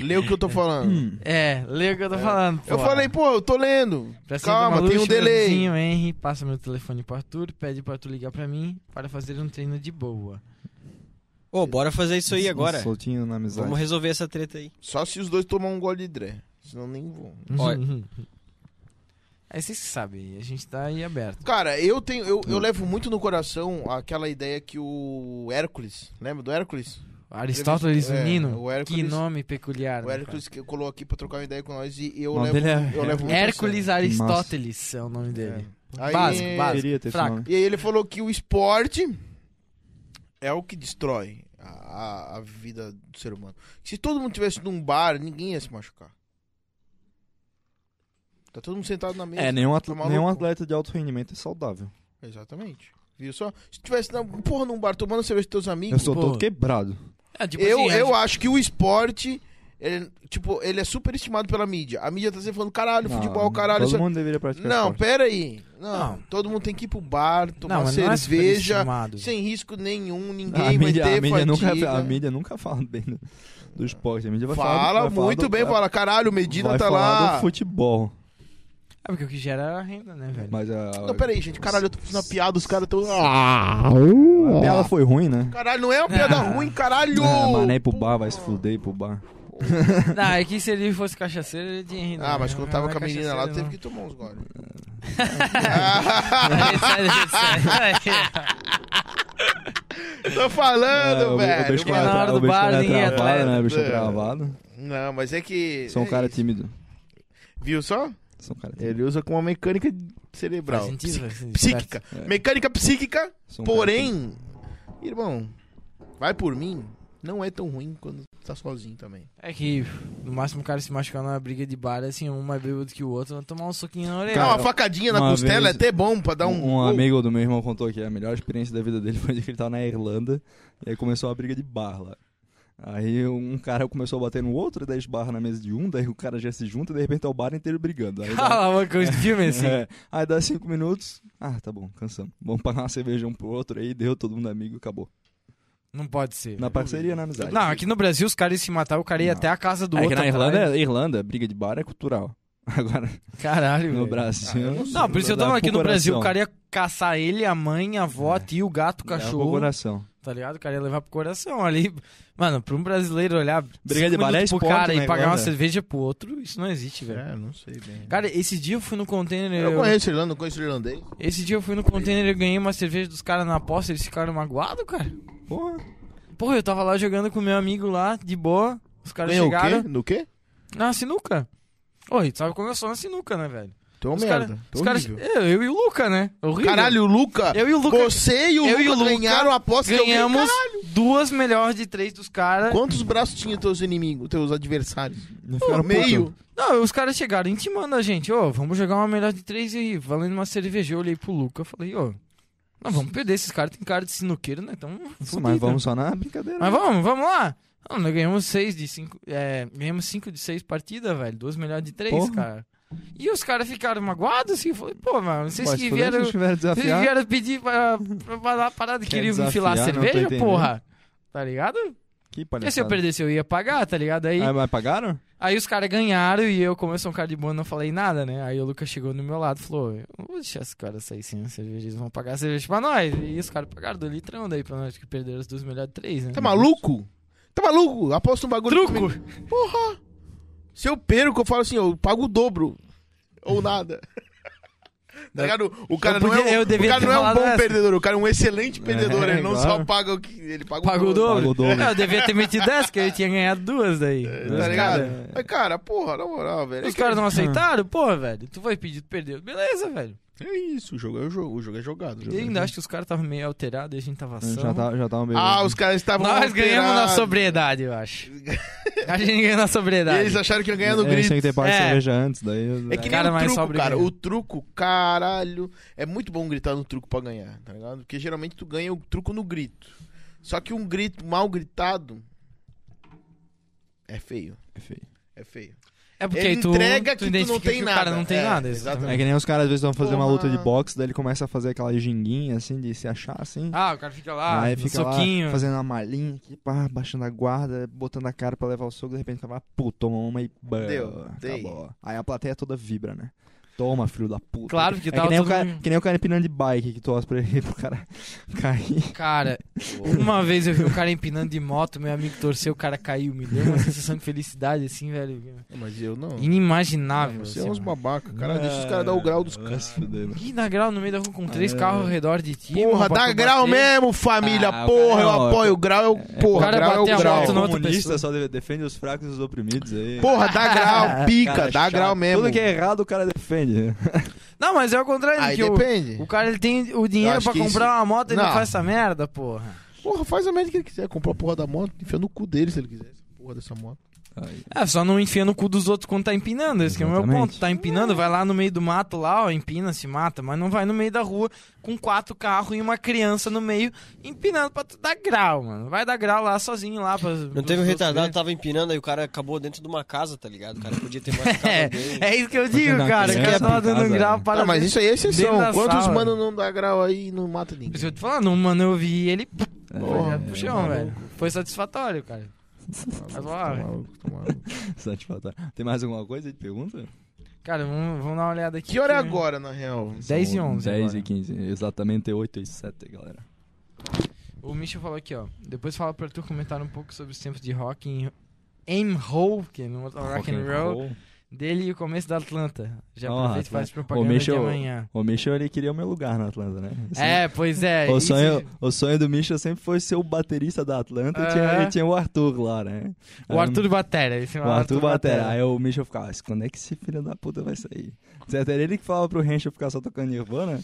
Speaker 1: Lê o que eu
Speaker 2: [laughs]
Speaker 1: tô falando.
Speaker 2: É, lê o que eu tô falando,
Speaker 1: Uhum. Eu
Speaker 2: porra.
Speaker 1: falei, pô, eu tô lendo.
Speaker 2: Pra ser
Speaker 1: calma,
Speaker 2: uma
Speaker 1: tem
Speaker 2: luz,
Speaker 1: um delay.
Speaker 2: meu vizinho Henry, passa meu telefone pro Arthur, pede pro Arthur ligar pra mim para fazer um treino de boa.
Speaker 3: Ô, bora fazer isso aí agora.
Speaker 4: Soltinho na amizade.
Speaker 3: Vamos resolver essa treta aí. [laughs]
Speaker 1: Só se os dois tomar um gole de dré. Senão nem vão.
Speaker 3: Olha.
Speaker 2: Aí É, vocês que sabem, a gente tá aí aberto.
Speaker 1: Cara, eu tenho. Eu,
Speaker 2: Hum.
Speaker 1: eu levo muito no coração aquela ideia que o Hércules. Lembra do Hércules?
Speaker 2: Aristóteles
Speaker 1: É,
Speaker 2: Unino,
Speaker 1: o Hércules-
Speaker 2: que nome peculiar.
Speaker 1: O
Speaker 2: né,
Speaker 1: Hércules que colou aqui pra trocar uma ideia com nós e eu
Speaker 4: O nome
Speaker 1: levo,
Speaker 4: dele é-
Speaker 1: eu levo
Speaker 2: cara?
Speaker 1: muito a
Speaker 2: Hércules Aristóteles é o nome
Speaker 1: sério.
Speaker 2: dele.
Speaker 1: É. Aí-
Speaker 2: Básico, básico.
Speaker 4: Queria ter esse
Speaker 2: fraco.
Speaker 4: nome.
Speaker 1: E aí ele falou que o esporte é o que destrói a, a- a vida do ser humano. Se todo mundo tivesse num bar, ninguém ia se machucar. Tá todo mundo sentado na mesa.
Speaker 4: É, nenhum, atle-
Speaker 1: Tá maluco?
Speaker 4: nenhum atleta de alto rendimento é saudável.
Speaker 1: Exatamente. Viu só? Se tivesse na, porra, num bar tomando cerveja com teus
Speaker 4: Eu
Speaker 1: amigos,
Speaker 4: sou
Speaker 2: pô.
Speaker 4: todo quebrado.
Speaker 2: É, tipo
Speaker 1: eu,
Speaker 2: assim, é,
Speaker 1: eu acho que o esporte, ele, tipo, ele é super estimado pela mídia. A mídia tá sempre falando, caralho,
Speaker 4: Não,
Speaker 1: futebol, caralho.
Speaker 4: Ah, Todo
Speaker 1: isso- é
Speaker 4: mundo deveria praticar
Speaker 1: Não,
Speaker 4: esporte.
Speaker 1: pera aí. Não,
Speaker 2: Não.
Speaker 1: todo mundo tem que ir pro bar, tomar
Speaker 2: mas não é
Speaker 1: cerveja,
Speaker 2: superestimado.
Speaker 1: sem risco nenhum, [laughs] ninguém
Speaker 4: A
Speaker 1: vai
Speaker 4: mídia,
Speaker 1: ter
Speaker 4: a, mídia nunca,
Speaker 1: fadiga.
Speaker 4: a mídia nunca [laughs] fala bem do, do esporte. A mídia vai falar
Speaker 1: Fala
Speaker 4: vai falar
Speaker 1: muito
Speaker 4: do-
Speaker 1: bem,
Speaker 4: vai-
Speaker 1: fala, caralho, o Medina
Speaker 4: vai
Speaker 1: tá
Speaker 4: falar
Speaker 1: lá.
Speaker 4: do futebol.
Speaker 2: É porque o que gera é a renda, né,
Speaker 4: [laughs]
Speaker 2: velho?
Speaker 4: Mas a,
Speaker 1: Não, pera aí, Então, gente, caralho, eu tô fazendo uma piada, os caras tão...
Speaker 4: Ah. a piada foi ruim, né?
Speaker 1: Caralho, não é uma piada ruim, caralho!
Speaker 4: Ah, mano, é ir pro bar, vai se fuder, ir pro bar.
Speaker 2: Não, é que se ele fosse cachaceiro, ele tinha renda.
Speaker 1: Ah,
Speaker 2: né?
Speaker 1: mas quando tava
Speaker 2: é
Speaker 1: com a menina lá,
Speaker 2: cachaceiro,
Speaker 1: teve que tomar uns gole.
Speaker 2: não. [laughs] É, Sai, sai, sai.
Speaker 1: Tô falando,
Speaker 4: É, o- o
Speaker 1: velho.
Speaker 4: bicho quando
Speaker 2: na
Speaker 4: é-
Speaker 2: hora do
Speaker 4: o bicho
Speaker 2: bar,
Speaker 4: quando é
Speaker 2: ninguém é
Speaker 4: travado,
Speaker 2: atleta.
Speaker 4: né? O bicho é
Speaker 1: É.
Speaker 4: travado.
Speaker 1: Não, mas é que...
Speaker 4: Sou um
Speaker 1: é
Speaker 4: cara
Speaker 1: isso.
Speaker 4: tímido.
Speaker 1: Viu só?
Speaker 4: Sou um cara tímido.
Speaker 1: Ele usa com uma mecânica cerebral. um
Speaker 2: Faz sentido, faz sentido.
Speaker 1: Psíquica.
Speaker 4: É.
Speaker 1: Mecânica psíquica
Speaker 4: Sou um cara tímido.
Speaker 1: Porém, irmão, vai por mim, não é tão ruim quando tá sozinho também.
Speaker 2: É que no máximo o cara se machucar numa briga de bar, assim, um mais bêbado que o outro, vai tomar um soquinho na orelha.
Speaker 1: Dá uma
Speaker 4: Cara,
Speaker 1: facadinha na
Speaker 4: uma
Speaker 1: costela
Speaker 4: vez-
Speaker 1: é até bom pra dar um.
Speaker 4: Um, um amigo do meu irmão contou que a melhor experiência da vida dele [laughs] foi de que ele tava na Irlanda e aí começou uma briga de bar lá. Aí um cara começou a bater no outro, daí esbarra na mesa de um, daí o cara já se junta e de repente é o bar inteiro brigando. Aí dá,
Speaker 2: Cala uma coisa de
Speaker 4: [laughs]
Speaker 2: filme
Speaker 1: [laughs]
Speaker 2: assim.
Speaker 4: é, aí dá cinco minutos, ah, tá bom, cansamos. Vamos pagar uma cerveja um pro outro, aí deu todo mundo amigo, acabou.
Speaker 2: Não pode ser.
Speaker 4: Na parceria, na amizade.
Speaker 2: Não, aqui no Brasil os caras iam se matar, o cara ia
Speaker 4: Tá Não.
Speaker 2: até a casa do
Speaker 4: é que
Speaker 2: outro.
Speaker 4: na
Speaker 2: atrás.
Speaker 4: Irlanda, Irlanda, briga de bar é cultural. [laughs] Agora,
Speaker 2: Caralho.
Speaker 4: no
Speaker 2: velho.
Speaker 4: Brasil...
Speaker 1: Ah, eu não sei.
Speaker 2: Não, por isso que eu
Speaker 4: dá
Speaker 2: tava
Speaker 4: pro
Speaker 2: aqui no
Speaker 4: coração.
Speaker 2: Brasil, o cara é ia caçar ele, a mãe, a avó, a tio, o gato, o
Speaker 4: Dá pro
Speaker 2: cachorro.
Speaker 4: coração.
Speaker 2: Tá ligado? O cara ia levar pro coração ali. Mano, pra um brasileiro olhar
Speaker 4: Briga
Speaker 2: cinco
Speaker 4: de balé é
Speaker 2: minutos pro
Speaker 4: esporte
Speaker 2: cara
Speaker 4: na
Speaker 2: e pagar uma
Speaker 4: Irlanda.
Speaker 2: cerveja pro outro, isso não existe, velho.
Speaker 1: É, não sei bem.
Speaker 2: Cara, esse dia eu fui no container.
Speaker 1: eu
Speaker 2: eu-
Speaker 1: conheço Irlanda, não conheço irlandês.
Speaker 2: Esse dia eu fui no container e ganhei uma cerveja dos caras na aposta, eles ficaram magoados, cara.
Speaker 4: Porra.
Speaker 2: Porra, eu tava lá jogando com meu amigo lá, de boa. Os caras
Speaker 1: Ganhou o quê?
Speaker 2: chegaram
Speaker 1: No quê?
Speaker 2: na sinuca. Oi, tu sabe como eu sou na sinuca, né, velho?
Speaker 1: Tu é um
Speaker 2: Os cara-
Speaker 1: merda. tu é
Speaker 2: Os caras.
Speaker 1: horrível.
Speaker 2: Eu, eu e o Luca, né? Horrível.
Speaker 1: Caralho, o Luca!
Speaker 2: Eu e o Luca
Speaker 1: Você e o,
Speaker 2: eu
Speaker 1: Luca,
Speaker 2: e o Luca
Speaker 1: ganharam a aposta que eu ganhei.
Speaker 2: ganhamos
Speaker 1: Caralho,
Speaker 2: duas melhores de três dos caras.
Speaker 1: Quantos braços tinham teus inimigos, teus adversários?
Speaker 4: Não ficaram
Speaker 1: Meio.
Speaker 4: puto.
Speaker 2: Não, os caras chegaram intimando a gente, ô, vamos jogar uma melhor de três aí, valendo uma cerveja. Eu olhei pro Luca e falei, ô, não vamos perder, esses caras tem cara de sinuqueiro, né? Então,
Speaker 4: Isso, mas vamos só na brincadeira.
Speaker 2: Mas vamos, vamos lá. Não, nós ganhamos seis de cinco. É, ganhamos cinco de seis partidas, velho. Duas melhores de três,
Speaker 4: Porra.
Speaker 2: cara. E os caras ficaram magoados assim. eu Falei, pô, mano, vocês
Speaker 4: Mas
Speaker 2: que
Speaker 4: foda-se,
Speaker 2: vieram.
Speaker 4: se tiver
Speaker 2: Vocês
Speaker 4: desafiar,
Speaker 2: vieram pedir pra, pra, pra parar de
Speaker 4: Tá Quer
Speaker 2: querer enfilar a
Speaker 4: desafiar, não tô
Speaker 2: cerveja,
Speaker 4: entendendo.
Speaker 2: porra. Tá ligado? Porque
Speaker 4: que palhaçada.
Speaker 2: se eu perdesse, eu ia pagar, tá ligado? Aí, Tá
Speaker 4: Ah, mas pagaram?
Speaker 2: aí os caras ganharam e eu, como eu sou um cara de boa, não falei nada, né? Aí o Lucas chegou no meu lado e falou: "Eu não vou deixar esses caras sair sem a cerveja, eles vão pagar a cerveja pra nós. E os caras pagaram do litrão daí pra nós, que perderam as duas melhores de três, né?
Speaker 1: Tá maluco? Tá maluco? Aposta um bagulho
Speaker 2: Truco!
Speaker 1: comigo. Porra! Se eu perco, eu falo assim, eu pago o dobro. Ou [laughs] nada. Tá ligado? O cara não é
Speaker 2: podia-
Speaker 1: um,
Speaker 2: eu
Speaker 1: o
Speaker 2: devia
Speaker 1: cara
Speaker 2: ter
Speaker 1: não é um
Speaker 2: falado
Speaker 1: bom
Speaker 2: essa.
Speaker 1: perdedor, o cara é um excelente perdedor.
Speaker 4: É,
Speaker 1: ele não
Speaker 4: claro.
Speaker 1: só paga o que. Ele paga
Speaker 2: Pagou o dobro.
Speaker 4: Pagou o dobro. É.
Speaker 2: Não, [laughs] eu devia ter metido 10, que eu tinha ganhado duas daí. Duas
Speaker 1: Tá ligado?
Speaker 2: cada.
Speaker 1: Mas, cara, porra, na moral, velho. é
Speaker 2: Os
Speaker 1: que-
Speaker 4: Ah.
Speaker 2: caras não aceitaram? Porra, velho. Tu foi pedido, perdeu. Beleza, velho.
Speaker 1: É isso, o jogo é o jogo, o jogo é jogado. o
Speaker 2: Eu
Speaker 1: jogo é
Speaker 2: ainda acho que os caras estavam meio alterados e a gente tava assando.
Speaker 4: Já tava, já tava meio...
Speaker 1: Ah, os caras estavam.
Speaker 2: é Nós ganhamos na
Speaker 1: alterados.
Speaker 2: sobriedade,
Speaker 1: [laughs]
Speaker 2: eu acho. A gente ganhou na
Speaker 1: E
Speaker 2: sobriedade.
Speaker 1: eles acharam que iam ganhar no
Speaker 4: É,
Speaker 1: grito.
Speaker 4: tinha que ter pago
Speaker 2: É.
Speaker 4: cerveja antes, daí...
Speaker 1: É que
Speaker 2: Cara,
Speaker 1: nem
Speaker 2: mas
Speaker 1: o truco,
Speaker 2: sobre-
Speaker 1: cara. O truco, caralho. É muito bom gritar no truco pra ganhar, tá ligado? Porque geralmente tu ganha o truco no grito. Só que um grito mal gritado é feio.
Speaker 4: É feio.
Speaker 1: É feio.
Speaker 2: É porque
Speaker 1: Ele
Speaker 2: aí tu,
Speaker 1: entrega que
Speaker 2: tu
Speaker 1: tu não
Speaker 2: identifica
Speaker 1: tem
Speaker 2: que o cara
Speaker 1: nada.
Speaker 2: não tem
Speaker 1: É,
Speaker 2: nada.
Speaker 1: exatamente.
Speaker 4: É que nem os caras às vezes vão fazer uma
Speaker 1: Porra.
Speaker 4: luta de boxe, daí ele começa a fazer aquela jinguinha assim, de se achar assim.
Speaker 2: Ah, o cara fica lá,
Speaker 4: aí
Speaker 2: no
Speaker 4: fica
Speaker 2: soquinho.
Speaker 4: lá fazendo uma malinha aqui, pá, baixando a guarda, botando a cara pra levar o soco, de repente o cara vai, pô, toma uma e bam,
Speaker 1: Deu, dei.
Speaker 4: acabou. Aí a plateia toda vibra, né? Toma, filho da puta.
Speaker 2: Claro que
Speaker 4: é
Speaker 2: tava
Speaker 4: que nem, o
Speaker 2: todo
Speaker 4: cara,
Speaker 2: mundo-
Speaker 4: que nem o cara empinando de bike que tu olha pra ele [laughs] pro cara cair.
Speaker 2: Cara, uma vez eu vi um cara empinando de moto, meu amigo torceu, o cara caiu. Me deu uma sensação de felicidade, assim, velho.
Speaker 1: Mas eu não.
Speaker 2: Inimaginável.
Speaker 1: Você é
Speaker 2: assim,
Speaker 1: uns
Speaker 2: mano.
Speaker 1: babaca. Cara, deixa os caras dar o
Speaker 4: Ah,
Speaker 1: grau dos
Speaker 4: Vai se fuder, né?
Speaker 2: Ih, dá grau no meio da rua com três
Speaker 4: É.
Speaker 2: carros ao redor de ti.
Speaker 1: Porra,
Speaker 2: mano, pra
Speaker 1: dá
Speaker 2: tu
Speaker 1: grau
Speaker 2: bater.
Speaker 1: mesmo, família.
Speaker 4: Ah, o
Speaker 1: porra,
Speaker 4: cara
Speaker 1: eu
Speaker 4: não,
Speaker 1: apoio o grau, eu, porra,
Speaker 2: cara
Speaker 1: grau é o
Speaker 2: bater a
Speaker 1: grau.
Speaker 2: moto na outra
Speaker 4: comunista
Speaker 2: pessoa.
Speaker 4: só de- defende os fracos e os oprimidos aí.
Speaker 1: Porra, dá grau, pica,
Speaker 4: Cara,
Speaker 1: dá
Speaker 4: chato.
Speaker 1: grau mesmo.
Speaker 4: Tudo que é errado o cara defende.
Speaker 2: Não, mas é o contrário.
Speaker 1: Aí
Speaker 2: que o-
Speaker 1: depende.
Speaker 2: o, cara ele tem o dinheiro
Speaker 1: acho
Speaker 2: pra
Speaker 1: que
Speaker 2: comprar
Speaker 1: isso-
Speaker 2: uma moto e não.
Speaker 1: Não.
Speaker 2: faz essa merda, porra.
Speaker 1: Porra, faz a merda que ele quiser. Comprou a porra da moto, enfia no cu dele se ele quiser. Essa porra dessa moto.
Speaker 2: É, só não enfia no cu dos outros quando tá empinando. Esse que é o meu
Speaker 4: Exatamente.
Speaker 2: ponto. Tá empinando, vai lá no meio do mato lá, ó, empina, se mata. Mas não vai no meio da rua com quatro carros e uma criança no meio empinando pra tu dar grau, mano. Vai dar grau lá sozinho lá. Pra,
Speaker 3: Não teve um retardado, tava empinando, aí o cara acabou dentro de uma casa, tá ligado? O cara podia [laughs] ter machucado
Speaker 2: É,
Speaker 3: alguém.
Speaker 2: é isso que eu digo,
Speaker 4: dar
Speaker 2: cara. O cara
Speaker 4: criança
Speaker 2: tava
Speaker 4: em
Speaker 2: dando um
Speaker 4: casa,
Speaker 2: grau
Speaker 4: né?
Speaker 2: para.
Speaker 1: Tá, mas isso aí é
Speaker 2: dentro da
Speaker 1: exceção. Quantos
Speaker 2: sala.
Speaker 1: manos não dá grau aí e não mata
Speaker 2: Por
Speaker 1: ninguém?
Speaker 2: isso que eu tô falando, um mano, eu vi ele pô, foi
Speaker 4: [laughs] É,
Speaker 1: Porra,
Speaker 2: direto pro chão, velho. Foi satisfatório, cara.
Speaker 1: Tá
Speaker 2: Mas lá, velho.
Speaker 1: maluco, tá maluco.
Speaker 4: Satisfatório. Tem mais alguma coisa aí de pergunta?
Speaker 2: Cara, vamos, vamos dar uma olhada aqui.
Speaker 1: [laughs] Que hora é
Speaker 2: que-
Speaker 1: agora, na real?
Speaker 2: 10 e
Speaker 4: São
Speaker 2: 11
Speaker 4: 10
Speaker 2: agora.
Speaker 4: e 15. Exatamente 8 e 7, galera.
Speaker 2: O Michel falou aqui, ó. Depois fala pro Arthur comentar um pouco sobre os tempos de rock em Aim Hole, que é no Mortal Rock and Roll, dele e o começo da Atlanta. Já
Speaker 4: Ó,
Speaker 2: aproveita e faz
Speaker 4: Atlanta.
Speaker 2: propaganda
Speaker 4: Ô, Michel,
Speaker 2: de amanhã.
Speaker 4: O Michel, ele queria o meu lugar na Atlanta, né? Assim,
Speaker 2: É, pois é.
Speaker 4: O
Speaker 2: isso-
Speaker 4: sonho, o sonho do Michel sempre foi ser o baterista da Atlanta e, tinha,
Speaker 2: Aham.
Speaker 4: e tinha o Arthur lá, né?
Speaker 2: O Arthur Batera. Esse é
Speaker 4: O Arthur Batera. Aí o Michel ficava, "Mas quando é que esse filho da puta vai sair? Certo? Era ele que falava pro Rencho ficar só tocando Nirvana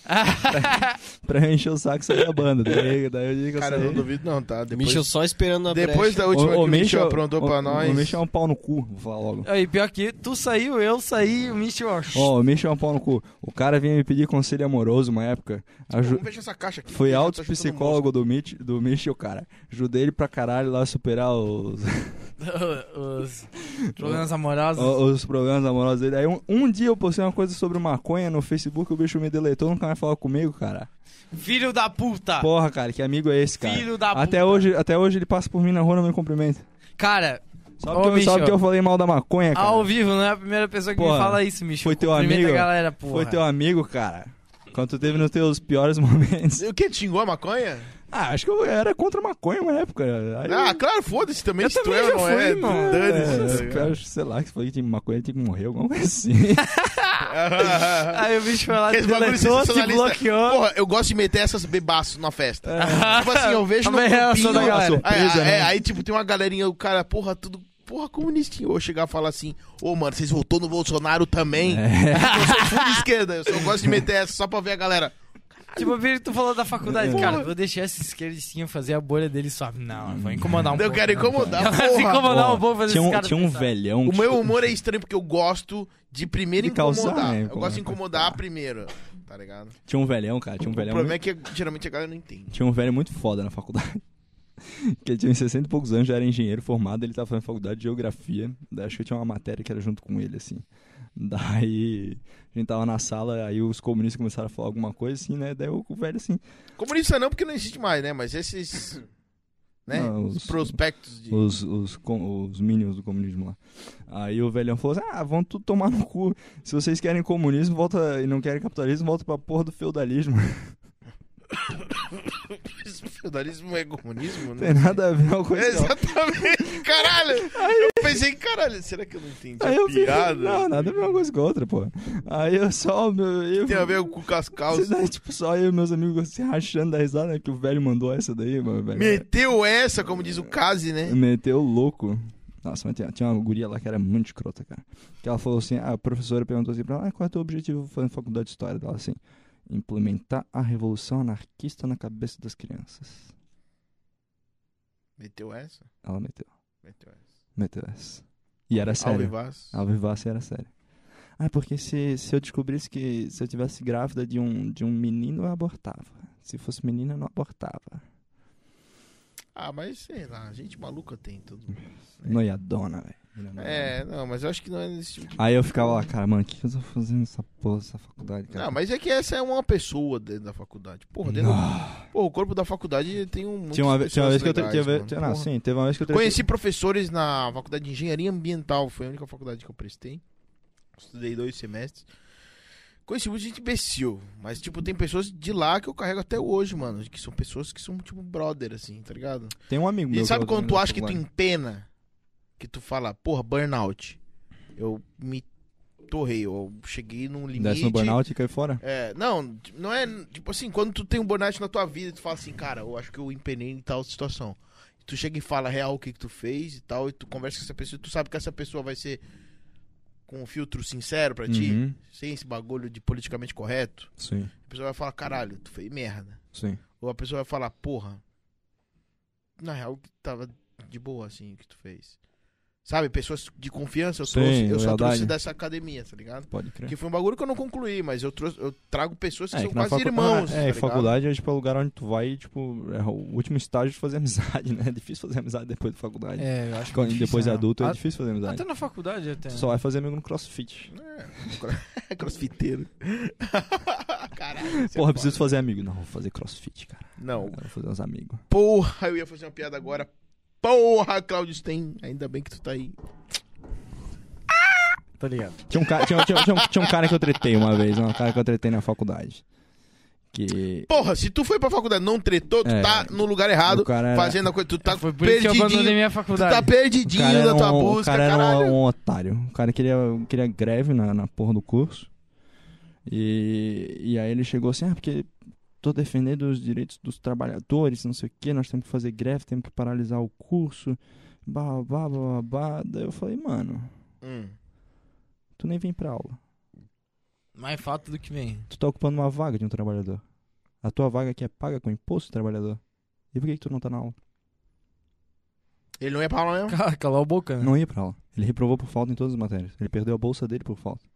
Speaker 4: pra eu encher o saco e sair da banda. Daí, daí eu digo assim, que eu
Speaker 1: Cara, eu
Speaker 4: saí.
Speaker 1: não duvido não, tá? Depois,
Speaker 3: Michel só esperando a
Speaker 1: depois
Speaker 3: brecha.
Speaker 1: da última
Speaker 4: o,
Speaker 1: que o Michel
Speaker 4: Michel-
Speaker 1: aprontou
Speaker 4: o-
Speaker 1: pra nós...
Speaker 4: O Michel é um pau no cu, vou falar logo.
Speaker 2: Aí, pior que tu saiu, eu saí, o Michel... ó,
Speaker 4: Ó, o Michel é um pau no cu. O cara vinha me pedir conselho amoroso uma época. Aju-
Speaker 1: Vamos fechar essa caixa aqui.
Speaker 4: um Foi
Speaker 1: porque já tá
Speaker 4: alto
Speaker 1: chutando
Speaker 4: psicólogo do, Mitch, do Michel, cara. Ajudei ele pra caralho lá a superar
Speaker 2: [laughs]
Speaker 4: os,
Speaker 2: os problemas amorosos.
Speaker 4: os, os problemas amorosos dele. Aí um, um dia eu postei uma coisa sobre maconha no Facebook, o bicho me deletou, nunca mais falou comigo, cara.
Speaker 2: Filho da puta!
Speaker 4: Porra, cara, que amigo é esse, cara?
Speaker 2: Ah. Filho da
Speaker 4: até
Speaker 2: puta.
Speaker 4: hoje, até hoje ele passa por mim na rua e não me cumprimenta.
Speaker 2: Cara,
Speaker 4: Só
Speaker 2: Ô,
Speaker 4: porque, eu, só
Speaker 2: Michel.
Speaker 4: porque eu falei mal da maconha, cara.
Speaker 2: ao vivo não é a primeira pessoa que me
Speaker 4: Porra,
Speaker 2: fala isso, Michel.
Speaker 4: foi teu
Speaker 2: Cumprimenta
Speaker 4: amigo?
Speaker 2: a galera, porra.
Speaker 4: Foi teu amigo, cara. Quando tu teve nos teus piores
Speaker 2: [laughs]
Speaker 4: momentos.
Speaker 1: O que? Xingou a maconha?
Speaker 4: Ah, acho que eu era contra a maconha uma época. Aí
Speaker 1: Ah, claro, foda-se também.
Speaker 2: Eu
Speaker 1: se tu
Speaker 2: também
Speaker 1: é ou
Speaker 2: já
Speaker 1: não
Speaker 2: fui,
Speaker 1: é,
Speaker 2: mano.
Speaker 1: dane-se. tá
Speaker 4: É,
Speaker 1: ligado?
Speaker 4: cara, sei lá, que foi que maconha tinha que morrer, alguma coisa assim. [laughs]
Speaker 1: [laughs]
Speaker 2: Aí o bicho foi lá,
Speaker 1: Esse bagulho
Speaker 2: deletou, se
Speaker 1: sensacionalista.
Speaker 2: bloqueou.
Speaker 1: Porra, eu gosto de meter essas bebaços na festa. Tipo assim, eu vejo no
Speaker 2: [laughs] Também é a reação da
Speaker 1: grupinho-
Speaker 2: galera.
Speaker 4: Surpresa,
Speaker 1: é,
Speaker 4: né?
Speaker 1: é, aí tipo, tem uma galerinha, o cara, porra, tudo... Porra, comunistinho. Ou chegar e falar assim, ô, mano, vocês votou no Bolsonaro também?
Speaker 2: É.
Speaker 1: Eu sou full de esquerda, eu só gosto de meter essa só pra ver a galera.
Speaker 2: Tipo, o que tu falou da faculdade,
Speaker 4: É.
Speaker 2: cara, vou deixar esse esquerdistinho fazer a bolha dele suave. Não, eu vou incomodar um
Speaker 1: eu
Speaker 2: pouco.
Speaker 1: quero incomodar,
Speaker 2: Se
Speaker 1: porra.
Speaker 2: incomodar um pouco, fazer
Speaker 4: tinha
Speaker 2: esse
Speaker 4: um,
Speaker 2: cara
Speaker 4: tinha um
Speaker 2: pensar.
Speaker 4: velhão.
Speaker 1: O
Speaker 4: que
Speaker 1: meu
Speaker 4: chegou-
Speaker 1: humor é estranho porque eu gosto de primeiro
Speaker 4: De causar,
Speaker 1: incomodar.
Speaker 4: né?
Speaker 1: Eu gosto de
Speaker 4: Pô,
Speaker 1: incomodar primeiro, tá ligado?
Speaker 4: Tinha um velhão, cara. Tinha um
Speaker 1: o
Speaker 4: velhão.
Speaker 1: problema
Speaker 4: Muito...
Speaker 1: é que geralmente a galera não entende.
Speaker 4: Tinha um velho muito foda na faculdade. [laughs] que ele tinha uns 60 e poucos anos, já era engenheiro formado, ele tava fazendo faculdade de geografia. Daí acho que eu tinha uma matéria que era junto com ele, assim. Daí a gente tava na sala, aí os comunistas começaram a falar alguma coisa, assim, né? Daí o o velho assim.
Speaker 1: Comunista não, porque não existe mais, né? Mas
Speaker 4: [coughs]
Speaker 1: esses. Né?
Speaker 4: "Não,
Speaker 1: os
Speaker 4: os-
Speaker 1: prospectos de.
Speaker 4: os, os, com- os minions do comunismo lá. Aí o velhão falou assim: ah, vão tudo tomar no cu. Se vocês querem comunismo volta, e não querem capitalismo, volta pra porra do feudalismo. [laughs]
Speaker 1: [laughs] Feudalismo é comunismo, né?
Speaker 4: Tem nada a ver com a
Speaker 1: É,
Speaker 4: coisa. [laughs]
Speaker 1: Exatamente, caralho! Eu pensei, caralho, será que eu não entendi
Speaker 4: Aí eu
Speaker 1: a
Speaker 4: fiquei,
Speaker 1: piada?
Speaker 4: Não, nada a ver uma coisa com a outra, pô. Aí eu só. Meu, eu,
Speaker 1: Tem a ver
Speaker 4: [laughs]
Speaker 1: com o Cascal.
Speaker 4: Você dá, tipo, só eu e meus amigos se rachando da risada né, que o velho mandou essa daí, mano, velho. é. Hum.
Speaker 1: Meteu essa, como diz o Kazi, né?
Speaker 4: Meteu louco. Nossa, mas tinha, tinha uma guria lá que era muito escrota, cara. Que ela falou assim, a professora perguntou assim pra ela, "Ah, qual é o teu objetivo fazendo faculdade de história? Ela assim, implementar a revolução anarquista na cabeça das crianças.
Speaker 1: Meteu essa?
Speaker 4: Ela meteu,
Speaker 1: Meteu essa.
Speaker 4: meteu essa. E era É sério.
Speaker 1: Alvivaz.
Speaker 4: A vivace assim, era sério. Ah, porque se, se eu descobrisse que se eu tivesse grávida de um, de um menino, eu abortava. Se fosse menina, eu não abortava.
Speaker 1: Ah, mas sei lá, gente maluca tem em todo mundo.
Speaker 4: Noiadona, velho.
Speaker 1: É, não, mas eu acho que não é nesse tipo de.
Speaker 4: Aí eu ficava lá, cara, mano, o que que eu tô fazendo nessa porra, essa faculdade, cara?
Speaker 1: Não, mas é que essa é uma pessoa dentro da faculdade. Porra, dentro
Speaker 4: Ah.
Speaker 1: Porra, o corpo da faculdade tem um.
Speaker 4: Tinha uma, vez- tinha uma vez que eu. tre-
Speaker 1: pessoas
Speaker 4: Tinha, ve-
Speaker 1: legais,
Speaker 4: tinha,
Speaker 1: mano.
Speaker 4: não,
Speaker 1: Porra.
Speaker 4: sim, teve uma vez que eu. tre-
Speaker 1: Conheci professores na faculdade de engenharia ambiental, foi a única faculdade que eu prestei. Estudei dois semestres. Conheci muita gente imbecil. Mas, tipo, tem pessoas de lá que eu carrego até hoje, mano. Que são pessoas que são, tipo, brother, assim, tá ligado?
Speaker 4: Tem um amigo meu.
Speaker 1: E
Speaker 4: que
Speaker 1: sabe
Speaker 4: eu
Speaker 1: quando tu
Speaker 4: também
Speaker 1: acha que tu
Speaker 4: gosto
Speaker 1: empena? Que tu fala, porra, burnout. Eu me torrei, eu cheguei num
Speaker 4: lá.
Speaker 1: limite.
Speaker 4: Desce no burnout e cai fora.
Speaker 1: É, não, t- não é. Tipo assim, quando tu tem um burnout na tua vida, tu fala assim, cara, eu acho que eu empenei em tal situação. Tu chega e fala real o que, que tu fez e tal, e tu conversa com essa pessoa, tu sabe que essa pessoa vai ser com um filtro sincero pra ti,
Speaker 4: Uhum,
Speaker 1: sem esse bagulho de politicamente correto.
Speaker 4: Sim,
Speaker 1: A pessoa vai falar, caralho, tu fez merda.
Speaker 4: sim.
Speaker 1: Ou a pessoa vai falar, porra, na real que tava de boa, assim, o que tu fez. Sabe, pessoas de confiança eu,
Speaker 4: Sim,
Speaker 1: trouxe, eu só
Speaker 4: verdade.
Speaker 1: trouxe dessa academia, tá ligado?
Speaker 4: Pode crer.
Speaker 1: Que foi um bagulho que eu não concluí, mas eu, trouxe, eu trago pessoas que
Speaker 4: É,
Speaker 1: são
Speaker 4: que na
Speaker 1: quase
Speaker 4: facu-
Speaker 1: irmãos. tá
Speaker 4: Ah, É, e
Speaker 1: ligado?
Speaker 4: faculdade é tipo o lugar onde tu vai, tipo, é o último estágio de fazer [laughs] amizade, né? É difícil fazer amizade depois da faculdade.
Speaker 2: É, eu acho
Speaker 4: Quando-
Speaker 2: muito difícil,
Speaker 4: depois de
Speaker 2: né?
Speaker 4: adulto
Speaker 1: Ah,
Speaker 4: é
Speaker 2: A-
Speaker 4: difícil fazer amizade.
Speaker 2: Até na faculdade até.
Speaker 4: Tu só vai fazer amigo no crossfit.
Speaker 1: É crossfiteiro. [laughs] Caralho. isso é
Speaker 4: Porra,
Speaker 1: foda.
Speaker 4: preciso fazer amigo. Não, vou fazer crossfit, cara.
Speaker 1: Não,
Speaker 4: Vou fazer uns amigos.
Speaker 1: porra, eu ia fazer uma piada agora. Porra, Claudio Stein, ainda bem que tu tá aí.
Speaker 2: Tá ligado?
Speaker 4: Tinha um, cara, tinha, tinha- tinha um, tinha um cara que eu tretei uma vez, um cara que eu tretei na faculdade. Que.
Speaker 1: Porra, se tu foi pra faculdade e não tretou, tu
Speaker 4: É.
Speaker 1: tá no lugar errado,
Speaker 4: O cara era- É,
Speaker 1: fazendo a coisa, tu tá
Speaker 2: Foi por isso que eu abandonei
Speaker 1: perdidinho.
Speaker 2: minha
Speaker 1: Tu tá
Speaker 2: faculdade.
Speaker 4: o
Speaker 1: perdidinho
Speaker 4: cara era
Speaker 1: na tua
Speaker 4: um,
Speaker 1: busca,
Speaker 4: O cara era
Speaker 1: caralho.
Speaker 4: um, um otário. O cara queria, queria greve na, na porra do curso. E, e aí ele chegou assim, ah, porque tô defendendo os direitos dos trabalhadores, não sei o que, nós temos que fazer greve, temos que paralisar o curso, blá, blá, blá, blá, blá. Daí eu falei, mano,
Speaker 1: Hum.
Speaker 4: tu nem vem pra aula.
Speaker 2: Mais falta do que vem.
Speaker 4: Tu tá ocupando uma vaga de um trabalhador. A tua vaga aqui é paga com imposto, trabalhador. E por que, que tu não tá na aula?
Speaker 1: Ele não ia pra aula mesmo?
Speaker 2: Cala- Calar o boca,
Speaker 1: É.
Speaker 2: né?
Speaker 4: Não ia pra aula. Ele reprovou por falta em todas as matérias. Ele perdeu a bolsa dele por falta.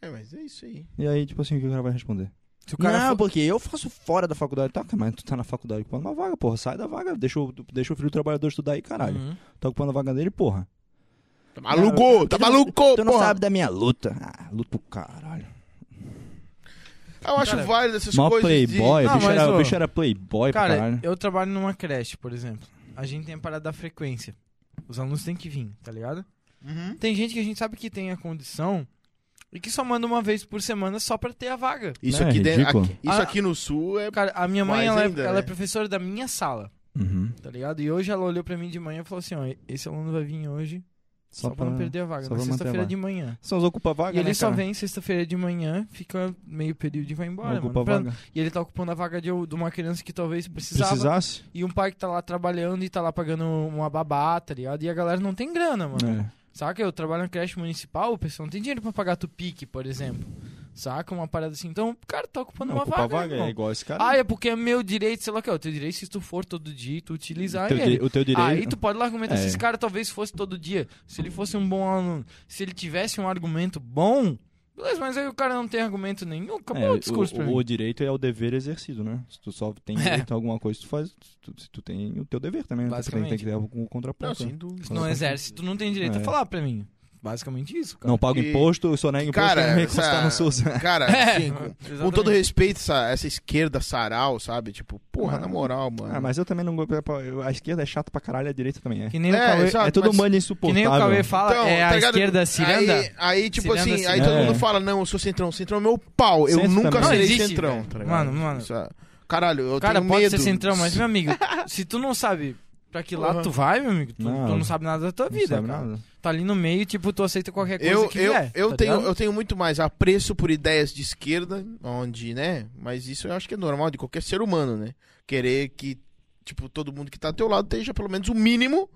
Speaker 1: É, mas é isso aí.
Speaker 4: E aí, tipo assim, o que o cara vai responder?
Speaker 2: Se o cara
Speaker 4: não,
Speaker 2: for-
Speaker 4: porque eu faço fora da faculdade. Tá, cara, mas tu tá na faculdade ocupando uma vaga, porra. Sai da vaga, deixa o, deixa o filho do trabalhador estudar aí, caralho.
Speaker 2: Uhum.
Speaker 4: Tá ocupando a vaga dele, porra.
Speaker 1: Tá maluco, tá
Speaker 4: Tu não-
Speaker 1: maluco,
Speaker 4: Tu não
Speaker 1: porra.
Speaker 4: sabe da minha luta. Ah, luta pro caralho.
Speaker 1: Eu acho
Speaker 2: Cara,
Speaker 1: válido essas
Speaker 4: Mó
Speaker 1: coisas de-
Speaker 4: playboy,
Speaker 2: Não,
Speaker 4: o bicho,
Speaker 2: mas,
Speaker 4: era, o
Speaker 2: ô,
Speaker 4: bicho era playboy pra
Speaker 2: Cara,
Speaker 4: caralho.
Speaker 2: eu trabalho numa creche, por exemplo. A gente tem a parada da frequência. Os alunos têm que vir, tá ligado?
Speaker 1: Uhum.
Speaker 2: Tem gente que a gente sabe que tem a condição e que só manda uma vez por semana só pra ter a vaga.
Speaker 1: Isso,
Speaker 4: Não é
Speaker 1: aqui dentro,
Speaker 4: ridículo?
Speaker 1: aqui- isso
Speaker 2: Ah.
Speaker 1: aqui no sul é...
Speaker 2: Cara, a minha mãe,
Speaker 1: Mais
Speaker 2: ela,
Speaker 1: ainda,
Speaker 2: é, ela é
Speaker 1: né?
Speaker 2: professora da minha sala,
Speaker 4: Uhum.
Speaker 2: tá ligado? E hoje ela olhou pra mim de manhã e falou assim, ó, esse aluno vai vir hoje só, pra não perder a vaga,
Speaker 4: só
Speaker 2: na
Speaker 4: pra manter a
Speaker 2: sexta-feira
Speaker 4: vaga.
Speaker 2: de manhã.
Speaker 4: Só os ocupa vaga,
Speaker 2: E ele
Speaker 4: né,
Speaker 2: só
Speaker 4: cara?
Speaker 2: vem sexta-feira de manhã, fica meio período e vai embora,
Speaker 4: Não
Speaker 2: mano.
Speaker 4: ocupa
Speaker 2: Pra-
Speaker 4: vaga.
Speaker 2: E ele tá ocupando a vaga de, de uma criança que talvez precisava.
Speaker 4: Precisasse?
Speaker 2: E um pai que tá lá trabalhando e tá lá pagando uma babá, tá ligado? E a galera não tem grana, mano.
Speaker 4: É.
Speaker 2: Saca? Eu trabalho na creche municipal, o pessoal não tem dinheiro pra pagar tupique, por exemplo. Saca? Uma parada assim. Então, o cara tá ocupando
Speaker 4: Não,
Speaker 2: uma
Speaker 4: ocupa
Speaker 2: vaga,
Speaker 4: vaga,
Speaker 2: irmão.
Speaker 4: é igual esse cara.
Speaker 2: Ah, é porque é meu direito, sei lá o que é. O teu direito se tu for todo dia e tu utilizar
Speaker 4: teu
Speaker 2: ele.
Speaker 4: di- o teu direito.
Speaker 2: Aí tu pode lá argumentar se
Speaker 4: É.
Speaker 2: esse cara talvez fosse todo dia. Se ele fosse um bom aluno, se ele tivesse um argumento bom, beleza, mas aí o cara não tem argumento nenhum, acabou
Speaker 4: É,
Speaker 2: o discurso pra mim. É.
Speaker 4: o direito é o dever exercido, né? Se tu só
Speaker 2: [laughs]
Speaker 4: tem direito a alguma coisa, tu faz. tu- se tu tem o teu dever também, né? Tu tem, tem que ter algum contraponto.
Speaker 1: Não,
Speaker 4: né?
Speaker 1: assim, do...
Speaker 2: Se não exerce, tu não tem direito a
Speaker 4: É.
Speaker 2: falar pra mim. Basicamente isso, cara.
Speaker 4: Não pago
Speaker 1: E-
Speaker 4: imposto, só nego imposto,
Speaker 1: Cara,
Speaker 4: eu não [laughs] recurso
Speaker 1: essa-
Speaker 4: tá no
Speaker 1: [laughs]
Speaker 4: SUS.
Speaker 2: [laughs]
Speaker 1: Cara,
Speaker 2: É,
Speaker 1: assim, com, com
Speaker 2: exatamente.
Speaker 1: todo respeito, essa, essa esquerda sarau, sabe? Tipo, porra,
Speaker 4: Ah.
Speaker 1: na moral, mano.
Speaker 4: Ah, mas eu também não gosto. eu- A esquerda é chata pra caralho, a direita também é.
Speaker 2: Que nem,
Speaker 1: É,
Speaker 2: o Cauê,
Speaker 1: exato.
Speaker 4: é todo
Speaker 1: mas-
Speaker 4: mundo
Speaker 2: que
Speaker 4: insuportável.
Speaker 2: nem o Cauê fala,
Speaker 1: Então,
Speaker 2: é a
Speaker 1: tá ligado?
Speaker 2: esquerda ciranda.
Speaker 1: Aí, aí, tipo
Speaker 2: Ciranda,
Speaker 1: assim, aí
Speaker 2: ciranda.
Speaker 1: todo
Speaker 4: É.
Speaker 1: mundo fala, não, eu sou centrão, centrão é meu pau. Eu
Speaker 4: Centro
Speaker 1: nunca
Speaker 4: também. Não
Speaker 1: serei
Speaker 2: existe,
Speaker 1: centrão,
Speaker 2: velho.
Speaker 1: tá ligado?
Speaker 2: Mano, mano.
Speaker 1: Isso é- Caralho, eu
Speaker 2: cara,
Speaker 1: tenho
Speaker 2: pode
Speaker 1: medo.
Speaker 2: ser centrão, mas meu
Speaker 1: [laughs]
Speaker 2: amigo, se tu não sabe pra que lado
Speaker 1: Porra.
Speaker 2: tu vai, meu amigo, tu tu não,
Speaker 4: Não.
Speaker 2: sabe nada da tua
Speaker 4: Não
Speaker 2: vida,
Speaker 4: sabe
Speaker 2: cara.
Speaker 4: nada.
Speaker 2: Tá ali no meio, tipo, tu aceita qualquer coisa
Speaker 1: Eu,
Speaker 2: que
Speaker 1: eu,
Speaker 2: vier,
Speaker 1: eu,
Speaker 2: tá
Speaker 1: tenho,
Speaker 2: ligado?
Speaker 1: eu tenho muito mais apreço por ideias de esquerda, onde, né? Mas isso eu acho que é normal de qualquer ser humano, né? Querer que, tipo, todo mundo que tá ao teu lado esteja pelo menos o mínimo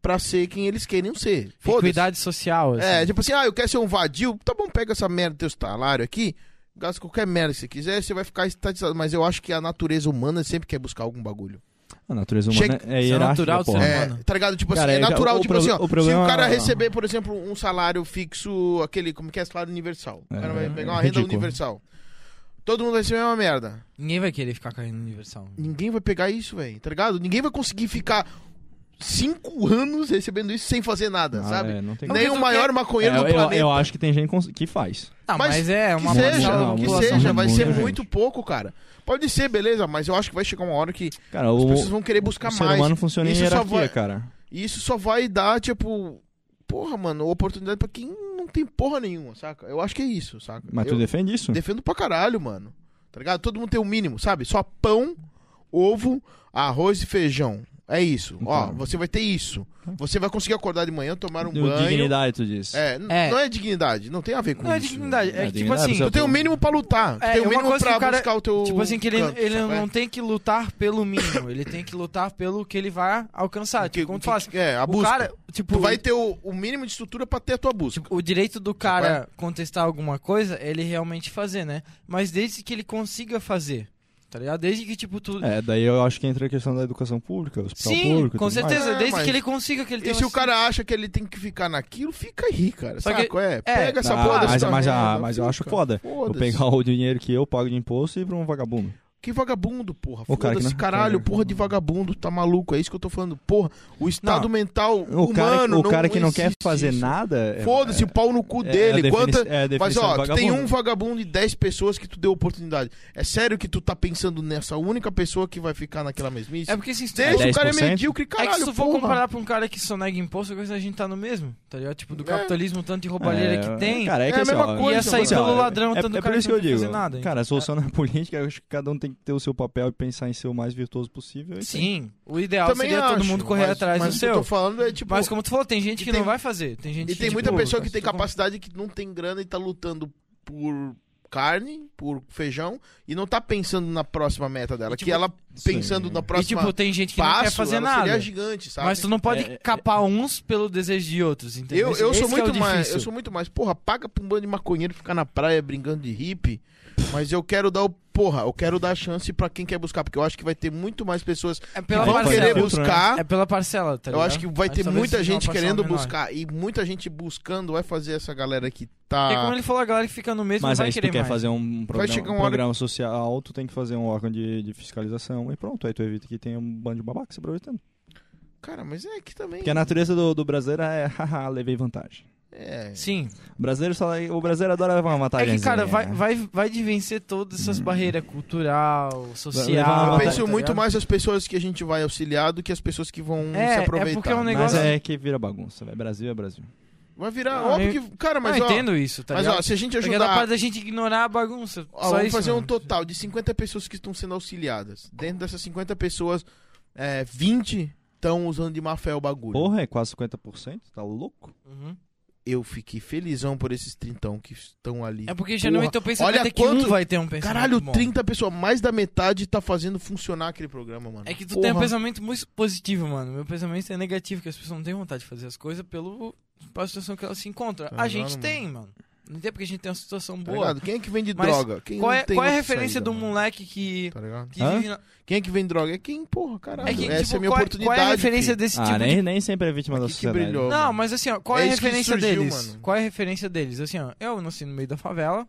Speaker 1: pra ser quem eles querem ser. Foda-se.
Speaker 2: Equidade social, assim.
Speaker 1: É, tipo assim, ah, eu quero ser um vadio, tá bom, pega essa merda do teu salário aqui, gasta qualquer merda que você quiser, você vai ficar estatizado. Mas eu acho que a natureza humana sempre quer buscar algum bagulho.
Speaker 4: A natureza humana
Speaker 1: Chega-
Speaker 4: é
Speaker 2: Isso é
Speaker 4: hierárquica,
Speaker 2: natural do ser
Speaker 4: porra.
Speaker 2: humano.
Speaker 1: É, tá ligado? Tipo
Speaker 4: Cara,
Speaker 1: assim, é
Speaker 4: é que
Speaker 1: natural,
Speaker 4: o
Speaker 1: tipo
Speaker 4: pro-
Speaker 1: assim, ó,
Speaker 4: o problema- é-
Speaker 1: se o cara receber, por exemplo, um salário fixo, aquele, como que é, salário universal. O cara
Speaker 4: É,
Speaker 1: vai pegar uma
Speaker 4: é
Speaker 1: renda
Speaker 4: ridículo.
Speaker 1: universal. Todo mundo vai receber uma merda.
Speaker 2: Ninguém vai querer ficar caindo no Universal.
Speaker 1: Ninguém vai pegar isso, velho, tá ligado? Ninguém vai conseguir ficar cinco anos recebendo isso sem fazer nada,
Speaker 4: Ah,
Speaker 1: sabe?
Speaker 4: é, não tem
Speaker 1: Nem
Speaker 2: Porque
Speaker 1: o
Speaker 2: tu
Speaker 1: maior
Speaker 2: quer-
Speaker 1: maconheiro
Speaker 4: É,
Speaker 1: do
Speaker 4: eu- eu,
Speaker 1: planeta.
Speaker 4: eu acho que tem gente cons- que faz.
Speaker 2: Não,
Speaker 1: Mas
Speaker 2: mas, é
Speaker 1: Que
Speaker 2: uma
Speaker 1: seja,
Speaker 2: uma
Speaker 1: que
Speaker 2: população
Speaker 1: seja, vai
Speaker 4: muito
Speaker 1: ser
Speaker 4: grande.
Speaker 1: muito pouco, cara. Pode ser, beleza, mas eu acho que vai chegar uma hora que
Speaker 4: Cara,
Speaker 1: as
Speaker 4: o,
Speaker 1: pessoas vão querer buscar
Speaker 4: o ser
Speaker 1: mais.
Speaker 4: humano funciona em
Speaker 1: Isso só
Speaker 4: hierarquia,
Speaker 1: vai-
Speaker 4: cara.
Speaker 1: E isso só vai dar, tipo, porra, mano, oportunidade pra quem não tem porra nenhuma, saca? Eu acho que é isso, saca?
Speaker 4: Mas
Speaker 1: eu
Speaker 4: tu defende isso?
Speaker 1: defendo pra caralho, mano. Tá ligado? Todo mundo tem o mínimo, sabe? Só pão, ovo, arroz e feijão. É isso. Ó,
Speaker 4: Então.
Speaker 1: você vai ter isso. Você vai conseguir acordar de manhã, tomar um
Speaker 4: Do
Speaker 1: banho.
Speaker 4: Dignidade, tu disse.
Speaker 1: É, n-
Speaker 2: É.
Speaker 1: não é dignidade, não tem a ver com
Speaker 2: Não é
Speaker 1: isso.
Speaker 2: dignidade, é
Speaker 4: É
Speaker 2: que, tipo
Speaker 4: dignidade,
Speaker 2: assim,
Speaker 4: você é
Speaker 1: Tu tem o mínimo pra lutar. Tu
Speaker 2: É,
Speaker 1: tem o
Speaker 2: uma
Speaker 1: mínimo
Speaker 2: coisa que
Speaker 1: pra
Speaker 2: o cara-
Speaker 1: buscar o teu.
Speaker 2: Tipo assim, que ele,
Speaker 1: canto,
Speaker 2: ele
Speaker 1: sabe?
Speaker 2: não tem que lutar pelo mínimo, ele tem que lutar pelo que ele vai alcançar.
Speaker 1: Que-
Speaker 2: Tipo, como tu
Speaker 1: que-
Speaker 2: fala, assim,
Speaker 1: É, a
Speaker 2: o
Speaker 1: busca.
Speaker 2: cara, tipo,
Speaker 1: Tu vai ter o, o mínimo de estrutura pra ter a tua busca.
Speaker 2: o direito do cara contestar alguma coisa, é ele realmente fazer, né? Mas desde que ele consiga fazer, tá ligado? Desde que, tipo, tu...
Speaker 4: É, daí eu acho que entra a questão da educação pública, hospital
Speaker 2: Sim,
Speaker 4: público. e
Speaker 2: com
Speaker 4: tudo mais.
Speaker 2: certeza,
Speaker 1: É,
Speaker 2: desde
Speaker 1: mas-
Speaker 2: que ele consiga que ele
Speaker 1: E
Speaker 2: tenha
Speaker 1: se o
Speaker 2: uma-
Speaker 1: cara acha que ele tem que ficar naquilo, fica aí, cara.
Speaker 2: Só
Speaker 1: Saco?
Speaker 2: que-
Speaker 1: É, pega essa
Speaker 4: Ah,
Speaker 1: porra
Speaker 4: mas,
Speaker 1: dessa
Speaker 4: mas, ah,
Speaker 1: merda,
Speaker 4: mas eu acho
Speaker 1: fica.
Speaker 4: foda. Eu
Speaker 1: Foda-se.
Speaker 4: pegar o dinheiro que eu pago de imposto e ir pra um vagabundo.
Speaker 1: Que vagabundo, porra.
Speaker 4: O cara que
Speaker 1: Foda-se,
Speaker 4: não-
Speaker 1: caralho,
Speaker 4: cara.
Speaker 1: porra de vagabundo, tá maluco. É isso que eu tô falando. Porra, o estado
Speaker 4: Não.
Speaker 1: mental
Speaker 4: O
Speaker 1: humano.
Speaker 4: cara, o cara que não quer
Speaker 1: existe
Speaker 4: fazer
Speaker 1: isso.
Speaker 4: nada. é-
Speaker 1: Foda-se, o pau no cu
Speaker 4: é-
Speaker 1: dele.
Speaker 4: É, a
Speaker 1: Quanta...
Speaker 4: defini- é a
Speaker 1: Mas
Speaker 4: definição
Speaker 1: ó,
Speaker 4: de
Speaker 1: tu tem um
Speaker 4: vagabundo.
Speaker 1: vagabundo e 10 pessoas que tu deu oportunidade. É sério que tu tá pensando nessa única pessoa que vai ficar naquela mesmice?
Speaker 2: É porque, assim, se tu-
Speaker 1: Deixa, o cara é
Speaker 4: 10%?
Speaker 1: medíocre,
Speaker 2: É
Speaker 1: caralho.
Speaker 2: que se tu for
Speaker 1: porra.
Speaker 2: comparar pra um cara que só nega imposto, a gente tá no mesmo, tá ligado? Tipo, do
Speaker 1: É.
Speaker 2: capitalismo, tanto de roubalheira que tem,
Speaker 4: Cara, é, que
Speaker 1: é a
Speaker 4: assim,
Speaker 1: mesma
Speaker 4: ó,
Speaker 1: coisa,
Speaker 2: e essa aí
Speaker 1: mano.
Speaker 2: pelo
Speaker 4: Assim, ó,
Speaker 2: ladrão,
Speaker 4: é,
Speaker 2: tanto
Speaker 4: é
Speaker 2: o cara
Speaker 4: por isso que eu
Speaker 2: não vai
Speaker 4: digo.
Speaker 2: fazer nada. É.
Speaker 4: Cara, a solução na [laughs] política, eu acho que cada um tem que ter o seu papel e pensar em ser o mais virtuoso possível. e-
Speaker 2: Sim, o ideal
Speaker 1: Também
Speaker 2: seria todo
Speaker 1: acho,
Speaker 2: mundo correr
Speaker 1: mas-
Speaker 2: atrás
Speaker 1: mas
Speaker 2: do
Speaker 1: o que
Speaker 2: seu.
Speaker 1: eu tô falando é tipo.
Speaker 2: Mas como tu falou, tem gente
Speaker 1: E
Speaker 2: que
Speaker 1: tem-
Speaker 2: não vai fazer. Tem gente
Speaker 1: E tem
Speaker 2: que,
Speaker 1: muita
Speaker 2: tipo,
Speaker 1: pessoa que tem
Speaker 2: tu-
Speaker 1: capacidade que não tem grana e tá lutando por carne, por feijão, e não tá pensando na próxima meta dela.
Speaker 2: E, tipo,
Speaker 1: que ela pensando
Speaker 4: Sim.
Speaker 1: na
Speaker 2: E
Speaker 1: próxima
Speaker 2: tipo, tem gente que não
Speaker 1: passo,
Speaker 2: quer fazer
Speaker 1: ela
Speaker 2: nada.
Speaker 1: seria gigante, sabe?
Speaker 2: Mas tu não pode
Speaker 4: É, é,
Speaker 2: capar uns pelo desejo de outros, entendeu?
Speaker 1: Eu, eu
Speaker 2: Esse
Speaker 1: sou
Speaker 2: que é o
Speaker 1: muito mais,
Speaker 2: difícil.
Speaker 1: eu sou muito mais, porra, paga pra um bando de maconheiro ficar na praia brincando de hippie, mas eu quero dar o, porra, eu quero dar a chance pra quem quer buscar, porque eu acho que vai ter muito mais pessoas
Speaker 2: É
Speaker 1: que
Speaker 2: pela
Speaker 1: vão
Speaker 4: Vamos fazer
Speaker 1: querer
Speaker 2: parcela.
Speaker 4: filtro, né?
Speaker 1: buscar,
Speaker 2: É pela parcela, tá
Speaker 1: eu
Speaker 2: ligado?
Speaker 1: acho que vai ter
Speaker 2: talvez
Speaker 1: muita
Speaker 2: seja uma
Speaker 1: gente
Speaker 2: parcela
Speaker 1: querendo
Speaker 2: menor.
Speaker 1: buscar, e muita gente buscando vai fazer essa galera que
Speaker 2: Porque como
Speaker 1: tá...
Speaker 2: ele falou, a galera que fica no mesmo
Speaker 4: Mas
Speaker 2: não vai
Speaker 4: aí se tu
Speaker 2: querer
Speaker 4: quer
Speaker 2: mais.
Speaker 4: fazer um programa,
Speaker 1: chegar uma
Speaker 4: um
Speaker 1: hora-
Speaker 4: programa social, tu tem que fazer um órgão de, de fiscalização e pronto, aí tu evita que tenha um bando de babaca se aproveitando.
Speaker 1: Cara, mas é que também...
Speaker 4: Porque a natureza do, do brasileiro é, [laughs] haha, levei vantagem.
Speaker 1: É.
Speaker 2: Sim.
Speaker 4: O brasileiro, só, o brasileiro adora levar uma
Speaker 2: É
Speaker 4: vantagem.
Speaker 2: que, cara, vai, vai, vai de vencer todas essas barreiras cultural,
Speaker 4: levar
Speaker 2: social.
Speaker 4: uma
Speaker 1: Eu
Speaker 4: Ah,
Speaker 1: penso
Speaker 2: tá
Speaker 1: muito
Speaker 2: ligado?
Speaker 1: mais as pessoas que a gente vai auxiliar do que as pessoas que vão
Speaker 2: É,
Speaker 1: se
Speaker 2: é
Speaker 1: aproveitar.
Speaker 2: porque é um
Speaker 1: né?
Speaker 4: Mas
Speaker 2: negócio-
Speaker 4: é que vira bagunça, velho. Brasil é Brasil.
Speaker 1: Vai virar,
Speaker 2: Ah,
Speaker 1: óbvio
Speaker 2: meio-
Speaker 1: que... Cara, mas
Speaker 2: não,
Speaker 1: ó...
Speaker 2: entendo isso, tá
Speaker 1: mas
Speaker 2: ligado?
Speaker 1: ó, se a gente
Speaker 2: Porque dá
Speaker 1: ajudar...
Speaker 2: pra da gente ignorar a bagunça.
Speaker 1: Ó,
Speaker 2: só
Speaker 1: vamos
Speaker 2: isso, né?
Speaker 1: fazer um
Speaker 2: mano.
Speaker 1: total de 50 pessoas que estão sendo auxiliadas. Dentro dessas 50 pessoas, é, 20 estão usando de má fé o bagulho.
Speaker 4: Porra, é quase 50%? Tá louco?
Speaker 2: Uhum.
Speaker 1: Eu fiquei felizão por esses trintão que estão ali.
Speaker 2: É porque geralmente
Speaker 1: Porra,
Speaker 2: eu penso até
Speaker 1: olha
Speaker 2: que um
Speaker 1: quanto-
Speaker 2: vai ter um pensamento
Speaker 1: Caralho,
Speaker 2: bom.
Speaker 1: 30 pessoas, mais da metade tá fazendo funcionar aquele programa, mano.
Speaker 2: É que tu
Speaker 1: Porra.
Speaker 2: tem um pensamento muito positivo, mano. Meu pensamento é negativo, que as pessoas não têm vontade de fazer as coisas pelo, pela situação que elas se encontram.
Speaker 1: Tá
Speaker 2: a
Speaker 1: ligado,
Speaker 2: gente
Speaker 1: mano?
Speaker 2: tem, mano. Não tem porque a gente tem uma situação
Speaker 1: Tá
Speaker 2: boa.
Speaker 1: ligado? Quem é que vende
Speaker 2: Mas
Speaker 1: droga? Quem
Speaker 2: qual
Speaker 1: não
Speaker 2: é,
Speaker 1: tem
Speaker 2: qual é a
Speaker 1: outra
Speaker 2: referência
Speaker 1: saída,
Speaker 2: do
Speaker 1: mano?
Speaker 2: moleque que,
Speaker 1: Tá ligado?
Speaker 2: que
Speaker 4: Hã?
Speaker 2: vive na...
Speaker 1: Quem é que vende droga? É quem, porra, caralho.
Speaker 2: É que,
Speaker 1: Essa
Speaker 2: tipo,
Speaker 1: é a minha
Speaker 2: qual,
Speaker 1: oportunidade.
Speaker 2: qual é a referência
Speaker 1: filho.
Speaker 2: desse
Speaker 4: ah,
Speaker 2: tipo
Speaker 4: nem,
Speaker 2: de...
Speaker 4: nem sempre é vítima da
Speaker 1: Aqui que
Speaker 4: sociedade.
Speaker 1: brilhou.
Speaker 2: Não, mas assim, ó, qual é,
Speaker 1: É
Speaker 2: a
Speaker 1: isso que
Speaker 2: referência
Speaker 1: surgiu,
Speaker 2: deles?
Speaker 1: mano.
Speaker 2: Qual é a referência deles? Assim, ó, eu nasci no meio da favela.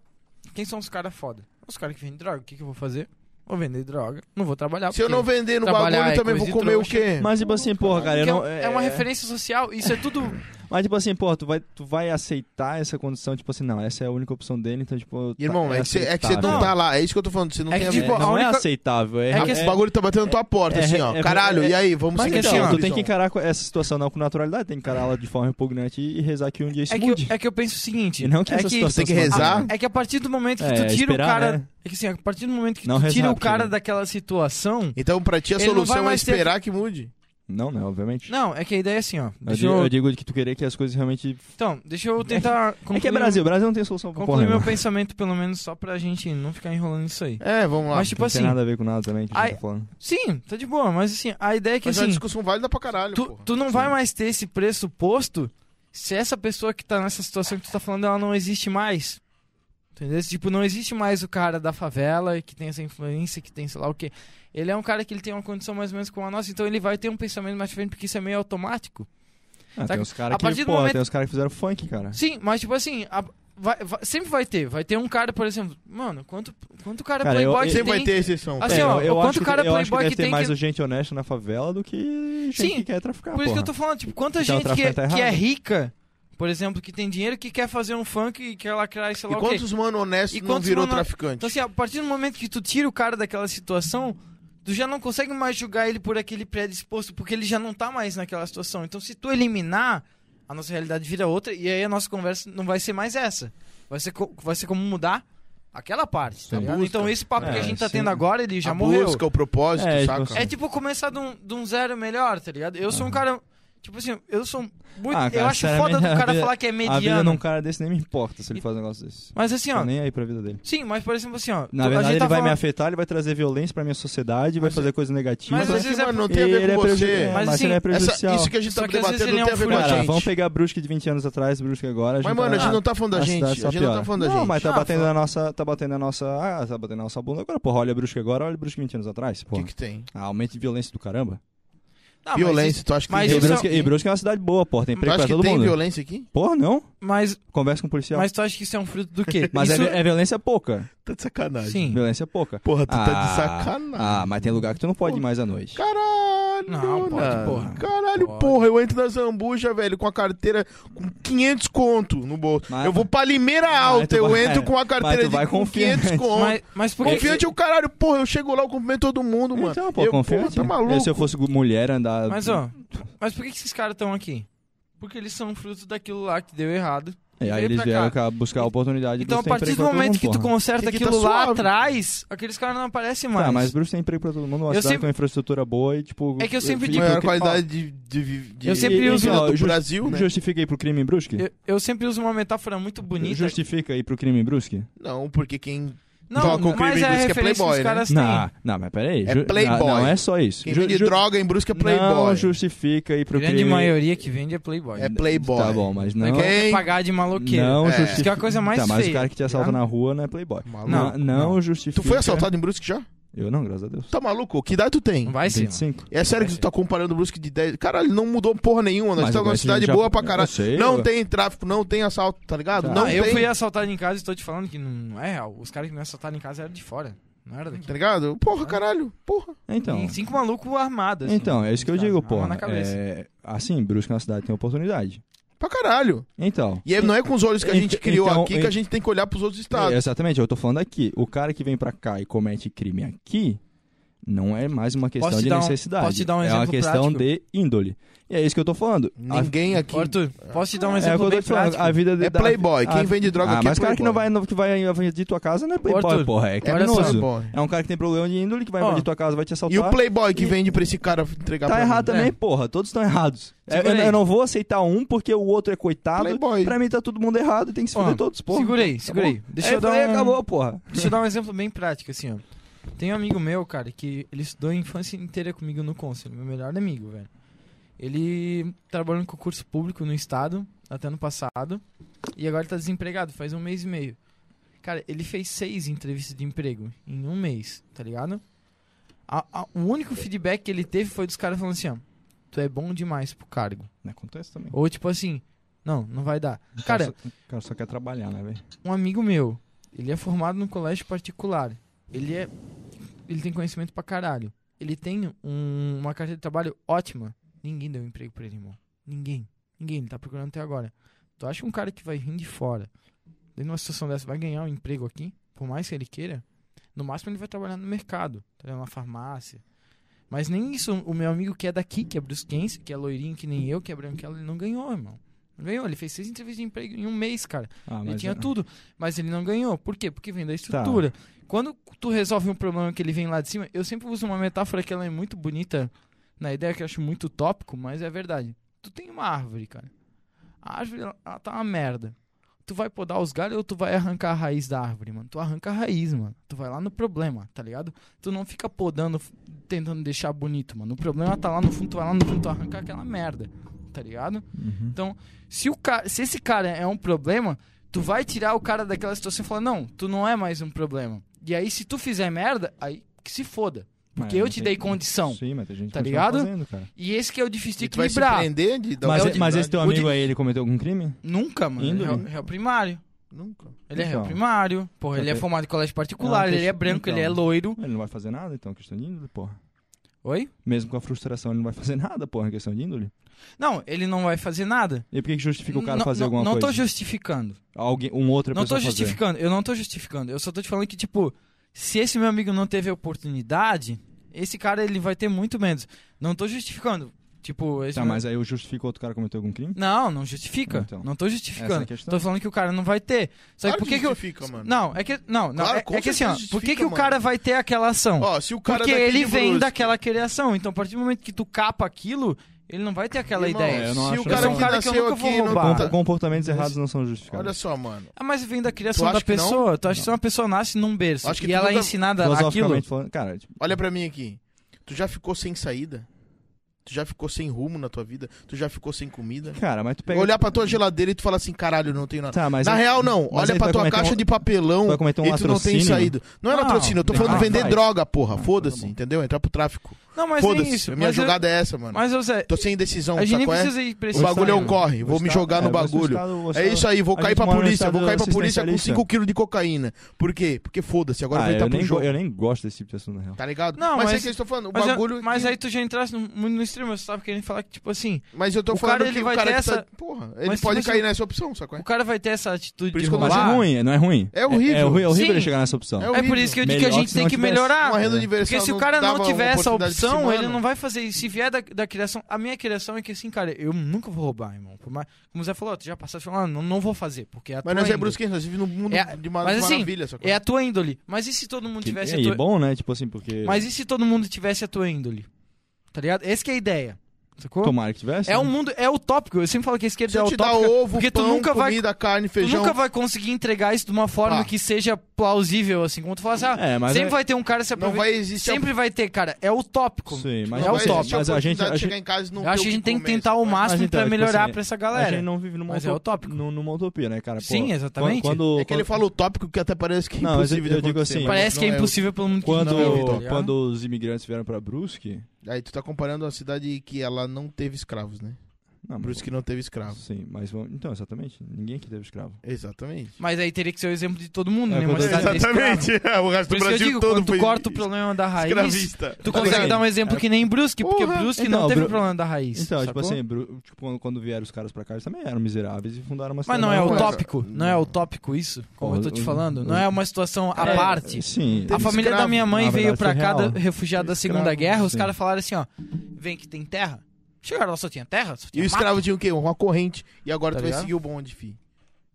Speaker 2: Quem são os caras foda? Os caras que vendem droga. O que, que eu vou fazer? Vou vender droga. Não vou trabalhar.
Speaker 1: Se eu
Speaker 2: porque-
Speaker 1: não vender no
Speaker 2: Trabalhar
Speaker 1: bagulho,
Speaker 2: é
Speaker 1: também
Speaker 2: coisa
Speaker 1: vou
Speaker 2: de
Speaker 1: comer o
Speaker 2: trouxa.
Speaker 1: quê?
Speaker 4: Mas tipo assim, porra, cara, eu
Speaker 2: Porque
Speaker 4: não.
Speaker 2: é, é uma referência social. Isso é
Speaker 4: [laughs]
Speaker 2: tudo.
Speaker 4: Mas tipo assim, porra, tu vai, tu vai aceitar essa condição, tipo assim, não, essa é a única opção dele, então tipo. tá-
Speaker 1: Irmão, é, que cê- é que você não
Speaker 4: aceitável.
Speaker 1: tá lá. É isso que eu tô falando. Você não
Speaker 2: É
Speaker 1: tem
Speaker 2: que,
Speaker 1: a
Speaker 2: tipo,
Speaker 4: É,
Speaker 2: a
Speaker 4: não é
Speaker 2: única-
Speaker 4: aceitável, é,
Speaker 2: é que
Speaker 4: é-
Speaker 1: Esse bagulho tá batendo na tua porta,
Speaker 4: é-
Speaker 1: assim, ó.
Speaker 4: é-
Speaker 1: Caralho,
Speaker 4: é-
Speaker 1: e aí? Vamos
Speaker 4: Mas
Speaker 1: seguir assim,
Speaker 4: então,
Speaker 1: esse
Speaker 4: tu
Speaker 1: horizonte.
Speaker 4: tem que encarar co- essa situação não com naturalidade, tem que encarar ela de forma repugnante e e rezar que um dia isso
Speaker 2: É que, eu,
Speaker 4: mude.
Speaker 2: é que eu penso o seguinte.
Speaker 4: E não que
Speaker 2: é
Speaker 4: essa
Speaker 2: que,
Speaker 4: situação
Speaker 1: tem que
Speaker 4: se
Speaker 1: rezar.
Speaker 4: mantenha.
Speaker 2: é que a partir do momento que
Speaker 4: É,
Speaker 2: tu tira
Speaker 4: esperar,
Speaker 2: o cara.
Speaker 4: né?
Speaker 2: É que assim, a partir do momento que
Speaker 4: Não né?
Speaker 2: tu tira
Speaker 4: rezar,
Speaker 2: o cara
Speaker 4: porque-
Speaker 2: daquela situação.
Speaker 1: Então, pra ti, a
Speaker 2: Ele não vai
Speaker 1: solução é
Speaker 2: mais ter-
Speaker 1: esperar que mude.
Speaker 4: Não, não, obviamente.
Speaker 2: Não, é que a ideia é assim, ó.
Speaker 4: Eu
Speaker 2: Deixa
Speaker 4: digo,
Speaker 2: eu,
Speaker 4: eu digo que tu querer que as coisas realmente.
Speaker 2: então, deixa eu tentar.
Speaker 4: [laughs] É que é
Speaker 2: concluir-
Speaker 4: Brasil, Brasil não tem solução pra porra.
Speaker 2: Concluir é meu
Speaker 4: nenhuma.
Speaker 2: pensamento, pelo menos, só pra gente não ficar enrolando isso aí.
Speaker 1: É, vamos lá.
Speaker 2: Mas, tipo
Speaker 4: um não
Speaker 2: assim.
Speaker 4: tem nada a ver com nada também que a
Speaker 2: Ai-
Speaker 4: gente tá falando.
Speaker 2: Sim, tá de boa, mas assim, a ideia é que
Speaker 1: Mas é uma
Speaker 2: assim,
Speaker 1: discussão válida pra caralho,
Speaker 2: tu,
Speaker 1: porra.
Speaker 2: tu não vai mais ter esse preço posto se essa pessoa que tá nessa situação que tu tá falando, ela não existe mais. Entendeu? Tipo, não existe mais o cara da favela que tem essa influência, que tem sei lá o quê. Ele é um cara que ele tem uma condição mais ou menos como a nossa, então ele vai ter um pensamento mais diferente, porque isso é meio automático.
Speaker 4: Ah,
Speaker 2: Saca?
Speaker 4: tem uns caras
Speaker 2: A partir
Speaker 4: que,
Speaker 2: do
Speaker 4: porra,
Speaker 2: momento-
Speaker 4: tem uns caras que fizeram funk, cara.
Speaker 2: Sim, mas tipo assim, a- vai- vai- sempre vai ter. Vai ter um cara, por exemplo, mano, quanto, quanto cara,
Speaker 4: Cara, eu-
Speaker 2: playboy
Speaker 4: eu-
Speaker 2: que
Speaker 1: Sempre
Speaker 2: tem...
Speaker 1: vai ter exceção.
Speaker 2: Assim,
Speaker 4: É,
Speaker 2: ó,
Speaker 4: eu, eu
Speaker 2: quanto
Speaker 4: acho que,
Speaker 2: cara
Speaker 4: eu acho que
Speaker 2: playboy
Speaker 4: deve
Speaker 2: que
Speaker 4: ter
Speaker 2: tem
Speaker 4: mais
Speaker 2: que-
Speaker 4: gente honesta na favela do que gente
Speaker 2: Sim,
Speaker 4: que quer traficar,
Speaker 2: Por isso que
Speaker 4: Ah, porra.
Speaker 2: eu tô falando, tipo, quanta
Speaker 4: Então, o
Speaker 2: gente que,
Speaker 4: tráfico tá
Speaker 2: que é
Speaker 4: errado.
Speaker 2: rica, por exemplo, que tem dinheiro que quer fazer um funk e quer lacrar e sei
Speaker 1: E
Speaker 2: lá o quê.
Speaker 1: quantos mano honestos
Speaker 2: E
Speaker 1: não
Speaker 2: quantos
Speaker 1: virou
Speaker 2: mano-
Speaker 1: traficante?
Speaker 2: Então, assim, a partir do momento que tu tira o cara daquela situação, tu já não consegue mais julgar ele por aquele predisposto, porque ele já não tá mais naquela situação. Então, se tu eliminar a nossa realidade vira outra e aí a nossa conversa não vai ser mais essa. Vai ser, co- vai ser como mudar aquela parte, tá
Speaker 7: A
Speaker 2: ligado?
Speaker 7: busca.
Speaker 2: Então esse papo que a
Speaker 4: É,
Speaker 2: gente tá
Speaker 4: sim.
Speaker 2: tendo agora, ele já
Speaker 1: a
Speaker 2: morreu.
Speaker 1: busca, o propósito,
Speaker 4: É,
Speaker 1: saca?
Speaker 4: tipo
Speaker 2: É tipo começar de um, de um zero melhor, tá ligado? Eu sou um cara. Tipo assim, eu sou muito.
Speaker 4: Ah, cara,
Speaker 2: eu acho
Speaker 4: sinceramente,
Speaker 2: foda do
Speaker 4: a
Speaker 2: cara
Speaker 4: vida-
Speaker 2: falar que é
Speaker 4: A vida de
Speaker 2: mediano.
Speaker 4: um cara desse nem me importa se ele faz um negócio desse.
Speaker 2: Mas assim,
Speaker 4: Tô
Speaker 2: ó.
Speaker 4: nem aí pra vida dele.
Speaker 2: Sim, mas por exemplo assim, ó. tu-
Speaker 4: Na
Speaker 2: a
Speaker 4: verdade,
Speaker 2: gente
Speaker 4: ele
Speaker 2: tá
Speaker 4: vai me
Speaker 2: falando-
Speaker 4: afetar, ele vai trazer violência pra minha sociedade, vai fazer coisa negativa.
Speaker 2: Mas
Speaker 1: Mas,
Speaker 2: às
Speaker 1: é que,
Speaker 2: vezes é
Speaker 1: mano, não
Speaker 4: E
Speaker 1: tem a ver
Speaker 4: ele
Speaker 1: com
Speaker 4: é
Speaker 1: você.
Speaker 4: prejudici-
Speaker 2: Mas
Speaker 4: Mas
Speaker 2: assim,
Speaker 4: ele é
Speaker 1: Essa-
Speaker 4: prejudicial.
Speaker 1: isso que a gente tá
Speaker 2: Só que às
Speaker 1: debatendo
Speaker 2: vezes ele
Speaker 1: não tem
Speaker 2: é
Speaker 1: a
Speaker 2: um
Speaker 1: ver com
Speaker 2: furado.
Speaker 1: a
Speaker 4: Cara,
Speaker 1: gente.
Speaker 4: vamos pegar a Brusque de 20 anos atrás, Brusque agora.
Speaker 1: Mas, mano, a gente
Speaker 2: Ah,
Speaker 1: não tá falando da gente. A gente não tá falando da gente.
Speaker 4: Não, mas tá
Speaker 2: Ah,
Speaker 4: batendo
Speaker 2: fala.
Speaker 4: na nossa. Tá batendo na nossa. Ah, tá batendo na nossa bunda agora, porra. Olha a Brusque agora, olha a Brusque 20 anos atrás,
Speaker 1: O
Speaker 4: porra.
Speaker 1: que que tem?
Speaker 4: Ah, aumento de violência do caramba.
Speaker 2: Não, Ah, mas
Speaker 1: violência,
Speaker 2: isso-
Speaker 1: tu acha que
Speaker 2: mas
Speaker 4: e,
Speaker 1: tem
Speaker 2: isso é-
Speaker 4: Brusque, e Brusque é uma cidade boa, porra. Tem
Speaker 1: Tu
Speaker 4: emprego
Speaker 1: acha
Speaker 4: pra
Speaker 1: um- que
Speaker 4: todo
Speaker 1: tem
Speaker 2: né?
Speaker 4: mundo.
Speaker 1: violência aqui?
Speaker 4: Porra, não.
Speaker 2: Mas,
Speaker 4: Conversa com o policial. Mas,
Speaker 2: mas tu acha que isso é um fruto do
Speaker 4: [laughs]
Speaker 2: quê?
Speaker 4: é
Speaker 2: isso...
Speaker 4: vi- é, violência pouca.
Speaker 1: Tá de
Speaker 4: é
Speaker 1: sacanagem.
Speaker 2: Sim.
Speaker 4: Violência pouca.
Speaker 1: Porra, tu tá de
Speaker 4: Ah,
Speaker 1: sacanagem.
Speaker 4: Ah, mas tem lugar que tu não pode ir mais à noite.
Speaker 1: Caralho,
Speaker 2: Não, pode,
Speaker 1: Nando.
Speaker 2: porra.
Speaker 1: Caralho,
Speaker 2: Pode.
Speaker 1: porra, eu entro na Zambuja, velho, com a carteira com 500 conto no bolso.
Speaker 4: Mas-
Speaker 1: eu vou pra Limeira Alta,
Speaker 4: tu
Speaker 1: eu
Speaker 4: vai-
Speaker 1: entro com a carteira
Speaker 4: tu vai
Speaker 1: de com
Speaker 4: confiante.
Speaker 1: 500 conto.
Speaker 2: Mas, mas por que-
Speaker 1: Confiante é o caralho, porra, eu chego lá, eu cumprimento todo mundo, mano.
Speaker 4: Então, pô,
Speaker 1: eu,
Speaker 4: confiante.
Speaker 1: Porra, tá maluco?
Speaker 4: E
Speaker 2: é
Speaker 4: Se eu fosse mulher andar.
Speaker 2: Mas ó, mas por que que esses caras estão aqui? Porque eles são um fruto daquilo lá que deu errado.
Speaker 4: E É, aí
Speaker 2: veio
Speaker 4: eles
Speaker 2: pra
Speaker 4: vieram
Speaker 2: cá.
Speaker 4: cá buscar a oportunidade
Speaker 2: Então, a
Speaker 4: Brusque tem
Speaker 2: partir do
Speaker 4: emprego pra todo
Speaker 2: momento
Speaker 4: mundo,
Speaker 2: que tu
Speaker 4: porra.
Speaker 2: conserta
Speaker 1: Tem que tá
Speaker 2: aquilo lá
Speaker 1: suave.
Speaker 2: atrás, aqueles caras não aparecem mais.
Speaker 4: Tá, mas Brusque tem emprego pra todo mundo, uma
Speaker 2: Eu
Speaker 4: cidade
Speaker 2: sempre-
Speaker 4: com uma infraestrutura boa e, tipo...
Speaker 2: É que eu sempre digo-
Speaker 4: eu
Speaker 1: Maior
Speaker 4: que-
Speaker 1: qualidade de, de, vi- de
Speaker 2: Eu sempre
Speaker 1: de
Speaker 2: uso-
Speaker 1: vida do
Speaker 4: Ó, ju-
Speaker 1: Brasil, né?
Speaker 4: Justifiquei pro crime em Brusque?
Speaker 2: eu, eu sempre uso uma metáfora muito É bonita.
Speaker 4: Justifica aí pro crime em Brusque?
Speaker 1: Não, porque quem.
Speaker 2: Não,
Speaker 1: Toca o
Speaker 2: mas
Speaker 1: crime em
Speaker 2: é a
Speaker 1: busca, é
Speaker 2: referência que
Speaker 1: Playboy,
Speaker 2: os
Speaker 1: né?
Speaker 2: caras
Speaker 4: Não, não, mas peraí.
Speaker 1: É
Speaker 4: ju-
Speaker 1: playboy.
Speaker 4: Não, não é só isso.
Speaker 1: Quem
Speaker 4: Ju-
Speaker 1: vende
Speaker 4: ju-
Speaker 1: droga em busca é
Speaker 4: Não
Speaker 1: Playboy.
Speaker 4: justifica aí
Speaker 2: têm.
Speaker 4: pro
Speaker 2: grande
Speaker 4: crime...
Speaker 2: maioria que vende é Playboy.
Speaker 1: É Playboy.
Speaker 4: Tá bom, mas não...
Speaker 2: Não
Speaker 1: Ok.
Speaker 2: quer
Speaker 1: Quem-
Speaker 2: pagar de maloqueiro.
Speaker 4: Não
Speaker 1: É.
Speaker 4: justifica...
Speaker 2: Isso que é a coisa mais
Speaker 4: tá, mas
Speaker 2: feia,
Speaker 4: o cara que te assalta
Speaker 2: ligado?
Speaker 4: na rua não é playboy.
Speaker 1: Maluco.
Speaker 4: Não, não,
Speaker 2: Não.
Speaker 4: justifica...
Speaker 1: Tu foi assaltado em Brusque já?
Speaker 4: Eu não, graças a Deus.
Speaker 1: Tá maluco? Que idade tu tem?
Speaker 2: Não vai sim.
Speaker 4: 25.
Speaker 1: É sério que tu tá comparando Brusque de 10. Caralho, não mudou porra nenhuma. Nós
Speaker 4: Mas
Speaker 1: estamos
Speaker 4: agora
Speaker 1: numa
Speaker 4: a gente
Speaker 1: é cidade
Speaker 4: já-
Speaker 1: boa pra
Speaker 4: eu
Speaker 1: caralho.
Speaker 4: sei,
Speaker 1: não
Speaker 4: ué.
Speaker 1: tem tráfico, não tem assalto, tá ligado?
Speaker 4: Tá.
Speaker 1: Não
Speaker 2: Ah, eu
Speaker 1: tem.
Speaker 2: fui assaltado em casa e tô te falando que não é real. Os caras que me assaltaram em casa eram de fora. Não era daqui.
Speaker 1: Tá ligado?
Speaker 4: Ah.
Speaker 1: Porra, caralho. Porra.
Speaker 4: Então...
Speaker 2: Tem cinco malucos armados. assim.
Speaker 4: Então, é isso que eu
Speaker 2: Tá,
Speaker 4: digo,
Speaker 2: arma
Speaker 4: pô.
Speaker 2: na cabeça.
Speaker 4: É, assim, Brusque é uma cidade que tem oportunidade.
Speaker 1: Pra caralho.
Speaker 4: Então...
Speaker 1: E é- não é com os olhos que a
Speaker 4: Ent-
Speaker 1: gente criou
Speaker 4: então,
Speaker 1: aqui
Speaker 4: ent-
Speaker 1: que a gente tem que olhar pros outros
Speaker 4: É,
Speaker 1: estados.
Speaker 4: exatamente, eu tô falando aqui. O cara que vem pra cá e comete crime aqui não é mais uma questão
Speaker 2: Posso te
Speaker 4: de
Speaker 2: dar um-
Speaker 4: necessidade.
Speaker 2: posso te dar um
Speaker 4: é uma
Speaker 2: exemplo
Speaker 4: questão
Speaker 2: prático?
Speaker 4: de índole. E é isso que eu tô falando. A-
Speaker 1: Ninguém aqui.
Speaker 2: Arthur, posso te dar um
Speaker 4: é o que eu
Speaker 2: exemplo
Speaker 4: tô
Speaker 2: bem
Speaker 4: te falando,
Speaker 2: prático?
Speaker 4: A vida de,
Speaker 1: É
Speaker 4: da-
Speaker 1: playboy.
Speaker 4: a-
Speaker 1: Quem vende droga
Speaker 4: ah,
Speaker 1: aqui é
Speaker 4: mas cara que não vai,
Speaker 1: playboy.
Speaker 4: não- que vai invadir tua casa não é playboy,
Speaker 2: Arthur,
Speaker 4: porra. É
Speaker 2: olha só.
Speaker 4: criminoso.
Speaker 1: Playboy.
Speaker 4: É um cara que tem problema de índole que vai
Speaker 2: Ó,
Speaker 4: invadir tua casa, vai te assaltar.
Speaker 1: E o playboy que
Speaker 4: E-
Speaker 1: vende pra esse cara entregar
Speaker 4: Tá
Speaker 1: pra
Speaker 4: errado
Speaker 2: mim.
Speaker 4: também,
Speaker 2: É.
Speaker 4: porra. Todos estão errados. É, eu,
Speaker 2: Segura aí.
Speaker 4: eu não vou aceitar um porque o outro é coitado.
Speaker 1: Playboy.
Speaker 4: Pra mim tá todo mundo errado e tem que se
Speaker 2: Ó,
Speaker 4: fuder todos, porra.
Speaker 2: Segura aí, segura aí. Deixa
Speaker 4: É,
Speaker 2: eu dar
Speaker 4: aí
Speaker 2: um...
Speaker 4: acabou, porra.
Speaker 2: Deixa eu dar um exemplo bem prático, assim, ó. Tem um amigo meu, cara, que ele estudou a infância inteira comigo no Consul, meu melhor amigo, velho. Ele trabalhou em concurso público no estado, até ano passado, e agora tá desempregado, faz um mês e meio. Cara, ele fez seis entrevistas de emprego em um mês, tá ligado? A- a- o único feedback que ele teve foi dos caras falando assim, ó, tu é bom demais pro cargo.
Speaker 4: Acontece também.
Speaker 2: Ou tipo assim, não, não vai dar. Cara,
Speaker 4: só- o cara só quer trabalhar, né, velho?
Speaker 2: um amigo meu, ele é formado num colégio particular. Ele é. Ele tem conhecimento pra caralho. Ele tem um- uma carteira de trabalho ótima. Ninguém deu emprego pra ele, irmão. Ninguém. Ninguém. Ele tá procurando até agora. Tu acha que um cara que vai vir de fora, dentro de uma situação dessa, vai ganhar um emprego aqui? Por mais que ele queira? No máximo ele vai trabalhar no mercado, tá ligado? na farmácia. Mas nem isso, o meu amigo que é daqui, que é brusquense, que é loirinho, que nem eu, que é branquelo, ele não ganhou, irmão. Não ganhou, ele fez seis entrevistas de emprego em um mês, cara.
Speaker 4: Ah,
Speaker 2: Ele
Speaker 4: mas
Speaker 2: tinha
Speaker 4: é- Tá.
Speaker 2: tudo, mas ele não ganhou. Por quê? Porque vem da estrutura. Quando tu resolve um problema que ele vem lá de cima, eu sempre uso uma metáfora que ela é muito bonita na ideia que eu acho muito utópico, mas é verdade. Tu tem uma árvore, cara. A árvore, ela, ela tá uma merda. Tu vai podar os galhos ou tu vai arrancar a raiz da árvore, mano? Tu arranca a raiz, mano. Tu vai lá no problema, tá ligado? Tu não fica podando, f- tentando deixar bonito, mano. O problema tá lá no fundo, tu vai lá no fundo, tu arranca aquela merda, tá ligado?
Speaker 4: Uhum.
Speaker 2: Se, o ca... se esse cara é um problema, tu vai tirar o cara daquela situação e falar, não, tu não é mais um problema. E aí, se tu fizer merda, aí que se foda. Porque
Speaker 4: Mas
Speaker 2: eu
Speaker 4: É, não
Speaker 2: te
Speaker 4: tem-
Speaker 2: dei condição.
Speaker 4: Sim, mas tem gente que
Speaker 2: Tá
Speaker 4: continua
Speaker 2: ligado?
Speaker 4: fazendo, cara.
Speaker 2: E esse que é o difícil de
Speaker 1: E tu vai se
Speaker 2: equilibrar.
Speaker 1: prender um de dar
Speaker 4: Mas, é,
Speaker 2: o
Speaker 1: uma
Speaker 2: de-
Speaker 4: mas esse teu
Speaker 2: o de-
Speaker 4: amigo aí, ele cometeu algum crime?
Speaker 2: Nunca, mano. Ele é
Speaker 4: Índole.
Speaker 2: réu- réu primário.
Speaker 1: Nunca.
Speaker 2: Ele é réu
Speaker 4: Então.
Speaker 2: primário. Porra, ele é
Speaker 4: Ok.
Speaker 2: formado em colégio particular,
Speaker 4: Não,
Speaker 2: ele
Speaker 4: deixa-
Speaker 2: é branco, ele é
Speaker 4: então.
Speaker 2: loiro.
Speaker 4: Ele não vai fazer nada, então, questão de índole, porra.
Speaker 2: Oi?
Speaker 4: Mesmo com a frustração, ele não vai fazer [laughs] nada, porra, questão de índole.
Speaker 2: Não, ele não vai fazer nada.
Speaker 4: E por que que justifica o cara
Speaker 2: Não-
Speaker 4: fazer
Speaker 2: não,
Speaker 4: alguma
Speaker 2: não
Speaker 4: coisa?
Speaker 2: tô justificando.
Speaker 4: Alguém, um outra
Speaker 2: Não tô
Speaker 4: pessoa fazer.
Speaker 2: justificando, eu não tô justificando. Eu só tô te falando que, tipo, se esse meu amigo não teve oportunidade, esse cara ele vai ter muito menos. Não tô justificando. Tipo, esse
Speaker 4: Tá,
Speaker 2: meu-
Speaker 4: mas aí eu justifico o outro cara cometeu algum crime?
Speaker 2: Não, não justifica.
Speaker 4: Então.
Speaker 2: não tô
Speaker 4: Essa é
Speaker 2: justificando.
Speaker 4: a questão.
Speaker 2: tô falando que o cara não vai ter. Só que
Speaker 1: Claro
Speaker 2: por que que eu...
Speaker 1: justifica, mano.
Speaker 2: Não, é que não, não
Speaker 1: Claro,
Speaker 2: é,
Speaker 1: com
Speaker 2: é que assim, ó,
Speaker 1: certeza
Speaker 2: por que que
Speaker 1: justifica,
Speaker 2: o cara vai ter aquela ação?
Speaker 1: Ó, se o cara tá
Speaker 2: Porque
Speaker 1: daqui de
Speaker 2: ele vem
Speaker 1: Brusque-
Speaker 2: daquela criação. Então, a partir do momento que tu capa aquilo, ele não vai ter aquela
Speaker 1: Irmão, é.
Speaker 2: ideia.
Speaker 4: eu não
Speaker 1: se
Speaker 4: acho
Speaker 1: o
Speaker 4: que
Speaker 1: cara
Speaker 4: eu
Speaker 1: que
Speaker 4: sou um
Speaker 2: cara que eu
Speaker 1: nasceu
Speaker 2: nunca vou
Speaker 1: aqui não
Speaker 2: roubar.
Speaker 1: conta-
Speaker 4: Comportamentos errados não são justificados.
Speaker 1: Olha só, mano.
Speaker 2: Ah, mas vem da criação
Speaker 1: Tu acha
Speaker 2: da
Speaker 1: que não?
Speaker 2: pessoa. Tu acha que se uma pessoa nasce num berço
Speaker 1: Acho que
Speaker 2: e
Speaker 1: tu
Speaker 2: ela é
Speaker 1: nunca-
Speaker 2: ensinada aquilo...
Speaker 4: Filosoficamente falando, cara, tipo,
Speaker 1: Olha pra mim aqui. Tu já ficou sem saída? Tu já ficou sem rumo na tua vida? Tu já ficou sem comida?
Speaker 4: cara, mas tu pega.
Speaker 1: Olhar pra tua geladeira e tu falar assim, caralho, não tenho nada.
Speaker 4: Tá, mas
Speaker 1: na
Speaker 4: aí-
Speaker 1: real, não.
Speaker 4: mas
Speaker 1: Olha pra
Speaker 4: aí tu vai
Speaker 1: tua
Speaker 4: cometer
Speaker 1: caixa
Speaker 4: um-
Speaker 1: de papelão
Speaker 4: tu vai cometer um
Speaker 1: e tu não tem
Speaker 4: latrocínio?
Speaker 1: saído. Não é
Speaker 2: Não,
Speaker 1: latrocínio, eu tô
Speaker 2: tem
Speaker 1: falando
Speaker 4: que-
Speaker 1: vender
Speaker 4: vai.
Speaker 1: droga, porra.
Speaker 4: Ah,
Speaker 1: Foda-se,
Speaker 4: tá bom.
Speaker 1: entendeu? Entrar pro tráfico.
Speaker 2: Não, mas nem
Speaker 1: Foda-se.
Speaker 2: isso.
Speaker 1: A minha
Speaker 2: mas, eu-
Speaker 1: jogada é essa, mano.
Speaker 2: mas, ô Zé,
Speaker 1: Tô sem indecisão,
Speaker 2: a gente
Speaker 1: sabe
Speaker 2: nem
Speaker 1: qual é?
Speaker 2: precisa ir pra esse
Speaker 1: O bagulho é
Speaker 2: extremo.
Speaker 1: um corre, vou me jogar no
Speaker 4: É, vai ser o
Speaker 1: bagulho.
Speaker 4: estado- o
Speaker 1: É
Speaker 4: estado-
Speaker 1: isso aí, vou
Speaker 4: a
Speaker 1: cair
Speaker 4: gente
Speaker 1: pra
Speaker 4: mora num
Speaker 1: polícia, vou
Speaker 4: estado
Speaker 1: cair pra polícia com
Speaker 4: assistencialista.
Speaker 1: 5kg de cocaína. Por quê? Porque foda-se, agora
Speaker 4: Ah,
Speaker 1: vai
Speaker 4: eu,
Speaker 1: entrar pro
Speaker 4: nem go-
Speaker 1: jogo.
Speaker 4: eu nem gosto desse tipo de assunto, na real.
Speaker 1: Tá ligado?
Speaker 2: Não,
Speaker 1: mas, é
Speaker 2: mas-
Speaker 1: que eu estou falando, o
Speaker 2: Mas, eu-
Speaker 1: bagulho.
Speaker 2: mas
Speaker 1: que-
Speaker 2: aí tu já entrasse no- muito no extremo. Eu tava querendo falar que, tipo assim,
Speaker 1: mas eu tô
Speaker 2: o
Speaker 1: falando
Speaker 2: cara, ele
Speaker 1: que
Speaker 2: vai
Speaker 1: o cara
Speaker 2: ter
Speaker 1: que tá-
Speaker 2: essa-
Speaker 1: Porra, ele
Speaker 2: Mas tu
Speaker 1: pode
Speaker 2: imagina-
Speaker 1: cair nessa opção, sacou?
Speaker 2: o cara vai ter essa atitude
Speaker 1: Por
Speaker 2: de
Speaker 1: isso que eu tô
Speaker 4: Mas
Speaker 2: roubar.
Speaker 4: é ruim, não é ruim.
Speaker 1: É horrível.
Speaker 4: É, é horrível, é horrível
Speaker 2: Sim.
Speaker 4: chegar nessa opção.
Speaker 1: É
Speaker 2: É por isso que eu digo que a
Speaker 4: Melhor
Speaker 2: gente
Speaker 4: que se
Speaker 2: tem
Speaker 4: não
Speaker 2: que
Speaker 4: tivesse.
Speaker 2: melhorar.
Speaker 1: Uma renda universal
Speaker 2: Porque se o
Speaker 1: não
Speaker 2: cara não
Speaker 1: dava
Speaker 2: tiver essa
Speaker 1: oportunidade de se
Speaker 2: opção,
Speaker 1: mano.
Speaker 2: ele não vai fazer isso. Se vier da, da criação, a minha criação é que assim, cara, eu nunca vou roubar, irmão. Por mais, como o Zé falou, tu já passou e falou, ah, não, não vou fazer, porque é a
Speaker 1: Mas
Speaker 2: tua
Speaker 1: nós é
Speaker 2: índole.
Speaker 1: brusquinho, nós vivemos num mundo
Speaker 2: É-
Speaker 1: de mar...
Speaker 2: mas assim,
Speaker 1: maravilha, sacou?
Speaker 2: É a tua índole. Mas e se todo mundo
Speaker 4: Que,
Speaker 2: tivesse
Speaker 4: é,
Speaker 2: a
Speaker 4: e
Speaker 2: tua...
Speaker 4: bom, né? Tipo assim, porque.
Speaker 2: Mas e se todo mundo tivesse a tua índole? Tá ligado? Essa que é a ideia. Sacou?
Speaker 4: Tomara que tivesse.
Speaker 2: É
Speaker 4: né?
Speaker 2: um mundo, é utópico. Eu sempre falo que a esquerda
Speaker 1: Se
Speaker 2: é
Speaker 1: eu te dar
Speaker 2: utópica,
Speaker 1: ovo,
Speaker 2: porque
Speaker 1: pão,
Speaker 2: tu nunca vai
Speaker 1: comida, carne,
Speaker 2: Tu
Speaker 1: feijão.
Speaker 2: nunca vai conseguir entregar isso de uma forma
Speaker 1: Ah.
Speaker 2: que seja plausível, assim. Como tu fala assim, ah,
Speaker 4: É, mas
Speaker 2: sempre
Speaker 4: é-
Speaker 2: vai ter um cara se
Speaker 1: Não
Speaker 2: aproveitando.
Speaker 1: vai existir a-
Speaker 2: Sempre vai ter, cara. É utópico.
Speaker 4: Sim,
Speaker 1: não
Speaker 2: é
Speaker 4: mas,
Speaker 1: vai
Speaker 2: o top.
Speaker 1: existir
Speaker 4: mas a gente.
Speaker 1: oportunidade
Speaker 4: A
Speaker 1: de chegar
Speaker 4: gente
Speaker 1: em casa e não
Speaker 2: Eu
Speaker 1: ter
Speaker 2: acho
Speaker 1: o
Speaker 2: que a gente tem que
Speaker 1: comer, é
Speaker 2: tentar o
Speaker 1: sacou?
Speaker 2: máximo
Speaker 4: Mas
Speaker 2: pra
Speaker 4: então, tipo
Speaker 2: melhorar
Speaker 4: assim,
Speaker 2: pra essa
Speaker 4: a gente
Speaker 2: galera.
Speaker 4: não vive numa,
Speaker 2: Mas é
Speaker 4: uto-
Speaker 2: utópico.
Speaker 4: nu- numa utopia, né, cara? Pô,
Speaker 2: Sim, exatamente.
Speaker 4: Quando,
Speaker 1: É que ele
Speaker 4: quando-
Speaker 1: fala utópico que até parece que é
Speaker 4: Não, mas
Speaker 1: impossível
Speaker 4: eu
Speaker 1: de
Speaker 4: digo
Speaker 1: acontecer,
Speaker 4: assim,
Speaker 1: mas
Speaker 2: Parece que é
Speaker 1: não
Speaker 2: impossível pelo mundo
Speaker 4: quando,
Speaker 2: que não vive, tá ligado?
Speaker 4: quando os imigrantes vieram pra Brusque.
Speaker 1: Aí tu tá comparando uma cidade que ela não teve escravos, né?
Speaker 4: Não, mas-
Speaker 1: Brusque não teve
Speaker 2: é
Speaker 1: escravos.
Speaker 4: Sim, mas vamos- então, exatamente. Ninguém aqui teve escravo.
Speaker 1: Exatamente.
Speaker 2: Mas aí teria que ser o exemplo de todo mundo,
Speaker 4: É,
Speaker 2: né? Uma
Speaker 4: quando-
Speaker 2: cidade escrava.
Speaker 1: [laughs] o resto
Speaker 2: Por isso que eu digo, quando tu corta o problema da raiz, tu
Speaker 1: Então,
Speaker 4: Tá
Speaker 2: consegue
Speaker 1: assim,
Speaker 4: ligado?
Speaker 2: dar um exemplo que nem Brusque, porque
Speaker 1: Porra.
Speaker 2: Brusque
Speaker 4: Então,
Speaker 2: não teve
Speaker 4: Bru-
Speaker 2: problema da raiz.
Speaker 4: Então, tipo
Speaker 2: sacou?
Speaker 4: assim, Bru- tipo, quando, quando vieram os caras pra cá, eles também eram miseráveis e fundaram uma
Speaker 2: Mas
Speaker 4: cidade
Speaker 2: não é
Speaker 4: nova.
Speaker 1: Mas-
Speaker 2: utópico? Não é utópico isso? Como eu tô te
Speaker 4: Os-
Speaker 2: falando?
Speaker 4: os-
Speaker 2: Não é uma situação à
Speaker 1: É, Ah,
Speaker 2: parte?
Speaker 4: Sim.
Speaker 2: A
Speaker 1: Teve
Speaker 2: família
Speaker 1: escravo.
Speaker 2: da minha mãe
Speaker 4: Na
Speaker 2: veio
Speaker 4: verdade,
Speaker 2: pra
Speaker 4: foi
Speaker 2: cá,
Speaker 1: é
Speaker 4: real.
Speaker 2: da- refugiada da Segunda
Speaker 1: Escravo,
Speaker 2: Guerra, os
Speaker 4: sim.
Speaker 2: caras falaram assim, ó, vem que tem terra. Chegaram lá, só tinha terra, só
Speaker 1: E o
Speaker 2: tinha mato.
Speaker 1: escravo tinha o quê? Uma corrente. E agora
Speaker 2: Tá
Speaker 1: tu vai
Speaker 2: ligado?
Speaker 1: seguir o bonde, fi.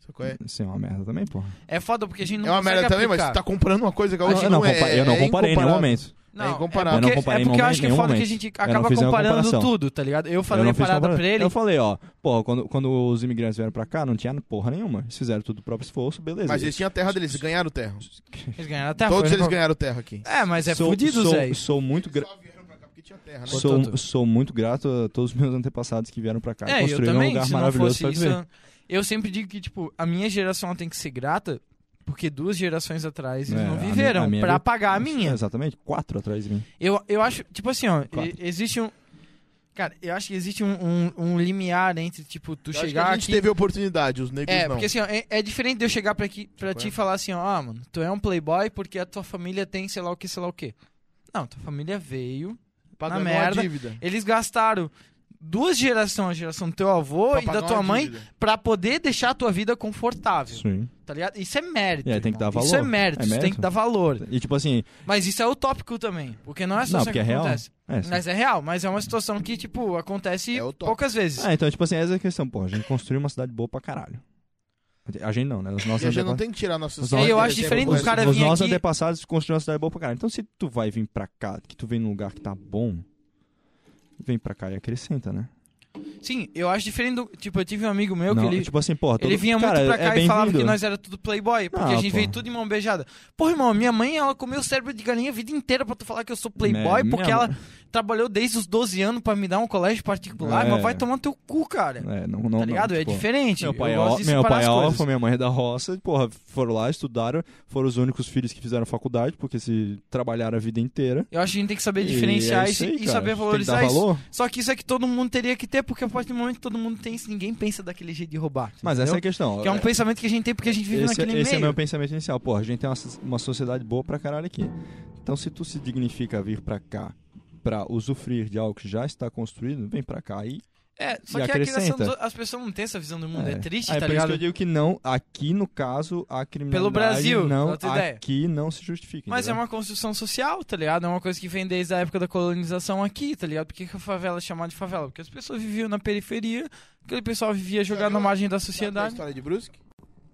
Speaker 1: Sabe qual é?
Speaker 4: Sim, é uma merda também, porra.
Speaker 2: É foda porque a gente não
Speaker 1: é uma
Speaker 2: consegue
Speaker 1: merda também, mas
Speaker 2: aplicar.
Speaker 1: tu tá comprando uma coisa que a
Speaker 4: Eu
Speaker 1: outra
Speaker 4: não,
Speaker 1: é.
Speaker 4: compa- eu não
Speaker 1: é
Speaker 4: comparei em nenhum
Speaker 1: incomparável.
Speaker 4: momento.
Speaker 2: Não,
Speaker 1: É
Speaker 2: é
Speaker 1: incomparável.
Speaker 2: porque,
Speaker 4: Eu não comparei
Speaker 2: é porque eu
Speaker 4: em
Speaker 2: acho que é
Speaker 4: nenhum
Speaker 2: foda que a
Speaker 4: momento.
Speaker 2: gente
Speaker 4: Eu não
Speaker 2: acaba
Speaker 4: fiz nenhuma
Speaker 2: comparando
Speaker 4: comparação.
Speaker 2: tudo, tá ligado? Eu
Speaker 4: eu
Speaker 2: falei
Speaker 4: não
Speaker 2: a
Speaker 4: fiz
Speaker 2: parada
Speaker 4: compara-
Speaker 2: pra ele.
Speaker 4: Eu falei, ó, porra, quando, quando os imigrantes vieram pra cá, não tinha porra nenhuma. Eles fizeram tudo do próprio esforço, beleza.
Speaker 1: Mas eles tinham a terra deles, ganharam terra.
Speaker 2: Eles ganharam a terra.
Speaker 1: Todos
Speaker 2: foi,
Speaker 1: eles
Speaker 2: né?
Speaker 1: ganharam terra aqui.
Speaker 2: É, mas é
Speaker 4: sou,
Speaker 2: fudido,
Speaker 4: sou,
Speaker 2: Zé.
Speaker 4: Sou muito, gra-
Speaker 1: Só vieram pra cá porque tinha terra, né?
Speaker 4: sou,
Speaker 2: Portanto-
Speaker 4: sou muito grato a todos os meus antepassados que vieram pra cá e
Speaker 2: É, eu
Speaker 4: construíram um
Speaker 2: também,
Speaker 4: lugar
Speaker 2: se não
Speaker 4: maravilhoso
Speaker 2: fosse
Speaker 4: pra
Speaker 2: isso...
Speaker 4: viver.
Speaker 2: Eu, eu sempre digo que, tipo, a minha geração ela tem que ser grata porque duas gerações atrás eles
Speaker 4: É, a
Speaker 2: não
Speaker 4: mi- a
Speaker 2: viveram
Speaker 4: minha
Speaker 2: pra
Speaker 4: vi-
Speaker 2: pagar a minha.
Speaker 4: É, Exatamente, quatro atrás de mim.
Speaker 2: Eu, eu acho, tipo assim, ó,
Speaker 4: Claro.
Speaker 2: e- existe um. Cara, eu acho que existe um, um, um limiar entre, tipo,
Speaker 1: Eu
Speaker 2: tu
Speaker 1: acho que
Speaker 2: chegar
Speaker 1: a gente
Speaker 2: aqui.
Speaker 1: teve oportunidade, os negros
Speaker 2: É,
Speaker 1: não.
Speaker 2: porque assim, ó, é, é diferente de eu chegar pra, aqui, pra
Speaker 1: Tipo,
Speaker 2: ti
Speaker 1: é.
Speaker 2: e falar assim, ó, ah, mano, tu é um playboy porque a tua família tem sei lá o que, sei lá o que. Não, tua família veio,
Speaker 1: Pagando
Speaker 2: na
Speaker 1: uma
Speaker 2: merda,
Speaker 1: dívida.
Speaker 2: eles gastaram duas gerações, a geração do teu avô
Speaker 1: Pra
Speaker 2: e
Speaker 1: pagar
Speaker 2: da tua
Speaker 1: uma
Speaker 2: mãe,
Speaker 1: dívida.
Speaker 2: pra poder deixar a tua vida confortável,
Speaker 4: Sim.
Speaker 2: tá ligado? Isso é mérito.
Speaker 4: E aí tem que
Speaker 2: irmão.
Speaker 4: dar
Speaker 2: Isso é
Speaker 4: valor.
Speaker 2: mérito,
Speaker 4: É
Speaker 2: isso tem
Speaker 4: mérito.
Speaker 2: que dar valor.
Speaker 4: E tipo assim,
Speaker 2: Mas isso é utópico também, porque não é só
Speaker 4: não,
Speaker 2: isso que
Speaker 4: porque é real.
Speaker 2: acontece.
Speaker 4: É, sim.
Speaker 2: Mas é real, mas é uma situação que, tipo, acontece
Speaker 1: É utópico.
Speaker 2: poucas vezes.
Speaker 4: Ah, então, tipo assim, essa é a questão, pô. A gente construiu uma cidade boa pra caralho. A gente não, né? Os nossos
Speaker 1: E a gente não
Speaker 4: antepass-
Speaker 1: tem que tirar nossas
Speaker 4: Os nossos-
Speaker 2: E eu acho
Speaker 1: exemplos,
Speaker 2: diferente
Speaker 1: mas-
Speaker 2: dos caras
Speaker 4: os
Speaker 2: vir
Speaker 4: nossos
Speaker 2: aqui-
Speaker 4: antepassados construíram uma cidade boa pra caralho. Então, se tu vai vir pra cá, que tu vem num lugar que tá bom, vem pra cá e acrescenta, né?
Speaker 2: Sim, eu acho diferente do. Tipo, eu tive um amigo meu
Speaker 4: não,
Speaker 2: que ele.
Speaker 4: Tipo assim, pô, todo...
Speaker 2: ele vinha
Speaker 4: cara,
Speaker 2: muito pra
Speaker 4: é
Speaker 2: cá e
Speaker 4: bem
Speaker 2: falava
Speaker 4: vindo.
Speaker 2: que nós era tudo playboy, porque
Speaker 4: Ah,
Speaker 2: a gente
Speaker 4: pô.
Speaker 2: veio tudo de mão beijada. Porra, irmão, minha mãe, ela comeu o cérebro de galinha a vida inteira pra tu falar que eu sou playboy,
Speaker 4: É,
Speaker 2: porque
Speaker 4: minha
Speaker 2: ela trabalhou desde os 12 anos pra me dar um colégio particular,
Speaker 4: É.
Speaker 2: mas vai tomar no teu cu, cara.
Speaker 4: É, não, não,
Speaker 2: tá ligado?
Speaker 4: não,
Speaker 2: é
Speaker 4: tipo,
Speaker 2: diferente.
Speaker 4: Meu pai,
Speaker 2: eu
Speaker 4: é,
Speaker 2: gosto
Speaker 4: ó-
Speaker 2: de
Speaker 4: meu
Speaker 2: separar
Speaker 4: pai é
Speaker 2: as coisas.
Speaker 4: órfão, minha mãe é da roça, e, porra, foram lá, estudaram, foram os únicos filhos que fizeram faculdade, porque se trabalharam a vida inteira.
Speaker 2: Eu acho que a gente tem que saber
Speaker 4: E
Speaker 2: diferenciar
Speaker 4: é
Speaker 2: isso
Speaker 4: aí,
Speaker 2: e
Speaker 4: cara.
Speaker 2: saber
Speaker 4: Tem que dar
Speaker 2: valorizar isso.
Speaker 4: valor.
Speaker 2: Só que isso é que todo mundo teria que ter, porque a partir do momento que todo mundo tem isso, ninguém pensa daquele jeito de roubar.
Speaker 4: Mas essa é
Speaker 2: entendeu?
Speaker 4: a questão.
Speaker 2: Que é um pensamento que a gente tem porque a gente vive
Speaker 4: esse,
Speaker 2: naquele
Speaker 4: esse é
Speaker 2: meio.
Speaker 4: meu pensamento inicial. Pô, a gente tem uma, so- uma sociedade boa pra caralho aqui. Então, se tu se dignifica vir pra cá pra usufruir de algo que já está construído, vem pra cá e
Speaker 2: É, só
Speaker 4: E
Speaker 2: que aqui na
Speaker 4: acrescenta.
Speaker 2: Santa- as pessoas não têm essa visão do mundo. É,
Speaker 4: É.
Speaker 2: triste,
Speaker 4: Aí
Speaker 2: tá
Speaker 4: por isso
Speaker 2: ligado?
Speaker 4: que eu digo que não, aqui no caso, a criminalidade
Speaker 2: Brasil,
Speaker 4: não,
Speaker 2: outra ideia.
Speaker 4: aqui não se justifica.
Speaker 2: Mas é
Speaker 4: entendeu?
Speaker 2: uma construção social, tá ligado? É uma coisa que vem desde a época da colonização aqui, tá ligado? Por que, que a favela é chamada de favela? Porque as pessoas viviam na periferia, aquele pessoal vivia jogado na margem
Speaker 1: Já
Speaker 2: da
Speaker 1: leu a
Speaker 2: sociedade.
Speaker 1: história de Brusque?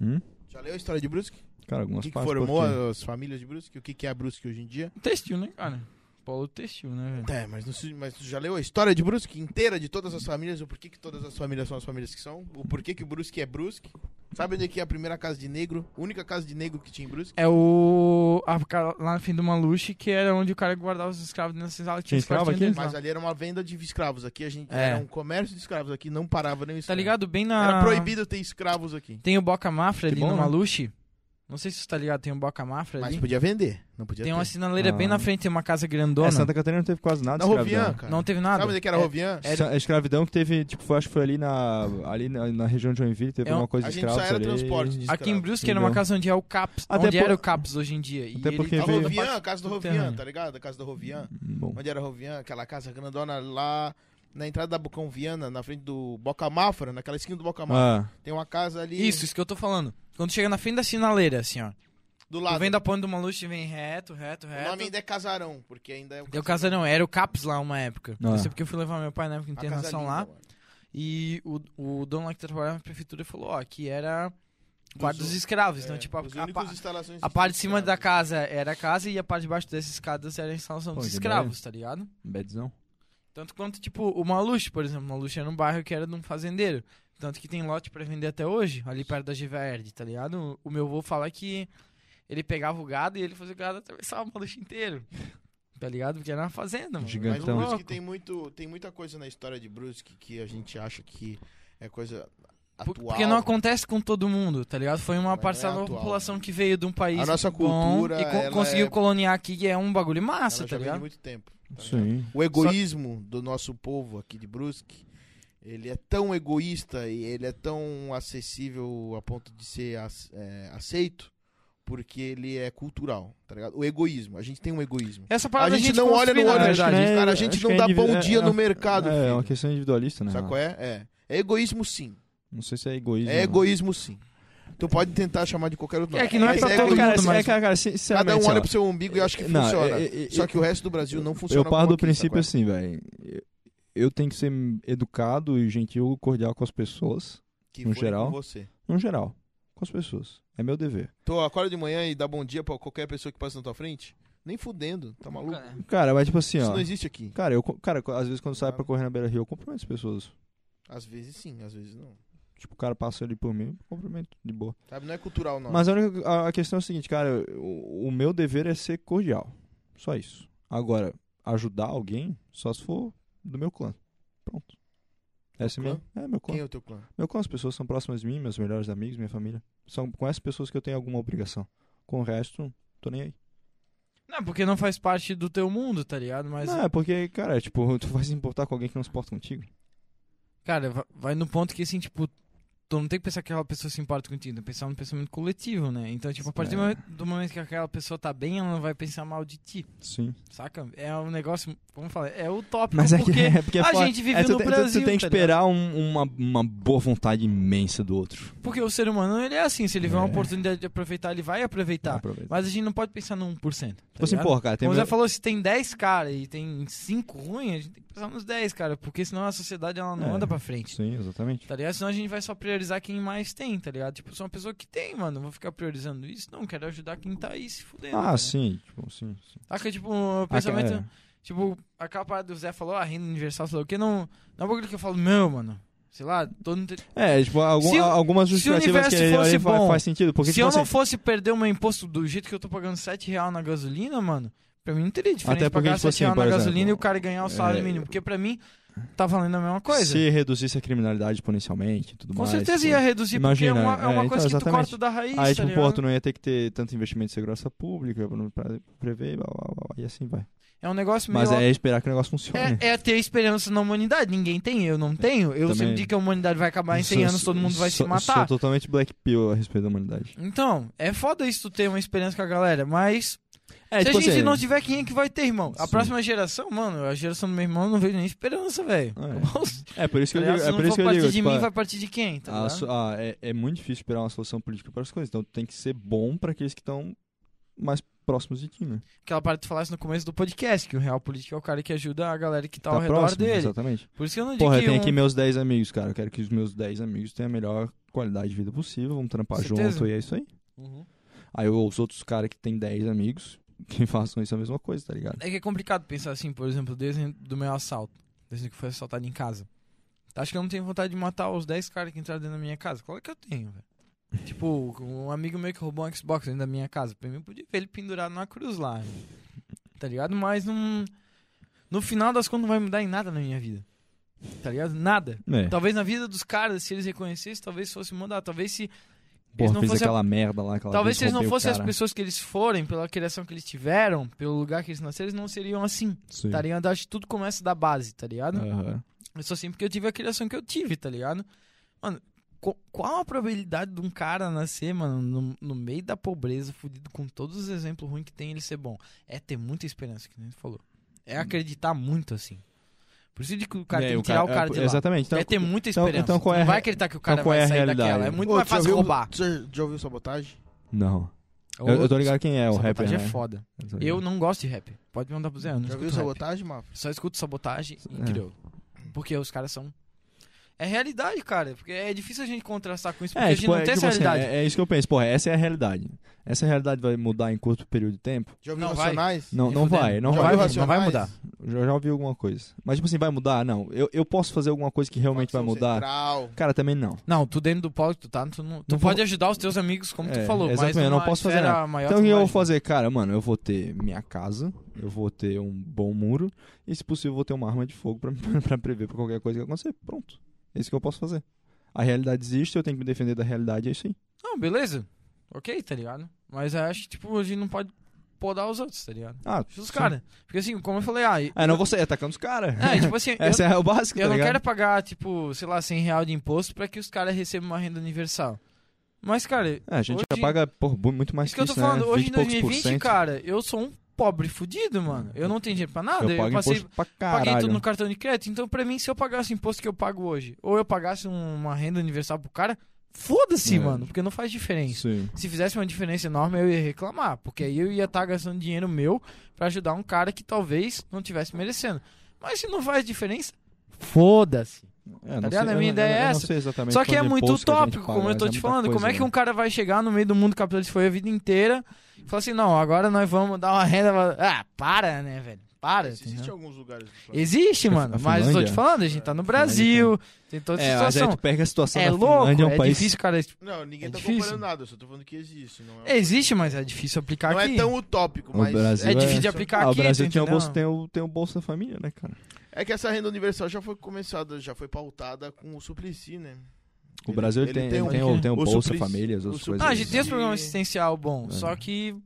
Speaker 4: Hum?
Speaker 1: Já leu a história de Brusque? O
Speaker 4: Cara, algumas
Speaker 1: que, que
Speaker 4: partes,
Speaker 1: formou
Speaker 4: porque-
Speaker 1: as famílias de Brusque? O que, que é a Brusque hoje em dia?
Speaker 2: Textil, né, cara? Polo textil, né, velho?
Speaker 1: É, mas, não se- mas tu já leu a história de Brusque inteira, de todas as famílias, o porquê que todas as famílias são as famílias que são, o porquê que o Brusque é Brusque. Sabe onde é que é a primeira casa de negro, única casa de negro que tinha em Brusque?
Speaker 2: É o. a ca- lá no fim do Maluche, que era onde o cara guardava os escravos dentro da senzala. que Tinha
Speaker 4: Tinha
Speaker 2: os
Speaker 4: escravo
Speaker 2: quartinhos
Speaker 4: aqui?
Speaker 2: deles
Speaker 1: Mas
Speaker 2: lá.
Speaker 1: ali era uma venda de escravos, aqui a gente
Speaker 2: É.
Speaker 1: era um comércio de escravos, aqui não parava nem o
Speaker 2: Tá
Speaker 1: escravo.
Speaker 2: ligado? Bem na.
Speaker 1: Era proibido ter escravos aqui.
Speaker 2: Tem o Boca Mafra
Speaker 4: Que
Speaker 2: ali
Speaker 4: bom,
Speaker 2: no
Speaker 4: né?
Speaker 2: Maluche. Não sei se você tá ligado, tem o Boca Mafra
Speaker 1: Mas
Speaker 2: ali.
Speaker 1: podia vender, não podia
Speaker 2: Tem
Speaker 1: ter.
Speaker 2: uma sinaleira bem
Speaker 4: Ah.
Speaker 2: na frente, tem uma casa grandona.
Speaker 4: É, Santa Catarina não teve quase nada
Speaker 1: Na
Speaker 4: de escravidão.
Speaker 1: Rovian, cara.
Speaker 2: Não teve nada.
Speaker 1: Sabe onde é que era
Speaker 2: É-
Speaker 1: a Rovian?
Speaker 4: Sa- A escravidão que teve, tipo, foi, acho que foi ali na, ali na, na região de Joinville, teve
Speaker 2: É um-
Speaker 4: alguma coisa
Speaker 1: A
Speaker 4: de
Speaker 1: gente só
Speaker 4: escravos
Speaker 1: era
Speaker 4: ali.
Speaker 1: transporte de escravos.
Speaker 2: Aqui em Brusque era uma
Speaker 4: Entendeu?
Speaker 2: casa onde é o CAPS,
Speaker 4: Até
Speaker 2: onde
Speaker 4: por-
Speaker 2: era o CAPS hoje em dia. E
Speaker 4: até
Speaker 2: ele
Speaker 4: porque
Speaker 1: A
Speaker 2: tava
Speaker 4: veio-
Speaker 2: na parte
Speaker 1: Rovian, a casa do Rovian,
Speaker 2: subterrânea.
Speaker 1: tá ligado? A casa do Rovian.
Speaker 4: Bom,
Speaker 1: Onde era a Rovian, aquela casa grandona lá na entrada da Bucão Viana, na frente do Boca Mafra, naquela esquina do Boca Mafra.
Speaker 4: ah,
Speaker 1: Tem uma casa ali
Speaker 2: Isso, isso que eu tô falando. Quando chega na frente da sinaleira, assim, ó.
Speaker 1: do
Speaker 2: Tu
Speaker 1: lado.
Speaker 2: vem da ponte do Maluche, vem reto, reto,
Speaker 1: O nome
Speaker 2: reto.
Speaker 1: ainda é Casarão, porque ainda é o
Speaker 2: Deu casa não, era o CAPS lá uma época.
Speaker 4: Ah.
Speaker 2: Eu sei porque eu fui levar meu pai na época de
Speaker 1: a casa é
Speaker 2: internação
Speaker 1: linda,
Speaker 2: lá.
Speaker 1: mano.
Speaker 2: E o, o dono lá que trabalhava na prefeitura falou, ó, aqui era quarto dos escravos. então,
Speaker 1: É,
Speaker 2: tipo, a,
Speaker 1: os
Speaker 2: a
Speaker 1: únicos
Speaker 2: pa-
Speaker 1: instalações
Speaker 2: a
Speaker 1: que
Speaker 2: parte de
Speaker 1: tinha
Speaker 2: cima da
Speaker 1: escravos.
Speaker 2: casa era a casa e a parte de baixo dessas escadas era a instalação
Speaker 4: Pô,
Speaker 2: dos
Speaker 4: que
Speaker 2: escravos, tá ligado?
Speaker 4: bedzão.
Speaker 2: Tanto quanto, tipo, o Maluche, por exemplo. O Maluche era um bairro que era de um fazendeiro. Tanto que tem lote pra vender até hoje, ali perto da GVRD, tá ligado? O meu avô fala que ele pegava o gado e ele fazia o gado atravessar o Maluche inteiro. Tá ligado? Porque era uma fazenda, mano.
Speaker 4: Gigante.
Speaker 1: Mas
Speaker 4: Então.
Speaker 1: o Brusque
Speaker 2: Louco.
Speaker 1: tem, muito, tem muita coisa na história de Brusque que a gente acha que é coisa
Speaker 2: Por-
Speaker 1: atual.
Speaker 2: Porque não acontece com todo mundo, tá ligado? Foi
Speaker 1: Mas
Speaker 2: uma
Speaker 1: não é
Speaker 2: parcela da
Speaker 1: atual,
Speaker 2: população que veio de um país
Speaker 1: A nossa
Speaker 2: bom
Speaker 1: cultura,
Speaker 2: e co-
Speaker 1: ela
Speaker 2: conseguiu
Speaker 1: é-
Speaker 2: coloniar aqui, que é um bagulho
Speaker 1: Ela
Speaker 2: massa,
Speaker 1: já
Speaker 2: tá
Speaker 1: vem de
Speaker 2: ligado?
Speaker 1: muito tempo. tá ligado?
Speaker 4: Sim.
Speaker 1: O egoísmo do nosso povo aqui de Brusque, ele é tão egoísta e ele é tão acessível a ponto de ser ac- é, aceito, porque ele é cultural, tá ligado? O egoísmo, a gente tem um egoísmo.
Speaker 2: Essa
Speaker 1: A
Speaker 2: parada
Speaker 1: gente, não olha no
Speaker 2: construiu,
Speaker 1: olho
Speaker 2: na
Speaker 1: dos
Speaker 2: verdade.
Speaker 4: né?
Speaker 1: outros, cara. A
Speaker 4: Acho
Speaker 1: gente
Speaker 4: que
Speaker 1: não
Speaker 4: é
Speaker 1: dá
Speaker 4: indivi-
Speaker 1: bom
Speaker 4: é-
Speaker 1: dia
Speaker 4: é-
Speaker 1: no mercado,
Speaker 4: É, é uma
Speaker 1: filho.
Speaker 4: questão individualista, né?
Speaker 1: Sabe qual é? É. É egoísmo sim.
Speaker 4: Não sei se é egoísmo.
Speaker 1: É egoísmo sim. Tu pode tentar chamar de qualquer outro nome.
Speaker 2: É que não é
Speaker 1: mas
Speaker 2: pra todo
Speaker 1: egoísmo.
Speaker 4: cara,
Speaker 2: mundo, mas-
Speaker 4: é, cara, cara, sinceramente,
Speaker 1: Cada um
Speaker 4: sei
Speaker 1: olha
Speaker 4: lá.
Speaker 1: pro seu umbigo e acha que
Speaker 4: Não,
Speaker 1: funciona.
Speaker 4: é- é- é-
Speaker 1: Só que o resto do Brasil não funciona.
Speaker 4: Eu paro
Speaker 1: como
Speaker 4: do
Speaker 1: aqui,
Speaker 4: princípio
Speaker 1: sabe
Speaker 4: assim, velho. Eu tenho que ser educado e gentil, cordial com as pessoas.
Speaker 1: qual é? Que
Speaker 4: no
Speaker 1: foi com
Speaker 4: geral.
Speaker 1: Você.
Speaker 4: No geral. Com as pessoas. É meu dever.
Speaker 1: Tu acorda de manhã e dá bom dia pra qualquer pessoa que passa na tua frente? Nem fudendo, tá maluco?
Speaker 2: Nunca, né?
Speaker 4: Cara, mas tipo assim,
Speaker 1: Isso
Speaker 4: ó.
Speaker 1: não existe aqui.
Speaker 4: Cara, eu, co- cara, às vezes quando eu saio pra correr na beira rio, eu cumprimento as pessoas.
Speaker 1: Às vezes sim, às vezes não.
Speaker 4: Tipo, o cara passa ali por mim, eu cumprimento de boa.
Speaker 1: Sabe, não é cultural não.
Speaker 4: Mas a, única, a- a questão é a seguinte, cara, eu- o, o meu dever é ser cordial. Só isso. Agora, ajudar alguém, só se for do meu clã. Pronto. Essa é
Speaker 1: clã?
Speaker 4: minha. É, meu clã.
Speaker 1: Quem é o teu clã?
Speaker 4: Meu clã, as pessoas são próximas de mim, meus melhores amigos, minha família. São com essas pessoas que eu tenho alguma obrigação. Com o resto, tô nem aí.
Speaker 2: Não, porque não faz parte do teu mundo, tá ligado? Mas,
Speaker 4: Não, é porque, cara, tipo, [laughs] tu vai se importar com alguém que não se importa contigo.
Speaker 2: cara, va- vai no ponto que, assim, tipo, tu não tem que pensar que aquela pessoa se importa contigo, tem que pensar no pensamento coletivo, né? Então, tipo, a partir do
Speaker 4: É.
Speaker 2: momento- do momento que aquela pessoa tá bem, ela não vai pensar mal de ti,
Speaker 4: Sim.
Speaker 2: saca? É um negócio, como falar, é utópico,
Speaker 4: Mas é que
Speaker 2: porque...
Speaker 4: é porque é
Speaker 2: a
Speaker 4: foda.
Speaker 2: gente vive
Speaker 4: É, tu
Speaker 2: no
Speaker 4: tem- tu-
Speaker 2: Brasil,
Speaker 4: Tu tem que
Speaker 2: tá
Speaker 4: esperar um- uma, uma boa vontade imensa do outro.
Speaker 2: Porque o ser humano, ele é assim, se ele vê uma
Speaker 4: É.
Speaker 2: oportunidade de aproveitar, ele vai aproveitar.
Speaker 4: Aproveita.
Speaker 2: Tá. Mas a gente não pode pensar no 1%. Tá
Speaker 4: Tipo assim,
Speaker 2: ligado?
Speaker 4: porra, cara, tem
Speaker 2: Como você
Speaker 4: meu-
Speaker 2: falou, se tem 10 caras e tem 5 ruins, a gente tem que pensar nos 10, cara, porque senão a sociedade ela não
Speaker 4: É.
Speaker 2: anda pra frente.
Speaker 4: Sim, exatamente.
Speaker 2: Tá ligado? Senão a gente vai só priorizar quem mais tem, tá ligado? Tipo, sou uma pessoa que tem, mano. Vou ficar priorizando isso? Não, quero ajudar quem tá aí se fudendo.
Speaker 4: Ah,
Speaker 2: tá
Speaker 4: sim, tipo, sim. sim.
Speaker 2: ligado? Saca, tipo, o pensamento.
Speaker 4: Ah, cara,
Speaker 2: Tipo, aquela parada do Zé falou, ah, renda universal, sei lá o que, não. Não é um bagulho que eu falo, meu, mano. Sei lá, tô no te-
Speaker 4: É, É, tipo, algum-
Speaker 2: Se o-
Speaker 4: algumas
Speaker 2: se o
Speaker 4: justificativas que
Speaker 2: universo
Speaker 4: ele
Speaker 2: fosse
Speaker 4: olha e faz,
Speaker 2: bom,
Speaker 4: faz sentido. Porque,
Speaker 2: se
Speaker 4: tipo,
Speaker 2: eu
Speaker 4: assim,
Speaker 2: não fosse perder o meu imposto do jeito que eu tô pagando 7 real na gasolina, mano, pra mim não teria diferença
Speaker 4: Até porque,
Speaker 2: pagar
Speaker 4: tipo
Speaker 2: 7
Speaker 4: assim,
Speaker 2: real na
Speaker 4: por exemplo,
Speaker 2: gasolina e o cara ganhar o salário
Speaker 4: é,
Speaker 2: mínimo. Porque pra mim, tá valendo a mesma coisa.
Speaker 4: se reduzisse a criminalidade exponencialmente e tudo
Speaker 2: Com
Speaker 4: mais.
Speaker 2: certeza
Speaker 4: tipo,
Speaker 2: ia reduzir,
Speaker 4: imagina,
Speaker 2: porque é uma, é
Speaker 4: é,
Speaker 2: uma
Speaker 4: então,
Speaker 2: coisa que tu
Speaker 4: exatamente.
Speaker 2: corta da raiz, tá
Speaker 4: Aí, tipo, pô,
Speaker 2: ligado?
Speaker 4: tu não ia ter que ter tanto investimento em segurança pública pra não- pra prever, blá, blá, blá, blá, e assim vai.
Speaker 2: É um negócio meio...
Speaker 4: Mas é esperar que o negócio funcione.
Speaker 2: É, é ter esperança na humanidade. Ninguém tem, eu não tenho. Eu
Speaker 4: Também.
Speaker 2: sempre digo que a humanidade vai acabar em 100
Speaker 4: Sou-
Speaker 2: anos, todo mundo vai
Speaker 4: sou-
Speaker 2: se matar.
Speaker 4: Sou totalmente black pill a respeito da humanidade.
Speaker 2: Então, é foda isso tu ter uma experiência com a galera, mas Se
Speaker 8: É,
Speaker 2: a
Speaker 8: tipo
Speaker 2: gente
Speaker 8: assim,
Speaker 2: não tiver, quem é que vai ter, irmão? A
Speaker 4: Sim.
Speaker 2: próxima geração, mano, a geração do meu irmão, eu não vejo nem esperança, velho. [laughs]
Speaker 4: É, por isso que eu
Speaker 2: Aliás,
Speaker 4: digo.
Speaker 2: Se
Speaker 4: É
Speaker 2: não
Speaker 4: por
Speaker 2: for
Speaker 4: isso que eu
Speaker 2: partir
Speaker 4: digo.
Speaker 2: de
Speaker 4: tipo,
Speaker 2: mim,
Speaker 4: a-
Speaker 2: vai partir de quem, tá
Speaker 4: a
Speaker 2: ligado?
Speaker 4: so- a- é, é muito difícil esperar uma solução política para as coisas. Então tem que ser bom para aqueles que estão mais próximos de ti, né?
Speaker 2: Aquela parte que tu falasse no começo do podcast, que o real político é o cara que ajuda a galera que tá, ao
Speaker 4: tá
Speaker 2: redor
Speaker 4: próximo,
Speaker 2: dele.
Speaker 4: exatamente.
Speaker 2: Por isso que eu não digo
Speaker 4: Porra, eu
Speaker 2: que
Speaker 4: tenho
Speaker 2: um-
Speaker 4: aqui meus 10 amigos, cara. Eu quero que os meus 10 amigos tenham a melhor qualidade de vida possível. Vamos trampar
Speaker 2: Certeza.
Speaker 4: junto e é isso aí.
Speaker 3: Uhum.
Speaker 4: Aí os outros caras que têm 10 amigos, [laughs] que façam isso é a mesma coisa, tá ligado?
Speaker 2: É que é complicado pensar assim, por exemplo, desde do meu assalto, desde que eu fui assaltado em casa. Acho que eu não tenho vontade de matar os 10 caras que entraram dentro da minha casa. Claro que eu tenho, velho. Tipo, um amigo meu que roubou um Xbox dentro da minha casa. Pra mim, eu podia ver ele pendurado numa cruz lá. né? Tá ligado? Mas não. No final das contas, não vai mudar em nada na minha vida. Tá ligado? Nada.
Speaker 4: É.
Speaker 2: Talvez na vida dos caras, se eles reconhecessem, talvez fosse mudar. Talvez se.
Speaker 4: Porra,
Speaker 2: não
Speaker 4: fez
Speaker 2: fossem-
Speaker 4: aquela merda lá, aquela
Speaker 2: Talvez
Speaker 4: vez,
Speaker 2: se eles não
Speaker 4: roubei o
Speaker 2: fossem as
Speaker 4: cara.
Speaker 2: pessoas que eles forem, pela criação que eles tiveram, pelo lugar que eles nasceram, eles não seriam assim.
Speaker 4: Sim. É.
Speaker 2: Tá ligado? Acho que tudo começa da base, tá ligado?
Speaker 4: Aham.
Speaker 2: Eu sou assim porque eu tive a criação que eu tive, tá ligado? Mano, co- qual a probabilidade de um cara nascer, mano, no, no meio da pobreza, fudido com todos os exemplos ruins que tem, ele ser bom? É ter muita esperança, que nem tu falou. É acreditar muito, assim. Por isso de que o cara
Speaker 4: É,
Speaker 2: tem que tirar o cara,
Speaker 4: é,
Speaker 2: de lá.
Speaker 4: Exatamente. Então,
Speaker 2: é ter muita
Speaker 4: então-
Speaker 2: esperança.
Speaker 4: então qual é
Speaker 2: Não
Speaker 4: a-
Speaker 2: vai acreditar que o cara
Speaker 4: então qual
Speaker 2: vai
Speaker 4: é a
Speaker 2: sair
Speaker 4: realidade?
Speaker 2: daquela. É muito
Speaker 6: Ô,
Speaker 2: mais
Speaker 6: tu já
Speaker 2: fácil
Speaker 6: viu-
Speaker 2: roubar.
Speaker 6: Você já ouviu sabotagem?
Speaker 4: Não. Eu, eu tô ligado quem é o rapper,
Speaker 2: Sabotagem
Speaker 4: né?
Speaker 2: é foda.
Speaker 4: Eu tô ligado.
Speaker 2: Eu não gosto de rap. Pode mandar pro Zé. eu não
Speaker 6: Já
Speaker 2: escuto
Speaker 6: viu
Speaker 2: rap.
Speaker 6: sabotagem, Mafra?
Speaker 2: Só escuto sabotagem e
Speaker 4: É.
Speaker 2: crioulo. Porque os caras são. É realidade, cara. Porque é difícil a gente contrastar com isso, porque
Speaker 4: É,
Speaker 2: a gente
Speaker 4: tipo,
Speaker 2: não
Speaker 4: é,
Speaker 2: tem
Speaker 4: tipo
Speaker 2: essa
Speaker 4: assim,
Speaker 2: realidade.
Speaker 4: é, é isso que eu penso. Porra, essa é a realidade. Essa realidade vai mudar em curto período de tempo?
Speaker 6: Já ouviu
Speaker 2: Não, vai.
Speaker 6: Racionais?
Speaker 4: Não,
Speaker 2: Nem
Speaker 4: não
Speaker 2: fudendo.
Speaker 4: vai. Não
Speaker 6: Já
Speaker 4: vai,
Speaker 6: ouviu
Speaker 2: não vai mudar.
Speaker 4: Já, já ouvi alguma coisa. Mas, tipo assim, vai mudar? Não. Eu, eu posso fazer alguma coisa que realmente vai
Speaker 6: Facção
Speaker 4: mudar? É,
Speaker 6: Central.
Speaker 4: Cara, também não.
Speaker 2: Não, tu dentro do palco, tu tá. Tu, não, tu
Speaker 4: Não
Speaker 2: pode
Speaker 4: vou-
Speaker 2: ajudar os teus amigos, como
Speaker 4: É,
Speaker 2: tu falou, mas
Speaker 4: exatamente, eu não
Speaker 2: numa
Speaker 4: posso fazer
Speaker 2: esfera
Speaker 4: nada.
Speaker 2: maior
Speaker 4: Então, o
Speaker 2: tu
Speaker 4: que eu
Speaker 2: não
Speaker 4: vou
Speaker 2: ajuda.
Speaker 4: fazer? Cara, mano, eu vou ter minha casa, eu vou ter um bom muro e, se possível, eu vou ter uma arma de fogo pra, [laughs] pra prever pra qualquer coisa que acontecer. Pronto. É isso que eu posso fazer. A realidade existe, eu tenho que me defender da realidade, é isso aí.
Speaker 2: Não, beleza. Ok, tá ligado? Mas eu acho que, tipo, a gente não pode podar os outros, tá ligado?
Speaker 4: Ah,
Speaker 2: Os
Speaker 4: sim.
Speaker 2: caras. Porque assim, como eu falei,
Speaker 4: [laughs]
Speaker 2: ah. e-
Speaker 4: Ah, não vou sair atacando os caras. [laughs]
Speaker 2: É, tipo assim, eu,
Speaker 4: Essa é o básico,
Speaker 2: eu
Speaker 4: tá
Speaker 2: não
Speaker 4: ligado?
Speaker 2: quero pagar, tipo, sei lá, 100 real de imposto pra que os caras recebam uma renda universal. Mas, cara,
Speaker 4: É, a gente
Speaker 2: Hoje-
Speaker 4: já paga por bu- muito mais
Speaker 2: Isso que eu tô
Speaker 4: isso,
Speaker 2: falando,
Speaker 4: né?
Speaker 2: hoje
Speaker 4: 20
Speaker 2: em
Speaker 4: e poucos por
Speaker 2: 2020,
Speaker 4: cento.
Speaker 2: cara, eu sou um pobre fudido, mano. Eu não tenho dinheiro pra nada.
Speaker 4: eu,
Speaker 2: Eu,
Speaker 4: pago
Speaker 2: passei,
Speaker 4: imposto pra
Speaker 2: paguei
Speaker 4: caralho.
Speaker 2: tudo no cartão de crédito. Então, pra mim, se eu pagasse o imposto que eu pago hoje, ou eu pagasse um- uma renda universal pro cara, foda-se,
Speaker 4: É.
Speaker 2: mano, porque não faz diferença.
Speaker 4: Sim.
Speaker 2: Se fizesse uma diferença enorme, eu ia reclamar, porque aí eu ia estar gastando dinheiro meu pra ajudar um cara que talvez não tivesse merecendo. Mas se não faz diferença, foda-se.
Speaker 4: É, não
Speaker 2: ligado?
Speaker 4: sei-
Speaker 2: A
Speaker 4: eu
Speaker 2: minha
Speaker 4: não-
Speaker 2: ideia é
Speaker 4: eu não
Speaker 2: essa.
Speaker 4: sei exatamente
Speaker 2: Só que é
Speaker 4: quanto
Speaker 2: muito
Speaker 4: imposto que a gente
Speaker 2: utópico,
Speaker 4: paga,
Speaker 2: como eu tô
Speaker 4: mas é
Speaker 2: te
Speaker 4: muita
Speaker 2: falando.
Speaker 4: coisa,
Speaker 2: como é que
Speaker 4: né?
Speaker 2: um cara vai chegar no meio do mundo capitalista foi a vida inteira e falar assim, não, agora nós vamos dar uma renda... pra- Ah, para, né, velho?
Speaker 4: tá
Speaker 2: Para.
Speaker 6: Existe
Speaker 2: entendeu?
Speaker 6: em alguns lugares. do planeta.
Speaker 2: Existe,
Speaker 4: A-
Speaker 2: mano.
Speaker 4: a
Speaker 2: mas eu tô te
Speaker 4: Finlândia?
Speaker 2: falando, a gente tá no Brasil, tem toda
Speaker 4: É,
Speaker 2: essa
Speaker 4: mas aí
Speaker 2: situação.
Speaker 4: tu pega a situação
Speaker 2: É
Speaker 4: da
Speaker 2: louco,
Speaker 4: Finlândia,
Speaker 2: é,
Speaker 4: é um país...
Speaker 2: difícil, cara.
Speaker 6: Não, ninguém
Speaker 2: É
Speaker 6: tá
Speaker 2: difícil.
Speaker 6: comparando nada, eu só tô falando que existe. Não é,
Speaker 2: Existe, mas é difícil aplicar
Speaker 6: não
Speaker 2: aqui.
Speaker 6: é tão utópico,
Speaker 4: O
Speaker 6: mas.
Speaker 4: Brasil
Speaker 2: É difícil de
Speaker 4: é-
Speaker 2: aplicar
Speaker 4: Ah, o
Speaker 2: aqui,
Speaker 4: Brasil
Speaker 2: tu
Speaker 4: tinha o
Speaker 2: entendeu?
Speaker 4: bolso, tem, o, tem o Bolsa Família, né, cara?
Speaker 6: É que essa renda universal já foi começada, já foi pautada com o Suplicy, né?
Speaker 4: O
Speaker 6: Ele-
Speaker 4: Brasil
Speaker 6: ele
Speaker 4: tem,
Speaker 6: tem
Speaker 4: ele
Speaker 6: um-
Speaker 4: tem, o, tem o
Speaker 6: o
Speaker 4: Bolsa
Speaker 6: suplici-
Speaker 4: Família, as
Speaker 6: o
Speaker 4: outras
Speaker 6: suplici-
Speaker 2: Ah, a
Speaker 4: coisas.
Speaker 2: gente tem esse programa assistencial bom,
Speaker 4: É.
Speaker 2: só que...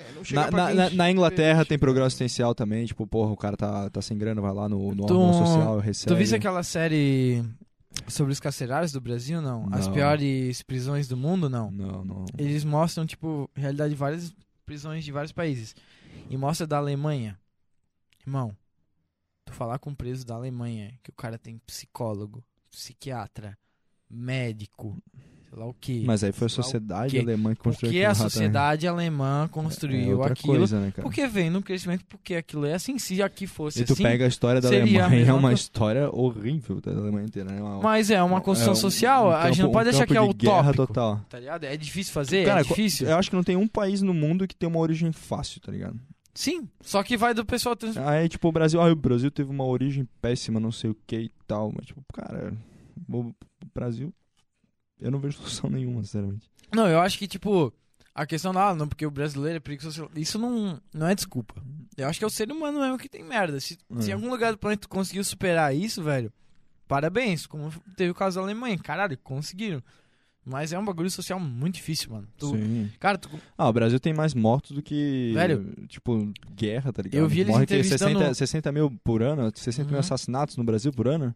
Speaker 6: É, não chega
Speaker 4: Na,
Speaker 6: pra
Speaker 4: na,
Speaker 6: quem-
Speaker 4: na- na Inglaterra tem programa assistencial também, tipo, porra, o cara tá, tá sem grana, vai lá no, no
Speaker 2: Tu-
Speaker 4: órgão social, recebe.
Speaker 2: Tu viste aquela série sobre os carcerários do Brasil, não? As
Speaker 4: Não.
Speaker 2: piores prisões do mundo, não?
Speaker 4: Não, não.
Speaker 2: eles mostram, tipo, realidade de várias prisões de vários países. E mostra da Alemanha. Irmão, tu falar com um preso da Alemanha, que o cara tem psicólogo, psiquiatra, médico, sei lá o quê.
Speaker 4: Mas aí foi a
Speaker 2: sei lá é o
Speaker 4: sociedade
Speaker 2: quê.
Speaker 4: alemã que construiu
Speaker 2: Porque
Speaker 4: aquilo
Speaker 2: a
Speaker 4: lá também.
Speaker 2: sociedade alemã
Speaker 4: é
Speaker 2: construiu
Speaker 4: outra
Speaker 2: aquilo.
Speaker 4: coisa, né, cara?
Speaker 2: Porque vem no crescimento, porque aquilo é assim. Se aqui fosse
Speaker 4: E tu
Speaker 2: assim.
Speaker 4: pega a história da
Speaker 2: seria a
Speaker 4: Alemanha, é
Speaker 2: mesma
Speaker 4: uma
Speaker 2: coisa.
Speaker 4: história horrível da Alemanha inteira, né? Uma-
Speaker 2: Mas é uma construção
Speaker 4: é um-
Speaker 2: social,
Speaker 4: um
Speaker 2: a gente não
Speaker 4: campo-
Speaker 2: pode
Speaker 4: um
Speaker 2: achar que é
Speaker 4: campo de guerra
Speaker 2: utópico.
Speaker 4: total.
Speaker 2: Tá ligado? É difícil fazer,
Speaker 4: Cara,
Speaker 2: é difícil.
Speaker 4: Eu acho que não tem um país no mundo que tem uma origem fácil, tá ligado?
Speaker 2: Sim, só que vai do pessoal trans...
Speaker 4: Aí, tipo, o Brasil, ah, o Brasil teve uma origem péssima, não sei o que e tal, mas, tipo, cara, o Brasil, eu não vejo solução [laughs] nenhuma, sinceramente.
Speaker 2: Não, eu acho que, tipo, a questão da, ah, não, porque o brasileiro é preguiçoso. Isso não, não é desculpa. Eu acho que é o ser humano mesmo que tem merda. Se,
Speaker 4: É.
Speaker 2: se em algum lugar do planeta tu conseguiu superar isso, velho, parabéns. Como teve o caso da Alemanha. Caralho, conseguiram. Mas é um bagulho social muito difícil, mano. Tu-
Speaker 4: Sim.
Speaker 2: cara, tu-
Speaker 4: Ah, o Brasil tem mais mortos do que,
Speaker 2: Velho,
Speaker 4: tipo, guerra, tá ligado?
Speaker 2: eu vi eles
Speaker 4: Morre que
Speaker 2: entrevistando-
Speaker 4: 60, 60 mil por ano, 60 mil
Speaker 2: Uhum.
Speaker 4: assassinatos no Brasil por ano.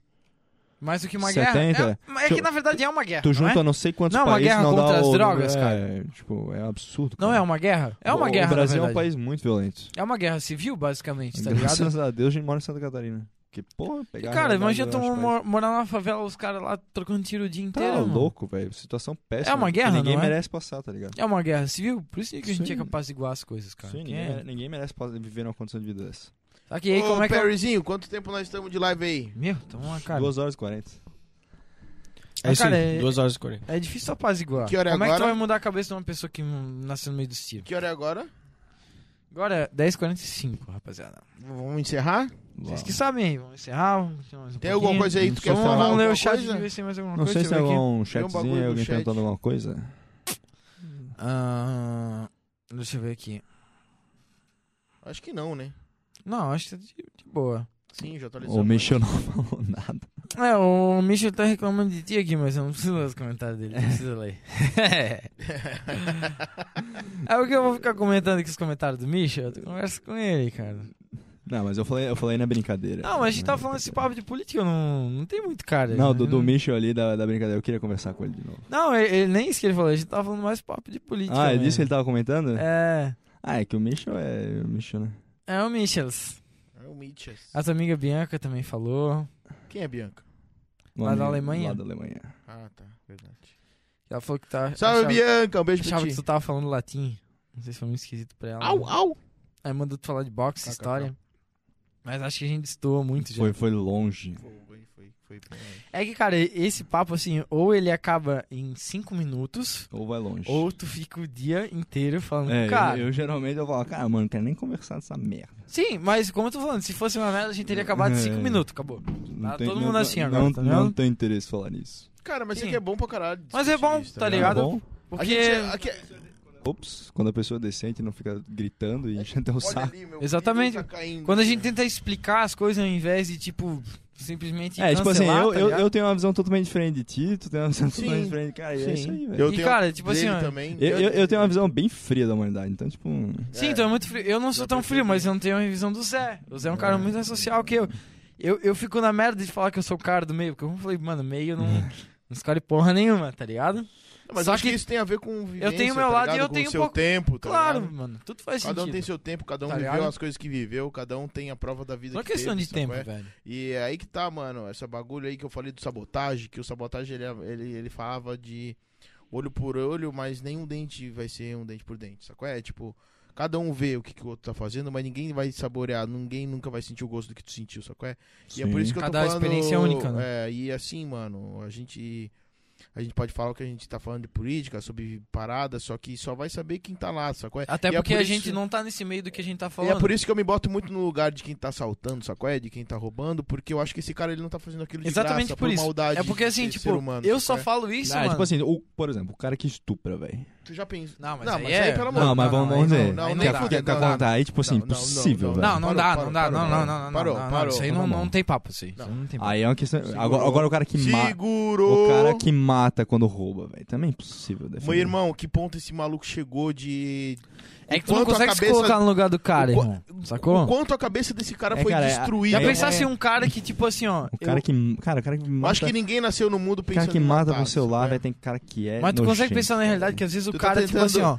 Speaker 2: Mais do que uma
Speaker 4: 70.
Speaker 2: guerra. É, mas é que
Speaker 4: né? Tu-
Speaker 2: na verdade é uma guerra.
Speaker 4: Tu
Speaker 2: não
Speaker 4: junta
Speaker 2: é?
Speaker 4: não sei quantos
Speaker 2: Não, uma
Speaker 4: países
Speaker 2: guerra
Speaker 4: não
Speaker 2: contra
Speaker 4: dá
Speaker 2: as
Speaker 4: o-
Speaker 2: drogas,
Speaker 4: é,
Speaker 2: cara.
Speaker 4: tipo, é absurdo.
Speaker 2: Não
Speaker 4: cara.
Speaker 2: é uma guerra? É uma
Speaker 4: o,
Speaker 2: guerra,
Speaker 4: O Brasil
Speaker 2: na
Speaker 4: é um
Speaker 2: verdade.
Speaker 4: país muito violento.
Speaker 2: É uma guerra civil, basicamente, tá ligado?
Speaker 4: [laughs] Graças a Deus a gente mora em Santa Catarina. Que porra,
Speaker 2: E,
Speaker 4: pegar a
Speaker 2: cara,
Speaker 4: realidade
Speaker 2: imagina
Speaker 4: do
Speaker 2: tu
Speaker 4: nosso país.
Speaker 2: mor- morar numa favela, os caras lá trocando tiro o dia
Speaker 4: Tá
Speaker 2: inteiro. mano.
Speaker 4: louco, velho. Situação péssima.
Speaker 2: É uma
Speaker 4: que
Speaker 2: guerra,
Speaker 4: Ninguém
Speaker 2: não é?
Speaker 4: merece passar, tá ligado?
Speaker 2: É uma guerra civil, por isso que a gente
Speaker 4: Sim.
Speaker 2: é capaz de igualar as coisas, cara.
Speaker 4: Sim,
Speaker 2: Quem
Speaker 4: ninguém,
Speaker 2: é?
Speaker 4: ninguém merece passar- viver numa condição de vida dessa.
Speaker 2: Só que aí,
Speaker 1: Ô,
Speaker 2: como é que. eu-
Speaker 1: Perryzinho, quanto tempo nós estamos de live aí?
Speaker 2: Meu, tamo lá, cara.
Speaker 4: 2 horas e 40.
Speaker 2: Ah,
Speaker 3: É isso
Speaker 2: cara,
Speaker 3: aí,
Speaker 2: é-
Speaker 3: 2 horas e 40.
Speaker 2: É difícil apaziguar.
Speaker 1: Que hora é
Speaker 2: como é que tu
Speaker 1: agora?
Speaker 2: vai mudar a cabeça de uma pessoa que hum, nasceu no meio dos tiros?
Speaker 1: Que hora é agora?
Speaker 2: Agora, é 10h45, rapaziada.
Speaker 1: Vamos encerrar?
Speaker 2: Vocês que sabem aí, vamos encerrar, vamos continuar mais um
Speaker 1: Tem alguma
Speaker 2: pouquinho.
Speaker 1: coisa aí que tu
Speaker 4: Vamos-
Speaker 1: quer
Speaker 2: Vamos,
Speaker 1: falar?
Speaker 2: vamos ler
Speaker 1: alguma
Speaker 2: o chat
Speaker 1: coisa?
Speaker 2: e ver se tem mais alguma
Speaker 4: Não
Speaker 2: coisa.
Speaker 4: sei se é
Speaker 2: deixa eu ver aqui.
Speaker 4: algum
Speaker 1: Tem um
Speaker 4: chatzinho,
Speaker 1: bagulho do
Speaker 4: alguém
Speaker 1: chat.
Speaker 4: perguntando alguma coisa.
Speaker 2: Ah, deixa eu ver aqui.
Speaker 1: Acho que não, né?
Speaker 2: Não, acho que tá de, de boa.
Speaker 1: Sim, já atualizamos.
Speaker 4: O Michel não [laughs] falou nada.
Speaker 2: É, o Michel tá reclamando de ti aqui, mas eu não preciso ler os comentários dele, não precisa ler.
Speaker 1: [laughs]
Speaker 2: [laughs]
Speaker 6: [laughs]
Speaker 2: é o que eu vou ficar comentando aqui os comentários do Michel, eu converso com ele, cara.
Speaker 4: Não, mas eu falei, eu falei na brincadeira.
Speaker 2: Não, mas a gente tava falando esse papo de política, eu não, não tem muito cara.
Speaker 4: Não,
Speaker 2: né?
Speaker 4: do, do Michel ali da, da brincadeira, eu queria conversar com ele de novo.
Speaker 2: Não, ele, ele- nem isso que ele falou, a gente tava falando mais papo de política.
Speaker 4: Ah, é
Speaker 2: mesmo.
Speaker 4: disso que ele tava comentando?
Speaker 2: É,
Speaker 4: Ah, é que o Michel é. O Michel, né?
Speaker 2: é o Michels.
Speaker 1: É o Mitchas.
Speaker 2: A tua amiga Bianca também falou.
Speaker 1: Quem é Bianca?
Speaker 4: Um
Speaker 2: Lá da
Speaker 4: amigo
Speaker 2: Alemanha?
Speaker 4: Lá da Alemanha.
Speaker 1: Ah, tá. Verdade.
Speaker 2: Ela falou que tá.
Speaker 1: Salve,
Speaker 2: achava,
Speaker 1: Bianca. Um beijo pra
Speaker 2: Achava
Speaker 1: ti.
Speaker 2: que tu tava falando latim. Não sei se foi muito esquisito pra ela. né?
Speaker 1: Au, au.
Speaker 2: Aí mandou tu falar de boxe,
Speaker 1: Cacau,
Speaker 2: história. Mas acho que a gente estourou muito já.
Speaker 4: Foi, foi longe.
Speaker 1: Foi, foi, foi.
Speaker 2: É que, cara, esse papo, assim, ou ele acaba em cinco minutos,
Speaker 4: Ou vai longe.
Speaker 2: ou tu fica o dia inteiro falando,
Speaker 4: É, eu-
Speaker 2: cara.
Speaker 4: eu, geralmente eu falo, cara, mano, não quero nem conversar dessa merda.
Speaker 2: Sim, mas como eu tô falando, se fosse uma merda, a gente teria acabado em cinco
Speaker 4: É.
Speaker 2: minutos, acabou.
Speaker 4: Não
Speaker 2: Tá
Speaker 4: tem-
Speaker 2: todo
Speaker 4: não-
Speaker 2: mundo assim
Speaker 4: não,
Speaker 2: agora, tá
Speaker 4: não,
Speaker 2: ligado?
Speaker 4: tem interesse em falar nisso.
Speaker 1: Cara, mas isso
Speaker 2: Sim.
Speaker 1: aqui é bom pra caralho.
Speaker 2: Mas é bom,
Speaker 1: discutir isso, né?
Speaker 2: tá
Speaker 4: Tá
Speaker 2: ligado?
Speaker 4: bom?
Speaker 1: A
Speaker 2: Porque.
Speaker 1: gente é- aqui é-
Speaker 4: Ops, quando a pessoa é decente não fica gritando e enchendo o
Speaker 1: Olha
Speaker 4: saco.
Speaker 1: ali, meu
Speaker 2: Exatamente.
Speaker 1: filho tá caindo.
Speaker 2: Quando a gente tenta explicar as coisas ao invés de, tipo, simplesmente.
Speaker 4: É, tipo assim,
Speaker 2: cancelar,
Speaker 4: eu,
Speaker 2: tá
Speaker 4: eu,
Speaker 2: ligado?
Speaker 4: eu tenho uma visão totalmente diferente de ti, tu tem uma visão
Speaker 1: Sim.
Speaker 4: totalmente diferente. Cara, e é isso aí, velho.
Speaker 1: Eu
Speaker 2: E,
Speaker 1: tenho
Speaker 2: cara, tipo assim,
Speaker 1: dele
Speaker 2: ó,
Speaker 1: também.
Speaker 4: Eu, eu, eu tenho uma visão bem fria da humanidade, então, tipo.
Speaker 2: Sim,
Speaker 1: É.
Speaker 2: então é muito frio. Eu não sou
Speaker 1: Dá
Speaker 2: tão
Speaker 1: pra
Speaker 2: frio, mas eu não tenho a revisão do Zé. O Zé é um cara muito mais social que eu. eu. Eu fico na merda de falar que eu sou o cara do meio, porque eu falei, mano, meio não.
Speaker 4: Uhum.
Speaker 2: Não escolhe porra nenhuma, tá ligado?
Speaker 1: Mas
Speaker 2: Só
Speaker 1: acho que...
Speaker 2: que
Speaker 1: isso tem a ver com vivência,
Speaker 2: tenho meu
Speaker 1: tá
Speaker 2: lado e
Speaker 1: ligado?
Speaker 2: eu
Speaker 1: Com
Speaker 2: tenho um
Speaker 1: seu
Speaker 2: pouco-
Speaker 1: tempo, tá
Speaker 2: claro,
Speaker 1: ligado?
Speaker 2: mano, tudo faz
Speaker 1: Cada um
Speaker 2: sentido.
Speaker 1: tem seu tempo, cada um
Speaker 2: Tá
Speaker 1: viveu
Speaker 2: ligado?
Speaker 1: as coisas que viveu, cada um tem a prova da vida
Speaker 2: Não é
Speaker 1: que
Speaker 2: questão
Speaker 1: teve,
Speaker 2: de tempo,
Speaker 1: sacou? É?
Speaker 2: velho.
Speaker 1: E é aí que tá, mano, essa bagulho aí que eu falei do sabotagem, que o sabotagem ele, é, ele, ele falava de olho por olho, mas nenhum dente vai ser um dente por dente, sacou? É tipo, cada um vê o que, que o outro tá fazendo, mas ninguém vai saborear, ninguém nunca vai sentir o gosto do que tu sentiu, sacou? É? E é por isso que
Speaker 2: Cada
Speaker 1: eu tô falando.
Speaker 2: experiência é única, né?
Speaker 1: É, e assim, mano, a gente. A gente pode falar o que a gente tá falando de política, sobre parada, só que só vai saber quem tá lá, sacou? É?
Speaker 2: Até
Speaker 1: E é
Speaker 2: porque
Speaker 1: por
Speaker 2: a
Speaker 1: isso-
Speaker 2: gente não tá nesse meio do que a gente tá
Speaker 1: E
Speaker 2: falando.
Speaker 1: é por isso que eu me boto muito no lugar de quem tá assaltando, sacou? É? De quem tá roubando, porque eu acho que esse cara ele não tá fazendo aquilo de
Speaker 2: Exatamente
Speaker 1: graça,
Speaker 2: por isso.
Speaker 1: maldade.
Speaker 2: É porque
Speaker 1: de
Speaker 2: assim,
Speaker 1: ser
Speaker 2: tipo,
Speaker 1: ser humano,
Speaker 2: eu só
Speaker 1: sacou?
Speaker 2: falo isso,
Speaker 4: Ah,
Speaker 2: mano.
Speaker 4: tipo assim, o, por exemplo, o cara que estupra, velho.
Speaker 1: É? Tu já pensa.
Speaker 2: não, mas,
Speaker 1: não,
Speaker 2: aí
Speaker 1: mas
Speaker 2: é...
Speaker 1: aí, pelo amor
Speaker 4: Não, mas
Speaker 2: Não,
Speaker 4: vamos,
Speaker 2: não,
Speaker 4: vamos
Speaker 2: aí
Speaker 4: dizer.
Speaker 2: não, aí não
Speaker 4: quer,
Speaker 2: dá,
Speaker 4: quer
Speaker 1: não dá.
Speaker 4: contar aí, tipo assim,
Speaker 1: tá Não, não,
Speaker 4: impossível,
Speaker 1: não,
Speaker 4: velho.
Speaker 2: Não, não
Speaker 1: Parou,
Speaker 2: dá,
Speaker 1: parou,
Speaker 2: não dá,
Speaker 1: parou,
Speaker 2: não,
Speaker 1: parou.
Speaker 2: não, não, não,
Speaker 1: Parou,
Speaker 2: não, não,
Speaker 1: parou,
Speaker 2: isso aí
Speaker 4: tá
Speaker 2: não,
Speaker 4: bom.
Speaker 2: não tem papo, isso aí,
Speaker 1: Não.
Speaker 2: isso aí não tem papo.
Speaker 4: Aí é uma questão.
Speaker 1: Segurou.
Speaker 4: Agora, agora o cara que mata.
Speaker 1: Segurou.
Speaker 4: O cara que mata quando rouba, velho. Também é impossível defender.
Speaker 1: Meu irmão, que ponto esse maluco chegou de.
Speaker 2: É que tu não
Speaker 1: Enquanto a
Speaker 2: consegue se
Speaker 1: cabeça-
Speaker 2: colocar no lugar do cara,
Speaker 1: O qua-
Speaker 2: irmão,
Speaker 1: O
Speaker 2: sacou?
Speaker 1: quanto a cabeça desse cara
Speaker 4: É,
Speaker 1: foi
Speaker 4: cara, é-
Speaker 2: Já
Speaker 1: destruída. né?
Speaker 4: é-
Speaker 2: pensasse em um cara que, tipo assim, ó.
Speaker 4: O cara
Speaker 2: eu-
Speaker 4: que. Cara, o cara que
Speaker 1: Eu
Speaker 4: mata.
Speaker 1: Acho que ninguém nasceu no mundo
Speaker 4: o
Speaker 1: pensando
Speaker 4: cara que
Speaker 1: em
Speaker 4: mata
Speaker 1: matar,
Speaker 4: com o celular,
Speaker 1: sacou?
Speaker 4: velho, tem cara que é.
Speaker 2: Mas tu consegue
Speaker 4: nojento,
Speaker 2: pensar na
Speaker 4: velho.
Speaker 2: realidade que às vezes o
Speaker 1: Tu tá
Speaker 2: cara, tipo
Speaker 1: tentando-
Speaker 2: assim, ó.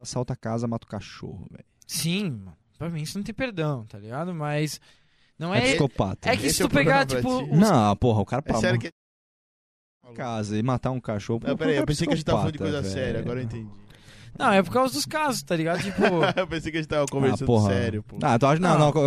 Speaker 4: Assalta a casa, mata o cachorro, velho.
Speaker 2: Sim, mano, pra mim isso não tem perdão, tá ligado? Mas. Não
Speaker 4: É,
Speaker 2: é.
Speaker 4: psicopata.
Speaker 2: É que
Speaker 1: Esse
Speaker 2: se
Speaker 1: é
Speaker 2: tu
Speaker 1: o problema
Speaker 2: pegar,
Speaker 1: pra
Speaker 2: tipo.
Speaker 1: ti.
Speaker 2: os-
Speaker 4: Não, porra, o cara
Speaker 1: É
Speaker 4: pra
Speaker 1: sério que.
Speaker 4: casa e matar um cachorro.
Speaker 1: Não,
Speaker 4: pô,
Speaker 1: peraí,
Speaker 4: o cara
Speaker 1: eu pensei que a gente tava falando de coisa
Speaker 4: psicopata,
Speaker 1: séria,
Speaker 4: velho.
Speaker 1: agora eu entendi.
Speaker 2: Não, é por causa dos casos, tá ligado? Tipo.
Speaker 1: [laughs] eu pensei que a gente tava
Speaker 4: ah,
Speaker 1: conversando
Speaker 4: porra.
Speaker 1: sério, pô.
Speaker 4: Ah, tu acha, não, não,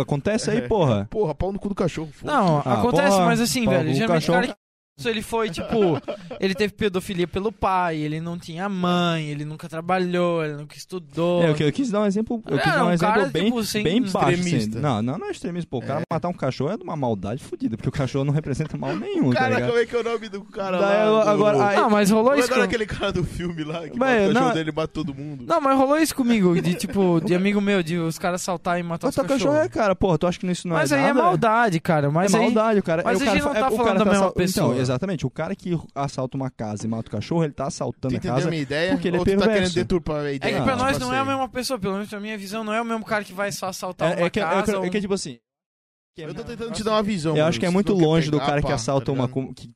Speaker 1: [laughs]
Speaker 4: acontece aí, porra.
Speaker 1: Porra, pau no cu do cachorro. foda-se.
Speaker 2: Não,
Speaker 4: Ah,
Speaker 2: acontece,
Speaker 4: porra,
Speaker 2: mas assim,
Speaker 4: porra,
Speaker 2: velho.
Speaker 4: o
Speaker 2: Geralmente o cara
Speaker 4: cachorro-
Speaker 2: que. Ele foi, tipo.
Speaker 1: [laughs]
Speaker 2: Ele teve pedofilia pelo pai, ele não tinha mãe, ele nunca trabalhou, ele nunca estudou.
Speaker 4: É, eu, eu quis dar um exemplo, eu
Speaker 2: É,
Speaker 4: quis dar um,
Speaker 2: um
Speaker 4: exemplo
Speaker 2: cara,
Speaker 4: bem,
Speaker 2: tipo, sem-
Speaker 4: bem baixo.
Speaker 1: Extremista.
Speaker 4: assim. Não, não, não é extremista, pô. O cara matar um cachorro é de uma maldade fodida, porque o cachorro não representa mal nenhum, tá
Speaker 1: Cara,
Speaker 4: ligado?
Speaker 1: como é que é o nome do cara
Speaker 4: Daí eu-
Speaker 1: lá? do-
Speaker 4: agora- aí-
Speaker 2: Não, mas rolou
Speaker 1: Como é
Speaker 2: isso.
Speaker 1: que era
Speaker 2: com-
Speaker 1: aquele cara do filme lá que
Speaker 4: Véi,
Speaker 1: mata o
Speaker 4: não-
Speaker 1: cachorro dele e mata todo mundo?
Speaker 2: Não, mas rolou isso comigo, de tipo, de amigo meu, de os caras saltar e matar os
Speaker 4: Matar o cachorro é,
Speaker 2: cachorros.
Speaker 4: cara, porra, tu acha que isso não
Speaker 2: Mas
Speaker 4: é
Speaker 2: aí é
Speaker 4: nada?
Speaker 2: maldade, cara.
Speaker 4: É
Speaker 2: Mas aí,
Speaker 4: maldade, o cara.
Speaker 2: mas
Speaker 4: aí o
Speaker 2: a
Speaker 4: cara
Speaker 2: gente não
Speaker 4: fa- é-
Speaker 2: tá
Speaker 4: o cara
Speaker 2: falando da mesma
Speaker 4: sal-
Speaker 2: pessoa,
Speaker 4: Então, exatamente. O cara que assalta uma casa e mata o cachorro, ele tá assaltando
Speaker 1: Tu
Speaker 4: a
Speaker 1: entendeu a
Speaker 4: casa.
Speaker 1: minha ideia?
Speaker 4: porque ele é
Speaker 1: Ou tu tá querendo
Speaker 4: perverso.
Speaker 1: deturpar a
Speaker 2: É
Speaker 1: ideia?
Speaker 2: que
Speaker 4: Não,
Speaker 2: pra
Speaker 1: tipo
Speaker 2: nós não é a
Speaker 1: assim.
Speaker 2: mesma pessoa, pelo menos pra minha visão, não é o mesmo cara que vai só assaltar
Speaker 4: É,
Speaker 2: uma
Speaker 4: é que, é que-
Speaker 2: casa.
Speaker 4: é
Speaker 2: um-
Speaker 4: que, tipo assim. que é
Speaker 1: Eu tô
Speaker 4: mesmo-
Speaker 2: né?
Speaker 1: tentando te dar uma visão.
Speaker 4: Eu acho que é
Speaker 1: Bruce.
Speaker 4: muito
Speaker 1: Tu quer
Speaker 4: longe do
Speaker 1: pegar,
Speaker 4: cara que
Speaker 1: pá,
Speaker 4: assalta
Speaker 1: tá
Speaker 4: uma.
Speaker 1: ligado?
Speaker 4: com- que-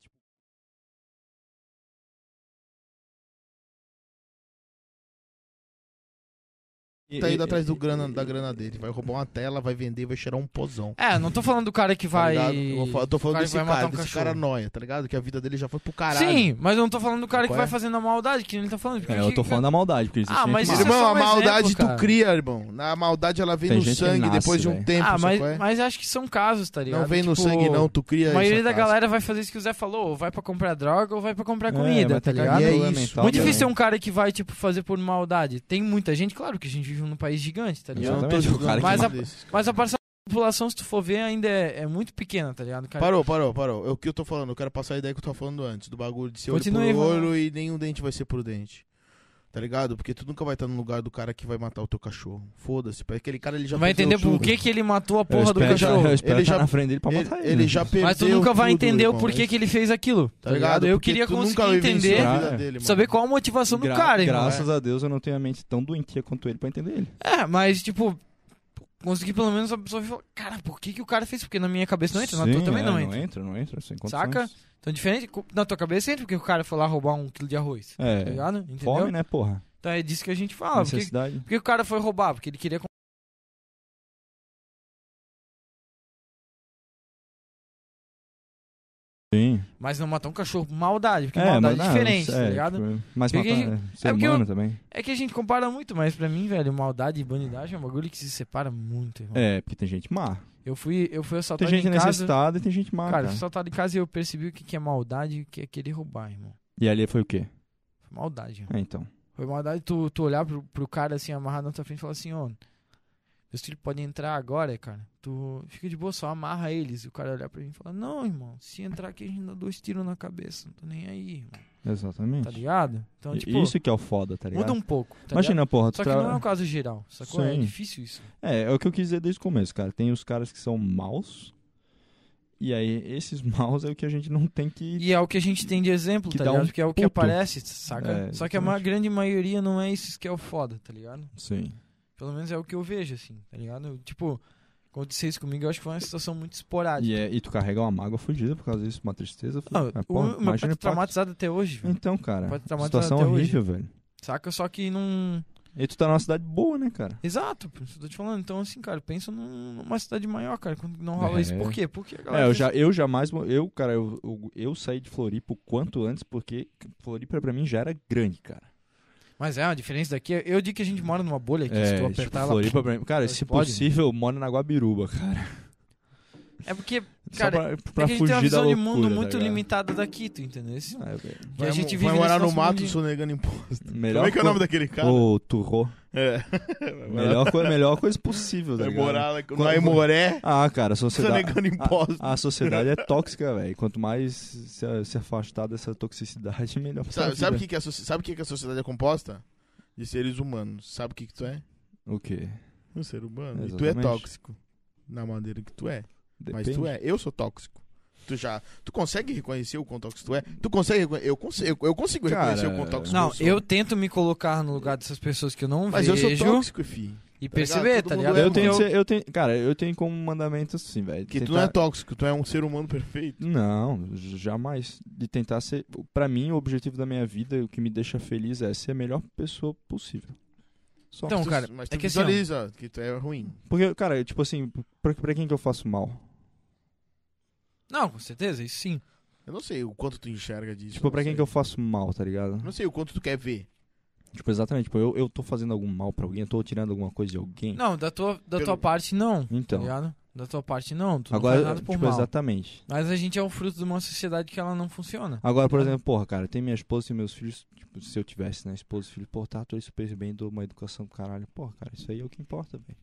Speaker 1: Tá indo atrás do grana, da grana dele. Vai roubar uma tela, vai vender, vai cheirar um pozão.
Speaker 2: É, não tô falando do cara que
Speaker 1: Tá
Speaker 2: vai.
Speaker 1: ligado? Eu, vou falar- eu tô falando
Speaker 2: vai-
Speaker 1: desse
Speaker 2: vai matar
Speaker 1: cara,
Speaker 2: um
Speaker 1: desse
Speaker 2: cachorro.
Speaker 1: cara noia, tá ligado? Que a vida dele já foi pro caralho.
Speaker 2: Sim, mas eu não tô falando do cara que
Speaker 1: Qual
Speaker 2: vai
Speaker 1: é?
Speaker 2: fazendo a maldade, que ele tá falando. porque
Speaker 4: É, eu
Speaker 2: que-
Speaker 4: tô falando da maldade, porque isso
Speaker 2: Ah,
Speaker 4: tinha
Speaker 2: mas
Speaker 4: que-
Speaker 2: isso é
Speaker 1: Irmão,
Speaker 2: só
Speaker 1: a
Speaker 2: um
Speaker 1: maldade
Speaker 2: exemplo,
Speaker 1: tu
Speaker 2: cara.
Speaker 1: cria, irmão. Na maldade ela vem
Speaker 4: Tem
Speaker 1: no
Speaker 4: gente que
Speaker 1: sangue
Speaker 4: nasce,
Speaker 1: depois de um
Speaker 4: velho.
Speaker 1: tempo,
Speaker 2: Ah, mas,
Speaker 1: sacou é?
Speaker 2: mas acho que são casos, tá ligado?
Speaker 1: Não vem no
Speaker 2: Tipo,
Speaker 1: sangue não, tu cria tá
Speaker 2: A maioria
Speaker 1: essa
Speaker 2: da
Speaker 1: casca.
Speaker 2: galera vai fazer isso que o Zé falou, ou vai pra comprar droga ou vai pra comprar
Speaker 4: É,
Speaker 2: comida,
Speaker 4: mas
Speaker 2: tá ligado?
Speaker 1: E é
Speaker 4: problema
Speaker 1: isso.
Speaker 4: mental
Speaker 2: Muito
Speaker 4: também.
Speaker 2: difícil ser um cara que vai, tipo, fazer por maldade. Tem muita gente, claro que a gente vive num país gigante, tá
Speaker 1: E eu
Speaker 2: ligado?
Speaker 1: não tô
Speaker 4: Exatamente, o
Speaker 1: julgando
Speaker 4: cara
Speaker 2: que-
Speaker 1: mas a...
Speaker 2: Mas a parcela da população, se tu for ver, ainda é, é muito pequena, tá ligado, cara?
Speaker 1: Parou, parou, parou. É o que eu tô falando. Eu quero passar a ideia que eu tava falando antes. Do bagulho de ser olho
Speaker 2: Continue,
Speaker 1: por
Speaker 2: vai lá.
Speaker 1: olho e nenhum dente vai ser por dente. Tá ligado? Porque tu nunca vai estar no lugar do cara que vai matar o teu cachorro. Foda-se. porque Aquele cara ele já
Speaker 2: Vai
Speaker 1: perdeu
Speaker 2: entender por
Speaker 1: tudo.
Speaker 2: que, que ele matou a
Speaker 4: Eu
Speaker 2: porra do
Speaker 4: espero-
Speaker 2: cachorro.
Speaker 4: Eu espero
Speaker 1: Ele
Speaker 4: estar
Speaker 1: já-
Speaker 4: na frente dele pra
Speaker 1: Ele,
Speaker 4: matar ele.
Speaker 1: ele
Speaker 4: né?
Speaker 1: já perdeu.
Speaker 2: Mas tu nunca vai
Speaker 1: tudo,
Speaker 2: entender o
Speaker 1: irmão.
Speaker 2: porquê que ele fez aquilo, tá
Speaker 1: Tá ligado?
Speaker 2: ligado? Eu
Speaker 1: Porque
Speaker 2: queria
Speaker 1: tu nunca
Speaker 2: conseguir
Speaker 1: vai vencer
Speaker 2: entender,
Speaker 1: a vida
Speaker 4: Ah, é.
Speaker 1: dele, mano.
Speaker 2: saber qual a motivação do
Speaker 4: Gra-
Speaker 2: cara, irmão.
Speaker 4: Graças a Deus eu não tenho a mente tão doentia quanto ele pra entender ele.
Speaker 2: É, mas, tipo, consegui pelo menos absorver e falar, cara, por que, que o cara fez? Porque na minha cabeça não entra, na tua
Speaker 4: Sim,
Speaker 2: também
Speaker 4: é,
Speaker 2: não entra.
Speaker 4: entra. Não entra, sem
Speaker 2: Saca?
Speaker 4: condições.
Speaker 2: Então, diferente, co- na tua cabeça entra porque o cara foi lá roubar um quilo de arroz.
Speaker 4: É.
Speaker 2: Tá ligado? Entendeu?
Speaker 4: Fome, né, porra?
Speaker 2: Então é disso que a gente
Speaker 4: Ah,
Speaker 2: fala. Por que,
Speaker 4: Necessidade.
Speaker 2: por que o cara foi roubar? Porque ele queria. com-
Speaker 4: Sim.
Speaker 2: Mas não matar um cachorro por maldade, porque
Speaker 4: É,
Speaker 2: maldade
Speaker 4: mas,
Speaker 2: é
Speaker 4: não,
Speaker 2: diferente,
Speaker 4: é,
Speaker 2: tá ligado?
Speaker 4: tipo, mas
Speaker 2: Porque
Speaker 4: matar
Speaker 2: a gente-
Speaker 4: é, ser
Speaker 2: é porque eu-
Speaker 4: humano também.
Speaker 2: É que a gente compara muito, mas pra mim, velho, maldade e bandidagem é um bagulho que se separa muito, irmão.
Speaker 4: É, porque tem gente má.
Speaker 2: Eu fui, eu fui
Speaker 4: Tem
Speaker 2: assaltado
Speaker 4: gente
Speaker 2: tá em casa.
Speaker 4: necessitada e tem gente má,
Speaker 2: Cara,
Speaker 4: cara.
Speaker 2: eu fui assaltado em casa e eu percebi o que que é maldade e o que é querer roubar, irmão.
Speaker 4: E ali foi o quê?
Speaker 2: Foi maldade, irmão.
Speaker 4: É, então.
Speaker 2: Foi maldade tu, tu olhar pro, pro cara assim, amarrado na tua frente e falar assim, ó. Meus filhos podem entrar agora, cara. Tu fica de boa, só amarra eles. E o cara olhar pra mim e falar, não, irmão, se entrar aqui a gente dá dois tiros na cabeça. Não tô nem aí, irmão.
Speaker 4: Exatamente.
Speaker 2: Tá ligado? Então,
Speaker 4: E-
Speaker 2: tipo,
Speaker 4: Isso que é o foda, tá ligado?
Speaker 2: muda um pouco. tá ligado?
Speaker 4: Imagina, porra, tu
Speaker 2: Só que
Speaker 4: tra-
Speaker 2: não é um caso geral, sacou? É
Speaker 4: Sim.
Speaker 2: difícil isso.
Speaker 4: É, é o que eu quis dizer desde o começo, cara. Tem os caras que são maus. E aí, esses [laughs] maus é o que a gente não tem que.
Speaker 2: E é o que a gente tem de exemplo,
Speaker 4: Que
Speaker 2: tá
Speaker 4: dá
Speaker 2: ligado?
Speaker 4: um
Speaker 2: Porque é o que
Speaker 4: puto.
Speaker 2: aparece, saca?
Speaker 4: É,
Speaker 2: Só que a ma-
Speaker 4: exatamente.
Speaker 2: grande maioria não é isso que é o foda, tá ligado?
Speaker 4: Sim.
Speaker 2: Pelo menos é o que eu vejo, assim, tá ligado? Eu, Tipo, aconteceu isso comigo, eu acho que foi uma situação muito esporádica.
Speaker 4: E, é- e tu carrega uma mágoa fugida por causa disso, uma tristeza. fudida.
Speaker 2: Ah, tipo Não,
Speaker 4: É,
Speaker 2: o
Speaker 4: porra,
Speaker 2: meu pai tá
Speaker 4: o impacto.
Speaker 2: traumatizado até hoje, velho.
Speaker 4: Então, cara,
Speaker 2: Pode traumatizar
Speaker 4: situação
Speaker 2: até
Speaker 4: horrível, velho.
Speaker 2: saca? Só que não.
Speaker 4: E tu tá numa cidade boa, né, cara?
Speaker 2: Exato, por isso que eu tô te falando. Então, assim, cara, pensa num- numa cidade maior, cara, quando não rola
Speaker 4: É.
Speaker 2: isso. Por quê? Porque a galera.
Speaker 4: É, eu,
Speaker 2: fez-
Speaker 4: já, eu jamais. Eu, cara, eu, eu, eu saí de Floripa o quanto antes, porque Floripa pra mim já era grande, cara.
Speaker 2: Mas é, a diferença daqui é. Eu digo que a gente mora numa bolha aqui, se tu
Speaker 4: tipo,
Speaker 2: apertar ela.
Speaker 4: Floripa pra mim. Cara,
Speaker 2: Ela
Speaker 4: se
Speaker 2: explode.
Speaker 4: possível, mora na Guabiruba, cara.
Speaker 2: É porque,
Speaker 4: Só
Speaker 2: cara,
Speaker 4: pra,
Speaker 2: é
Speaker 4: pra
Speaker 2: que a gente
Speaker 4: fugir
Speaker 2: tem uma
Speaker 4: da
Speaker 2: visão
Speaker 4: loucura,
Speaker 2: de mundo
Speaker 4: tá
Speaker 2: muito
Speaker 4: ligado?
Speaker 2: limitada daqui, tu entendeu? Isso-
Speaker 4: Ah, velho.
Speaker 2: E a gente
Speaker 1: vai
Speaker 2: vive
Speaker 1: morar
Speaker 2: nesse
Speaker 1: no
Speaker 2: nosso
Speaker 1: mato
Speaker 2: mundinho.
Speaker 1: sonegando imposto.
Speaker 4: melhor
Speaker 1: Como é que é o
Speaker 4: co-
Speaker 1: nome daquele cara?
Speaker 4: Ô, Turro.
Speaker 1: É.
Speaker 4: Melhor, co melhor coisa possível, tá
Speaker 1: Vai
Speaker 4: ligado?
Speaker 1: morar lá
Speaker 4: Quando-
Speaker 1: no Aimoré,
Speaker 4: Ah, cara, a sociedade.
Speaker 1: sonegando imposto.
Speaker 4: A, a sociedade é tóxica, velho. Quanto mais se, se afastar dessa toxicidade, [laughs] melhor pra
Speaker 1: Sabe,
Speaker 4: vida.
Speaker 1: sabe, o que que a, soci- sabe o que que a sociedade é composta? De seres humanos. Sabe o que, que tu é?
Speaker 4: O quê?
Speaker 1: Um ser humano. E tu é
Speaker 4: Exatamente.
Speaker 1: tóxico. Na maneira que tu é.
Speaker 4: Depende.
Speaker 1: Mas tu é. Eu sou tóxico. Tu já. Tu consegue reconhecer o quão tóxico tu é? Tu consegue reconhe- Eu consigo, eu consigo
Speaker 4: Cara,
Speaker 1: reconhecer o quão tóxico
Speaker 2: Não,
Speaker 1: eu sou.
Speaker 2: eu tento me colocar no lugar dessas pessoas que eu não
Speaker 1: Mas eu
Speaker 2: vejo
Speaker 1: sou tóxico, fi.
Speaker 2: e
Speaker 1: tá
Speaker 2: perceber,
Speaker 1: ligado?
Speaker 2: tá
Speaker 1: Todo
Speaker 2: ligado?
Speaker 1: mundo é,
Speaker 4: Eu tenho,
Speaker 1: mano.
Speaker 4: que ser- eu tenho, cara, eu tenho como mandamento assim, velho.
Speaker 1: Que tu
Speaker 4: tentar-
Speaker 1: não é tóxico, tu é um ser humano perfeito.
Speaker 4: Não, jamais. De tentar ser. Pra mim, o objetivo da minha vida, o que me deixa feliz é ser a melhor pessoa possível. Só.
Speaker 2: Então,
Speaker 1: Tu-
Speaker 2: cara,
Speaker 1: mas tu
Speaker 2: é que assim, ó,
Speaker 1: visualiza que tu é ruim.
Speaker 4: Porque, cara, tipo assim, pra, pra quem que eu faço mal?
Speaker 2: Não, com certeza, isso sim.
Speaker 1: Eu não sei o quanto tu enxerga disso.
Speaker 4: Tipo,
Speaker 1: não
Speaker 4: pra quem
Speaker 1: sei.
Speaker 4: que eu faço mal, tá ligado?
Speaker 1: Eu Não sei o quanto tu quer ver.
Speaker 4: Tipo, exatamente, tipo, eu, eu tô fazendo algum mal pra alguém, eu tô tirando alguma coisa de alguém.
Speaker 2: Não, da tua, da
Speaker 1: Pelo-
Speaker 2: tua parte não, tá
Speaker 4: Então.
Speaker 2: ligado? Da tua parte não, tu
Speaker 4: Agora,
Speaker 2: não faz nada por
Speaker 4: tipo,
Speaker 2: mal.
Speaker 4: exatamente.
Speaker 2: Mas a gente é o fruto de uma sociedade que ela não funciona.
Speaker 4: Agora, por exemplo, porra, cara, tem minha esposa e meus filhos. Tipo, se eu tivesse, né, esposa e filho, porra, tá tudo super bem, dou uma educação do caralho. Porra, cara, isso aí é o que importa, velho.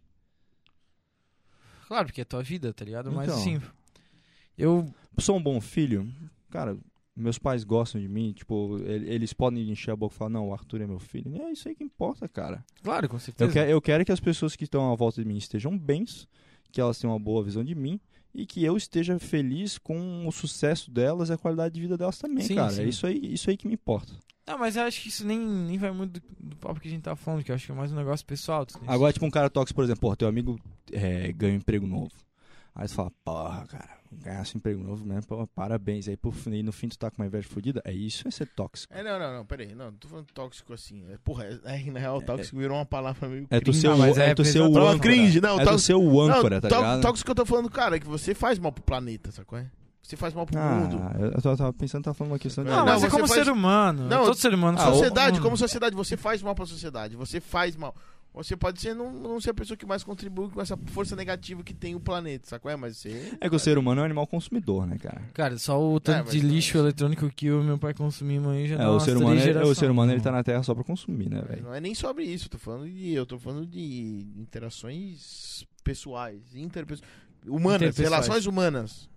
Speaker 2: Claro, porque é tua vida, tá ligado? Mas
Speaker 4: Então.
Speaker 2: assim, eu...
Speaker 4: Sou um bom filho, cara, meus pais gostam de mim, tipo, el- eles podem encher a boca e falar, não, o Arthur é meu filho. É isso aí que importa, cara.
Speaker 2: Claro, com
Speaker 4: Eu,
Speaker 2: certeza.
Speaker 4: que- eu quero que as pessoas que estão à volta de mim estejam bens, que elas tenham uma boa visão de mim e que eu esteja feliz com o sucesso delas e a qualidade de vida delas também,
Speaker 2: Sim,
Speaker 4: cara.
Speaker 2: sim.
Speaker 4: É isso aí, isso aí que me importa.
Speaker 2: Não, mas eu acho que isso nem, nem vai muito do, do papo que a gente tá falando, que eu acho que é mais um negócio pessoal. tu tem-
Speaker 4: Agora, tipo, um cara tóxico, por exemplo, porra, teu amigo é, ganha um emprego novo. Aí tu fala, porra, cara, ganhasse um emprego novo, né? Pô, parabéns. Aí, por, fim- e no fim tu tá com uma inveja fodida. É isso é ser tóxico.
Speaker 1: É, não, não, não, peraí. Não, não tô falando tóxico assim. É, porra, é, é, na real, tóxico virou uma palavra meio.
Speaker 4: É tu
Speaker 1: cringe.
Speaker 4: ser
Speaker 2: Ah,
Speaker 4: o,
Speaker 2: mas
Speaker 4: é
Speaker 2: é
Speaker 4: tu ser o
Speaker 2: pesado.
Speaker 4: âncora.
Speaker 1: Palavra cringe, não,
Speaker 4: é tu
Speaker 1: tóxico-
Speaker 4: ser o
Speaker 1: Não,
Speaker 4: âncora, tá
Speaker 1: tó-
Speaker 4: ligado?
Speaker 1: Tóxico que eu tô falando, cara, é que você faz mal pro planeta, sacou? é? Você faz mal pro mundo.
Speaker 4: Ah, eu, eu tava pensando, tava falando uma questão de...
Speaker 2: Não,
Speaker 1: Não,
Speaker 2: mas é
Speaker 1: você
Speaker 2: como
Speaker 1: faz-
Speaker 2: ser humano.
Speaker 1: Não,
Speaker 2: todo ser humano.
Speaker 4: Ah,
Speaker 2: faz-
Speaker 1: sociedade,
Speaker 2: Hum.
Speaker 1: como sociedade, você faz mal pra sociedade. Você faz mal. Você pode ser não, não ser a pessoa que mais contribui com essa força negativa que tem o planeta, sacou? é? Mas você.
Speaker 4: É que o ser humano é um animal consumidor, né, cara?
Speaker 2: Cara, só o tanto
Speaker 1: É, mas
Speaker 2: de
Speaker 1: não-
Speaker 2: lixo eletrônico que o meu pai consumia mãe já
Speaker 4: É,
Speaker 2: dá
Speaker 4: o
Speaker 2: umas
Speaker 4: ser,
Speaker 2: três
Speaker 4: humano, é, o
Speaker 2: gerações.
Speaker 4: ser humano, ele tá na Terra só pra consumir, né, velho?
Speaker 1: Não é nem sobre isso, eu tô falando de. Eu tô falando de interações pessoais, interpessoais. Humanas,
Speaker 2: Interpessoais.
Speaker 1: relações humanas.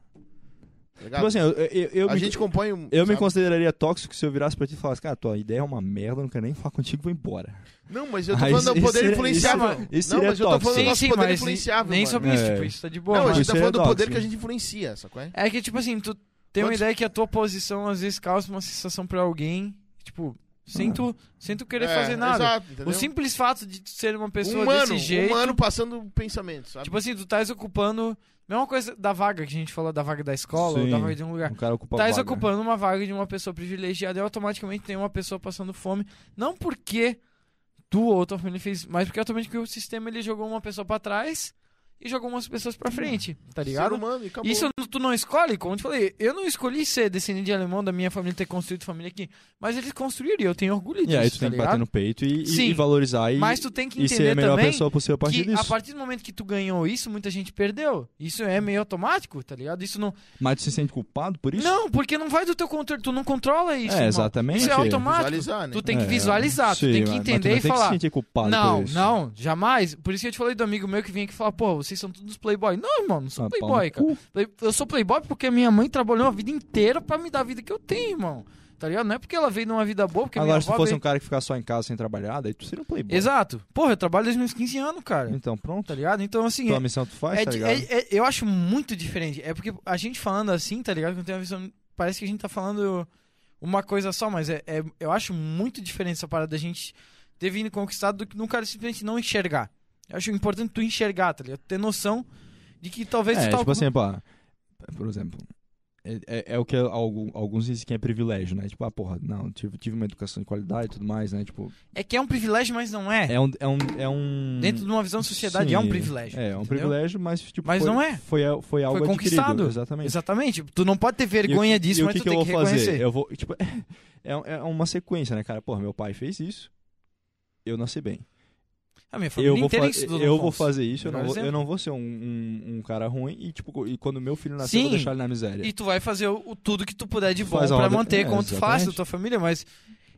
Speaker 1: Tá ligado?
Speaker 4: Tipo assim, eu, eu, eu
Speaker 1: a
Speaker 4: me,
Speaker 1: gente compõe um.
Speaker 4: eu me
Speaker 1: sabe?
Speaker 4: consideraria tóxico se eu virasse pra ti e falasse, cara, tua ideia é uma merda, eu não quero nem falar contigo, vou embora.
Speaker 1: Não, mas eu tô
Speaker 4: Ah,
Speaker 1: falando
Speaker 4: isso-
Speaker 1: do poder
Speaker 4: isso é-
Speaker 1: influenciável.
Speaker 4: isso- isso
Speaker 1: não,
Speaker 4: seria
Speaker 1: mas eu tô
Speaker 4: tóxico.
Speaker 1: falando do
Speaker 2: Sim,
Speaker 1: nosso
Speaker 2: sim,
Speaker 1: poder é
Speaker 2: mas
Speaker 1: influenciável.
Speaker 2: nem
Speaker 1: mano.
Speaker 2: sobre isso,
Speaker 4: É.
Speaker 2: tipo, isso tá de boa.
Speaker 1: Não, a
Speaker 2: mas-
Speaker 1: gente
Speaker 4: isso
Speaker 1: tá
Speaker 4: é
Speaker 1: falando do poder
Speaker 4: tóxico.
Speaker 1: que a gente influencia, sacou? é?
Speaker 2: É que, tipo assim, tu tem uma
Speaker 1: Quantos-
Speaker 2: ideia que a tua posição às vezes causa uma sensação pra alguém, tipo,
Speaker 4: Ah.
Speaker 2: sem, tu, sem tu querer
Speaker 1: É,
Speaker 2: fazer nada.
Speaker 1: Exato, entendeu? Um
Speaker 2: O simples fato de tu ser uma pessoa
Speaker 1: humano,
Speaker 2: desse jeito.
Speaker 1: humano passando pensamento, sabe?
Speaker 2: Tipo assim, tu estás ocupando. Mesma coisa da vaga que a gente falou, da vaga da escola, ou
Speaker 4: Sim.
Speaker 2: da vaga de um lugar.
Speaker 4: O cara ocupa
Speaker 2: Estás
Speaker 4: vaga.
Speaker 2: ocupando uma vaga de uma pessoa privilegiada e automaticamente tem uma pessoa passando fome. Não porque tu ou tua família fez, mas porque automaticamente o sistema ele jogou uma pessoa pra trás e jogou umas pessoas pra frente, tá
Speaker 1: Ser
Speaker 2: ligado?
Speaker 1: humano e acabou.
Speaker 2: Isso é n- tu não escolhe, como eu te falei, eu não escolhi ser descendente de alemão da minha família ter construído família aqui, mas eles construíram e eu tenho orgulho disso,
Speaker 4: É, E aí tu
Speaker 2: tá
Speaker 4: tem que
Speaker 2: ligado?
Speaker 4: bater no peito e, e-
Speaker 2: Sim.
Speaker 4: e valorizar e,
Speaker 2: Mas tu tem que
Speaker 4: e ser
Speaker 2: entender
Speaker 4: a melhor
Speaker 2: também
Speaker 4: pessoa possível a partir
Speaker 2: que a
Speaker 4: disso.
Speaker 2: partir do momento que tu ganhou isso, muita gente perdeu. Isso é meio automático, tá ligado? Isso não.
Speaker 4: Mas tu se sente culpado por isso?
Speaker 2: Não, porque não vai do teu controle, tu não controla isso.
Speaker 4: É,
Speaker 2: irmão.
Speaker 4: exatamente.
Speaker 2: Isso é automático.
Speaker 1: Visualizar, né?
Speaker 2: Tu tem que
Speaker 4: É,
Speaker 2: visualizar, tu
Speaker 4: sim,
Speaker 2: tem que
Speaker 4: mas- mas
Speaker 2: entender
Speaker 4: tu não
Speaker 2: e
Speaker 4: tem que
Speaker 2: falar.
Speaker 4: se sentir culpado
Speaker 2: Não,
Speaker 4: por isso.
Speaker 2: não, jamais. Por isso que eu te falei do amigo meu que vinha aqui falar, pô, vocês são todos playboy. Não, irmão, não sou
Speaker 4: Ah, pau no
Speaker 2: playboy, cara.
Speaker 4: cu.
Speaker 2: Play- Eu sou playboy porque minha mãe trabalhou a vida inteira pra me dar a vida que eu tenho, irmão. Tá ligado? Não é porque ela veio numa vida boa, porque minha
Speaker 4: Agora, se
Speaker 2: avó
Speaker 4: tu fosse
Speaker 2: veio...
Speaker 4: um cara que ficar só em casa sem trabalhar, daí tu seria um playboy.
Speaker 2: Exato. Porra, eu trabalho desde meus 15 anos, cara.
Speaker 4: Então, pronto.
Speaker 2: Tá ligado? Então, assim,
Speaker 4: Tua missão tu faz,
Speaker 2: é
Speaker 4: tá
Speaker 2: di-
Speaker 4: ligado?
Speaker 2: é- é- eu acho muito diferente. É porque a gente falando assim, tá ligado? Quando tem uma visão. Parece que a gente tá falando uma coisa só, mas é, é- eu acho muito diferente essa parada da gente ter vindo conquistado do que num cara simplesmente não enxergar. Eu acho importante tu enxergar, tá ligado? Ter noção de que talvez tu
Speaker 4: É,
Speaker 2: tá
Speaker 4: tipo
Speaker 2: ocupa-
Speaker 4: assim, pô, por exemplo, é, é- é o que algu- alguns dizem que é privilégio, né? Tipo, ah, porra, não, tive, tive uma educação de qualidade e tudo mais, né? Tipo,
Speaker 2: É que é um privilégio, mas não é.
Speaker 4: é um... É um, é um...
Speaker 2: Dentro de uma visão de sociedade
Speaker 4: Sim,
Speaker 2: é um privilégio.
Speaker 4: É, é um
Speaker 2: entendeu?
Speaker 4: privilégio, mas tipo,
Speaker 2: Mas
Speaker 4: foi,
Speaker 2: não é.
Speaker 4: Foi, a- foi algo adquirido,
Speaker 2: conquistado.
Speaker 4: Exatamente.
Speaker 2: Exatamente. Tu não pode ter
Speaker 4: E o
Speaker 2: vergonha
Speaker 4: que-
Speaker 2: disso,
Speaker 4: e o
Speaker 2: mas
Speaker 4: que
Speaker 2: tu
Speaker 4: que
Speaker 2: tem
Speaker 4: eu
Speaker 2: que
Speaker 4: vou
Speaker 2: reconhecer.
Speaker 4: fazer? Eu vou, tipo, [laughs] é, é uma sequência, né, cara? Porra, meu pai fez isso, eu nasci bem.
Speaker 2: A minha família
Speaker 4: Eu vou,
Speaker 2: inteira é
Speaker 4: fa-
Speaker 2: estudou no
Speaker 4: eu vou
Speaker 2: Afonso.
Speaker 4: fazer isso, eu não
Speaker 2: Melhor
Speaker 4: vou, eu
Speaker 2: exemplo.
Speaker 4: não vou ser um, um- um cara ruim e, tipo, co- e quando meu filho nascer, eu vou
Speaker 2: Sim.
Speaker 4: deixar ele na miséria.
Speaker 2: E tu vai fazer o, o tudo que tu puder de
Speaker 4: É. Tu
Speaker 2: bom
Speaker 4: faz a
Speaker 2: pra
Speaker 4: roda-
Speaker 2: manter,
Speaker 4: é,
Speaker 2: como tu faz da
Speaker 4: exatamente.
Speaker 2: tua família, mas.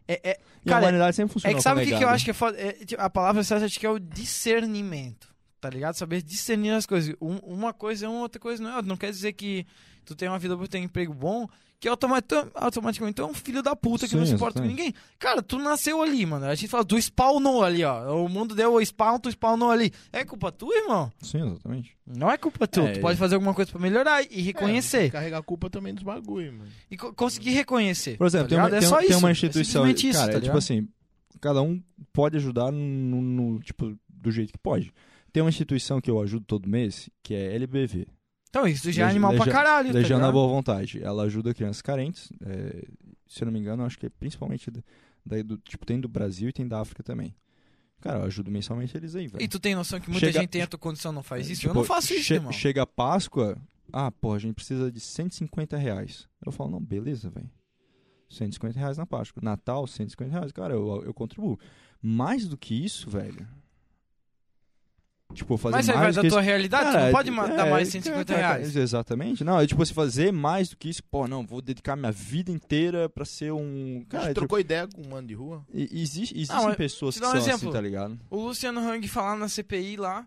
Speaker 2: É, é,
Speaker 4: E a
Speaker 2: cara,
Speaker 4: humanidade sempre funciona
Speaker 2: é que sabe o que, que eu acho que
Speaker 4: que...
Speaker 2: é foda? É, tipo, a palavra certa acho que é o discernimento. Tá ligado? Saber discernir as coisas. Um- uma coisa é uma, outra coisa não é outra. Não quer dizer que tu tem uma vida boa, tem um emprego bom, que automaticamente, automaticamente tu é um filho da puta que
Speaker 4: Sim,
Speaker 2: não se importa com
Speaker 4: exatamente.
Speaker 2: ninguém. Cara, tu nasceu ali, mano. A gente fala, tu spawnou ali, ó. O mundo deu o spawn, tu spawnou ali. É culpa tua, irmão?
Speaker 4: Sim, exatamente.
Speaker 2: Não é culpa tua.
Speaker 4: É,
Speaker 2: tu pode fazer alguma coisa pra melhorar e reconhecer.
Speaker 1: É, Carregar a culpa também dos bagulho, mano.
Speaker 2: E co- conseguir reconhecer.
Speaker 4: Por exemplo,
Speaker 2: tá
Speaker 4: tem, uma,
Speaker 2: ligado? é
Speaker 4: tem- um,
Speaker 2: só
Speaker 4: tem
Speaker 2: isso.
Speaker 4: uma instituição,
Speaker 2: É simplesmente isso, tá
Speaker 4: cara, é tipo
Speaker 2: ligado?
Speaker 4: assim, cada um pode ajudar no, no- tipo, do jeito que pode. Tem uma instituição que eu ajudo todo mês, que é LBV,
Speaker 2: Então, isso já é
Speaker 4: Legi-
Speaker 2: animal pra
Speaker 4: Legião-
Speaker 2: caralho. tá
Speaker 4: Legião da
Speaker 2: ligado?
Speaker 4: Boa Vontade. Ela ajuda crianças carentes. é, se eu não me engano, acho que é principalmente da, daí do, tipo, tem do Brasil e tem da África também. Cara, eu ajudo mensalmente eles aí, velho.
Speaker 2: E tu tem noção que muita
Speaker 4: Chega-
Speaker 2: gente tem a tua condição não faz isso?
Speaker 4: Tipo,
Speaker 2: eu não faço isso,
Speaker 4: che-
Speaker 2: irmão.
Speaker 4: Chega a Páscoa, ah, porra, a gente precisa de 150 reais. Eu falo, não, beleza, velho. 150 reais na Páscoa. Natal, 150 reais. Cara, eu, eu contribuo. Mais do que isso, velho. Tipo, fazer
Speaker 2: Mas aí
Speaker 4: mais
Speaker 2: vai
Speaker 4: do
Speaker 2: da
Speaker 4: que isso-
Speaker 2: tua realidade, tu
Speaker 4: Cara,
Speaker 2: não pode ma-
Speaker 4: é,
Speaker 2: dar mais
Speaker 4: é,
Speaker 2: 150
Speaker 4: cara,
Speaker 2: reais.
Speaker 4: Exatamente. Não, é tipo assim, fazer mais do que isso, pô, não, vou dedicar minha vida inteira pra ser um.
Speaker 1: a
Speaker 4: Cara,
Speaker 1: gente
Speaker 4: tipo,
Speaker 1: trocou ideia com um mano de rua.
Speaker 4: e- existe, existem
Speaker 2: mas
Speaker 4: pessoas
Speaker 2: te
Speaker 4: que
Speaker 2: dar um
Speaker 4: são assim,
Speaker 2: exemplo.
Speaker 4: tá ligado?
Speaker 2: O Luciano Hang falar na CPI lá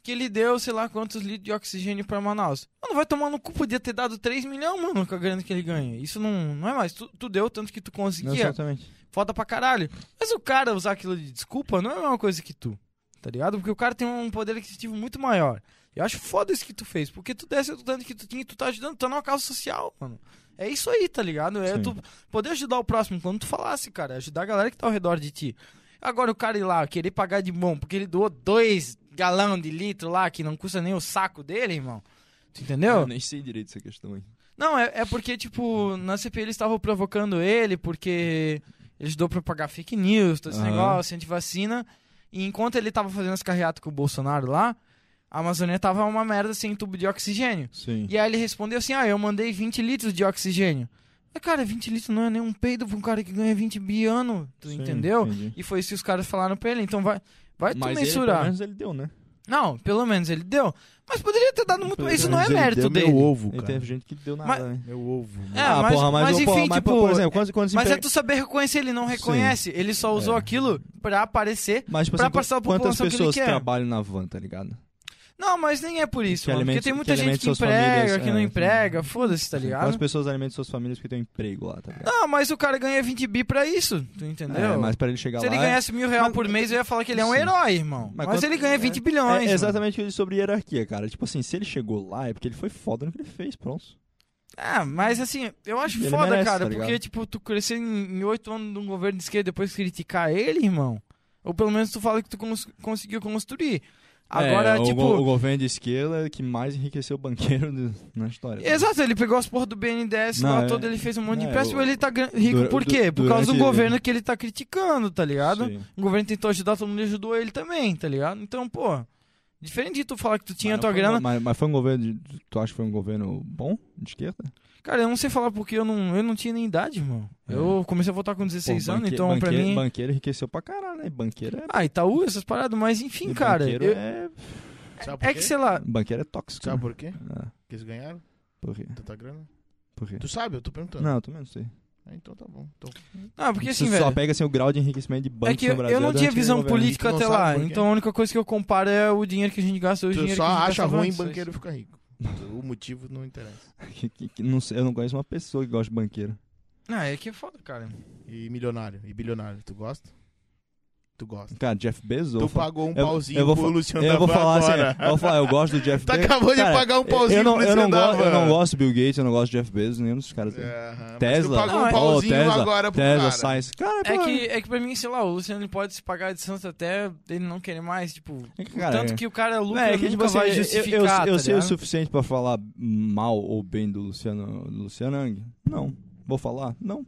Speaker 2: que ele deu, sei lá, quantos litros de oxigênio pra Manaus. Mano, vai tomar no cu, podia ter dado 3 milhões, mano, com a grana que ele ganha. Isso não, não é mais. Tu, tu deu tanto que tu
Speaker 4: Não,
Speaker 2: conseguia.
Speaker 4: exatamente.
Speaker 2: foda pra caralho. Mas o cara usar aquilo de desculpa não é a mesma coisa que tu, tá ligado? Porque o cara tem um poder aquisitivo muito maior. Eu acho foda isso que tu fez, porque tu desce o tanto que tu tinha, tu tá ajudando, tu tá numa causa social, mano. É isso aí, tá ligado? É
Speaker 4: Sim.
Speaker 2: tu poder ajudar o próximo, quando tu falasse, cara, é ajudar a galera que tá ao redor de ti. Agora o cara ir lá, querer pagar de bom, porque ele doou dois galão de litro lá, que não custa nem o saco dele, irmão. Tu entendeu?
Speaker 4: nem sei direito essa questão aí.
Speaker 2: Não, é, é porque, tipo, na CPI eles estavam provocando ele, porque eles dão pra pagar fake news, todo esse
Speaker 4: Aham.
Speaker 2: negócio, antivacina. E enquanto ele tava fazendo esse carreato com o Bolsonaro lá, a Amazônia tava uma merda sem tubo de oxigênio.
Speaker 4: Sim.
Speaker 2: E aí ele respondeu assim: ah, eu mandei 20 litros de oxigênio. Mas, cara, 20 litros não é nenhum peido pra um cara que ganha 20 bi ano, tu
Speaker 4: Sim,
Speaker 2: entendeu?
Speaker 4: entendi.
Speaker 2: E foi isso que os caras falaram pra ele, então vai. Vai tu
Speaker 4: Mas ele, pelo
Speaker 2: mensurar.
Speaker 4: menos ele deu, né?
Speaker 2: Não, pelo menos ele deu. Mas poderia ter dado muito. Isso não é
Speaker 9: Ele
Speaker 2: mérito
Speaker 9: deu
Speaker 2: dele.
Speaker 9: Meu ovo,
Speaker 4: Ele
Speaker 9: cara.
Speaker 4: teve gente que deu nada,
Speaker 2: Mas-
Speaker 4: né?
Speaker 9: Meu ovo. mano.
Speaker 2: É,
Speaker 4: ah,
Speaker 2: mas-
Speaker 4: porra, mas,
Speaker 2: mas
Speaker 4: ô,
Speaker 2: enfim,
Speaker 4: porra, mas,
Speaker 2: tipo,
Speaker 4: por exemplo, quantos, quantos
Speaker 2: Mas é
Speaker 4: empre-
Speaker 2: tu saber reconhecer, ele não reconhece. Ele só usou
Speaker 4: É.
Speaker 2: aquilo pra aparecer.
Speaker 4: Mas, tipo
Speaker 2: pra
Speaker 4: assim,
Speaker 2: passar a
Speaker 4: quantas
Speaker 2: população que é? ele
Speaker 4: pessoas
Speaker 2: quer.
Speaker 4: trabalham na van, tá ligado?
Speaker 2: Não, mas nem é por isso,
Speaker 4: Que
Speaker 2: mano.
Speaker 4: alimente-
Speaker 2: porque tem muita
Speaker 4: que
Speaker 2: gente
Speaker 4: alimente
Speaker 2: que
Speaker 4: suas
Speaker 2: emprega,
Speaker 4: famílias,
Speaker 2: que
Speaker 4: é,
Speaker 2: não
Speaker 4: sim.
Speaker 2: emprega. Foda-se, tá
Speaker 4: Assim, Quantas
Speaker 2: ligado?
Speaker 4: pessoas alimentam suas famílias porque tem um emprego lá, tá ligado?
Speaker 2: Não, mas o cara ganha 20 bi pra isso. Tu entendeu?
Speaker 4: É, mas pra ele
Speaker 2: Ah,
Speaker 4: chegar
Speaker 2: Se
Speaker 4: lá...
Speaker 2: ele
Speaker 4: é-
Speaker 2: ganhasse mil real por mês, eu ia falar que ele é um herói, irmão. Mas,
Speaker 4: Mas quanto-
Speaker 2: ele ganha 20 bilhões.
Speaker 4: É
Speaker 2: mano.
Speaker 4: exatamente o que eu disse sobre hierarquia, cara. Tipo assim, se ele chegou lá é porque ele foi foda no que ele fez, pronto.
Speaker 2: Ah, mas assim, eu acho
Speaker 4: Ele
Speaker 2: foda,
Speaker 4: merece,
Speaker 2: cara,
Speaker 4: tá ligado?
Speaker 2: porque, tipo, tu crescer em em oito anos de um governo de esquerda e depois criticar ele, irmão. Ou pelo menos tu fala que tu cons- conseguiu construir. Agora,
Speaker 4: É, o
Speaker 2: tipo.
Speaker 4: go- O governo de esquerda é que mais enriqueceu o banqueiro do- na história. tá ligado?
Speaker 2: É. Exato, ele pegou as porras do BNDES
Speaker 4: Não,
Speaker 2: lá
Speaker 4: é-
Speaker 2: todo, ele fez um monte de
Speaker 4: é,
Speaker 2: empréstimo,
Speaker 4: o-
Speaker 2: ele tá gran- rico.
Speaker 4: dura-
Speaker 2: por
Speaker 4: du-
Speaker 2: quê? Por causa do
Speaker 4: durante-
Speaker 2: governo que ele tá criticando, tá ligado?
Speaker 4: Sim.
Speaker 2: O governo tentou ajudar, todo mundo ajudou ele também, tá ligado? Então, pô, diferente de tu falar que tu tinha
Speaker 4: Mas
Speaker 2: a
Speaker 4: não
Speaker 2: tua
Speaker 4: foi um-
Speaker 2: grana.
Speaker 4: Mas, mas foi um governo. de- tu acha que foi um governo bom? De esquerda?
Speaker 2: Cara, eu não sei falar porque eu não, eu não tinha nem idade, irmão.
Speaker 4: É.
Speaker 2: Eu comecei a votar com 16
Speaker 4: Pô,
Speaker 2: anos,
Speaker 4: banque-
Speaker 2: então pra
Speaker 4: banqueiro-
Speaker 2: mim.
Speaker 4: Banqueiro enriqueceu pra caralho, né? Banqueiro é.
Speaker 2: Ah, Itaú, essas paradas, mas enfim,
Speaker 4: e
Speaker 2: cara.
Speaker 4: Banqueiro,
Speaker 2: eu-
Speaker 4: é...
Speaker 1: Sabe por
Speaker 2: É
Speaker 1: quê?
Speaker 2: que, sei lá,
Speaker 4: banqueiro é tóxico.
Speaker 1: Sabe
Speaker 4: né?
Speaker 1: por quê?
Speaker 4: Ah,
Speaker 1: Que eles ganharam
Speaker 4: por quê?
Speaker 1: tanta grana?
Speaker 4: Por quê?
Speaker 1: Tu sabe, eu tô perguntando.
Speaker 4: Não, eu também não sei.
Speaker 1: Ah, então tá bom. Então,
Speaker 2: Ah, porque assim,
Speaker 4: Você
Speaker 2: velho.
Speaker 4: só pega assim, o grau de enriquecimento de banco
Speaker 2: É que
Speaker 4: no
Speaker 2: eu,
Speaker 4: Brasil.
Speaker 2: eu não
Speaker 4: é do
Speaker 2: tinha
Speaker 4: antigo
Speaker 2: visão
Speaker 4: governo.
Speaker 2: política
Speaker 1: Tu não
Speaker 2: até
Speaker 1: sabe
Speaker 2: lá,
Speaker 1: por quê.
Speaker 2: então a única coisa que eu comparo é o dinheiro que a gente gasta hoje.
Speaker 1: tu
Speaker 2: dinheiro
Speaker 1: só
Speaker 2: que a gente
Speaker 1: acha
Speaker 2: gastava
Speaker 1: ruim
Speaker 2: antes.
Speaker 1: banqueiro fica rico. O motivo não interessa.
Speaker 4: [laughs] Que- que- que- não sei, eu não conheço uma pessoa que gosta de banqueiro.
Speaker 2: Ah, é que é foda, cara.
Speaker 1: E milionário, e bilionário. Tu gosta? Tu gosta.
Speaker 4: Cara, Jeff Bezos. eu
Speaker 1: Tu
Speaker 4: fa-
Speaker 1: pagou um
Speaker 4: eu-
Speaker 1: pauzinho
Speaker 4: eu vou
Speaker 1: pro
Speaker 4: fa-
Speaker 1: Luciano
Speaker 4: eu vou
Speaker 1: Davan
Speaker 4: falar
Speaker 1: agora. [laughs]
Speaker 4: assim, eu vou falar, eu gosto do Jeff
Speaker 1: Tu
Speaker 4: Bezos.
Speaker 1: acabou de
Speaker 4: Cara,
Speaker 1: pagar um pauzinho
Speaker 4: eu não,
Speaker 1: pro
Speaker 4: eu, não
Speaker 1: Luciano
Speaker 4: gosto, eu não
Speaker 1: Davan.
Speaker 4: gosto do Bill Gates, eu não gosto do Jeff Bezos, nenhum dos caras. aí.
Speaker 1: Aham, É, mas
Speaker 4: Tesla.
Speaker 1: Tu pagou um
Speaker 2: Não, é-
Speaker 1: pauzinho
Speaker 4: Ô, Tesla,
Speaker 1: agora pro
Speaker 4: Tesla,
Speaker 1: cara.
Speaker 4: Science. Cara,
Speaker 2: É
Speaker 4: pô,
Speaker 2: que, é que pra mim, sei lá, o Luciano ele pode se pagar de santo até ele não querer mais, tipo.
Speaker 4: é que, cara,
Speaker 2: tanto
Speaker 4: é-
Speaker 2: que o cara lucra
Speaker 4: É,
Speaker 2: é,
Speaker 4: é que
Speaker 2: nunca
Speaker 4: tipo assim,
Speaker 2: vai
Speaker 4: eu-
Speaker 2: justificar,
Speaker 4: eu, eu,
Speaker 2: tá
Speaker 4: eu sei o
Speaker 2: ligado?
Speaker 4: suficiente pra falar mal ou bem do Luciano, do Luciano Ang? Não. Vou falar? Não.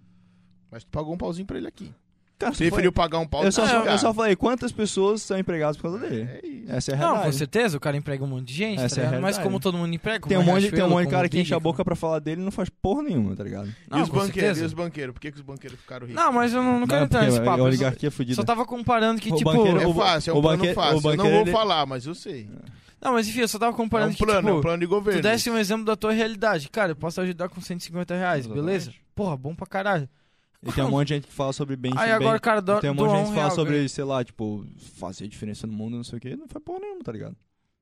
Speaker 1: Mas tu pagou um pauzinho pra ele aqui.
Speaker 4: Cara,
Speaker 1: Você
Speaker 4: foi-
Speaker 1: preferiu pagar um pau
Speaker 4: eu, só,
Speaker 1: pra
Speaker 4: eu
Speaker 1: pagar.
Speaker 4: só falei quantas pessoas são empregadas por causa dele.
Speaker 1: É isso.
Speaker 4: Essa é a
Speaker 2: Não, com
Speaker 4: realidade.
Speaker 2: certeza, o cara emprega um monte de gente,
Speaker 4: Essa
Speaker 2: tá
Speaker 4: é a
Speaker 2: ligado? Mas
Speaker 4: realidade.
Speaker 2: como todo mundo emprega,
Speaker 4: tem um
Speaker 2: como
Speaker 4: monte, de- tem um
Speaker 2: Riachuelo,
Speaker 4: monte de
Speaker 2: como
Speaker 4: cara que
Speaker 2: Big,
Speaker 4: enche a
Speaker 2: como-
Speaker 4: boca pra falar dele e não faz porra nenhuma, tá ligado?
Speaker 2: Não,
Speaker 1: e os
Speaker 2: com
Speaker 1: banqueiros?
Speaker 2: certeza.
Speaker 1: E os banqueiros? Por que, que os banqueiros ficaram ricos?
Speaker 2: Não, mas eu não, não quero entrar nesse
Speaker 4: A
Speaker 2: papo. eu só-
Speaker 4: oligarquia é fudida.
Speaker 2: Só tá tava comparando que,
Speaker 4: O
Speaker 2: tipo.
Speaker 4: banqueiro-
Speaker 1: é
Speaker 4: o ba-
Speaker 1: fácil, é um
Speaker 4: o
Speaker 1: plano
Speaker 4: banque-
Speaker 1: fácil.
Speaker 4: o
Speaker 1: Eu não
Speaker 4: banqueiro,
Speaker 1: vou
Speaker 4: ele-
Speaker 1: falar, mas eu sei.
Speaker 2: Não, mas enfim, eu só tava
Speaker 1: É
Speaker 2: comparando
Speaker 1: um
Speaker 2: que,
Speaker 1: plano, é
Speaker 2: tipo,
Speaker 1: um plano de governo.
Speaker 2: Tu desse um exemplo da tua realidade. Cara, eu posso ajudar com 150 reais, beleza? Porra, bom pra caralho.
Speaker 4: E tem um monte de gente que fala sobre bem
Speaker 2: Aí
Speaker 4: bem-
Speaker 2: agora o cara
Speaker 4: e
Speaker 2: do,
Speaker 4: tem um monte
Speaker 2: doa
Speaker 4: de
Speaker 2: um
Speaker 4: gente que fala
Speaker 2: real,
Speaker 4: sobre,
Speaker 2: cara.
Speaker 4: sei lá, tipo, fazer diferença no mundo, não sei o quê. Não faz porra nenhuma, tá ligado?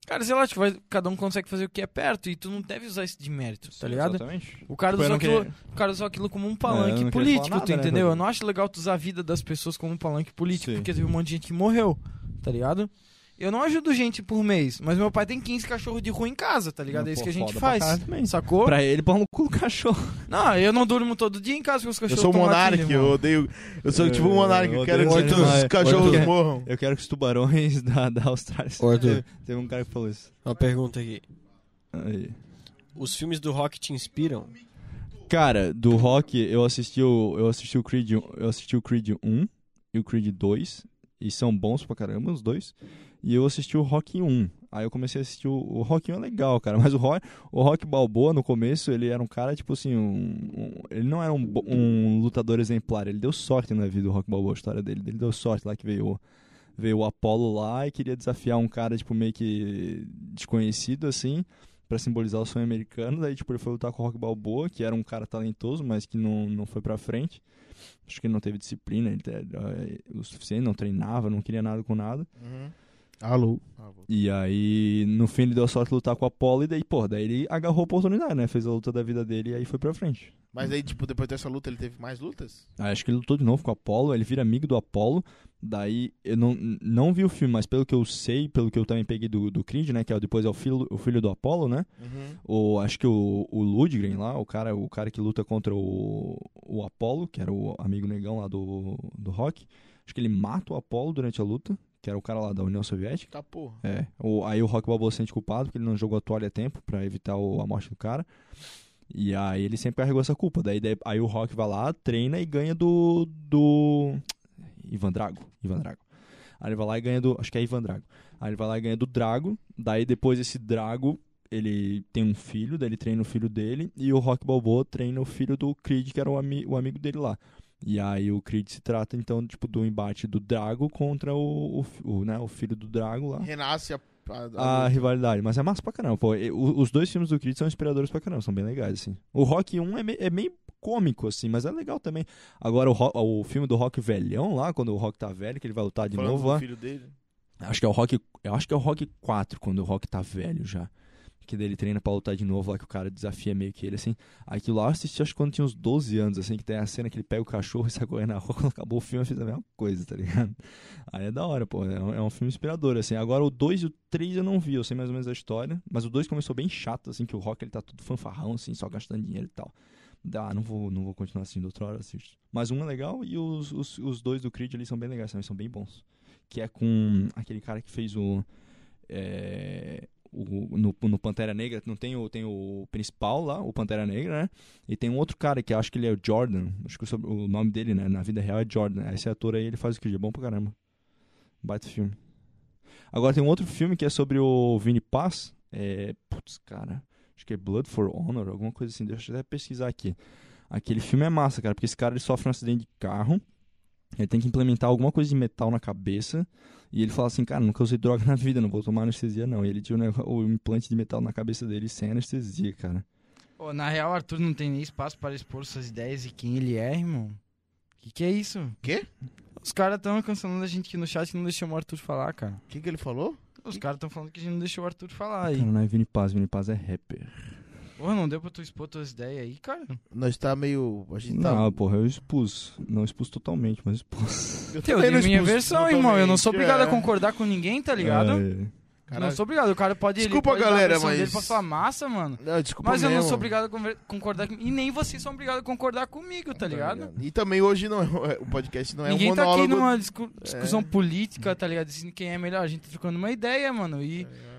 Speaker 2: Cara, sei lá, tipo, vai- cada um consegue fazer o que é perto e tu não deve usar isso de mérito, tá ligado?
Speaker 4: Exatamente.
Speaker 2: O cara,
Speaker 4: Tipo, eu
Speaker 2: usou
Speaker 4: não
Speaker 2: aquilo,
Speaker 4: queria-
Speaker 2: o cara usou aquilo como um
Speaker 4: É, eu
Speaker 2: palanque
Speaker 4: não queria
Speaker 2: político,
Speaker 4: falar nada,
Speaker 2: tu
Speaker 4: né,
Speaker 2: entendeu?
Speaker 4: Pedro?
Speaker 2: Eu não acho legal tu usar a vida das pessoas como um palanque político,
Speaker 4: Sim.
Speaker 2: porque teve um monte de gente que morreu, tá ligado? Eu não ajudo gente por mês, mas meu pai tem 15 cachorros de rua em casa, tá ligado?
Speaker 4: Não,
Speaker 2: é isso
Speaker 4: pô,
Speaker 2: que a gente
Speaker 4: foda pra
Speaker 2: faz,
Speaker 4: caralho também.
Speaker 2: sacou?
Speaker 4: Pra ele, pau no cu do cachorro.
Speaker 2: Não, eu não durmo todo dia em casa com os
Speaker 9: Eu
Speaker 2: cachorros
Speaker 9: sou um
Speaker 2: tão latindo,
Speaker 9: monarca,
Speaker 2: irmão.
Speaker 9: eu odeio. Eu sou tipo um
Speaker 4: É, Eu
Speaker 9: monarca, eu
Speaker 4: odeio
Speaker 9: quero que
Speaker 4: esses
Speaker 9: os
Speaker 4: animais.
Speaker 9: cachorros
Speaker 4: Odeio.
Speaker 9: morram.
Speaker 4: Eu quero que os tubarões [laughs] da, da Austrália...
Speaker 3: Ô, Arthur.
Speaker 4: [laughs] Teve, teve um cara que falou isso.
Speaker 3: Uma pergunta aqui.
Speaker 4: Aí.
Speaker 3: Os filmes do rock te inspiram?
Speaker 4: Cara, do rock, eu assisti o, eu assisti o Creed, um- eu assisti o Creed 1 e o Creed 2, e são bons pra caramba os dois. E eu assisti o Rock 1. Aí eu comecei a assistir o, o Rock 1 é legal, cara, [laughs] mas o Rock, o Rock Balboa no começo, ele era um cara tipo assim, um- um- ele não era um, bo- um lutador exemplar, ele deu sorte na vida do Rock Balboa, a história dele, ele deu sorte lá que veio o- veio o Apollo lá e queria desafiar um cara tipo meio que desconhecido assim. Pra simbolizar o sonho americano. Daí, tipo, ele foi lutar com o Rock Balboa, que era um cara talentoso, mas que não, não foi pra frente. Acho que ele não teve disciplina ele, te- eh, o suficiente, não treinava, não queria nada com nada.
Speaker 1: Uhum. Alô.
Speaker 4: E aí, no fim, ele deu a sorte de lutar com a Apollo e daí, pô, daí ele agarrou a oportunidade, né? Fez a luta da vida dele e aí foi pra frente.
Speaker 1: Mas aí, tipo, depois dessa luta, ele teve mais lutas?
Speaker 4: Aí acho que ele lutou de novo com o Apollo, ele vira amigo do Apollo. Daí, eu não, não vi o filme, mas pelo que eu sei, pelo que eu também peguei do, do Creed, né? Que é, o- depois é o filho, o filho do Apollo, né?
Speaker 1: Uhum.
Speaker 4: O, acho que o, o Ludgren lá, o cara, o cara que luta contra o, o Apollo, que era o amigo negão lá do, do Rock. Acho que ele mata o Apollo durante a luta, que era o cara lá da União Soviética.
Speaker 1: Tá porra.
Speaker 4: É. O, aí o Rock Balboa se sente culpado porque ele não jogou a toalha a tempo pra evitar o- a morte do cara. E aí ele sempre carregou essa culpa. Daí, daí- aí o Rock vai lá, treina e ganha do. do. Ivan Drago. Ivan Drago. Aí ele vai lá e ganha do. Acho que é Ivan Drago. Aí ele vai lá e ganha do Drago. Daí depois esse Drago, ele tem um filho, daí ele treina o filho dele. E o Rock Balboa treina o filho do Creed, que era o, ami- o amigo dele lá. E aí o Creed se trata, então, tipo, do embate do Drago contra o, o fi- o, né, o filho do Drago lá
Speaker 1: Renasce a.
Speaker 4: Ah,
Speaker 1: a- a-
Speaker 4: a rivalidade, mas é massa pra caramba, pô. E o- Os dois filmes do Creed são inspiradores pra caramba, são bem legais, assim. O Rock 1 é, me- é meio cômico, assim, mas é legal também. Agora, o, Ro- o filme do Rock velhão lá, quando o Rock tá velho, que ele vai lutar de
Speaker 1: falando
Speaker 4: novo ah.
Speaker 1: do
Speaker 4: lá.
Speaker 1: filho dele.
Speaker 4: Acho que é o Rock. Eu acho que é o Rock 4, quando o Rock tá velho já. Que daí ele treina pra lutar de novo lá, que o cara desafia meio que ele, assim. Aquilo lá eu assisti, acho que quando tinha uns 12 anos, assim, que tem a cena que ele pega o cachorro e sai correndo na rua. [laughs] Quando acabou o filme, eu fiz a mesma coisa, tá ligado? Aí é da hora, pô. É um, é um filme inspirador, assim. Agora o 2 e o 3 eu não vi, eu sei mais ou menos a história. Mas o 2 começou bem chato, assim, que o Rock ele tá tudo fanfarrão, assim, só gastando dinheiro e tal. Dá, não vou, não vou continuar assistindo outra hora, eu assisto. Mas um é legal e os, os, os dois do Creed ali são bem legais, também são bem bons que é com aquele cara que fez o. é, o- no, no Pantera Negra, não tem o, tem o principal lá, o Pantera Negra, né? E tem um outro cara que acho que ele é o Jordan. Acho que o, sobre- o nome dele, né? Na vida real é Jordan. Esse ator aí ele faz o que é bom pra caramba. Baita filme. Agora tem um outro filme que é sobre o Vini Paz. É. Putz, cara. Acho que é Blood for Honor, alguma coisa assim. Deixa eu até pesquisar aqui. Aquele filme é massa, cara, porque esse cara ele sofre um acidente de carro. Ele tem que implementar alguma coisa de metal na cabeça. E ele fala assim, cara, nunca usei droga [laughs] na vida, não vou tomar anestesia, não. E ele tinha o, nego- o implante de metal na cabeça dele sem anestesia, cara.
Speaker 2: Ô, na real, o Arthur não tem nem espaço para expor suas ideias e quem ele é, irmão. Que que é isso?
Speaker 1: Quê?
Speaker 2: Os caras estão cancelando a gente aqui no chat que não deixou o Arthur falar, cara.
Speaker 1: O que, que ele falou?
Speaker 2: Os caras estão falando que a gente não deixou o Arthur falar aí.
Speaker 4: Cara, não é Vini Paz, Vini Paz é rapper.
Speaker 2: Porra, não deu pra tu expor tuas ideias aí, cara?
Speaker 1: Nós tá meio. A
Speaker 2: Então.
Speaker 1: gente tá.
Speaker 4: Não, porra, eu expus. Não expus totalmente, mas expus.
Speaker 1: Eu
Speaker 2: Eu
Speaker 1: também não
Speaker 2: dei minha
Speaker 1: expulso
Speaker 2: versão, irmão. Eu não sou
Speaker 1: totalmente,
Speaker 2: obrigado a
Speaker 1: é.
Speaker 2: concordar com ninguém, tá ligado?
Speaker 4: É,
Speaker 1: Caralho.
Speaker 2: Não sou obrigado. O cara pode... ele
Speaker 1: Desculpa,
Speaker 2: pode dar a
Speaker 1: galera,
Speaker 2: versão
Speaker 1: mas-
Speaker 2: Dele pra sua massa, mano.
Speaker 1: Não, desculpa
Speaker 2: Mas eu não
Speaker 1: mesmo.
Speaker 2: sou obrigado a conver- concordar com... E nem vocês são obrigados a concordar comigo, tá ligado?
Speaker 1: E também hoje não é- o podcast não é
Speaker 2: Ninguém
Speaker 1: um
Speaker 2: tá aqui
Speaker 1: monólogo.
Speaker 2: numa discu- discussão política, tá ligado? Dizendo quem é melhor. A gente tá trocando uma ideia, mano. E
Speaker 1: É.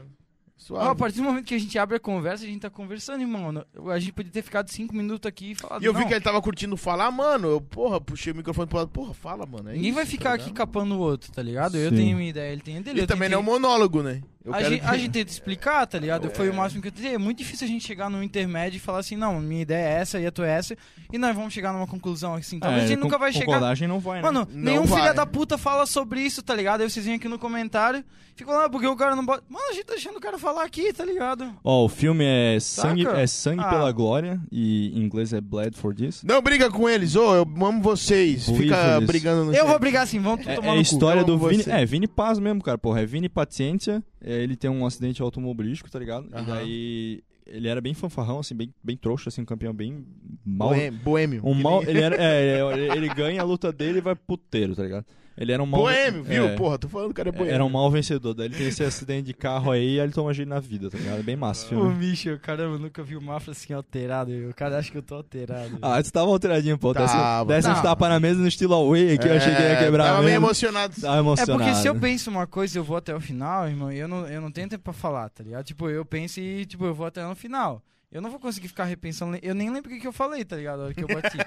Speaker 1: Suave.
Speaker 2: a partir do momento que a gente abre a conversa, a gente tá conversando, irmão. A gente podia ter ficado cinco minutos aqui e falado.
Speaker 1: E eu vi
Speaker 2: "Não,
Speaker 1: que ele tava curtindo falar, mano. Eu, porra, puxei o microfone pro lado. Porra, fala, mano. é
Speaker 2: Ninguém
Speaker 1: isso,
Speaker 2: vai
Speaker 1: tá
Speaker 2: ficar aqui
Speaker 1: ligado?
Speaker 2: capando o outro, tá ligado? Eu
Speaker 4: Sim.
Speaker 2: tenho minha ideia, ele tem a dele.
Speaker 1: E
Speaker 2: eu
Speaker 1: também não
Speaker 2: tenho
Speaker 1: é um
Speaker 2: que-
Speaker 1: monólogo, né? Eu
Speaker 2: a,
Speaker 1: quero
Speaker 2: gente,
Speaker 1: que-
Speaker 2: a gente tenta explicar, tá ligado? Foi o máximo que eu tentei. É muito difícil a gente chegar num intermédio e falar assim, não, minha ideia é essa e a tua é essa, e nós vamos chegar numa conclusão assim.
Speaker 4: É,
Speaker 2: Talvez a gente nunca vai chegar
Speaker 4: concordar, a gente não vai, né?
Speaker 2: Mano,
Speaker 1: Não
Speaker 2: nenhum
Speaker 1: vai.
Speaker 2: filho da puta fala sobre isso, tá ligado? Aí vocês vêm aqui no comentário, ficam lá, porque o cara não bota. Mano, a gente tá deixando o cara falar aqui, tá ligado?
Speaker 4: Ó, o filme é Sangue,
Speaker 2: Saca?
Speaker 4: é sangue
Speaker 2: Ah.
Speaker 4: pela Glória, e em inglês é Bled for This.
Speaker 1: Não briga com eles, ô, eu amo vocês.
Speaker 4: Vou ir
Speaker 1: Fica
Speaker 4: por isso.
Speaker 1: brigando no
Speaker 2: Eu
Speaker 1: chat.
Speaker 2: vou brigar assim, vão tudo
Speaker 4: É,
Speaker 2: tomar
Speaker 4: é a
Speaker 2: no
Speaker 4: história
Speaker 1: eu
Speaker 4: do
Speaker 1: amo
Speaker 4: Vini.
Speaker 1: você.
Speaker 4: É, Vini Paz mesmo, cara, porra. É Vini Paciência. é, ele tem um acidente automobilístico, tá ligado?
Speaker 1: Aham.
Speaker 4: E daí. Ele era bem fanfarrão, assim, bem, bem trouxa, assim, um campeão bem mal.
Speaker 1: Boê- Boêmio.
Speaker 4: Um mal. Ele, era,
Speaker 1: [laughs]
Speaker 4: é, é, ele ganha a luta dele e vai puteiro, tá ligado? Ele era um mal.
Speaker 1: Boêmio, viu?
Speaker 4: é,
Speaker 1: Porra, tô falando que o cara é boêmio.
Speaker 4: Era um mal vencedor. Daí ele tem esse acidente de carro aí e aí ele toma jeito na vida, tá ligado? É Bem massa o
Speaker 2: O
Speaker 4: filme.
Speaker 2: bicho, caramba, eu nunca vi o Mafra assim alterado. O cara acha que eu tô alterado.
Speaker 4: Ah, tu tava alteradinho, pô. Desce,
Speaker 1: Tava, É,
Speaker 4: desce uns
Speaker 2: tava.
Speaker 4: tapas na mesa no estilo away aqui, eu cheguei a quebrar.
Speaker 1: Tava meio
Speaker 4: mesmo. Tá.
Speaker 1: emocionado.
Speaker 4: Tava
Speaker 2: É
Speaker 4: emocionado.
Speaker 2: porque se eu penso uma coisa e eu vou até o final, irmão, eu não, eu não tenho tempo pra falar, tá ligado? Tipo, eu penso e, tipo, eu vou até no final. Eu não vou conseguir ficar repensando. Eu nem lembro o que, que eu falei, tá ligado? A hora que eu
Speaker 4: [laughs]
Speaker 2: bati.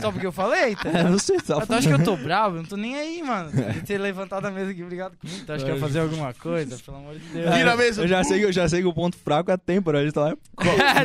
Speaker 2: Só porque eu falei, tá
Speaker 4: É, não sei, tava
Speaker 2: Eu tô- acho que eu
Speaker 4: [laughs]
Speaker 2: tô bravo, eu não tô nem aí, mano. De ter levantado a mesa aqui, obrigado comigo. Tu acha que eu ia fazer alguma coisa? Pelo amor de Deus.
Speaker 1: Vira a mesa.
Speaker 4: Eu já sei, que- eu já sei que o ponto fraco é a têmpora. A gente tá lá,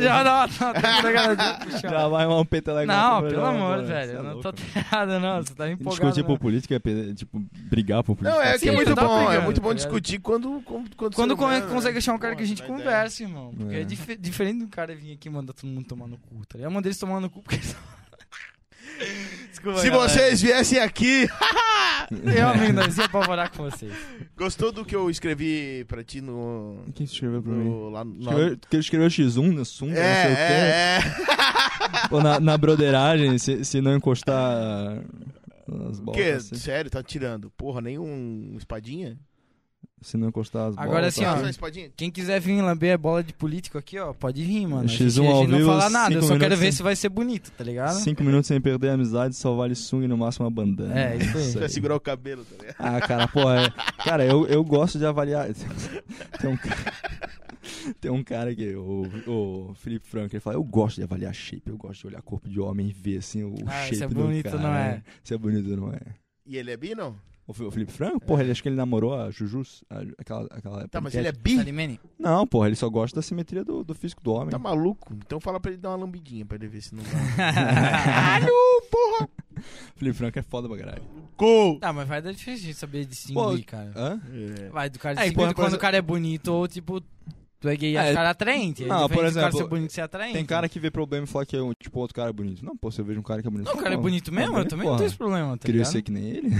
Speaker 2: já [laughs] não, não, não, não,
Speaker 4: já vai uma peta
Speaker 2: Tá.
Speaker 4: lá.
Speaker 2: não, pelo amor,
Speaker 4: é
Speaker 2: velho. Eu não tô aterrado, não. Você tá empolgado.
Speaker 4: Discutir
Speaker 2: não.
Speaker 4: por política é, pe- tipo, brigar por política.
Speaker 1: Não, é
Speaker 4: assim,
Speaker 1: que é
Speaker 2: Sim,
Speaker 1: muito
Speaker 2: tá
Speaker 1: bom. É
Speaker 2: brigando,
Speaker 1: muito bom
Speaker 2: tá ligado?
Speaker 1: discutir quando. Quando, quando,
Speaker 2: Quando
Speaker 1: você não
Speaker 2: con-
Speaker 1: lembra,
Speaker 2: consegue
Speaker 1: né?
Speaker 2: achar um cara que a
Speaker 1: Porra,
Speaker 2: gente
Speaker 1: dá ideia.
Speaker 2: conversa, irmão. Porque é,
Speaker 4: É.
Speaker 2: dif- diferente do cara vir aqui e mandar todo mundo tomar no cu, tá ligado? Eu mandei eles tomar no cu porque eles- Os [laughs] Desculpa,
Speaker 1: Se
Speaker 2: galera.
Speaker 1: vocês viessem aqui. [laughs]
Speaker 2: Realmente, nós ia apavorar com vocês.
Speaker 1: Gostou do que eu escrevi pra ti no.
Speaker 4: Quem escreveu pra mim?
Speaker 1: no lá no.
Speaker 4: Escreveu, que ele escreveu X1 na Sunga, não sei o quê.
Speaker 1: É, é,
Speaker 4: Ou na, na broderagem, se, se não encostar as
Speaker 1: é. [laughs]
Speaker 4: bolas.
Speaker 1: Que?
Speaker 4: assim.
Speaker 1: Sério, tá tirando. Porra, nem um espadinha?
Speaker 4: Se não encostar as
Speaker 2: Agora,
Speaker 4: bolas. tá.
Speaker 2: assim,
Speaker 1: Ah,
Speaker 2: ó,
Speaker 1: só espadinha?
Speaker 2: Quem quiser vir lamber a bola de político aqui, ó, pode vir, mano. A gente,
Speaker 4: X1
Speaker 2: a gente
Speaker 4: ao
Speaker 2: não
Speaker 4: vivo,
Speaker 2: fala nada, eu
Speaker 4: cinco
Speaker 2: só quero
Speaker 4: minutos,
Speaker 2: ver
Speaker 4: hein?
Speaker 2: se vai ser bonito, tá ligado?
Speaker 4: Cinco minutos sem perder a amizade, só vale sunga e no máximo uma bandana.
Speaker 2: É, isso aí.
Speaker 1: Você vai segurar o cabelo, tá ligado?
Speaker 4: Ah, cara, pô, é... Cara, eu, eu gosto de avaliar. [laughs] Tem um cara. Tem um cara que, o, o Felipe Franco, ele fala: Eu gosto de avaliar shape, eu gosto de olhar corpo de homem e ver assim o
Speaker 2: Ah,
Speaker 4: shape
Speaker 2: isso é
Speaker 4: do
Speaker 2: bonito,
Speaker 4: cara.
Speaker 2: não é?
Speaker 4: Isso é bonito, não é?
Speaker 1: E ele é bi, não?
Speaker 4: O Fe- o Felipe Franco? Porra, ele acho que ele namorou a Jujus, a- aquela, aquela.
Speaker 1: Tá, mas
Speaker 4: paniquete.
Speaker 1: ele é bi?
Speaker 4: [laughs]
Speaker 2: Salimene.
Speaker 4: Não, porra, ele só gosta da simetria do, do físico do homem.
Speaker 1: Tá maluco? Então fala pra ele dar uma lambidinha pra ele ver se não dá.
Speaker 4: [laughs] Felipe Franco é foda pra caralho.
Speaker 1: Gol!
Speaker 2: Tá, mas vai dar diferença de saber distinguir, cara.
Speaker 4: Hã?
Speaker 2: Vai do cara
Speaker 4: É, e
Speaker 2: distinguir
Speaker 4: por-
Speaker 2: do
Speaker 4: por
Speaker 2: quando o
Speaker 4: exemplo-
Speaker 2: cara é bonito ou, tipo, tu é gay e
Speaker 4: É,
Speaker 2: acha o cara atraente. É
Speaker 4: não, por
Speaker 2: diferente do cara
Speaker 4: exemplo,
Speaker 2: ser bonito e ser atraente.
Speaker 4: Tem cara que vê problema e fala que é um, tipo, outro cara é bonito. Não, pô, se eu vejo um cara que é bonito.
Speaker 2: Não, o cara é
Speaker 4: pô,
Speaker 2: bonito mesmo, eu
Speaker 4: bonito,
Speaker 2: também
Speaker 4: porra.
Speaker 2: não tenho esse problema, tá
Speaker 4: Queria
Speaker 2: ligado?
Speaker 4: ser que nem ele.
Speaker 2: [laughs]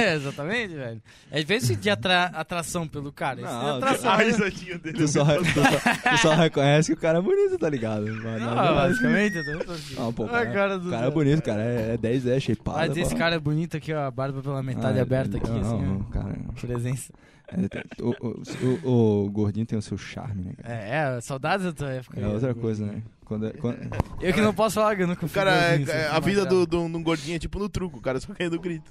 Speaker 2: É, exatamente, velho. É diferente de atra- atração pelo cara. Isso
Speaker 4: Não,
Speaker 2: é atração.
Speaker 1: A
Speaker 2: né?
Speaker 1: risadinha dele.
Speaker 4: Tu só, re- tu só- tu só reconhece que o cara é bonito, tá ligado? Mas
Speaker 2: Não,
Speaker 4: não, não,
Speaker 2: basicamente, eu tô- tô assim.
Speaker 4: não, pô, o
Speaker 2: Ah,
Speaker 4: cara,
Speaker 2: cara do
Speaker 4: o cara é
Speaker 2: céu.
Speaker 4: bonito, cara. É, é 10, é shapeado.
Speaker 2: Mas esse
Speaker 4: pô.
Speaker 2: cara é bonito aqui, ó, a barba pela metade
Speaker 4: Ah,
Speaker 2: aberta aqui,
Speaker 4: não,
Speaker 2: assim,
Speaker 4: Não,
Speaker 2: ó.
Speaker 4: cara.
Speaker 2: Presença.
Speaker 4: É, tem- o, o- o- o gordinho tem o seu charme, né, cara?
Speaker 2: É, é, saudades da tua época.
Speaker 4: É outra coisa, né? Quando, quando...
Speaker 2: Eu que não posso falar, que eu nunca
Speaker 1: O
Speaker 2: fui
Speaker 1: cara, é-
Speaker 2: gordinho,
Speaker 1: é-
Speaker 2: assim,
Speaker 1: a vida do,
Speaker 2: magrelo.
Speaker 1: do, de um gordinho é tipo no truco, o cara só caindo no grito.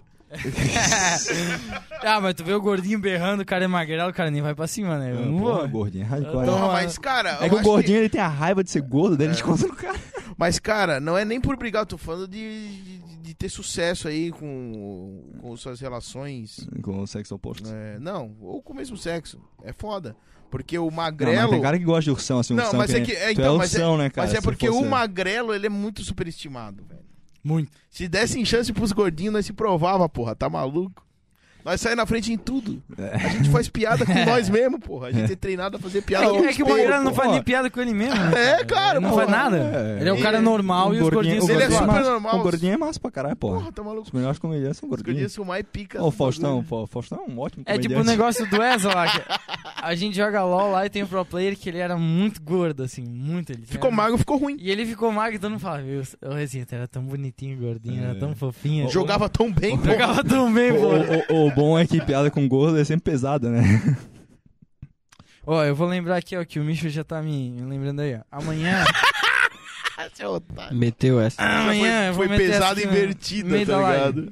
Speaker 2: ah, mas tu vê o gordinho berrando, o cara é magrelo, o cara nem vai pra cima, né? Eu não
Speaker 4: Pô,
Speaker 2: vou.
Speaker 4: gordinho, é
Speaker 2: Eu
Speaker 4: hardcore.
Speaker 2: tô-
Speaker 4: né?
Speaker 1: Porra,
Speaker 2: Então,
Speaker 1: mas cara.
Speaker 4: É
Speaker 1: eu
Speaker 4: que o
Speaker 1: acho
Speaker 4: gordinho ele tem a raiva de ser gordo, daí ele desconta no cara.
Speaker 1: Mas, cara, não é nem por brigar, eu tô falando de, de, de ter sucesso aí com, com suas relações.
Speaker 4: Com o sexo oposto.
Speaker 1: é, não, ou com o mesmo sexo. É foda. Porque o
Speaker 4: Não, mas
Speaker 1: magrelo.
Speaker 4: tem cara que gosta de ursão, assim,
Speaker 1: Não,
Speaker 4: ursão
Speaker 1: mas
Speaker 4: que
Speaker 1: é
Speaker 4: nem-
Speaker 1: que- é,
Speaker 4: tu
Speaker 1: então,
Speaker 4: é
Speaker 1: mas é-
Speaker 4: ursão, né, cara?
Speaker 1: mas é
Speaker 4: se
Speaker 1: porque
Speaker 4: fosse-
Speaker 1: o magrelo, ele é muito superestimado, velho.
Speaker 2: Muito.
Speaker 1: Se dessem chance pros gordinhos, nós se provava, porra, tá maluco? Nós saímos na frente em tudo. A gente faz piada
Speaker 4: [laughs]
Speaker 1: com nós mesmo, porra. A gente é treinado a fazer piada com
Speaker 2: É,
Speaker 1: os
Speaker 2: que o
Speaker 1: peitos,
Speaker 2: magrelo não
Speaker 1: porra.
Speaker 2: faz nem piada com ele mesmo. né,
Speaker 1: É, cara,
Speaker 2: Ele não
Speaker 1: pô.
Speaker 2: faz nada.
Speaker 4: É.
Speaker 2: Ele é um cara normal e os gordinhos
Speaker 4: o
Speaker 1: Ele é
Speaker 4: gordinho
Speaker 1: super
Speaker 4: massa.
Speaker 1: normal.
Speaker 4: O gordinho é massa pra caralho, porra.
Speaker 1: Porra, tá maluco.
Speaker 4: Os melhores comediantes são
Speaker 1: Os gordinhos
Speaker 4: gordinhos.
Speaker 1: são mais pica. assim
Speaker 4: Ó, o Faustão, pô, o Faustão é um ótimo
Speaker 2: É
Speaker 4: comediante.
Speaker 2: tipo o negócio do Ezra lá. que a gente joga LOL lá e tem um pro player que ele era muito gordo, assim, muito. Ele
Speaker 1: Ficou
Speaker 2: magro.
Speaker 1: magro, ficou ruim.
Speaker 2: E ele ficou magro e todo mundo fala, meu, o Rezinha era tão bonitinho, gordinho, era
Speaker 4: É.
Speaker 2: tão fofinho.
Speaker 1: Jogava tão bem, pô.
Speaker 2: [laughs] Jogava tão bem, pô.
Speaker 4: O, o- o bom é que piada com gordo é sempre pesada, né?
Speaker 2: Ó, eu vou lembrar aqui, ó, que o Micho já tá me, me lembrando aí, ó. Amanhã.
Speaker 1: Seu otário.
Speaker 3: Meteu essa.
Speaker 2: amanhã, eu
Speaker 1: foi
Speaker 2: vou
Speaker 1: foi
Speaker 2: meter
Speaker 1: pesada
Speaker 2: assim,
Speaker 1: e
Speaker 2: ó,
Speaker 1: invertida,
Speaker 2: meio da
Speaker 1: tá
Speaker 2: live.
Speaker 1: ligado?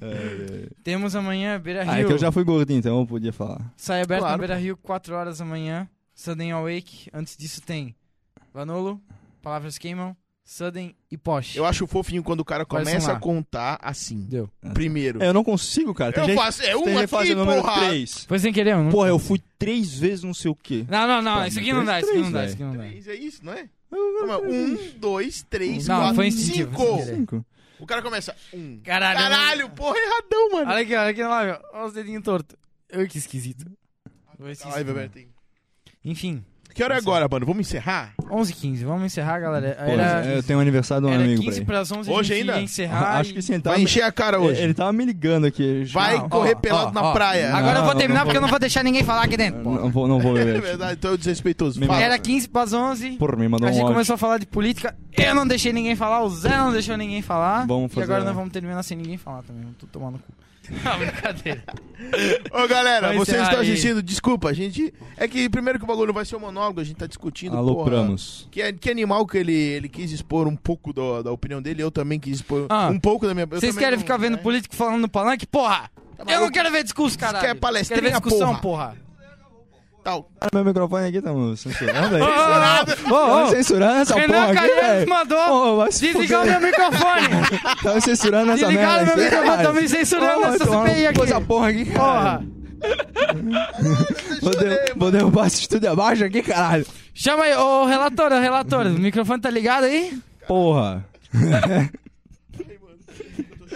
Speaker 2: Temos amanhã Beira
Speaker 4: Ah, é
Speaker 2: É, Rio.
Speaker 4: que eu já fui gordinho, então eu podia falar.
Speaker 2: Sai aberto
Speaker 1: Claro,
Speaker 2: na Beira Rio, 4 horas da manhã. Sudden Awake. Antes disso tem Vanolo, Palavras Queimam, Sudden e Posh.
Speaker 1: Eu acho fofinho quando o cara
Speaker 2: Parece um
Speaker 1: começa a
Speaker 2: lá.
Speaker 1: contar assim.
Speaker 2: Deu.
Speaker 1: Primeiro.
Speaker 4: É, eu não consigo, cara. Tem
Speaker 1: eu
Speaker 4: gente,
Speaker 1: faço, é
Speaker 4: tem
Speaker 1: uma
Speaker 4: gente
Speaker 1: aqui,
Speaker 4: fazendo número
Speaker 1: porra.
Speaker 4: 3.
Speaker 2: Foi sem querer, eu não.
Speaker 4: Porra, eu fui três vezes não sei o quê.
Speaker 2: Não, não, não.
Speaker 4: Pô,
Speaker 2: isso aqui não dá, isso aqui não dá,
Speaker 4: três,
Speaker 2: isso aqui não dá.
Speaker 1: Três, é isso, não é? Toma, um, dois, três,
Speaker 2: Não,
Speaker 1: quatro,
Speaker 2: foi instintivo, foi
Speaker 1: cinco.
Speaker 2: instintivo.
Speaker 4: Cinco.
Speaker 1: O cara começa. Um.
Speaker 2: Caralho. né?
Speaker 1: Caralho, porra, erradão, mano.
Speaker 2: Olha aqui, olha aqui lá, meu. Olha os dedinhos tortos. Eu que esquisito. Vou esse
Speaker 1: Ai,
Speaker 2: esquisito.
Speaker 1: Bebeto.
Speaker 2: Enfim,
Speaker 1: Que hora é agora, mano? Vamos encerrar?
Speaker 2: 11 h 15 vamos encerrar, galera.
Speaker 4: Pô,
Speaker 2: Era,
Speaker 4: eu tenho aniversário de um
Speaker 2: era
Speaker 4: amigo pra
Speaker 2: 15
Speaker 4: ir.
Speaker 2: para as 11
Speaker 1: Hoje
Speaker 2: a gente
Speaker 1: ainda?
Speaker 2: ia encerrar.
Speaker 4: Acho
Speaker 2: e-
Speaker 4: que sim, ele tava,
Speaker 1: Vai encher a cara hoje.
Speaker 4: ele tava me ligando aqui.
Speaker 1: Tá Vai
Speaker 2: Não,
Speaker 1: correr
Speaker 2: ó,
Speaker 1: pelado
Speaker 2: ó,
Speaker 1: na
Speaker 2: ó.
Speaker 1: [laughs] praia.
Speaker 2: Agora eu
Speaker 4: Não,
Speaker 2: vou
Speaker 4: não,
Speaker 2: terminar
Speaker 4: não
Speaker 2: porque eu não vou deixar ninguém falar aqui dentro.
Speaker 4: Não vou, não [laughs] vou
Speaker 1: É
Speaker 4: beber.
Speaker 1: verdade, então é desrespeitoso.
Speaker 4: Me
Speaker 1: Fala.
Speaker 2: Era 15 para as 11
Speaker 4: Porra, me mandou
Speaker 2: A
Speaker 4: um
Speaker 2: gente
Speaker 4: áudio.
Speaker 2: começou a falar de política, eu não deixei ninguém falar, o Zé não deixou ninguém falar.
Speaker 4: Vamos
Speaker 2: E
Speaker 4: fazer- um-
Speaker 1: é.
Speaker 2: agora nós vamos terminar sem ninguém falar também, não Tá? tô tomando cu. Não, brincadeira.
Speaker 1: Ô, galera,
Speaker 2: Vai
Speaker 1: vocês
Speaker 2: encerrar
Speaker 1: estão
Speaker 2: aí.
Speaker 1: assistindo, desculpa, a gente. É que primeiro que o bagulho vai ser um monólogo, a gente tá discutindo. porra.
Speaker 4: Alopramos.
Speaker 1: Que, que animal que ele, ele quis expor um pouco do- da opinião dele, eu também quis expor
Speaker 2: Ah,
Speaker 1: um pouco da minha. eu
Speaker 2: Vocês
Speaker 1: também
Speaker 2: querem
Speaker 1: não-
Speaker 2: ficar vendo
Speaker 1: né? Tá
Speaker 2: político falando no palanque? Porra! eu não
Speaker 1: maluco?
Speaker 2: quero ver discurso, caralho.
Speaker 1: quer palestrinha,
Speaker 2: Quero ver discussão, porra.
Speaker 1: Tal.
Speaker 4: Meu microfone aqui tá mano, censurando
Speaker 2: [laughs] Ah,
Speaker 4: aí.
Speaker 2: Ô, ô,
Speaker 4: Tava censurando essa
Speaker 2: ah.
Speaker 4: porra
Speaker 2: Renan
Speaker 4: aqui,
Speaker 2: Calheiros
Speaker 4: velho.
Speaker 2: mandou
Speaker 4: Ô, vai se
Speaker 2: desligar o
Speaker 4: fuder.
Speaker 1: [laughs]
Speaker 2: meu microfone.
Speaker 4: Tava censurando essa
Speaker 2: Desligaram
Speaker 4: merda.
Speaker 2: meu microfone, tão me
Speaker 1: então,
Speaker 2: censurando essa CPI aqui.
Speaker 4: Essa porra aqui, cara.
Speaker 2: Porra.
Speaker 4: Vou, der, vou derrubar esse estúdio abaixo aqui, caralho.
Speaker 2: Chama aí, ô relator, ô relator, o microfone tá ligado aí?
Speaker 4: Porra.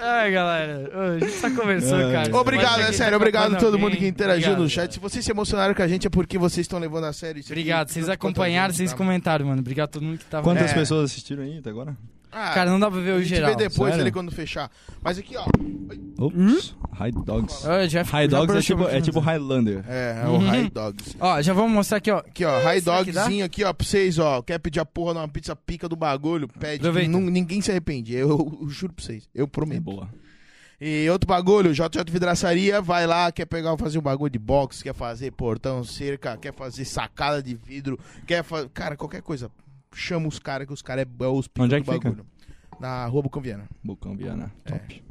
Speaker 2: Ai, galera, ô, a gente só conversou,
Speaker 4: Ai.
Speaker 2: cara.
Speaker 1: Obrigado,
Speaker 2: Mas
Speaker 1: é
Speaker 2: aqui
Speaker 1: sério,
Speaker 2: tá
Speaker 1: obrigado a todo
Speaker 2: acompanhando
Speaker 1: mundo que
Speaker 2: alguém.
Speaker 1: interagiu
Speaker 2: Obrigado,
Speaker 1: no chat. Se vocês se emocionaram com a gente é porque vocês estão levando a sério isso aqui.
Speaker 2: Obrigado, vocês
Speaker 1: Tanto quanto a
Speaker 2: acompanharam,
Speaker 1: gente,
Speaker 2: vocês
Speaker 1: tá?
Speaker 2: comentaram, mano. Obrigado a todo mundo que tava.
Speaker 4: Quantas
Speaker 1: É.
Speaker 4: pessoas assistiram aí até agora?
Speaker 1: Ah,
Speaker 2: Cara, não dá pra ver
Speaker 1: a
Speaker 2: o
Speaker 1: gente
Speaker 2: geral.
Speaker 1: vê depois
Speaker 4: sério?
Speaker 1: ele quando fechar. Mas aqui, ó.
Speaker 4: Ops. Hum? High Dogs.
Speaker 2: Ô, Jeff,
Speaker 4: High
Speaker 2: já
Speaker 4: Dogs é
Speaker 2: broxou
Speaker 4: tipo,
Speaker 2: pra
Speaker 4: é
Speaker 2: finalizar.
Speaker 4: tipo Highlander.
Speaker 1: É, é o
Speaker 2: Uhum.
Speaker 1: High Dogs.
Speaker 2: Ó, já vamos mostrar aqui, ó.
Speaker 1: Aqui, ó, High
Speaker 2: É, será que
Speaker 1: Dogzinho aqui, ó, pra vocês, ó. Quer pedir a porra numa pizza pica do bagulho? Pede.
Speaker 2: Aproveita.
Speaker 1: Nun- ninguém se arrepende. Eu, eu juro pra vocês. Eu
Speaker 4: É
Speaker 1: prometo.
Speaker 4: boa.
Speaker 1: E outro bagulho, JJ Vidraçaria, vai lá, quer pegar, fazer um bagulho de box, quer fazer portão, cerca, quer fazer sacada de vidro, quer fazer. Cara, qualquer coisa. Chama os caras, que os caras é, é os picos
Speaker 4: Onde é
Speaker 1: do
Speaker 4: que fica?
Speaker 1: bagulho. Na rua Bucanviana.
Speaker 4: Bucão Viana.
Speaker 2: É.
Speaker 4: Top.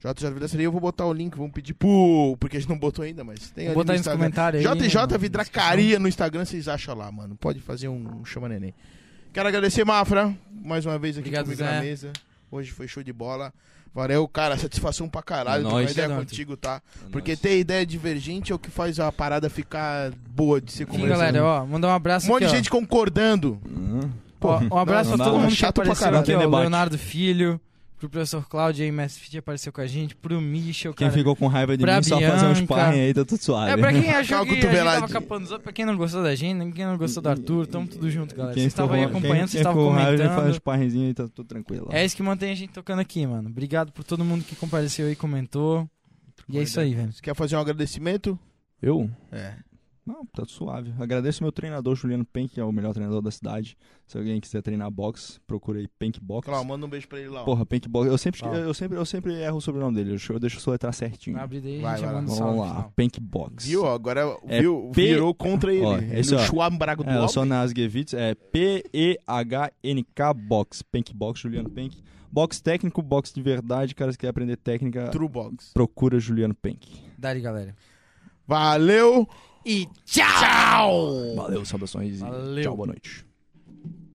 Speaker 1: JJ Vidraçaria, eu vou botar o link, vamos pedir pro. Porque a gente não botou ainda, mas tem
Speaker 2: Vou
Speaker 1: ali
Speaker 2: botar
Speaker 1: no
Speaker 2: aí nos
Speaker 1: Instagram.
Speaker 2: comentários aí.
Speaker 1: JJ
Speaker 2: na
Speaker 1: Vidracaria no Instagram, vocês acham lá, mano. Pode fazer um chama neném. Quero agradecer, Mafra, mais uma vez aqui
Speaker 2: Obrigado,
Speaker 1: comigo
Speaker 2: Zé.
Speaker 1: na mesa. Hoje foi show de bola. Valeu, cara, satisfação pra caralho.
Speaker 4: É
Speaker 1: trocar
Speaker 4: nóis.
Speaker 1: ideia
Speaker 2: Obrigado.
Speaker 1: contigo, tá?
Speaker 4: É
Speaker 1: Porque
Speaker 4: nóis.
Speaker 1: ter ideia divergente é o que faz a parada ficar boa de ser
Speaker 2: descrição. Sim,
Speaker 1: conversada.
Speaker 2: galera, ó, mandar um abraço
Speaker 1: Um monte
Speaker 2: aqui,
Speaker 1: de
Speaker 2: ó.
Speaker 1: gente concordando.
Speaker 4: Hum.
Speaker 2: Ó, um abraço
Speaker 4: Não,
Speaker 2: pra
Speaker 4: não,
Speaker 2: todo
Speaker 4: não.
Speaker 2: mundo
Speaker 1: Chato
Speaker 2: que
Speaker 1: pra
Speaker 2: apareceu
Speaker 1: caralho.
Speaker 2: aqui,
Speaker 4: Não
Speaker 2: ó,
Speaker 4: tem
Speaker 2: o
Speaker 4: debate.
Speaker 2: Leonardo Filho, pro professor Cláudio aí, Mestre Fit apareceu com a gente, pro Michel,
Speaker 4: Quem
Speaker 2: cara.
Speaker 4: ficou com raiva de
Speaker 2: Pra
Speaker 4: mim, só fazer um
Speaker 2: Bianca.
Speaker 4: sparring aí, tá tudo suave.
Speaker 2: É, pra quem achou
Speaker 1: Aquela
Speaker 2: que a gente
Speaker 1: cotoveladinha.
Speaker 2: tava capando os outros, pra quem não gostou da gente, quem não gostou do Arthur, tamo tudo junto, galera.
Speaker 4: Quem
Speaker 2: Vocês estavam aí
Speaker 4: ficou- quem-
Speaker 2: acompanhando, vocês
Speaker 4: quem
Speaker 2: estavam
Speaker 4: ficou com raiva, ele Faz um
Speaker 2: comentando.
Speaker 4: sparringzinho aí, tá tudo tranquilo.
Speaker 2: É isso que mantém a gente tocando aqui, mano. Obrigado por todo mundo que compareceu aí, comentou. E é isso aí, velho.
Speaker 1: Você quer fazer um agradecimento?
Speaker 4: Eu?
Speaker 1: É.
Speaker 4: Não, tá suave. Agradeço meu treinador, Juliano Penck, que é o melhor treinador da cidade. Se alguém quiser treinar boxe, procura aí Penck Box.
Speaker 1: Claro, manda um beijo pra ele lá. ó.
Speaker 4: Porra, Penck Box. Eu sempre,
Speaker 2: Tá.
Speaker 4: eu, sempre, eu sempre erro o sobrenome dele. Eu, eu deixo soletrar certinho.
Speaker 2: Abre daí, a
Speaker 1: Vai,
Speaker 2: gente
Speaker 1: vai lá.
Speaker 2: manda um salve.
Speaker 4: Vamos lá,
Speaker 2: final.
Speaker 4: Penck Box.
Speaker 1: Viu? ó, Agora
Speaker 4: É
Speaker 1: viu,
Speaker 4: P-
Speaker 1: virou contra ele.
Speaker 4: Ó,
Speaker 1: ele
Speaker 4: esse, ó.
Speaker 1: chuá brago do
Speaker 4: É, eu
Speaker 1: alto.
Speaker 4: sou Nasgevitz, é P-E-H-N-K Box, Penck Box, Juliano Penck. Box técnico, box de verdade, cara, se quer aprender técnica,
Speaker 1: True Box.
Speaker 4: procura Juliano Penck.
Speaker 2: Dali, galera.
Speaker 1: Valeu!
Speaker 2: E tchau!
Speaker 4: Valeu, saudações e
Speaker 2: Valeu.
Speaker 4: tchau, boa noite.